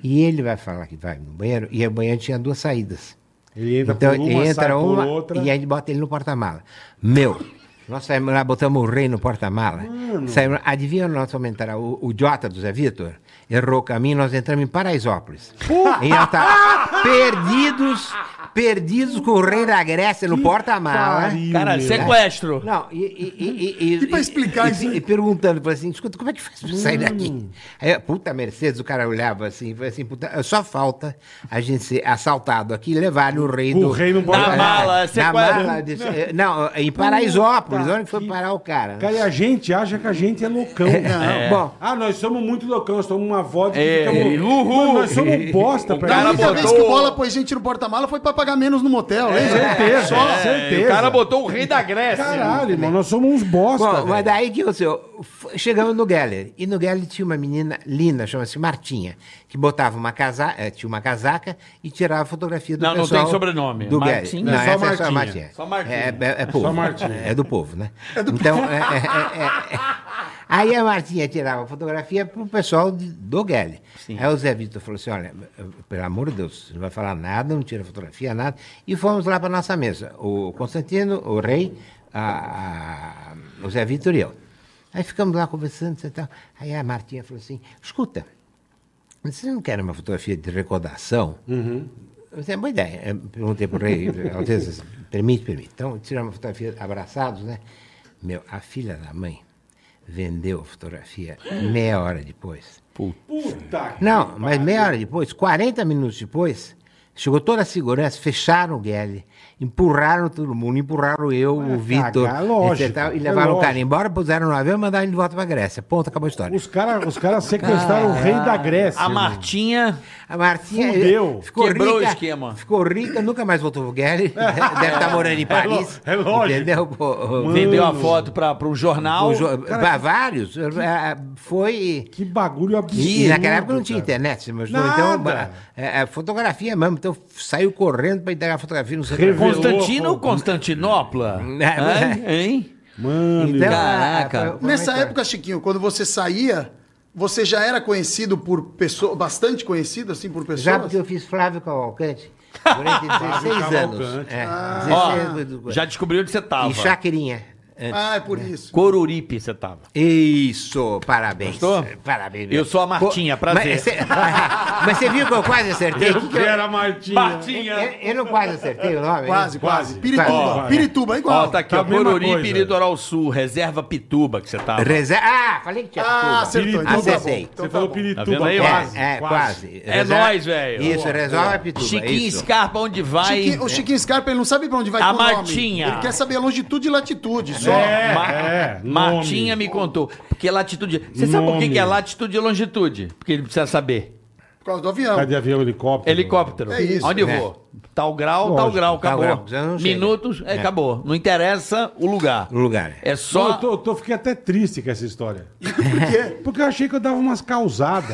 F: E ele vai falar que vai no banheiro, e o banheiro tinha duas saídas.
C: Ele entra
F: então
C: por uma,
F: ele
C: sai
F: entra
C: por
F: uma
C: outra.
F: e aí bota ele no porta-mala. Meu, nós saímos lá, botamos o rei no porta-mala. Saímos, lá, adivinha onde nós fomos entrar? O, o idiota do Zé Vitor errou o caminho, nós entramos em Paraisópolis. E ela tá perdidos, perdidos com o rei da Grécia no porta-mala.
C: pariu,
D: Cara,
C: meu.
D: sequestro.
F: Não, e, e, e, e,
E: E pra explicar
F: e-
E: isso?
F: E, perguntando, falou assim, escuta, como é que faz pra sair
C: Hum.
F: daqui? Aí, puta Mercedes, o cara olhava assim, falou assim, puta, só falta a gente ser assaltado aqui e levar o rei
C: O
F: do...
C: rei não pode
D: Na
C: parar.
D: mala,
F: Na
D: sequestro.
F: mala, desse- eh, não, em Paraisópolis,
C: Puta
F: onde foi
C: que-
F: parar o cara?
C: Cara, e a gente acha que a gente é loucão. Não.
F: Bom,
C: Ah, nós somos muito loucão, nós somos uma vodka.
D: É,
C: que fica mo-
D: uhul.
C: Mano, nós somos um bosta pra
E: A
D: cara
C: gente.
E: única vez que
D: botou-
E: o Bola pôs gente no porta-mala foi pra pagar menos no motel, lembra?
C: É, Certeza, certeza.
D: É, O cara botou o rei da Grécia.
C: Caralho, irmão, nós somos uns bosta.
F: Bom, mas
C: velho.
F: daí que você. f- Chegamos no Geller. E no Geller tinha uma menina linda, chama-se Martinha, que botava uma casaca, tinha uma casaca e tirava fotografia do
D: Não, não
F: pessoal.
D: tem sobrenome.
F: Do Geller.
D: Martinha.
F: Não,
C: É só
F: essa é só
C: Martinha.
F: Martinha.
D: Só Martinha.
F: É, é- é povo.
C: Só Martinha.
F: É do povo, né? então, [laughs] é- é- é- é- aí a Martinha tirava fotografia pro pessoal de- do Geller. Aí o Zé Vitor falou assim: olha, pelo amor de Deus, você não vai falar nada, não tira fotografia, nada. E fomos lá para nossa mesa. O Constantino, o rei, a- a- o Zé Vitor e eu. Aí ficamos lá conversando e tal. Aí a Martinha falou assim: escuta, vocês não querem uma fotografia de recordação? Eu disse, é boa ideia. Eu perguntei para o rei, Alteza, permite, permite. Então, tiramos uma fotografia abraçados, né? Meu, a filha da mãe vendeu a fotografia meia hora depois.
C: Puta.
F: Não, mas meia hora depois, 40 minutos depois, chegou toda a segurança, fecharam o Guelli, empurraram todo mundo, empurraram eu, o Vitor,
C: cagar, lógico,
F: etc, e
C: é
F: levaram o cara
C: lógico.
F: embora, puseram no avião e mandaram ele de volta para a Grécia. Ponto, acabou a história.
C: Os caras os cara sequestraram o rei da Grécia.
D: A
C: irmão.
D: Martinha.
F: A Martinha
C: Fudeu.
F: eh, ficou
D: Quebrou
F: rica,
D: o esquema.
F: Ficou rica, nunca mais voltou pro Gary. [laughs] Deve estar morando em Paris.
C: é lógico.
F: Entendeu? Pô, pô,
D: Vendeu a foto pra, pra um jornal.
F: o jo- pra vários. eh, ah, Foi.
C: Que bagulho absurdo.
F: E naquela época não tinha
C: cara.
F: internet, você imaginou?
C: Nada.
F: Então, ba- é, é, fotografia mesmo. Então saiu correndo pra entregar a fotografia, não sei o
C: Revelou.
D: Constantino ou Constantinopla? Hã? hein?
C: Mano,
F: Então,
D: Caraca.
F: ah, foi- foi uma
E: Nessa
F: história.
E: época, Chiquinho, quando você saía, você já era conhecido por pessoas, bastante conhecido, assim, por pessoas?
F: Já porque eu fiz Flávio Cavalcante
C: [laughs]
F: durante 16 anos.
C: Cavalcante. Ah.
F: É,
D: Ó,
F: 16 anos.
D: já descobriu onde você tava.
F: E Chaquirinha. antes.
E: Ah, é por isso.
D: Coruripe você tava.
F: Isso, parabéns.
D: Gostou?
F: Parabéns.
D: Eu sou a Martinha, prazer.
F: Mas você, [laughs] mas você viu que eu quase acertei?
C: eu
F: Que eu,
C: quero a Martinha.
F: eu,
D: Martinha!
F: eu não quase acertei o nome?
E: Quase,
F: né?
E: quase.
C: Quase.
E: Pirituba,
C: Ó,
E: Pirituba, é
D: Ó,
E: igual.
D: tá aqui,
C: tá
D: ó.
C: a mesma
D: Coruripe
C: coisa.
D: Litoral Sul, reserva Pituba que você tava.
F: Reze- Ah, falei que tinha
E: Ah,
F: tudo.
E: acertou. Então tá bom.
F: Acertei.
E: Então
C: Você
E: tá
C: falou
E: bom.
C: Pirituba.
D: Tá vendo aí, ó?
C: quase,
F: É, é, quase.
D: É
F: Reserva-
D: nóis, velho.
F: Isso, resolve a pituba. é
D: Chiquinho
F: isso.
D: Scarpa, onde vai?
E: Chiquinho- o Chiquinho Scarpa, ele não sabe pra onde vai
D: A
E: com o nome.
D: Martinha.
E: Ele quer saber a longitude e latitude, só.
C: É,
D: Ma-
C: é,
D: Martinha
C: nome.
D: me contou. Porque é latitude. Você sabe por que
C: Nome.
D: que é latitude e longitude? Porque ele precisa saber.
E: Por causa do avião.
C: Tá de avião, helicóptero.
D: Helicóptero.
E: É isso.
D: Onde eu
F: É.
D: vou? Tal grau, tal
C: Lógico,
D: grau,
F: tal
D: acabou.
F: grau, já não chega.
D: Minutos, é,
F: É.
D: acabou. Não interessa o lugar.
F: O lugar, é.
D: É
C: Só...
D: só.
C: Eu tô, eu tô- fiquei até triste com essa história.
E: Por quê?
C: Porque eu achei que eu dava umas causadas.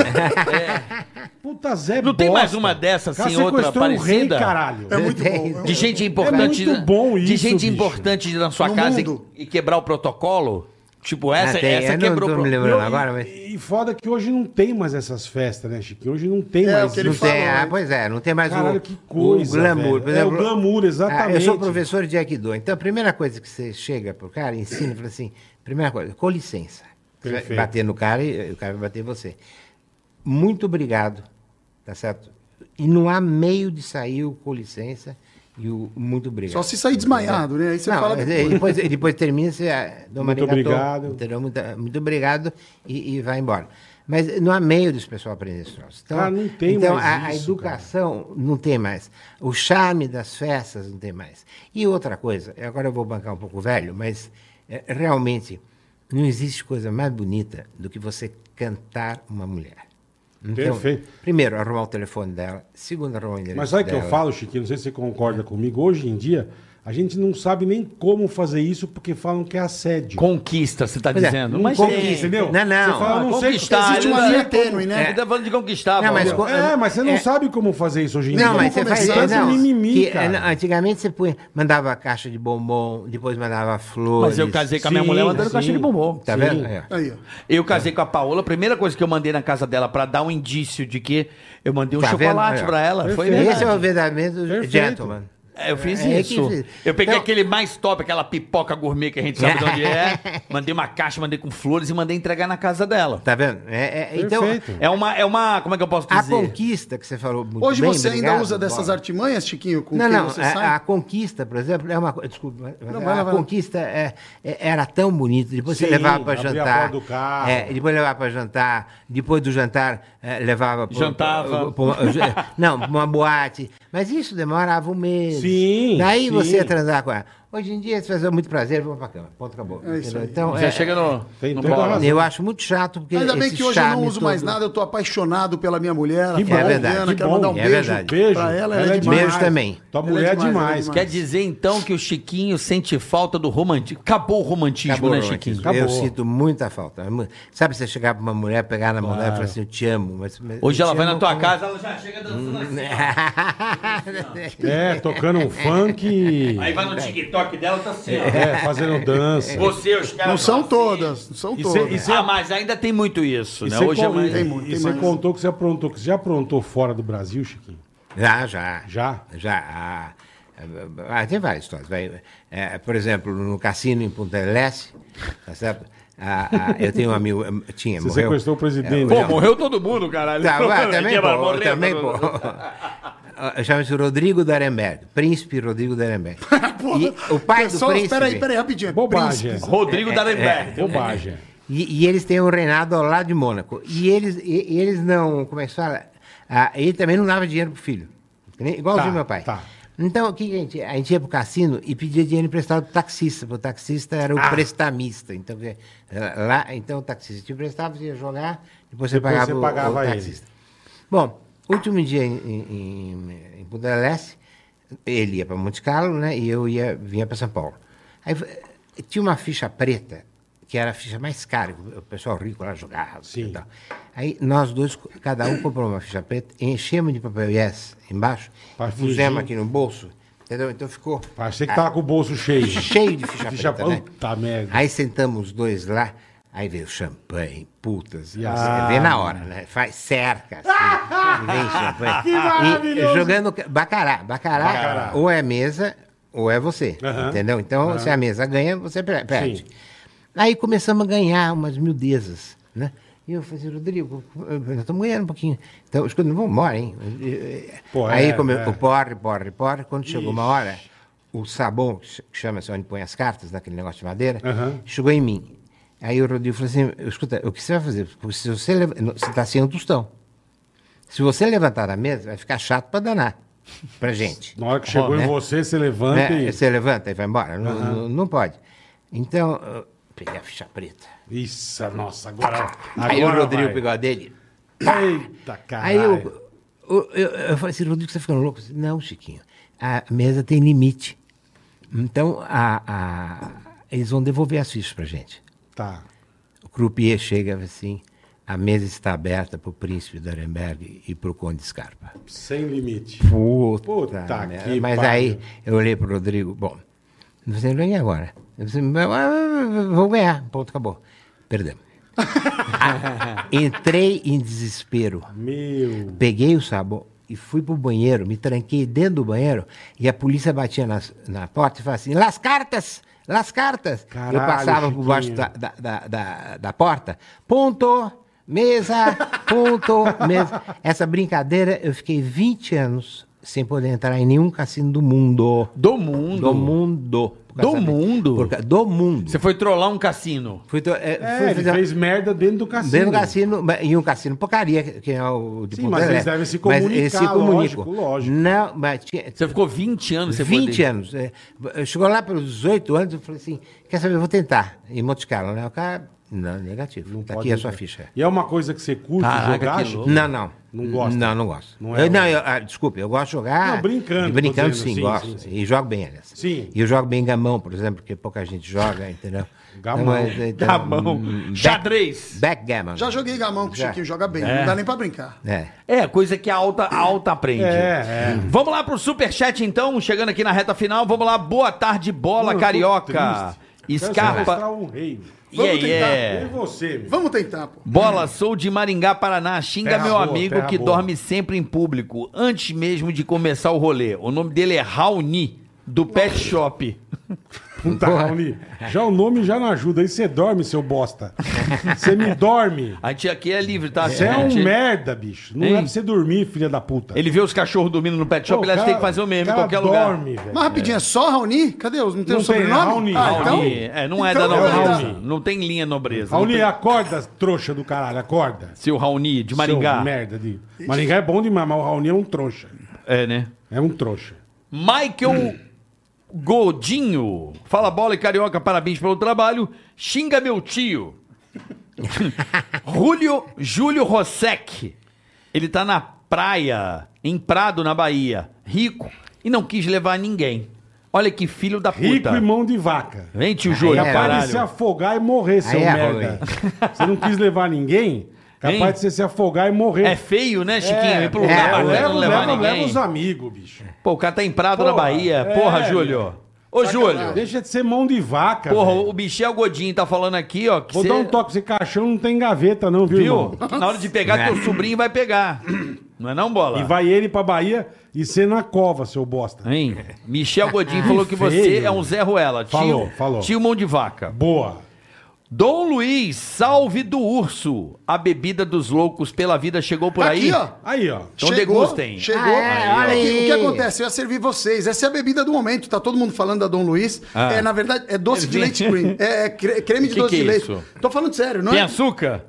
C: Puta Zé
D: É. Não tem
C: bosta.
D: mais uma dessa, assim,
C: Cara,
D: outra
C: sequestrou um rei,
D: parecida?
C: caralho. [laughs]
E: É muito bom.
D: De gente importante.
C: muito bom
D: De
C: isso,
D: gente
C: bicho.
D: importante na sua
E: No
D: casa
E: mundo.
D: e, e quebrar o protocolo. Tipo, essa,
F: Até-
D: essa
F: eu Ah, é, não
D: quebrou
F: tô
D: o protocolo.
F: me lembrando
C: E-
F: agora, mas...
C: E foda que hoje não tem mais essas festas, né, Chiquinho? Hoje não tem
E: É,
C: mais.
E: o que ele
F: Não
C: isso.
E: falou,
F: tem, ah,
E: né?
F: pois é, não tem mais
C: Caralho,
F: o,
C: que coisa,
F: o glamour.
C: velho.
F: Por
C: É, o glamour,
F: eu
C: exatamente.
F: sou professor de Aikido, então a primeira coisa que você chega pro cara, ensina, fala assim, primeira coisa, com licença. Você vai
C: Perfeito.
F: bater no cara e eh, o cara vai bater em você. Muito obrigado, tá certo? E não há meio de sair o com licença e o muito obrigado.
E: Só se sair desmaiado, né? Aí você
F: Não,
E: fala
F: mas
E: depois.
F: aí depois, e depois termina você ah, dá uma
C: Muito
F: arigatô,
C: obrigado.
F: entendeu? Muito, muito obrigado e, e vai embora. Mas não há meio desse pessoal aprender esse troço. Então,
C: Ah, não tem
F: então
C: mais
F: a, a
C: isso,
F: educação não tem mais. O charme das festas não tem mais. E outra coisa, agora eu vou bancar um pouco velho, mas eh, realmente não existe coisa mais bonita do que você cantar uma mulher. Então,
C: Perfeito.
F: Primeiro, arrumar o telefone dela. Segundo, arrumar o endereço
C: Mas sabe o que eu
F: dela.
C: falo, Chiquinho? Não sei se você concorda comigo. Hoje em dia, a gente não sabe nem como fazer isso porque falam que é assédio.
D: Conquista, você tá
F: Pois é,
D: dizendo.
C: Não
D: Mas
C: conquista,
D: tem.
C: entendeu?
F: Não, é não.
C: Você fala,
D: Ah,
C: não sei
D: conquistar,
E: Existe uma
D: né?
E: linha tênue,
D: É.
E: né?
D: Ele tá falando de conquistar,
F: Não, mas
D: Valdir.
F: co-
C: É, mas você não
F: É.
C: sabe como fazer isso hoje em dia.
F: Não, mas você
E: Vamos
F: faz
E: começar
F: é, não,
C: Tanto mimimi,
F: que, é, não,
C: cara.
F: Antigamente você punha, mandava caixa de bombom, depois mandava flores.
D: Mas eu casei com a minha
C: Sim,
D: mulher mandando
C: sim.
D: caixa de bombom.
F: Tá
C: Sim.
F: vendo? É.
E: Aí, ó.
D: Eu casei com a Paola, a primeira coisa que eu mandei na casa dela pra dar um indício de que eu mandei um
F: Tá vendo?
D: chocolate
F: Aí, ó.
D: pra ela. Foi
C: Perfeito.
D: verdade.
F: Esse é o verdadeiro
C: Perfeito.
F: gentleman.
D: É, Eu fiz
F: É, é
D: isso.
F: que-
D: Eu peguei
F: Então-
D: aquele mais top, aquela pipoca gourmet que a gente sabe de onde
F: [laughs]
D: é. Mandei uma caixa, mandei com flores e mandei entregar na casa dela.
F: Tá vendo? É, é, então,
C: Perfeito.
D: É uma, é uma. Como é que eu posso
F: a
D: dizer?
F: conquista que você falou muito
E: Hoje
F: bem,
E: você ainda
F: obrigado,
E: usa dessas
F: Bola.
E: artimanhas, Chiquinho, com
F: não,
E: quem
F: não, é,
E: você sai?
F: a, a conquista, por exemplo, é uma coisa. Desculpa, mas
E: Não,
F: a
E: vai lá, vai lá.
F: conquista é- é- era tão bonita. Depois
C: Sim,
F: você levava para
C: abria a
F: jantar.
C: porta do carro.
F: é, depois levava para jantar. Depois do jantar, é, levava. pra-
D: Jantava.
F: pra- pra- pra- é, não, pra uma boate. Mas isso demorava um mês.
C: Sim,
F: Daí
C: sim.
F: você ia transar com ela. Hoje em dia, você faz muito prazer, vamos para cama. Ponto, acabou.
E: É isso
F: Entendeu?
E: aí.
F: Então,
D: Já
F: é-
D: chega no.
C: Tem
D: no
C: toda a
D: colo.
C: razão.
F: Eu acho muito chato, porque.
E: Ainda bem
F: esse
E: que hoje eu não
F: charme
E: uso mais
F: todo-
E: nada, eu tô apaixonado pela minha mulher.
C: Que
E: a
C: bom,
E: Fabiana,
F: verdade,
C: que
E: quero mandar
C: bom,
E: um
F: é
E: beijo.
F: verdade.
C: Beijo.
E: Pra ela, ela é
C: demais.
F: Beijo também.
C: Tua
E: Ela é
C: mulher é
E: demais, ela é
C: demais.
E: demais.
D: Quer dizer então que o Chiquinho sente falta do romantismo. Acabou o romantismo,
F: Acabou,
D: né,
F: Romantismo.
D: Chiquinho?
F: Eu
C: Acabou.
F: sinto muita falta. É mu- Sabe você chegar pra uma mulher, pegar na mão dela e falar assim, eu te amo. Mas, mas
D: Hoje
F: eu
D: ela
F: te
D: vai
F: amo
D: na tua
F: como- Hum, né?
D: casa, ela já chega dançando assim.
C: É, tocando um funk. e-
G: Aí vai no
F: É.
G: TikTok dela, tá assim, ó.
C: É, fazendo dança.
G: Você, os caras.
E: Não são
G: falam
E: todas, não são
C: E
E: todas.
C: cê- e
D: assim.
C: cê-
F: é
D: Ah, mas ainda tem muito isso,
C: E
D: né?
C: você
D: Hoje é
C: con-
D: mais.
E: Tem muito,
C: e
E: tem
C: você
E: mais.
C: contou que você aprontou, que você já aprontou fora do Brasil, Chiquinho?
F: [laughs] Já, já.
C: Já?
F: Já. Ah, ah, tem várias histórias. vai. É, por exemplo, no cassino em Punta del Este, tá certo? Ah, ah, eu tenho um amigo, eh, tinha,
C: Você
F: morreu. É,
C: sequestrou o presidente.
D: Pô, morreu todo mundo, caralho. [laughs]
F: [laughs] Tá,
C: [laughs]
F: vai, também,
D: Quebra-
C: tá
F: pô,
D: morreu
F: também,
D: tá todo
F: pô.
D: mundo.
F: Ah, [laughs] Chama-se Rodrigo Daremberg, príncipe Rodrigo
C: [laughs]
F: Daremberg. E o pai do
E: Pessoal,
F: príncipe...
E: Peraí, peraí, rapidinho.
C: É Bobagem. é.
E: Príncipes.
D: Rodrigo Darenberg.
C: Bobagem.
F: E, e eles têm um reinado ao lado de Mônaco. E eles, e- e eles não. Como é que se fala? Ah, ele também não dava dinheiro pro filho. que nem- Igualzinho
C: Tá,
F: meu pai.
C: tá.
F: Então, o que que a gente, a gente ia pro cassino e pedia dinheiro emprestado pro taxista. porque O taxista era o
C: Ah.
F: prestamista. Então, que- lá, então o taxista te emprestava, você ia jogar, depois você
C: Depois
F: pagava,
C: você
F: o-
C: pagava
F: o,
C: ele.
F: taxista. Bom, último dia em, em, em- em Punta del Este, ele ia para Monte Carlo, né? E eu ia, vinha para São Paulo. Aí eh, tinha uma ficha preta, que era a ficha mais cara, que o pessoal rico lá jogava.
C: Sim.
F: E tal. Aí nós dois, cada um comprou uma ficha preta, enchemos de papel yes embaixo,
C: Pra
F: e pusemos
C: fingir.
F: aqui no bolso, entendeu? Então ficou
C: Achei que tava com o bolso cheio.
F: [laughs] cheio de ficha,
C: Ficha-
F: preta, né?
C: Puta merda.
F: Aí sentamos os dois lá, aí veio champanhe, putas. E
C: Ah.
F: você vê na hora, né? Faz cerca, assim,
C: [laughs]
F: e vem champanhe.
C: Que maravilhoso.
F: E jogando ca- bacará, bacará.
C: Bacará.
F: Ou é mesa, ou é você,
C: Aham.
F: entendeu? Então, se a mesa ganha, você per- perde.
C: Sim.
F: Aí começamos a ganhar umas miudezas, né? E eu falei, assim, Rodrigo, nós estamos ganhando um pouquinho. Então, os coisas não vão embora, hein?
C: Pô,
F: aí
C: é,
F: come-
C: é.
F: o porre, porre, porre. Quando chegou uma hora, o sabão, que ch- que chama-se onde põe as cartas, naquele negócio de madeira,
C: Aham.
F: chegou em mim. Aí o Rodrigo falou assim, escuta, o que você vai fazer? Porque se você leva- não, você está sem um tostão. Se você levantar da mesa, vai ficar chato para danar para gente.
C: Na hora que chegou
F: Ó,
C: em
F: né?
C: você, você [laughs] levanta
F: Né?
C: e...
F: Você levanta e vai embora. Não, não- não pode. Então, eu peguei a ficha preta.
C: Isso, nossa, agora...
F: Aí o
C: agora
F: Rodrigo
C: vai.
F: pegou a dele. Pá!
C: Eita,
F: Aí eu,
C: caralho.
F: eu, eu, eu falei assim, Rodrigo, você tá ficando louco? Eu disse, Não, Chiquinho, a mesa tem limite. Então, a- a- eles vão devolver as fichas pra gente.
C: Tá.
F: O croupier chega assim, a mesa está aberta pro príncipe de Arenberg e pro conde Scarpa.
C: Sem limite.
F: Puta,
C: Puta
F: merda.
C: que
F: Mas
C: pariu.
F: aí eu olhei pro Rodrigo, bom, você não ganha é agora. Eu falei, "Ah, vou ganhar, ponto, acabou.
C: [laughs]
F: Perdemos. Ah, Entrei em desespero.
C: Meu.
F: Peguei o sabão e fui pro banheiro, me tranquei dentro do banheiro e a polícia batia nas- na porta e falava assim, las cartas, las cartas.
C: Caralho,
F: eu passava por baixo
C: Chiquinho.
F: da, da, da, da- da porta, ponto, mesa, ponto, [laughs] mesa. Essa brincadeira, eu fiquei 20 anos sem poder entrar em nenhum cassino do mundo.
D: Do mundo.
F: Do mundo. Por causa
D: Do
F: de-
D: mundo?
F: por ca- do mundo.
D: Você foi trollar um cassino.
F: Fui, to- é,
C: É,
F: fui
C: ele
F: fazer-
C: fez merda dentro do cassino.
F: Dentro do cassino, mas- em um cassino porcaria, que que é o de
C: Sim,
F: Porto
C: mas eles
F: Alegre.
C: devem se
F: Mas eles
C: comunicar,
F: comunicam.
C: lógico, lógico.
F: Não, mas tinha
D: Você ficou 20 anos. Você
F: 20
D: foi
F: anos. é. Eu Chegou lá pelos 18 anos, eu falei assim, quer saber, eu vou tentar. Em Monte Carlo, né? O cara, não, negativo. tá
C: pode
F: aqui a
C: entrar.
F: sua ficha.
C: E é uma coisa que você curte
D: Caraca,
C: jogar,
D: que
C: Chico?
D: louco.
F: Não, não.
C: Não gosta?
F: Não, não gosto.
C: Não é
F: eu,
C: o-
F: não, eu, ah, desculpe, eu gosto de jogar.
C: Não, brincando, tô
F: Brincando,
C: dizendo,
F: sim,
C: sim,
F: gosto.
C: sim, sim.
F: E jogo bem, aliás.
C: Sim.
F: E eu jogo bem gamão, por exemplo, porque pouca gente joga, entendeu? Então,
C: Gamão.
D: É,
F: mas,
D: então, Gamão.
F: back-
D: Xadrez.
F: Backgammon.
E: Já joguei gamão com o
F: Já.
E: Chiquinho, joga bem. Não dá nem pra brincar.
F: É.
D: É, coisa que a alta, a alta aprende.
C: É, é.
D: Vamos lá pro superchat, então. Chegando aqui na reta final. Vamos lá. Boa tarde, bola
C: Mano, eu tô
D: carioca.
C: triste. Quero sequestrar
D: Escapa.
C: um rei.
D: Yeah,
E: Vamos tentar.
D: yeah.
C: E você, meu?
E: Vamos tentar, pô.
D: é. Bola, sou de Maringá, Paraná. Xinga
C: Terra
D: meu
C: boa,
D: amigo
C: terra
D: que
C: boa.
D: dorme sempre em público, antes mesmo de começar o rolê. O nome dele é Raoni, do Pet Shop.
C: Puta,
D: Então,
C: Raoni,
D: é.
C: já o nome já não ajuda. Aí você dorme, seu bosta. Você me dorme.
D: A gente aqui é livre, tá?
C: Você é
D: A
C: um
D: gente-
C: merda, bicho. Não
D: Hein?
C: é pra você dormir, filha da puta.
D: Ele vê os cachorros dormindo no pet
C: Pô,
D: shop, ele acha que tem que fazer o mesmo em
C: cara
D: qualquer lugar.
C: dorme, velho.
E: Mas rapidinho, é só Raoni? Cadê? os- Não tem
C: Não
E: o
C: tem,
E: sobrenome?
C: Raoni.
E: Ah, então...
D: Raoni, é, não é
E: então
D: da
E: é o
D: nobreza.
C: Raoni.
D: Não tem linha nobreza. não
C: Raoni, é
D: tem-
C: acorda, trouxa do caralho, acorda.
D: Seu Raoni, de Maringá.
C: Seu merda de... Maringá é bom demais, mas o Raoni é um trouxa.
D: É, né?
C: É um trouxa.
D: Michael Godinho. Fala bola e carioca, parabéns pelo trabalho. Xinga meu tio. [laughs] Julio, Júlio Rossec. Ele tá na praia, em Prado, na Bahia. Rico e não quis levar ninguém. Olha que filho da puta.
C: Rico e mão de vaca.
D: Vem, tio Júlio,
F: é,
C: Capaz
D: caralho.
C: de se afogar e morrer, seu
F: Aí é
C: merda. [laughs] Você não quis levar ninguém? Capaz
D: Hein?
C: de você se afogar e morrer.
D: É feio, né, Chiquinho? Ir pro
F: é,
D: lugar pra
C: leva,
D: não
C: leva,
D: levar ninguém.
C: leva os amigos, bicho.
D: Pô, o cara tá em Prado, na
C: Porra,
D: Bahia.
C: é,
D: Porra,
C: meu.
D: Júlio. Ô, Júlio.
C: Deixa de ser mão de vaca.
D: Porra,
C: velho.
D: o Michel Godinho tá falando aqui, ó. Que
C: Vou
D: cê-
C: dar um toque, esse caixão não tem gaveta não, viu,
D: Viu?
C: irmão? É.
D: Na hora de pegar, teu sobrinho vai pegar. Não é não, Bola?
C: E vai ele pra Bahia e ser na cova, seu bosta.
D: Hein? Michel Godinho falou que
C: Que
D: você
C: feio.
D: é um Zé Ruela. Tio,
C: Falou, falou.
D: Tio um Mão de Vaca.
C: Boa.
D: Dom Luiz, salve do urso. A bebida dos loucos pela vida chegou por
E: Tá
D: aí.
E: aqui, ó.
C: Aí, ó.
D: Então degustem.
E: Chegou.
F: Ah, é? Olha
E: O que-
F: aí.
E: O que acontece? Eu ia servir vocês. Essa é a bebida do momento. Tá todo mundo falando da Dom Luiz.
D: Ah.
E: É, na verdade, é doce de
D: É,
E: leite cream. É, é cre- creme de
D: Que
E: doce
D: que
E: de
D: é
E: leite.
D: isso?
E: Tô falando sério, não
D: Tem
E: é?
D: açúcar?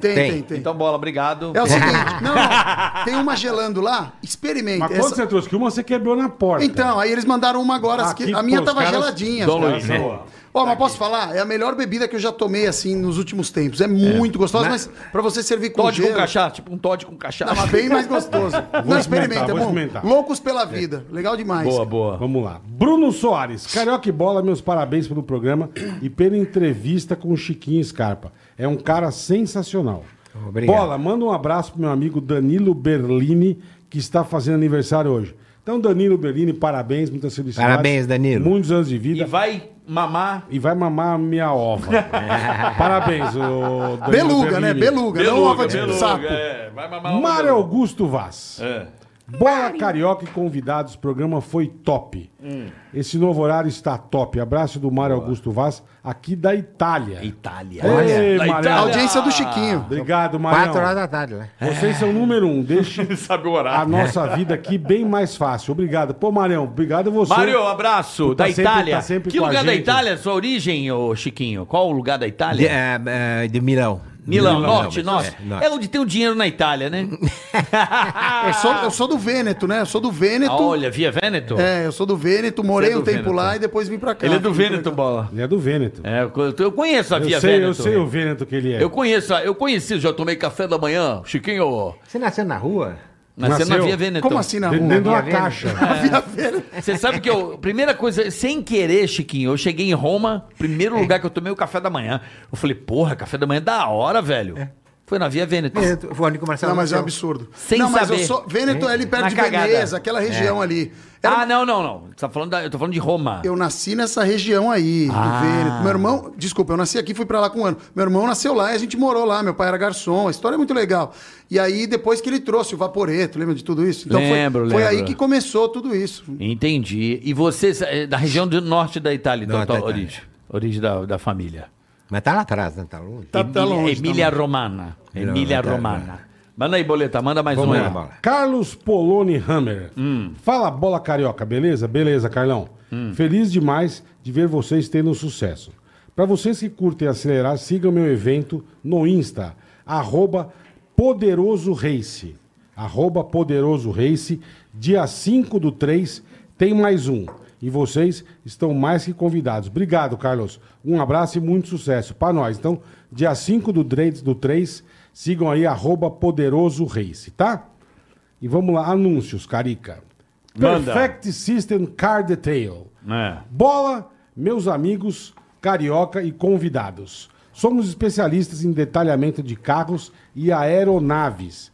E: Tem,
F: Tem.
E: tem, tem.
D: Então, Bola, obrigado.
E: É
D: [laughs]
E: o seguinte, não, não. Tem uma gelando lá, experimenta.
C: Mas quando
E: Essa-
C: você trouxe que uma, você quebrou na porta.
E: Então, aí eles mandaram uma agora.
C: Ah,
E: que-
C: que-
E: a minha
C: pô, os
E: tava
C: caras-
E: geladinha.
D: Dom
E: cara.
D: Luiz,
C: né?
E: Ó, mas posso falar? É a melhor bebida que eu já tomei, assim, nos últimos tempos. É muito gostosa, mas pra você servir com
D: Todd Né? com
E: gelo...
D: cachaça? Tipo um Todd com cachaça.
E: Não, mas bem mais
D: [laughs]
E: gostoso. Não, experimenta, é
C: vou
E: bom.
C: experimentar.
E: Loucos pela vida. Legal demais.
D: É. Boa,
E: cara.
D: boa.
C: Vamos lá. Bruno Soares, Carioca e Bola, meus parabéns pelo programa e pela entrevista com o Chiquinho Scarpa. É um cara sensacional.
F: Obrigado.
C: Bola, manda um abraço pro meu amigo Danilo Berlini, que está fazendo aniversário hoje. Então, Danilo Berlini, parabéns, muitas felicidades.
F: Parabéns, Danilo.
C: Muitos anos de
D: E
C: vida. E vai,
D: vai mamar.
C: mamar a minha
F: [laughs]
C: ova. parabéns, ô Danilo
E: Beluga, né?
C: Berlini.
E: Beluga. não ova de sapo.
D: é. Vai mamar uma
C: Mário
D: beluga.
C: Augusto Vaz.
D: É.
C: Bola Carioca e convidados, programa foi top.
D: Hum.
C: Esse novo horário está top. Abraço do Mário Augusto Vaz, aqui da
D: É.
C: Itália.
D: Itália.
C: Ei,
D: Da
C: Marião.
E: A
D: Itália.
E: audiência do Chiquinho.
C: Obrigado, Mário.
F: Quatro horas da tarde né? lá.
C: Vocês são número um.
D: [laughs] [laughs]
C: Deixe
D: Sabe o horário.
C: a nossa vida aqui bem mais fácil. Obrigado. Pô, Marião, obrigado você.
D: Mário, um abraço,
C: Tu tá
D: da
C: sempre-
D: Itália.
C: tá sempre
D: que
C: com a
D: lugar da
C: gente.
D: Itália, sua origem, ô Chiquinho? Qual o lugar da
F: De,
D: Itália?
F: ah, ah, de Milão.
D: Milão,
F: É, Milão,
D: norte,
F: é,
D: nossa.
F: é,
D: É,
F: norte.
D: onde tem o dinheiro na Itália, né?
E: Eu sou, eu sou do Vêneto, né? Eu sou do Vêneto.
D: Ah, Olha, via Veneto.
E: É, eu sou do Vêneto, morei
D: Você é
E: um
D: do
E: tempo
D: Vêneto.
E: lá e depois vim pra cá.
D: Ele é do
E: Vim pra
D: Veneto,
E: cá.
D: bola.
C: Ele é do Vêneto.
D: É, eu, co- eu conheço a
C: eu,
D: via
C: sei,
D: Veneto.
C: eu sei o Vêneto que ele é.
D: Eu conheço, a- eu conheci, já tomei café da manhã, Chiquinho.
F: Você nasceu na rua?
D: Nasceu na
C: Nasceu?
D: Via Veneto.
E: Como assim na
C: Dentro
E: rua?
C: dentro de uma
F: Vêneto.
C: caixa.
E: [laughs] Via Vêneto.
D: Você sabe que eu, primeira coisa, sem querer, Chiquinho, eu cheguei em Roma, primeiro lugar que eu tomei o café da manhã. Eu falei, porra, café da manhã é da hora, velho. Foi na Via Veneto.
E: É.
F: Vêneto, Foi onde que o Marcelo
E: Não, mas é um
F: nasceu.
E: absurdo.
D: Sem
E: não, mas
D: saber.
E: eu sou. Vêneto é ali perto
D: Na
E: de
D: cagada.
E: Veneza, aquela região ali. Era- um
D: Ah, não, não, não. Você tá falando da- eu tô falando de Roma.
E: Eu nasci nessa região aí, do Vêneto. Meu irmão, desculpa, eu nasci aqui e fui pra lá com um ano. Meu irmão nasceu lá e a gente morou lá. Meu pai era garçom, a história é muito legal. E aí, depois que ele trouxe o Vaporeto, lembra de tudo isso? Então, foi-
D: Lembro,
E: foi,
D: lembro.
E: aí que começou tudo isso.
D: Entendi. E você, é da região do norte da Itália, então,
F: Norte da
D: tua
F: Itália.
D: origem. Origem da, da família.
F: Mas tá lá atrás, né? Tá longe.
E: tá longe, tá
D: Emília Romana.
F: Emília
D: Emília
F: Romana.
D: Romana. Manda aí, boleta, manda mais um
F: Vamos
D: aí.
F: lá, bola.
C: Carlos Poloni Hammer. Fala bola carioca, beleza? Beleza, Carlão. Feliz demais de ver vocês tendo sucesso. Para vocês que curtem acelerar, sigam meu evento no Insta, arroba Poderoso Race. Arroba Poderoso Race, dia 5 do 3, tem mais um. E vocês estão mais que convidados. Obrigado, Carlos. Um abraço e muito sucesso para nós. Então, dia 5 do 3, do 3 sigam aí, arroba Poderoso Race, tá? E vamos lá, anúncios, Carica.
A: Manda.
C: Perfect System Car Detail.
A: É.
C: Bola, meus amigos, carioca e convidados. Somos especialistas em detalhamento de carros e aeronaves.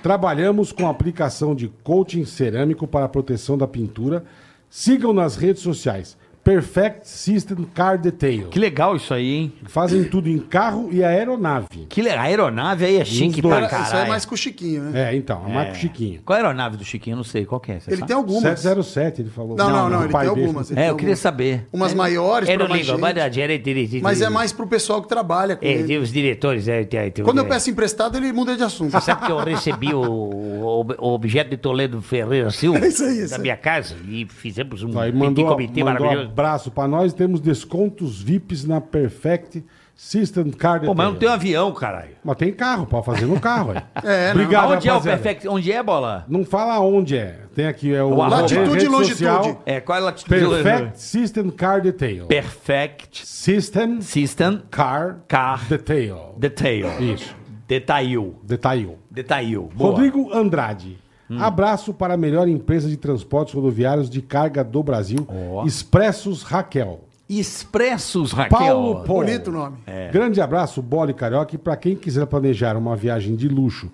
C: Trabalhamos com aplicação de coating cerâmico para a proteção da pintura. Sigam nas redes sociais. Perfect System Car Detail.
D: Que legal isso aí, hein?
C: Fazem tudo em carro e aeronave.
D: Que legal. A aeronave aí é chique
C: dois.
D: pra
E: Cara, isso aí é
D: caralho.
E: mais com o Chiquinho, né?
C: É, então, a Marco Chiquinho.
D: Qual a aeronave do Chiquinho? Eu não sei. Qual que é? Você
E: Ele
D: sabe?
E: tem um algumas.
C: 707, ele falou.
E: Não, não, não,
C: o
E: ele
C: pai
E: tem
C: dele-
E: algumas. ele
D: É,
E: tem
D: eu queria
E: algumas.
D: saber. É,
E: Umas maiores
H: Eu
E: Então, pra
H: não
E: mais
H: ligo,
E: gente.
H: mas da direita-
E: Mas é mais pro pessoal que trabalha com
H: É,
E: ele.
H: de- os diretores. É, tem- tem-
E: Quando eu
H: é.
E: peço emprestado, ele muda de assunto.
H: Você sabe que eu recebi o, o- o objeto de Toledo Ferreira Silva
E: [laughs] É isso aí, isso
H: da
E: aí.
H: minha casa e fizemos um
C: Aí mandou,
H: comitê
C: mandou
H: maravilhoso.
C: abraço pra nós. Temos descontos VIPs na Perfect System Card.
D: Pô, mas eu não tenho
C: Detail.
D: avião, caralho.
C: Mas tem carro pra fazer no carro. aí.
E: É, não.
C: Obrigado,
D: Onde é o
C: rapaziada.
D: Perfect? Onde é, bola?
C: Não fala onde é. Tem aqui é o,
D: O arroba.
C: rede
E: Latitude e longitude.
C: social,
D: É, qual é a latitude?
C: Perfect System Car Detail.
D: Perfect
C: System
D: System
C: Car,
D: Car
C: Detail.
D: Detail.
C: Isso.
D: Detail.
C: Detail.
D: Detail. Boa. Hum.
C: Rodrigo Andrade. Abraço para a melhor empresa de transportes rodoviários de carga do Brasil, Expressos Raquel.
D: Expressos, Raquel.
C: Paulo Paul.
E: Bonito o nome.
D: É.
C: Grande abraço, Bola e Carioca. E para quem quiser planejar uma viagem de luxo,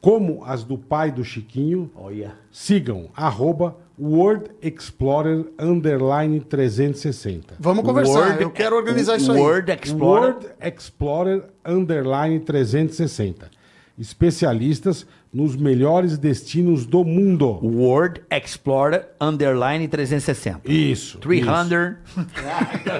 C: como as do pai do Chiquinho,
D: Olha.
C: sigam arroba World Explorer underline 360.
E: Vamos conversar.
D: Word- é-
E: eu quero organizar isso aí.
D: Word Explorer.
C: World Explorer underline 360. Especialistas nos melhores destinos do mundo.
D: Word Explorer Underline 360.
C: Isso.
D: 300
C: isso.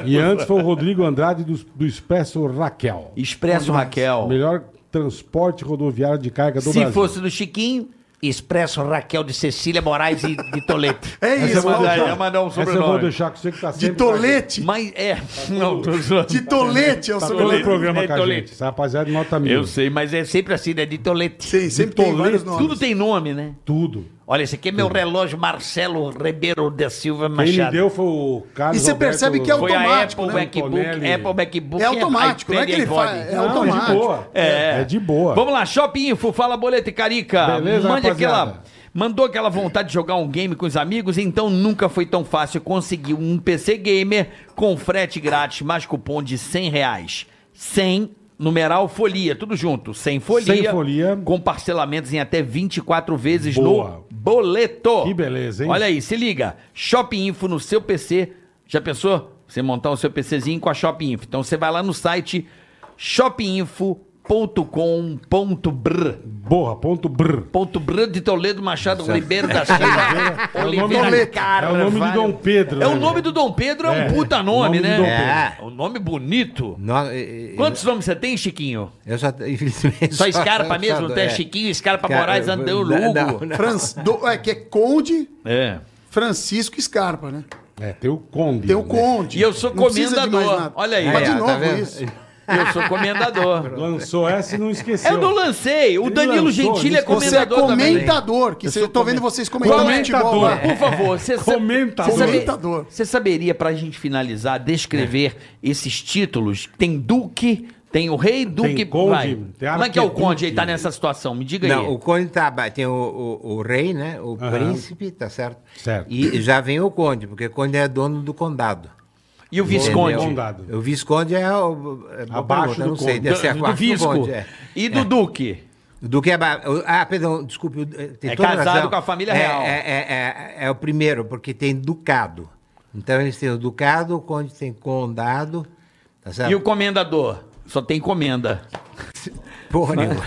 C: E antes foi o Rodrigo Andrade do, do Expresso Raquel.
D: Expresso Raquel.
C: Melhor transporte rodoviário de carga do
D: Se
C: Brasil.
D: fosse do Chiquinho,
H: Expresso Raquel de Cecília Moraes e de Toledo.
E: [laughs] É
C: Essa eu
E: isso,
C: vou
E: Walter.
C: deixar.
D: ia mandar um
C: Essa eu
D: sobrenome.
C: vou deixar com você que tá sempre...
E: De tolete.
D: mas é. [laughs] Não, tô zoando.
E: De tolete é o
C: Tá
E: seu
C: todo o programa
D: É
C: com a
D: tolete.
C: gente. Essa rapaziada é nota mil.
D: Eu sei, mas é sempre assim, né? De Toledo.
E: Sim, sempre tem
C: Tolete,
E: vários nomes.
D: Tudo tem nome, né?
C: Tudo.
H: Olha, esse aqui é meu relógio Marcelo Ribeiro da Silva
C: Quem me
H: Machado.
C: deu foi o Carlos
E: E você
C: Alberto-
E: percebe que é
D: Foi a
E: Automático,
D: Apple
E: né,
D: MacBook,
C: Antonelli?
D: Apple MacBook.
E: É automático, não é
D: iPad
E: que ele
D: e
E: faz.
D: iPhone.
E: É
C: Não, é de
E: automático.
C: boa. É. de boa.
D: Vamos lá, Shop Info, fala boleta e carica.
C: Beleza,
D: Mande
C: rapaziada?
D: aquela. Mandou aquela vontade de jogar um game com os amigos, então nunca foi tão fácil conseguir um PC gamer com frete grátis mais cupom de 100 reais. 100 numeral folia, tudo junto. Sem folia.
C: Sem folia.
D: Com parcelamentos em até 24 vezes
C: Boa.
D: no boleto.
C: Que beleza, hein?
D: Olha aí, se liga. Shop Info no seu PC. Já pensou? Você montar o seu PCzinho com a Shop Info. Então você vai lá no site shopinfo.com.br
C: Boa, ponto brr.
D: Ponto Brando de Toledo Machado Ribeiro da Silva
C: [laughs] É o nome
D: Oliveira
C: do-
D: Carvalho.
C: é o nome de Dom Pedro,
D: É
C: né,
D: o nome
C: velho?
D: do Dom Pedro, é
C: É,
D: um puta nome,
C: nome de
D: né?
C: Dom
D: É.
F: Pedro.
D: um nome bonito.
F: No- eh, eh,
D: Quantos nomes você tem, Chiquinho?
F: Eu só, infelizmente,
D: Só Scarpa
F: só-
D: mesmo?
F: só-
D: Tem
F: é.
D: Chiquinho, Scarpa
F: Cara,
D: Moraes, Andão, Lugo.
F: não, não, não.
E: Franz, do- é que é Conde
D: É.
E: Francisco Scarpa, né?
C: É, tem o Conde.
E: Tem o
C: né?
E: Conde.
D: E eu sou
E: Não precisa de mais
D: comendador.
E: nada.
D: Olha aí.
E: Mas
F: É,
E: de
F: ó,
E: novo
F: tá vendo?
E: isso.
D: Eu sou comendador.
C: Lançou essa e não esqueceu.
D: Eu não lancei. É O
C: Ele
D: Danilo
C: lançou,
D: Gentili é
C: ele-
E: Você é
D: comendador também. é?
E: comentador, que eu, tô vendo vocês comentando futebol. né?
C: Comentador.
E: lá.
D: Por favor, você sa-
C: Comentador.
D: você sabe-
E: Comentador.
D: Você saberia, pra gente finalizar, descrever
C: É.
D: esses títulos? Tem Duque, tem o Rei Duque.
C: Conde,
D: vai.
C: tem
D: Como é que é o
C: Arquiduque.
D: Conde? Ele tá nessa situação. Me diga
F: Não,
D: aí.
F: o conde tá, ba- tem o, o- o rei, né? O príncipe, tá certo?
C: Certo.
F: E já vem o conde, porque o conde é dono do condado.
D: E o Visconde?
F: Entendeu?
C: Condado.
F: O visconde é o... é boa
C: Abaixo
F: pergunta,
C: do
F: não sei,
C: conde.
F: deve ser
D: Do- do
F: abaixo do
D: Visco.
F: conde, é.
D: E do Duque?
F: Do que é ba- Ah, perdão, desculpe. eh, Tem
D: É
F: toda
D: casado
F: razão.
D: com a família
F: É-
D: real.
F: É, é- é- é o primeiro, porque tem ducado. Então eles têm o ducado, o conde tem condado. Tá certo?
D: E o comendador? Só tem
F: [laughs]
D: comenda. [laughs]
F: Porra nenhuma.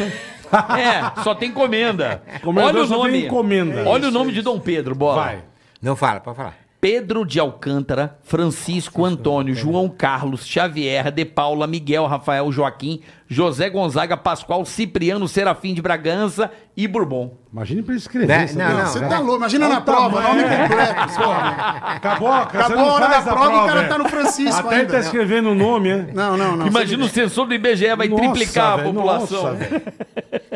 D: É, só tem comenda.
C: Comendador
D: Olha o
C: só tem
D: nome.
C: encomenda. É
D: Olha o nome de Dom Pedro, bola.
C: Vai.
F: Não fala, pode falar.
D: Pedro de Alcântara, Francisco Antônio, João Carlos, Xavier, De Paula, Miguel, Rafael, Joaquim, José Gonzaga, Pascoal, Cipriano, Serafim de Bragança e Bourbon.
C: Imagina pra ele escrever.
F: Né?
C: essa É.
F: Não,
C: merda.
F: não,
E: Você
F: né?
E: tá louco, imagina na prova,
C: [laughs]
E: nome completo. porra.
C: Acabou,
E: Acabou a hora da prova, o cara tá no Francisco
C: é. né? Até ele
E: ainda,
C: tá
E: né?
C: escrevendo o nome, né?
E: Não, não, não.
D: Imagina o sensor do IBGE, vai
C: Nossa,
D: triplicar
C: velho,
D: a população.
C: nossa, velho.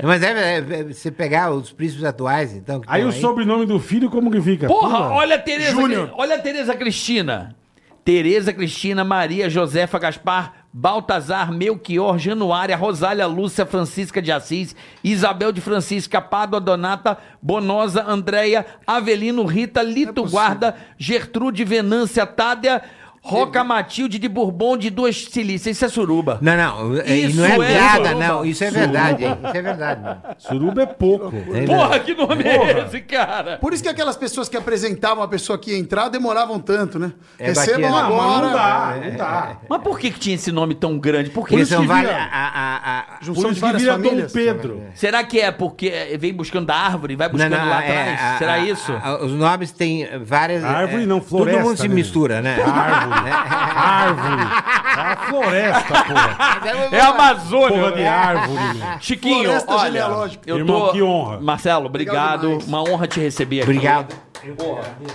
F: Mas é, é, é, você pegar os príncipes atuais, então. que
C: Aí
F: tão
C: o sobrenome do filho, como que fica?
D: Porra, olha a Tereza,
E: Júnior.
D: olha a Tereza Cristina. Tereza Cristina, Maria Josefa Gaspar, Baltazar, Melchior, Januária, Rosália Lúcia, Francisca de Assis, Isabel de Francisca, Pádua Donata, Bonosa, Andréia, Avelino, Rita, Lito Guarda, Gertrude, Venância, Tádea, Roca Matilde de Bourbon de Duas Cilícias. Isso é suruba.
F: Não, não, é- e
D: Isso
F: não é
D: é
F: piada,
D: suruba.
F: não. Isso é verdade, hein? Isso é verdade.
D: [laughs]
F: Não.
C: Suruba é pouco.
D: Porra, que nome é esse, cara?
E: Por isso que aquelas pessoas que apresentavam a pessoa que ia entrar demoravam tanto, né?
F: É
E: Recebam
F: baqueira.
E: agora.
C: Ah, Não dá, não dá.
E: É,
D: Mas por que, que tinha esse nome tão grande? Por que
F: Porque
D: esse
F: são
C: que
F: várias.
C: vira-
F: a- a- a-
E: Junção
C: Por
E: de
C: isso que
E: várias
C: vira Dom
E: famílias. né?
C: Pedro.
D: Será que é porque vem buscando da árvore, vai buscando lá atrás?
F: é, a-
D: Será
F: a-
D: isso?
F: a- os nomes têm várias.
C: Árvore
F: é,
C: não, floresta,
F: Todo mundo se
C: né?
F: mistura, né? [laughs]
C: Árvore. Árvore. É a
D: [laughs]
C: floresta, porra.
D: é a Amazônia.
C: Porra de
D: né?
C: árvore, meu.
D: Chiquinho,
E: Floresta
D: olha,
E: genealógica.
D: eu
C: Irmão,
D: tô...
C: que honra.
D: Marcelo, obrigado.
E: Legal demais.
D: Uma honra te receber aqui.
F: Obrigado.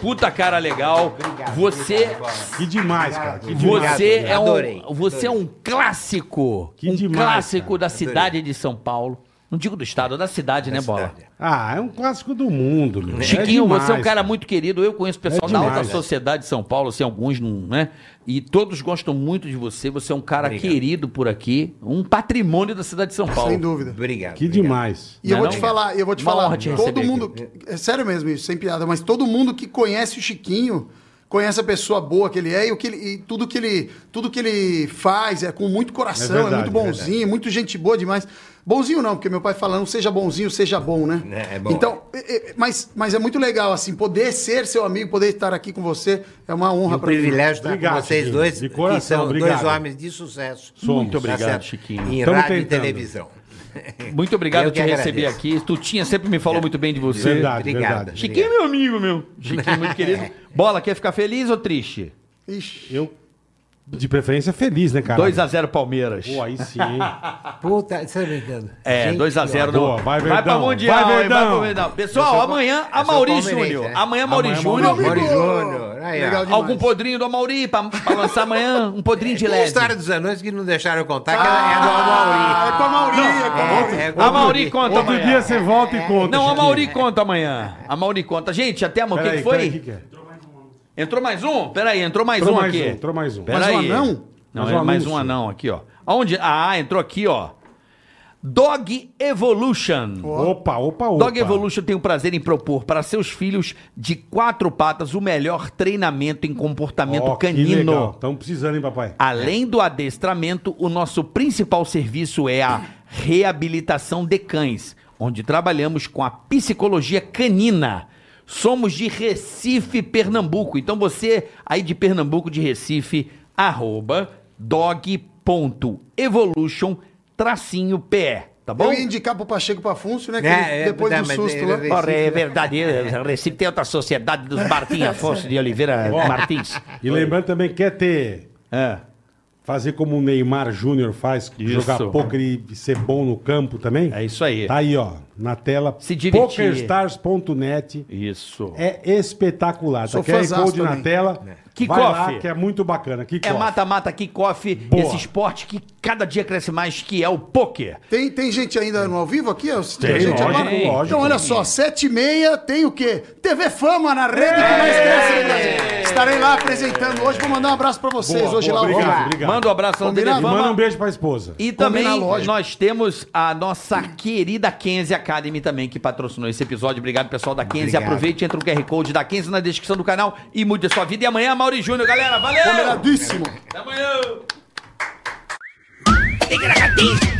D: Puta cara legal. Você,
C: Que demais, cara. Que demais.
D: você
F: obrigado.
D: é um,
F: Adorei,
D: você é um clássico,
C: Que
D: um
C: demais,
D: clássico
C: cara.
D: da cidade de São Paulo. Não digo do estado, da cidade, né, bola?
F: cidade.
C: Ah, é um clássico do mundo, meu. É
D: Chiquinho,
C: demais,
D: você é um cara muito querido. Eu conheço o pessoal
C: É
D: da
C: demais,
D: alta
C: é.
D: sociedade de São Paulo, assim, alguns, não, né? E todos gostam muito de você. Você é um cara querido por aqui, um patrimônio da cidade de São Paulo.
E: Sem dúvida.
F: Obrigado.
C: Que
F: obrigado.
C: demais.
E: E
D: Não é
E: eu vou
D: não?
E: te falar, eu vou te
D: Uma honra
E: falar,
D: te
E: todo
D: receber
E: mundo, é sério mesmo isso, sem piada, mas todo mundo que conhece o Chiquinho, conhece a pessoa boa que ele é e o que ele, e tudo que ele, tudo que ele faz é com muito coração,
C: É
E: é,
C: verdade,
E: muito bonzinho, muito gente boa demais. Bonzinho não, porque meu pai fala, não seja bonzinho, seja bom, né?
F: É, é bom.
E: Então, é, é, mas, mas é muito legal assim poder ser seu amigo, poder estar aqui com você, é uma honra
F: Um
E: pra mim.
F: privilégio estar
C: Obrigado,
F: com vocês
C: Chiquinho.
F: dois,
C: De coração,
F: que são
C: obrigado.
F: dois homens de sucesso.
C: Somos.
F: Tá
D: obrigado,
F: certo?
D: Chiquinho.
F: Em
C: Tamo
F: rádio e
C: tentando.
F: televisão.
D: Muito obrigado
F: Eu
D: por te
F: que
D: receber
F: agradeço.
D: aqui. Tutinha sempre me falou muito bem de você.
C: Verdade,
F: Obrigado.
C: verdade.
D: Chiquinho é meu amigo, meu. Chiquinho, muito querido. Bola, quer ficar feliz ou triste?
E: Ixi,
C: Eu, de preferência, feliz, né, cara?
D: 2x0 Palmeiras.
C: Pô, aí
D: [laughs]
C: sim, hein?
F: Puta, você tá brincando.
D: É,
F: Gente,
D: 2x0
C: Boa,
D: não. vai
C: vai,
D: pra
C: Verdão.
D: Mundial,
C: Vai,
D: hein,
C: Verdão.
D: pro Pessoal,
F: sou-
D: amanhã
F: eu
D: a
F: sou
D: Mauri
F: palmeirense,
D: Júnior.
F: né?
D: Amanhã a Mauri
C: Amanhã,
D: Júnior.
C: Mauri
F: Mauro
E: Amigo!
F: Júnior. Aí, ó.
E: legal demais.
D: Algum podrinho do Amauri pra, pra lançar amanhã? Um podrinho de
F: Tem a
D: leve. Ah,
F: história dos anões que não deixaram eu contar, que ela
C: Ah,
F: é
C: tá
E: É
F: do Amauri.
E: com a Mauri, é com a Mauri.
F: É, é com
D: A Mauri conta
C: Outro
D: amanhã.
C: dia você volta e conta.
D: Não, a
C: Chiquinho.
D: Mauri conta amanhã. A Mauri conta. Gente, até amanhã. O que,
C: Peraí,
D: que foi?
C: peraí, o que que é?
D: Entrou mais um? Peraí, entrou mais
C: Entrou
D: um
C: mais
D: aqui.
C: um, entrou mais um.
D: Peraí.
E: Mais um anão?
D: Não,
C: Mais
D: é
C: um
D: mais um
C: anúncio.
D: anão aqui, ó. Aonde? Ah, entrou aqui, ó. Dog Evolution.
C: Opa, opa, opa.
D: Dog Evolution tem o prazer em propor para seus filhos de quatro patas o melhor treinamento em comportamento
C: Ó, que legal.
D: canino.
C: Tão precisando, hein, papai?
D: Além do adestramento, o nosso principal serviço é a reabilitação de cães, onde trabalhamos com a psicologia canina. Somos de Recife, Pernambuco. Então você aí de Pernambuco, de Recife, arroba dog.evolution tracinho PE, tá bom?
E: Eu ia indicar pro Pacheco e pro Afonso, né? que
F: É,
E: ele-
F: é,
E: depois
F: não,
E: do
F: mas
E: susto
F: ele-
E: lá.
F: ele-
H: Ora, é verdade. é, Recife tem outra sociedade
E: [laughs]
H: dos Martim Afonso de Oliveira Martins.
D: É,
C: E lembrando também, quer ter Fazer como o Neymar Júnior faz,
D: Isso.
C: jogar poker e ser bom no campo também.
D: É isso aí.
C: Tá aí, ó, na tela.
D: Se divertir.
C: Pokerstars.net.
D: Isso.
C: É espetacular. Tá
E: Sou
C: QR
E: fãzaço
C: Code na
E: também.
C: tela. Vai
D: Kickoff.
C: lá, que é muito bacana.
D: É
C: Kickoff.
D: mata-mata, kickoff,
C: Boa.
D: esse esporte que cada dia cresce mais, que é o pôquer.
E: Tem, tem gente ainda no ao vivo aqui? É Tem,
C: Tem,
E: gente
C: lógico,
E: amada?
C: lógico.
E: Então, olha só, sete e meia tem o quê? TV Fama na rede que mais cresce no Brasil. Estarei lá apresentando hoje. Vou mandar um abraço pra vocês
C: Boa,
E: hoje
C: boa,
E: lá. ao
C: obrigado,
E: vivo.
C: obrigado.
D: Manda um abraço na
E: Combinado?
C: E Manda um
D: Telefama.
C: beijo pra esposa.
D: E também
E: Combinar, lógico.
D: nós temos a nossa querida Kenzie Academy também, que patrocinou esse episódio. Obrigado, pessoal da Kenzie.
F: Obrigado.
D: Aproveite, entra o QR Code da Kenzie na descrição do canal e mude a sua vida. E amanhã, Mauri Júnior, galera. Valeu!
E: Combinadíssimo.
D: Até amanhã!
I: Tigra gatinho.